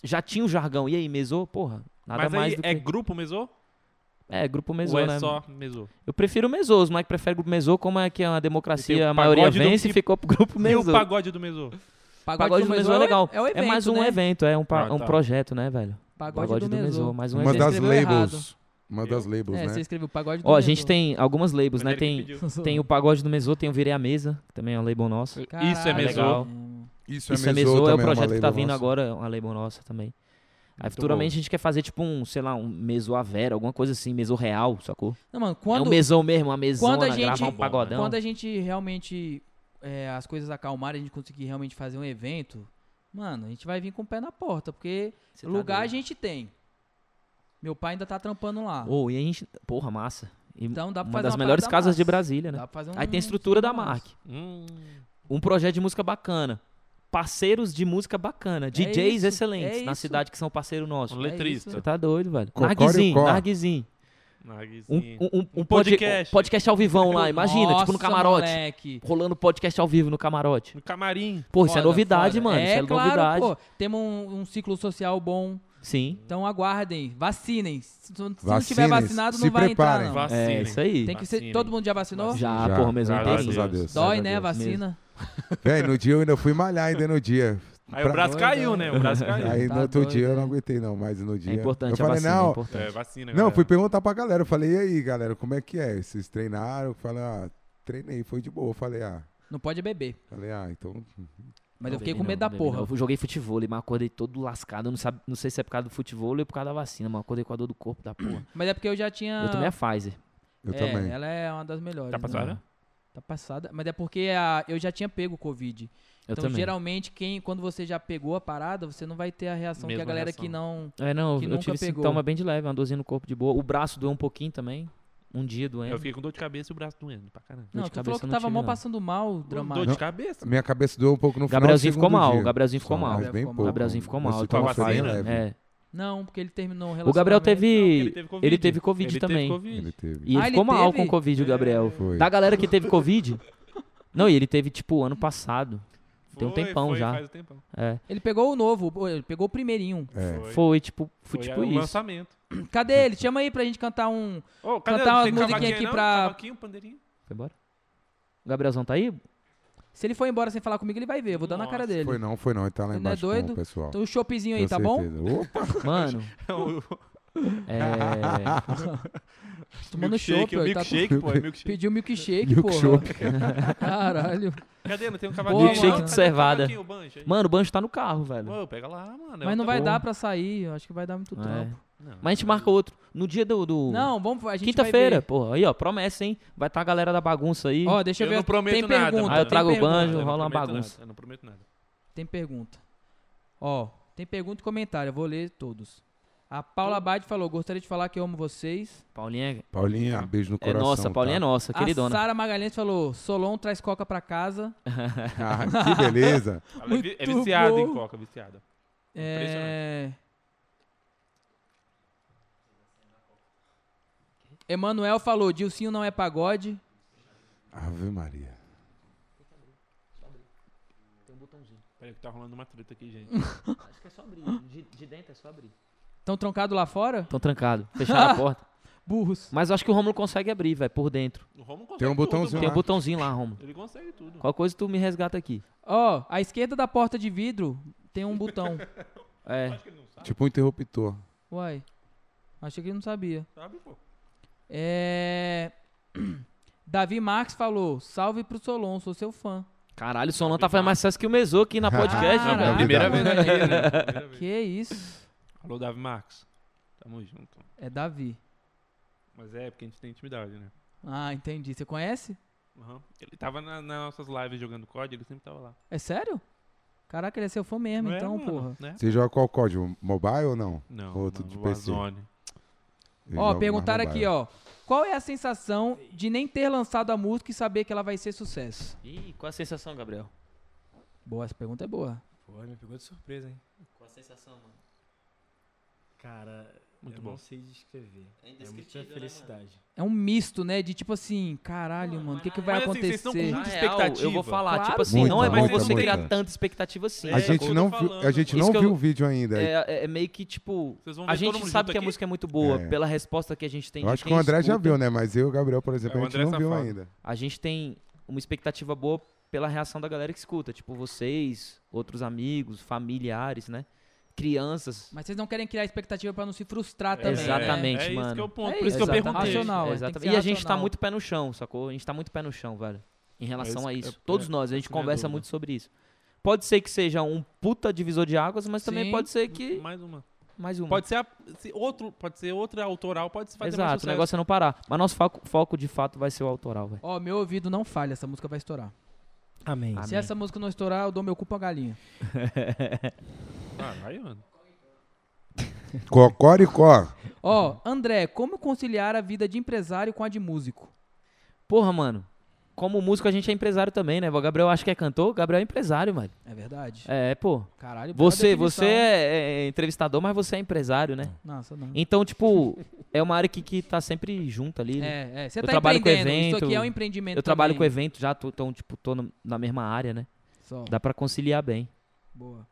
Speaker 6: Já tinha o jargão. E aí, mesou? Porra, nada
Speaker 2: Mas
Speaker 6: mais
Speaker 2: aí
Speaker 6: do que...
Speaker 2: é grupo mesô?
Speaker 6: É, grupo mesô,
Speaker 2: Ou é
Speaker 6: né?
Speaker 2: só mesô?
Speaker 6: Eu prefiro mesô. Os moleques preferem grupo mesô, como é que é uma
Speaker 2: E tem
Speaker 6: democracia,
Speaker 2: o
Speaker 6: a maioria
Speaker 2: pagode do-
Speaker 6: vence,
Speaker 2: e-
Speaker 6: ficou pro grupo
Speaker 2: E o
Speaker 6: mesô.
Speaker 2: pagode do mesô?
Speaker 6: Pagode do Mesô é
Speaker 1: o-
Speaker 6: legal.
Speaker 1: É, o evento,
Speaker 6: mais um
Speaker 1: né?
Speaker 6: evento, é um, pa-
Speaker 2: Ah,
Speaker 6: um
Speaker 2: tá.
Speaker 6: projeto, né, velho?
Speaker 1: Pagode, do, Mesô.
Speaker 6: mais um
Speaker 8: Uma
Speaker 6: evento.
Speaker 8: das
Speaker 1: escreveu
Speaker 8: labels. Uma das labels,
Speaker 1: É, você
Speaker 8: né?
Speaker 1: escreveu pagode do
Speaker 6: Ó, a
Speaker 1: Mesô.
Speaker 6: gente tem algumas labels, né?
Speaker 2: Foi ele
Speaker 6: Tem,
Speaker 2: que
Speaker 6: [LAUGHS]
Speaker 2: pediu.
Speaker 6: tem o Pagode do Mesô, tem o Virei a Mesa, que também é uma label nossa.
Speaker 1: Caralho,
Speaker 2: Isso é mesô.
Speaker 6: legal.
Speaker 8: Hum. Isso,
Speaker 6: Isso é
Speaker 8: mesô,
Speaker 6: Mesô, é o
Speaker 8: também uma
Speaker 6: projeto que tá
Speaker 8: label
Speaker 6: vindo
Speaker 8: nossa.
Speaker 6: agora, é uma label nossa também. Aí
Speaker 2: Muito
Speaker 6: futuramente a gente quer fazer tipo um, sei lá, um Mesô a Vera, alguma coisa assim, Mesô real, sacou?
Speaker 1: Não, mano,
Speaker 6: é um
Speaker 1: quando,
Speaker 6: mesão mesmo, uma mesona,
Speaker 1: quando a gente-
Speaker 6: gravar um pagodão.
Speaker 1: quando a gente realmente. é, as coisas acalmarem, a gente conseguir realmente fazer um evento. Mano, a gente vai vir com o pé na porta, porque
Speaker 6: Cê tá
Speaker 1: lugar a
Speaker 6: doido.
Speaker 1: gente tem. Meu pai ainda tá trampando lá.
Speaker 6: Ô, e a gente... Porra, massa. E
Speaker 1: Então dá pra
Speaker 6: uma
Speaker 1: fazer
Speaker 6: das
Speaker 1: uma
Speaker 6: melhores
Speaker 1: parada
Speaker 6: casas de
Speaker 1: massa.
Speaker 6: Brasília, né?
Speaker 1: Dá pra fazer um-
Speaker 6: Aí tem a estrutura da marca.
Speaker 2: Hum,
Speaker 6: um projeto de música bacana. Parceiros de música bacana. DJs
Speaker 1: É isso,
Speaker 6: excelentes
Speaker 1: é
Speaker 6: na
Speaker 1: isso.
Speaker 6: cidade que são parceiro nosso.
Speaker 2: um
Speaker 1: isso.
Speaker 6: Você
Speaker 2: letrista.
Speaker 6: tá doido, velho.
Speaker 8: Cocó e o
Speaker 6: Narguizinho,
Speaker 8: Có.
Speaker 6: Narguizinho. Um,
Speaker 2: Narguizinho.
Speaker 6: um, um, um
Speaker 2: Um
Speaker 6: pod-
Speaker 2: podcast.
Speaker 6: um podcast ao vivão lá, imagina, tipo no
Speaker 1: Nossa,
Speaker 6: camarote.
Speaker 1: moleque.
Speaker 6: Rolando podcast ao vivo no camarote.
Speaker 2: No camarim.
Speaker 6: Pô, isso é
Speaker 1: Foda,
Speaker 6: novidade,
Speaker 1: foda.
Speaker 6: mano.
Speaker 1: É,
Speaker 6: isso é
Speaker 1: claro,
Speaker 6: novidade.
Speaker 1: Pô, temos um, um ciclo social bom.
Speaker 6: Sim.
Speaker 1: Então aguardem, vacinem. Se, se não tiver
Speaker 8: Vacinem,
Speaker 1: vacinado, não
Speaker 8: se
Speaker 1: vai
Speaker 8: preparem.
Speaker 1: entrar, não.
Speaker 2: Vacina.
Speaker 6: É isso aí.
Speaker 1: Tem que ser.
Speaker 2: Vacinem.
Speaker 1: Todo mundo já vacinou?
Speaker 6: Já,
Speaker 8: Já,
Speaker 6: porra, mesmo
Speaker 2: graças
Speaker 6: inteirinho.
Speaker 8: Graças a Deus.
Speaker 1: Dói,
Speaker 6: Graças a
Speaker 1: né?
Speaker 6: Deus
Speaker 1: Vacina.
Speaker 8: Véi, no dia eu ainda fui malhar ainda no dia.
Speaker 2: Aí o braço
Speaker 1: Doido,
Speaker 2: caiu, né? O braço caiu.
Speaker 8: Aí
Speaker 1: Tá
Speaker 8: no outro
Speaker 1: doido,
Speaker 8: dia eu não
Speaker 1: né?
Speaker 8: aguentei não, mas no dia.
Speaker 6: É importante
Speaker 8: eu
Speaker 6: a
Speaker 8: falei,
Speaker 6: vacina, é
Speaker 8: não,
Speaker 6: importante.
Speaker 2: É, vacina,
Speaker 8: Não,
Speaker 2: galera.
Speaker 8: fui perguntar pra galera. Eu falei, e aí, galera, como é que é? Vocês treinaram? Eu Falei, ah, treinei, foi de boa. Eu Falei, ah,
Speaker 1: Não pode beber.
Speaker 8: falei, ah, então.
Speaker 1: Mas
Speaker 6: Não
Speaker 1: eu fiquei
Speaker 6: bebi
Speaker 1: com
Speaker 6: não,
Speaker 1: medo da
Speaker 6: não bebi
Speaker 1: porra.
Speaker 6: não. Eu joguei futebol, mas acordei todo lascado. Eu não, sabe, não sei se é por causa do futebol ou por causa da vacina, mas acordei com a dor do corpo da porra.
Speaker 1: Mas é porque eu já tinha.
Speaker 6: Eu tomei a Pfizer.
Speaker 8: Eu
Speaker 1: é,
Speaker 8: também.
Speaker 1: Ela é uma das melhores.
Speaker 2: Tá
Speaker 1: Né?
Speaker 2: passada?
Speaker 1: Tá passada. Mas é porque a- eu já tinha pego o Covid.
Speaker 6: Eu
Speaker 1: então,
Speaker 6: também.
Speaker 1: geralmente, quem, quando você já pegou a parada, você não vai ter a reação que
Speaker 2: Mesma
Speaker 1: a galera
Speaker 2: reação.
Speaker 1: que não.
Speaker 6: É, não,
Speaker 1: que
Speaker 6: eu
Speaker 1: nunca
Speaker 6: tive
Speaker 1: pegou.
Speaker 6: sintoma bem de leve, uma dorzinha no corpo de boa. O braço doeu um pouquinho também. Um dia doendo.
Speaker 2: Eu fiquei com dor de cabeça e o braço doendo pra caramba.
Speaker 1: Não,
Speaker 6: de
Speaker 1: tu falou
Speaker 6: cabeça eu
Speaker 1: que
Speaker 6: não
Speaker 1: tava
Speaker 6: tive,
Speaker 1: mal
Speaker 6: não.
Speaker 1: passando mal,
Speaker 2: Dor
Speaker 1: dramático.
Speaker 2: de cabeça.
Speaker 8: Minha cabeça doeu um pouco no final. do
Speaker 6: Gabrielzinho ficou
Speaker 8: segundo
Speaker 6: mal,
Speaker 8: dia.
Speaker 6: o Gabrielzinho ficou
Speaker 8: Só,
Speaker 6: mal.
Speaker 8: Mas bem
Speaker 1: O
Speaker 8: pouco.
Speaker 6: O Gabrielzinho ficou mal.
Speaker 8: Mas
Speaker 6: eu
Speaker 8: ficou
Speaker 6: tomei
Speaker 2: uma
Speaker 6: uma
Speaker 8: bem
Speaker 2: vacina?
Speaker 6: vacina.
Speaker 8: leve.
Speaker 6: É.
Speaker 1: Não, porque ele terminou um
Speaker 6: O
Speaker 1: relacionamento.
Speaker 6: Gabriel teve.
Speaker 2: teve
Speaker 6: Ele teve Covid
Speaker 2: Ele
Speaker 6: também.
Speaker 2: teve Covid.
Speaker 8: Ele teve.
Speaker 6: E ele
Speaker 1: Ah, ele
Speaker 6: ficou mal
Speaker 1: teve?
Speaker 6: com Covid, o Gabriel.
Speaker 8: Foi.
Speaker 6: Da galera que teve Covid. Não, e ele teve, tipo, ano passado. Tem um
Speaker 2: Foi,
Speaker 6: tempão
Speaker 2: foi,
Speaker 6: já.
Speaker 2: Faz um tempão.
Speaker 6: É.
Speaker 1: Ele pegou o novo, pô, ele pegou o primeirinho.
Speaker 8: É.
Speaker 6: Foi,
Speaker 2: Foi.
Speaker 6: tipo, foi, tipo
Speaker 2: o
Speaker 6: isso.
Speaker 2: lançamento.
Speaker 1: Cadê ele? Chama aí pra gente cantar um.
Speaker 2: Ô,
Speaker 1: Cantar
Speaker 2: Não
Speaker 1: umas
Speaker 2: tem
Speaker 1: musiquinhas
Speaker 2: cavaquinho
Speaker 1: aqui
Speaker 2: não?
Speaker 1: pra-
Speaker 2: Cavaquinho, pandeirinho?
Speaker 6: Foi embora? O Gabrielzão tá aí?
Speaker 1: Se ele for embora sem falar comigo, ele vai ver. Eu vou dar na
Speaker 2: Nossa,
Speaker 1: cara dele.
Speaker 8: Foi não, foi não. Ele tá lá
Speaker 1: Ele não é
Speaker 8: embaixo com
Speaker 1: doido?
Speaker 8: o pessoal.
Speaker 1: Então, o choppzinho aí,
Speaker 8: Com
Speaker 1: tá bom?
Speaker 8: certeza.
Speaker 1: [LAUGHS]
Speaker 8: Opa,
Speaker 6: [LAUGHS]
Speaker 2: [LAUGHS]
Speaker 6: Mano, é...
Speaker 1: Tomando chopp,
Speaker 2: milkshake,
Speaker 1: ó,
Speaker 2: é
Speaker 1: ele tá-
Speaker 2: milkshake, pô, é milkshake.
Speaker 1: Pediu milkshake,
Speaker 8: Milk
Speaker 1: porra. [LAUGHS]
Speaker 6: [LAUGHS]
Speaker 1: Caralho.
Speaker 2: Cadê? Não tem um
Speaker 1: Boa,
Speaker 2: cavaquinho?
Speaker 1: Milkshake
Speaker 2: Cadê
Speaker 1: de
Speaker 2: o
Speaker 6: cevada.
Speaker 2: cavaquinho, o banjo aí?
Speaker 6: Mano, o Banjo tá no carro, velho.
Speaker 2: Pô, pega lá, mano.
Speaker 1: Mas
Speaker 2: é
Speaker 1: não
Speaker 2: outra
Speaker 1: vai
Speaker 6: porra.
Speaker 1: dar pra sair, eu acho que vai dar muito
Speaker 6: É.
Speaker 1: tempo.
Speaker 6: Mas a gente marca outro. No dia do... do-
Speaker 1: Não, vamos. a gente vai
Speaker 6: Quinta-feira,
Speaker 1: ver.
Speaker 6: pô. Aí, ó, promessa, hein? Vai estar tá a galera da bagunça aí.
Speaker 1: Ó, deixa eu,
Speaker 2: Eu
Speaker 1: ver.
Speaker 2: não prometo
Speaker 1: tem
Speaker 2: nada,
Speaker 1: pergunta.
Speaker 2: mano.
Speaker 6: aí eu
Speaker 1: tem
Speaker 6: trago o
Speaker 1: pergunta.
Speaker 6: banjo,
Speaker 2: Eu não
Speaker 6: rola uma
Speaker 2: prometo
Speaker 6: bagunça.
Speaker 2: nada, eu não prometo nada.
Speaker 1: Tem pergunta. Ó, tem pergunta e comentário. Eu vou ler todos. A
Speaker 2: Hum.
Speaker 1: Paula Abad falou: gostaria de falar que eu amo vocês.
Speaker 6: Paulinha
Speaker 1: Ah.
Speaker 8: Paulinha, beijo no
Speaker 6: é
Speaker 8: coração.
Speaker 6: nossa, Paulinha é
Speaker 8: tá?
Speaker 6: nossa,
Speaker 1: A
Speaker 6: queridona.
Speaker 1: Sara Magalhães falou: Solon traz coca pra
Speaker 6: [LAUGHS]
Speaker 1: casa.
Speaker 8: Ah, [LAUGHS] que
Speaker 1: [LAUGHS]
Speaker 8: beleza.
Speaker 2: Ela é vi- é
Speaker 1: Muito
Speaker 2: viciada
Speaker 1: bom.
Speaker 2: em coca, viciada.
Speaker 1: É. Emanuel falou: Dilcinho não é pagode.
Speaker 8: Ave Maria.
Speaker 2: Peraí que tá rolando uma treta aqui, gente.
Speaker 6: um [LAUGHS] Acho que é só abrir. De, dentro é só abrir.
Speaker 1: Estão troncado lá fora?
Speaker 6: Estão trancados. [LAUGHS] Fecharam a porta.
Speaker 1: Burros.
Speaker 6: Mas eu acho que o Romulo consegue abrir, velho, por dentro.
Speaker 2: O Romulo consegue
Speaker 8: Tem um
Speaker 2: tudo,
Speaker 8: botãozinho
Speaker 2: mano.
Speaker 6: Tem um
Speaker 8: lá.
Speaker 6: botãozinho lá, Romulo.
Speaker 2: Ele consegue tudo.
Speaker 6: Qual coisa tu me resgata aqui?
Speaker 1: Ó, à esquerda da porta de vidro tem um
Speaker 2: [LAUGHS]
Speaker 1: botão.
Speaker 6: É.
Speaker 8: Tipo um interruptor.
Speaker 1: Uai. Achei que ele não sabia.
Speaker 2: Sabe, pô?
Speaker 1: É. [CLEARS THROAT] Davi Marques falou: salve pro Solon, sou seu fã.
Speaker 6: Caralho, o Solon tá fazendo mais sucesso que o Mesô
Speaker 8: [LAUGHS]
Speaker 6: aqui na podcast,
Speaker 1: Caraca,
Speaker 6: velho.
Speaker 8: Primeira
Speaker 1: moleque.
Speaker 6: [LAUGHS]
Speaker 2: Primeira vez.
Speaker 1: Que isso?
Speaker 2: Alô, Davi Marques. Tamo junto.
Speaker 1: É Davi.
Speaker 2: Mas é, porque a gente tem intimidade, né?
Speaker 1: Ah, entendi. Você conhece?
Speaker 2: Aham. Ele tava na- nas nossas lives jogando COD, ele sempre tava lá.
Speaker 1: É sério? Caraca, ele é seu fã mesmo,
Speaker 2: Não é,
Speaker 1: então,
Speaker 2: mano?
Speaker 1: porra.
Speaker 2: Né?
Speaker 8: Você joga qual código? Mobile ou não?
Speaker 2: Não,
Speaker 8: Outro
Speaker 2: mano,
Speaker 8: de
Speaker 2: o
Speaker 8: PC.
Speaker 2: Warzone.
Speaker 8: Eu jogo
Speaker 1: Ó,
Speaker 8: mais
Speaker 1: perguntaram
Speaker 8: mobile.
Speaker 1: aqui, ó. Qual é a sensação de nem ter lançado a música e saber que ela vai ser sucesso?
Speaker 6: Ih, qual a sensação, Gabriel?
Speaker 1: Boa, essa pergunta é boa.
Speaker 4: Pô, me pegou de surpresa, hein?
Speaker 6: Qual a sensação, mano?
Speaker 4: Cara,
Speaker 2: Muito
Speaker 4: eu
Speaker 2: bom.
Speaker 4: não sei descrever.
Speaker 6: É
Speaker 4: É,
Speaker 6: indescritível,
Speaker 4: muita
Speaker 6: né,
Speaker 4: felicidade.
Speaker 1: É um misto, né? De tipo assim, caralho, mano, o que, que vai
Speaker 2: mas assim, vocês
Speaker 1: acontecer?
Speaker 2: estão com
Speaker 6: Na
Speaker 2: Muita
Speaker 6: real, eu vou
Speaker 2: expectativa.
Speaker 6: falar,
Speaker 1: Claro,
Speaker 6: tipo assim,
Speaker 8: muita,
Speaker 6: não é bom
Speaker 8: muita,
Speaker 6: você
Speaker 8: muita.
Speaker 6: criar tanta expectativa assim.
Speaker 2: É,
Speaker 8: a
Speaker 2: é
Speaker 6: sacou?
Speaker 2: o que
Speaker 8: gente
Speaker 2: eu
Speaker 8: não
Speaker 2: tô
Speaker 8: viu, a
Speaker 2: falando,
Speaker 8: gente
Speaker 6: mano.
Speaker 8: não
Speaker 6: Isso que eu-
Speaker 8: viu o vídeo ainda.
Speaker 6: É, é- é meio que, tipo,
Speaker 2: Vocês vão ver
Speaker 6: a
Speaker 2: todo
Speaker 6: gente
Speaker 2: mundo
Speaker 6: sabe
Speaker 2: junto
Speaker 6: que a
Speaker 2: aqui?
Speaker 6: música é muito boa,
Speaker 8: É.
Speaker 6: pela resposta que a gente tem.
Speaker 8: eu
Speaker 6: de
Speaker 8: acho que
Speaker 6: quem
Speaker 8: o André já
Speaker 6: escuta.
Speaker 8: viu, né? Mas eu e o Gabriel, por exemplo,
Speaker 2: É,
Speaker 8: a
Speaker 2: o
Speaker 8: gente
Speaker 2: André
Speaker 8: não viu
Speaker 2: safado.
Speaker 8: ainda.
Speaker 6: a gente tem uma expectativa boa pela reação da galera que escuta, tipo vocês, outros amigos, familiares, né? Crianças.
Speaker 1: Mas vocês não querem criar expectativa pra não se frustrar
Speaker 2: É,
Speaker 1: também. né?
Speaker 6: Exatamente,
Speaker 2: é isso
Speaker 6: mano.
Speaker 2: que é o ponto.
Speaker 1: É
Speaker 2: Por isso que eu
Speaker 1: exatamente.
Speaker 2: perguntei.
Speaker 1: Racional, é, tem que
Speaker 6: Exatamente.
Speaker 1: ser
Speaker 6: E a gente tá
Speaker 1: racional.
Speaker 6: muito pé no chão, sacou? A gente tá muito pé no chão, velho. Em relação
Speaker 2: isso
Speaker 6: a
Speaker 2: que
Speaker 6: isso.
Speaker 2: é-
Speaker 6: Todos
Speaker 2: é,
Speaker 6: nós, a gente
Speaker 2: isso que é a
Speaker 6: conversa
Speaker 2: dúvida.
Speaker 6: muito sobre isso. Pode ser que seja um puta divisor de águas, mas também
Speaker 1: Sim.
Speaker 6: pode ser que.
Speaker 2: Mais uma.
Speaker 6: Mais um.
Speaker 2: Pode ser, a, se outro, pode ser outra autoral, pode se fazer mais
Speaker 6: Exato, o
Speaker 2: sucesso.
Speaker 6: negócio é não parar. Mas nosso foco, foco de fato vai ser o autoral, velho.
Speaker 1: Ó, meu ouvido não falha, essa música vai estourar.
Speaker 5: Amém.
Speaker 1: Se é essa música não estourar, eu dou meu cu pra galinha.
Speaker 2: [LAUGHS] Ah, vai, mano.
Speaker 8: Cocoricó.
Speaker 1: Ó, André, como conciliar a vida de empresário com a de músico?
Speaker 6: Porra, mano. Como músico, a gente é empresário também, né? O Gabriel acho que é cantor, o Gabriel é empresário, mano.
Speaker 1: É verdade.
Speaker 6: É, pô.
Speaker 1: Caralho, boa
Speaker 6: Você,
Speaker 1: definição.
Speaker 6: você é, é entrevistador, mas você é empresário, né?
Speaker 1: Nossa, não.
Speaker 6: Então, tipo, é uma área que, que tá sempre junto ali. né?
Speaker 1: É, é. Você
Speaker 6: Eu
Speaker 1: tá
Speaker 6: trabalho com
Speaker 1: empreendendo. Isso
Speaker 6: evento,
Speaker 1: aqui é um empreendimento.
Speaker 6: Eu trabalho com
Speaker 1: também.
Speaker 6: evento já, tô, então, tipo, tô no- na mesma área, né?
Speaker 1: Só.
Speaker 6: Dá pra conciliar bem.
Speaker 1: Boa.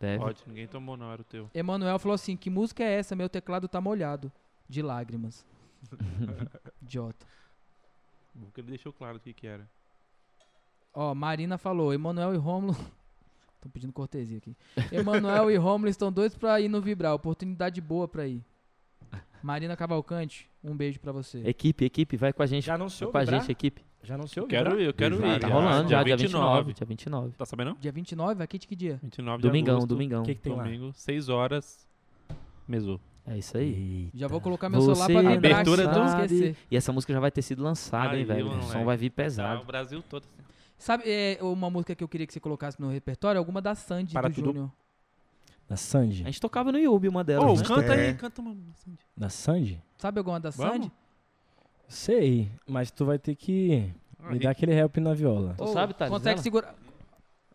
Speaker 6: Deve.
Speaker 2: Pode, ninguém tomou, não, era o teu.
Speaker 1: Emanuel falou assim: que música é essa? Meu teclado tá molhado. De
Speaker 6: [LAUGHS]
Speaker 1: lágrimas. Idiota.
Speaker 2: Porque ele deixou claro o que que era.
Speaker 1: Ó, Marina falou, Emanuel e Rômulo. [LAUGHS] Tô pedindo cortesia aqui. Emanuel e Rômulo estão dois pra ir no Vibrar. Oportunidade boa pra ir. Marina Cavalcante, um beijo pra você.
Speaker 6: Equipe, equipe, vai com a gente.
Speaker 4: Já anunciou
Speaker 6: vai com a
Speaker 4: vibrar?
Speaker 6: gente, equipe.
Speaker 4: Já anunciou
Speaker 2: Quero
Speaker 4: vibrar?
Speaker 2: ir, eu quero
Speaker 8: Vibrar.
Speaker 2: ir.
Speaker 6: Tá
Speaker 8: Já,
Speaker 6: rolando já, dia 29.
Speaker 2: 29.
Speaker 6: Dia 29.
Speaker 2: Tá sabendo? não?
Speaker 1: Dia 29, aqui de que dia?
Speaker 2: 29 de
Speaker 6: Domingão,
Speaker 2: agosto.
Speaker 6: domingão.
Speaker 5: O que, que tem lá?
Speaker 2: Domingo, 6 horas. Mesou.
Speaker 6: É isso aí.
Speaker 1: Já vou colocar meu celular pra
Speaker 6: não
Speaker 1: lembrar
Speaker 2: Abertura
Speaker 1: que
Speaker 2: do-
Speaker 1: não
Speaker 6: sabe.
Speaker 1: esquecer.
Speaker 6: então? E essa música já vai ter sido lançada, hein,
Speaker 2: Aí,
Speaker 6: velho? O som
Speaker 2: moleque.
Speaker 6: vai vir
Speaker 2: Tá, o
Speaker 6: pesado.
Speaker 2: Brasil todo. assim.
Speaker 1: Sabe é, uma música que eu queria que você colocasse no repertório? Alguma da Sandy
Speaker 2: Para
Speaker 1: do
Speaker 2: tudo.
Speaker 1: Júnior.
Speaker 5: Da
Speaker 6: A
Speaker 5: Sandy?
Speaker 6: gente tocava no YouTube uma delas,
Speaker 2: Ô,
Speaker 6: né?
Speaker 2: canta
Speaker 8: É.
Speaker 2: aí, canta uma.
Speaker 5: Da Sandy?
Speaker 1: Sabe alguma da
Speaker 2: Vamos?
Speaker 1: Sandy?
Speaker 5: Sei, mas tu vai ter que me dar aquele help na viola.
Speaker 6: Tu sabe, Thales,
Speaker 1: Consegue
Speaker 6: ela?
Speaker 1: segurar.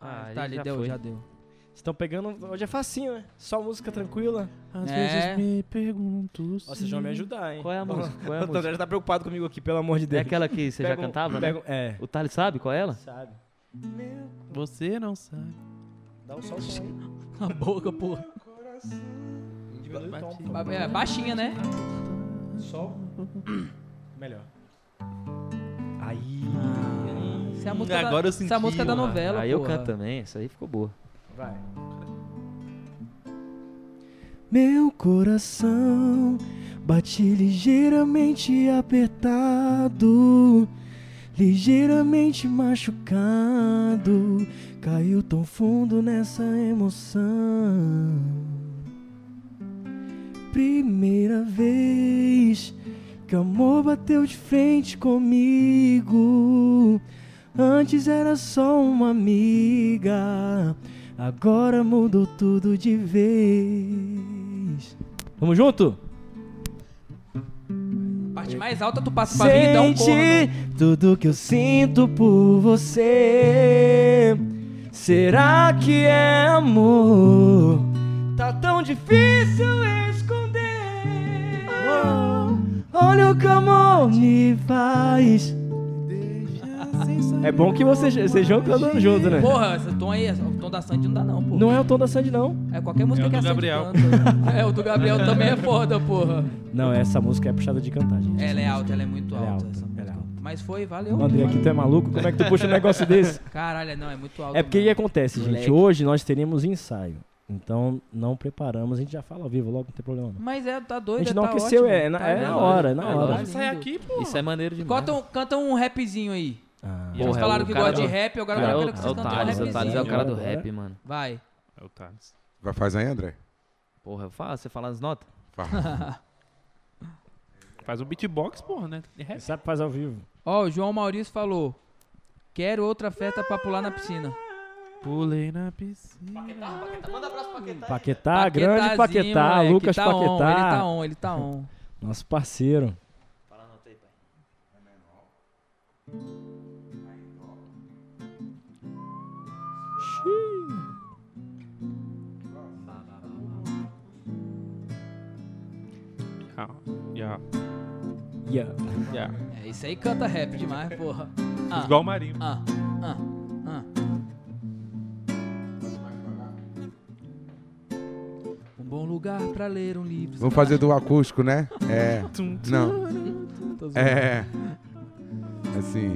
Speaker 6: Ah,
Speaker 1: Ah,
Speaker 6: aí
Speaker 1: tá, ele
Speaker 6: já
Speaker 1: deu,
Speaker 6: foi.
Speaker 1: já deu.
Speaker 5: Vocês estão pegando. Hoje é facinho, né? Só música tranquila.
Speaker 2: Às
Speaker 1: É.
Speaker 2: vezes me pergunto.
Speaker 5: Ó, vocês vão me ajudar, hein?
Speaker 6: Qual é a
Speaker 5: [LAUGHS]
Speaker 6: música? Qual é a
Speaker 5: O André
Speaker 6: música?
Speaker 5: já tá preocupado comigo aqui, pelo amor de
Speaker 6: É
Speaker 5: Deus.
Speaker 6: aquela que você já
Speaker 5: Pega um-
Speaker 6: cantava, né?
Speaker 5: pega um- É.
Speaker 6: O Thales sabe qual é ela?
Speaker 5: Sabe?
Speaker 10: meu
Speaker 2: Você não sabe.
Speaker 10: Dá um sol aí.
Speaker 1: Na boca, porra.
Speaker 10: Meu coração.
Speaker 5: Diminui o tom.
Speaker 1: Ba- é, baixinha, né?
Speaker 5: Sol. [COUGHS] Melhor.
Speaker 1: Essa é a
Speaker 6: Hum,
Speaker 1: música,
Speaker 2: Hum. Agora
Speaker 1: da,
Speaker 2: eu
Speaker 1: essa é a
Speaker 2: senti,
Speaker 1: música da
Speaker 2: mano.
Speaker 1: novela,
Speaker 6: aí eu
Speaker 1: porra.
Speaker 6: canto também, essa aí ficou boa.
Speaker 5: Vai.
Speaker 11: Meu coração bate ligeiramente apertado, ligeiramente machucado, caiu tão fundo nessa emoção. Primeira vez que o amor bateu de frente comigo. Antes era só uma amiga, Agora mudou tudo de vez. Vamos junto?
Speaker 1: Parte mais alta tu passa pra mim e dá um corno.
Speaker 11: tudo que eu sinto por você. Será que é amor? Tá tão difícil esconder. Olha o que o amor me faz. É bom que vocês estejam
Speaker 5: tá
Speaker 11: cantando junto, né?
Speaker 1: Porra, esse tom aí, o tom da Sandy não dá não, porra.
Speaker 11: Não é o tom da Sandy, não.
Speaker 1: É qualquer música
Speaker 2: É o
Speaker 1: que a
Speaker 2: do
Speaker 1: Sandy
Speaker 2: Gabriel.
Speaker 1: canta. É, o do Gabriel também é foda, porra.
Speaker 11: Não, essa música é puxada de cantar, gente.
Speaker 1: Ela é alta, ela é muito
Speaker 11: Ela é
Speaker 1: alta,
Speaker 11: alta,
Speaker 1: essa
Speaker 11: ela é
Speaker 1: música.
Speaker 11: alta.
Speaker 1: Mas foi, valeu.
Speaker 11: Ô, André, aqui tu é maluco? Como é que tu
Speaker 1: [LAUGHS]
Speaker 11: puxa um negócio desse?
Speaker 1: Caralho, não, é muito alta.
Speaker 11: É porque o que
Speaker 1: mano.
Speaker 11: acontece, gente?
Speaker 6: Moleque.
Speaker 11: Hoje nós teremos ensaio. Então não preparamos, a gente já fala ao vivo logo, não tem problema não.
Speaker 1: Mas é, tá
Speaker 11: A
Speaker 1: doido,
Speaker 11: gente não
Speaker 1: tá
Speaker 11: aqueceu,
Speaker 1: ótimo.
Speaker 11: é, na-
Speaker 1: Tá
Speaker 11: é na
Speaker 1: lindo.
Speaker 11: hora, é
Speaker 1: Tá
Speaker 11: na hora.
Speaker 1: lindo.
Speaker 2: Sai aqui, pô.
Speaker 6: Isso é maneiro demais.
Speaker 1: Canta um, canta um rapzinho aí.
Speaker 11: Ah.
Speaker 6: Porra, é
Speaker 1: Vocês falaram
Speaker 6: o
Speaker 1: que
Speaker 6: cara
Speaker 1: gosta de
Speaker 6: do-
Speaker 1: rap, agora
Speaker 6: é,
Speaker 1: eu quero
Speaker 6: o,
Speaker 1: que
Speaker 6: é
Speaker 1: vocês
Speaker 6: o
Speaker 1: cantem um
Speaker 6: Thales, o Thales é o
Speaker 1: rapzinho.
Speaker 6: cara do
Speaker 11: Agora.
Speaker 6: rap, mano.
Speaker 1: Vai.
Speaker 2: É o
Speaker 1: [LAUGHS]
Speaker 2: Thales.
Speaker 9: Vai fazer aí, André?
Speaker 6: Porra, eu falo, você fala as notas?
Speaker 9: Fala.
Speaker 2: Faz um beatbox, porra, né? É
Speaker 11: Ele
Speaker 2: rap.
Speaker 11: Sabe fazer ao vivo.
Speaker 1: Ó, o João Maurício falou. Quero outra festa pra pular na piscina.
Speaker 2: Pulei na piscina.
Speaker 6: Manda abraço pra Paquetá.
Speaker 5: tá-
Speaker 11: Paquetá, grande
Speaker 1: Paquetazinho,
Speaker 11: Paquetá,
Speaker 1: moleque,
Speaker 11: Lucas
Speaker 1: tá
Speaker 11: Paquetá,
Speaker 1: On, ele tá on, ele tá on.
Speaker 11: [LAUGHS] nosso parceiro.
Speaker 2: Ah, yeah,
Speaker 11: Yeah.
Speaker 2: yeah.
Speaker 1: É, isso aí canta rap demais, porra. Ah,
Speaker 2: Igual o Marinho.
Speaker 1: ah, ah, ah. Um bom lugar pra ler um livro.
Speaker 9: Vamos fazer do acústico, né? É. Não.
Speaker 1: Tô zoando.
Speaker 9: É. Assim.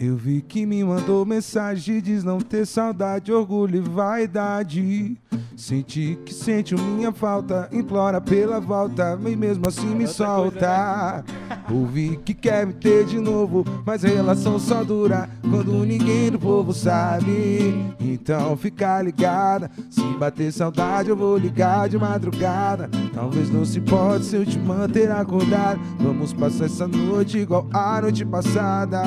Speaker 9: Eu vi que me mandou mensagem e diz não ter saudade, orgulho e vaidade. Senti que sente minha falta, implora pela volta, e mesmo assim me solta. Ouvi que quer me ter de novo, mas a relação só dura quando ninguém do povo sabe. Então fica ligada, se bater saudade eu vou ligar de madrugada. Talvez não se pode se eu te manter acordado. Vamos passar essa noite igual a noite passada.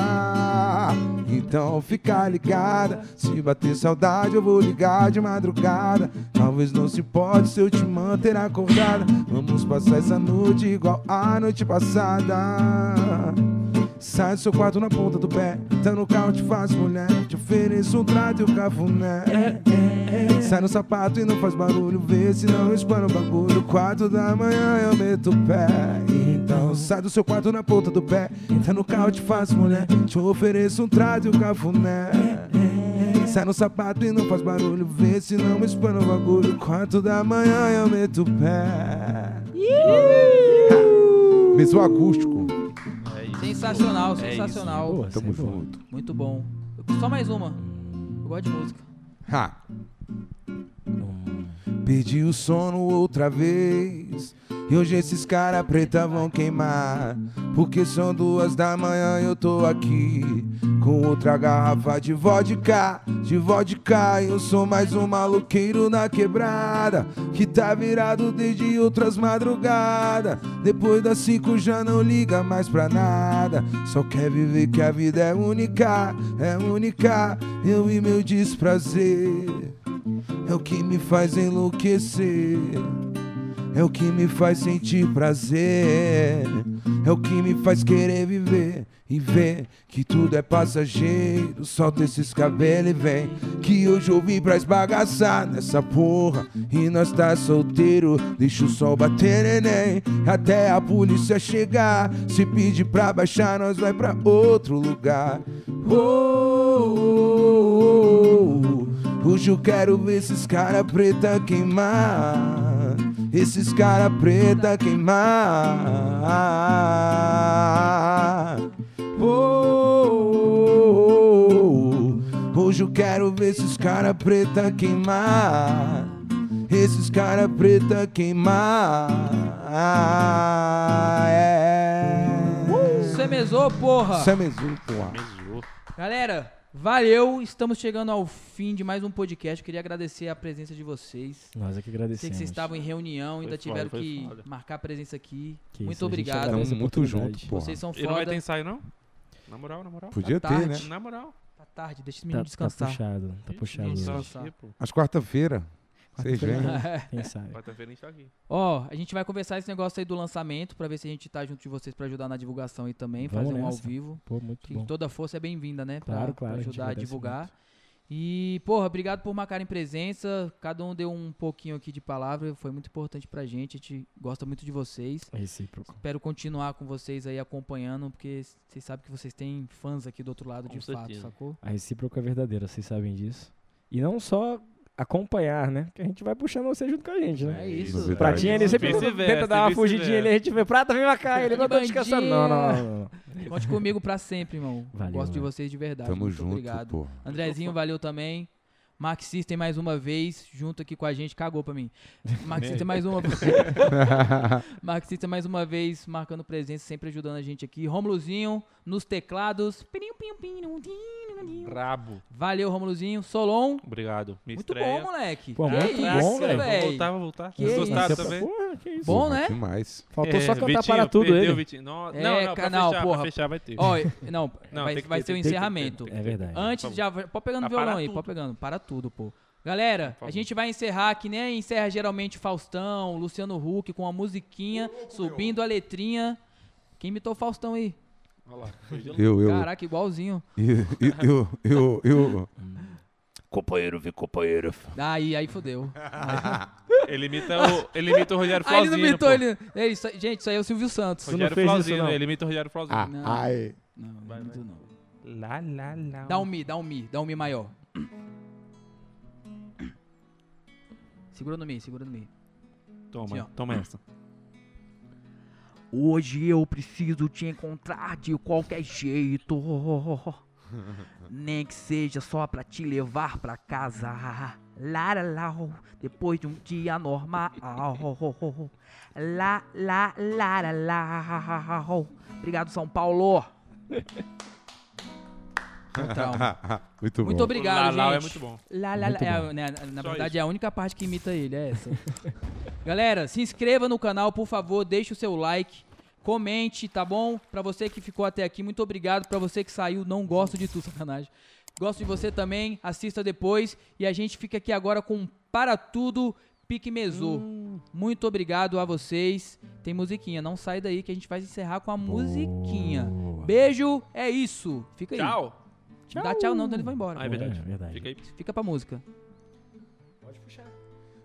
Speaker 9: Então fica ligada, se bater saudade eu vou ligar de madrugada. Talvez não se pode se eu te manter acordada. Vamos passar essa noite igual a noite passada. Sai do seu quarto na ponta do pé, tá no carro te faz mulher, te ofereço um trato e um cafuné. Sai no sapato e não faz barulho, vê se não espana o bagulho. Quatro da manhã eu meto o pé. Então sai do seu quarto na ponta do pé, tá no carro te faz mulher, te ofereço um trato e um cafuné. Sai no sapato e não faz barulho, vê se não espana o bagulho. Quatro da manhã eu meto o pé. Mesmo acústico.
Speaker 2: É
Speaker 1: Sensacional, sensacional.
Speaker 11: Boa,
Speaker 9: Tamo
Speaker 11: isso é boa.
Speaker 9: junto.
Speaker 1: Muito bom. Só mais uma. Eu gosto de música.
Speaker 9: Ha. Perdi o sono outra vez. E hoje esses cara preta vão queimar. Porque são duas da manhã e eu tô aqui. Com outra garrafa de vodka, de vodka. Eu sou mais um maluqueiro na quebrada. Que tá virado desde outras madrugadas. Depois das cinco já não liga mais pra nada. Só quer viver que a vida é única, é única. Eu e meu desprazer. É o que me faz enlouquecer. É o que me faz sentir prazer. É o que me faz querer viver e ver que tudo é passageiro. Solta esses cabelos e vem. Que hoje eu vim pra esbagaçar nessa porra. E nós tá solteiro. Deixa o sol bater, neném. Até a polícia chegar. Se pedir pra baixar, nós vai pra outro lugar. Oh, oh, oh. Hoje eu quero ver esses cara preta queimar. Esses cara preta queimar. Oh, oh, oh. Hoje eu quero ver esses cara preta queimar. Esses cara preta queimar. É.
Speaker 1: Você mesou, porra!
Speaker 9: Isso é mesmo, porra.
Speaker 1: Galera, valeu. Estamos chegando ao fim de mais um podcast. Queria agradecer a presença de vocês.
Speaker 11: Nós é que
Speaker 1: Sei
Speaker 11: agradecemos.
Speaker 1: que vocês estavam em reunião, ainda tiveram
Speaker 12: foda, foi
Speaker 1: que
Speaker 12: foda.
Speaker 1: marcar presença aqui. Muito
Speaker 11: Que isso, a gente
Speaker 1: obrigado.
Speaker 11: agradece
Speaker 9: Tamo
Speaker 11: a
Speaker 9: muito
Speaker 11: oportunidade.
Speaker 9: junto, porra.
Speaker 1: Vocês são
Speaker 2: E não vai ter
Speaker 1: foda.
Speaker 2: ensaio, não? Na moral, na moral.
Speaker 9: Podia
Speaker 1: Tá
Speaker 9: ter, né?
Speaker 1: tarde.
Speaker 2: Na moral.
Speaker 1: Tá tarde, deixa o
Speaker 11: Tá,
Speaker 1: menino
Speaker 11: tá
Speaker 1: descansar.
Speaker 11: puxado, tá
Speaker 2: Ih,
Speaker 11: puxado.
Speaker 2: não
Speaker 11: hoje.
Speaker 2: tá
Speaker 1: Descansar.
Speaker 2: aqui, pô.
Speaker 9: Às quarta-feira. Vocês
Speaker 11: Quarta-feira
Speaker 9: vêm.
Speaker 11: [LAUGHS] Quem sabe?
Speaker 2: Quarta-feira a gente tá aqui.
Speaker 1: Ó, a gente vai conversar esse negócio aí do lançamento pra ver se a gente tá junto de vocês pra ajudar na divulgação aí também,
Speaker 11: Vamos
Speaker 1: fazer um ao
Speaker 11: nessa.
Speaker 1: vivo.
Speaker 11: Pô, muito
Speaker 1: Que
Speaker 11: bom.
Speaker 1: toda força é bem-vinda, né? Pra,
Speaker 11: Claro,
Speaker 1: pra
Speaker 11: claro, a gente
Speaker 1: ajudar a
Speaker 11: agradece
Speaker 1: divulgar.
Speaker 11: muito.
Speaker 1: E, porra, obrigado por marcarem presença. Cada um deu um pouquinho aqui de palavra. Foi muito importante pra gente. A gente gosta muito de vocês.
Speaker 11: É recíproco.
Speaker 1: Espero continuar com vocês aí acompanhando, porque vocês sabem que vocês têm fãs aqui do outro lado
Speaker 6: Com
Speaker 1: de fato,
Speaker 6: certeza.
Speaker 1: sacou?
Speaker 11: A recíproca é verdadeira, vocês sabem disso. E não só acompanhar, né? Que a gente vai puxando você junto com a gente, né?
Speaker 1: É isso.
Speaker 9: Novidade.
Speaker 11: Pratinha, ele sempre
Speaker 2: Vice-versa,
Speaker 11: tenta dar uma fugidinha
Speaker 2: vice-versa.
Speaker 11: ali, a gente vê, Prata, vem pra cá, ele não tá
Speaker 1: Bandinha.
Speaker 11: descansando. Não, não, não, não.
Speaker 1: Conte comigo pra sempre, irmão.
Speaker 11: Valeu,
Speaker 1: Gosto de
Speaker 11: mano.
Speaker 1: vocês de verdade.
Speaker 9: Tamo
Speaker 1: muito
Speaker 9: junto,
Speaker 1: obrigado.
Speaker 9: porra.
Speaker 1: Andrezinho, valeu também. Mark System mais uma vez, junto aqui com a gente, cagou pra mim. Mark System mais uma vez. Mark System mais uma vez, marcando presença, sempre ajudando a gente aqui. Romulozinho, nos teclados. Pirim, pirim, pirim, pirim.
Speaker 2: Brabo.
Speaker 1: Valeu, Romulozinho. Solon,
Speaker 2: Obrigado. Me
Speaker 1: muito
Speaker 2: estreia.
Speaker 1: bom, moleque.
Speaker 11: Pô,
Speaker 1: que
Speaker 11: muito
Speaker 1: isso,
Speaker 11: bom, velho.
Speaker 2: Vou
Speaker 1: velho.
Speaker 2: voltar, vou voltar.
Speaker 1: Que
Speaker 2: Vocês gostaram
Speaker 1: isso.
Speaker 2: também?
Speaker 11: Porra, que isso.
Speaker 1: Bom,
Speaker 9: Porra,
Speaker 1: né?
Speaker 9: Demais.
Speaker 11: Faltou só
Speaker 2: É,
Speaker 11: cantar
Speaker 2: Vitinho,
Speaker 11: para tudo
Speaker 2: perdeu,
Speaker 11: ele.
Speaker 2: Vitinho. Não,
Speaker 1: É,
Speaker 2: não, não, pra
Speaker 1: canal,
Speaker 2: fechar,
Speaker 1: porra.
Speaker 2: pra fechar vai ter.
Speaker 1: Ó, não,
Speaker 2: [LAUGHS] Não,
Speaker 1: vai,
Speaker 2: tem que
Speaker 1: vai
Speaker 2: ter,
Speaker 1: ser o
Speaker 2: tem que ter,
Speaker 1: encerramento.
Speaker 2: tem
Speaker 11: É verdade.
Speaker 1: Antes
Speaker 2: Por favor.
Speaker 1: já vai- pode pegando o
Speaker 2: Ah,
Speaker 1: violão
Speaker 2: para
Speaker 1: aí,
Speaker 2: tudo.
Speaker 1: pode pegando, para tudo, pô. Galera, a
Speaker 2: favor.
Speaker 1: gente vai encerrar que nem encerra geralmente Faustão, Luciano Huck com a musiquinha, subindo a letrinha. Quem imitou o Faustão aí?
Speaker 2: Olha lá, foi de longe.
Speaker 9: Eu, eu,
Speaker 1: Caraca, igualzinho.
Speaker 9: eu, eu, eu, eu.
Speaker 8: Companheiro, vi companheiro.
Speaker 1: Aí, aí fodeu.
Speaker 2: [LAUGHS] Ele imita o, ele imita o Rogério
Speaker 1: Aí ele
Speaker 2: Flauzino.
Speaker 1: não imitou,
Speaker 2: pô.
Speaker 1: ele. é isso aí- gente, isso aí é o Silvio Santos.
Speaker 11: não
Speaker 2: Rogério
Speaker 11: fez isso,
Speaker 2: Flauzino,
Speaker 11: não.
Speaker 2: ele imita o Rogério Flauzino.
Speaker 9: Ah,
Speaker 1: Não.
Speaker 9: ai.
Speaker 1: Não, não imitou, não.
Speaker 2: Lá, lá, lá.
Speaker 1: Dá um mi, dá um mi, dá um mi maior. Segura no mi, segura no mi.
Speaker 2: Toma,
Speaker 1: Assim, ó.
Speaker 2: toma essa.
Speaker 1: Hoje eu preciso te encontrar de qualquer jeito. Nem que seja só pra te levar pra casa. Lá, lá, lá, depois de um dia normal. Lá, lá, lá, lá, lá. Obrigado, São Paulo. Muito,
Speaker 9: [LAUGHS] Muito bom.
Speaker 1: obrigado,
Speaker 2: lá, lá é
Speaker 1: gente.
Speaker 2: muito bom.
Speaker 1: Lá, lá, lá.
Speaker 11: Muito
Speaker 1: É,
Speaker 11: bom.
Speaker 1: né, na- na
Speaker 2: Só
Speaker 1: verdade, é a única parte que imita ele, é essa. [LAUGHS] Galera, se inscreva no canal, por favor, deixe o seu like, comente, tá bom? Pra você que ficou até aqui, muito obrigado. Pra você que saiu, não gosto de tu, [LAUGHS] sacanagem. Gosto de você também, assista depois. E a gente fica aqui agora com Para Tudo Pique Mezô. Muito obrigado a vocês. Tem musiquinha, não sai daí que a gente vai encerrar com a musiquinha. Beijo, é isso. Fica aí.
Speaker 2: Tchau.
Speaker 1: Não dá tchau não, então ele vai embora.
Speaker 2: Ah, é verdade.
Speaker 11: É verdade.
Speaker 2: Fica aí.
Speaker 1: Fica pra música.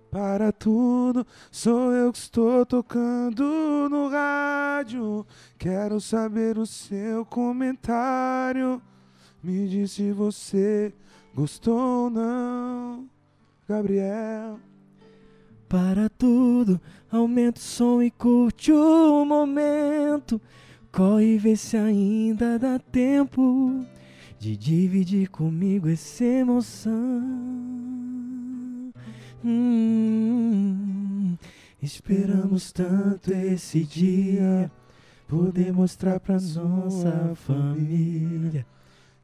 Speaker 9: Para tudo, sou eu que estou tocando no rádio. Quero saber o seu comentário. Me diz se você gostou ou não, Gabriel.
Speaker 11: Para tudo, aumenta o som e curte o momento. Corre e vê se ainda dá tempo de dividir comigo essa emoção. Hum, esperamos tanto esse dia poder mostrar pra nossa família.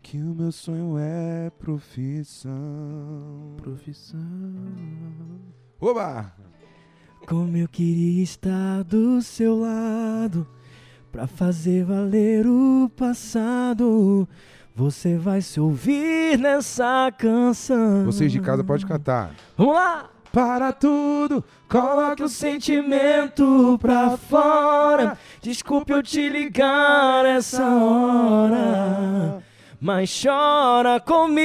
Speaker 9: Que o meu sonho é profissão.
Speaker 2: Profissão.
Speaker 9: Oba!
Speaker 11: Como eu queria estar do seu lado pra fazer valer o passado. Você vai se ouvir nessa canção.
Speaker 9: Vocês de casa podem cantar.
Speaker 11: Vamos lá!
Speaker 9: Para tudo,
Speaker 11: Coloque o sentimento pra fora. Desculpe eu te ligar essa hora, mas chora comigo.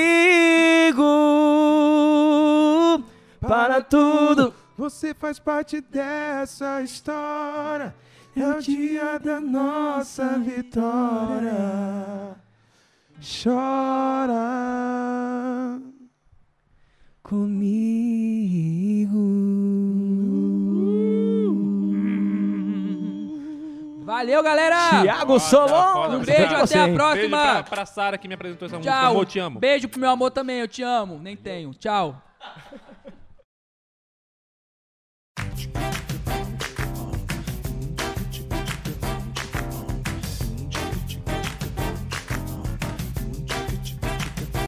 Speaker 11: Para tudo,
Speaker 9: Você faz parte dessa história.
Speaker 11: É o dia
Speaker 9: da
Speaker 11: nossa vitória.
Speaker 9: Chora.
Speaker 1: Valeu, galera!
Speaker 5: Thiago
Speaker 2: foda,
Speaker 5: Solon!
Speaker 1: Um
Speaker 2: mas
Speaker 1: beijo,
Speaker 2: pra
Speaker 1: até a
Speaker 5: você.
Speaker 2: Beijo
Speaker 1: próxima!
Speaker 2: pra, pra Sara que me apresentou essa música.
Speaker 1: Tchau!
Speaker 2: Amor, te amo.
Speaker 1: Beijo pro meu amor também, eu te amo. Nem tenho. Tchau.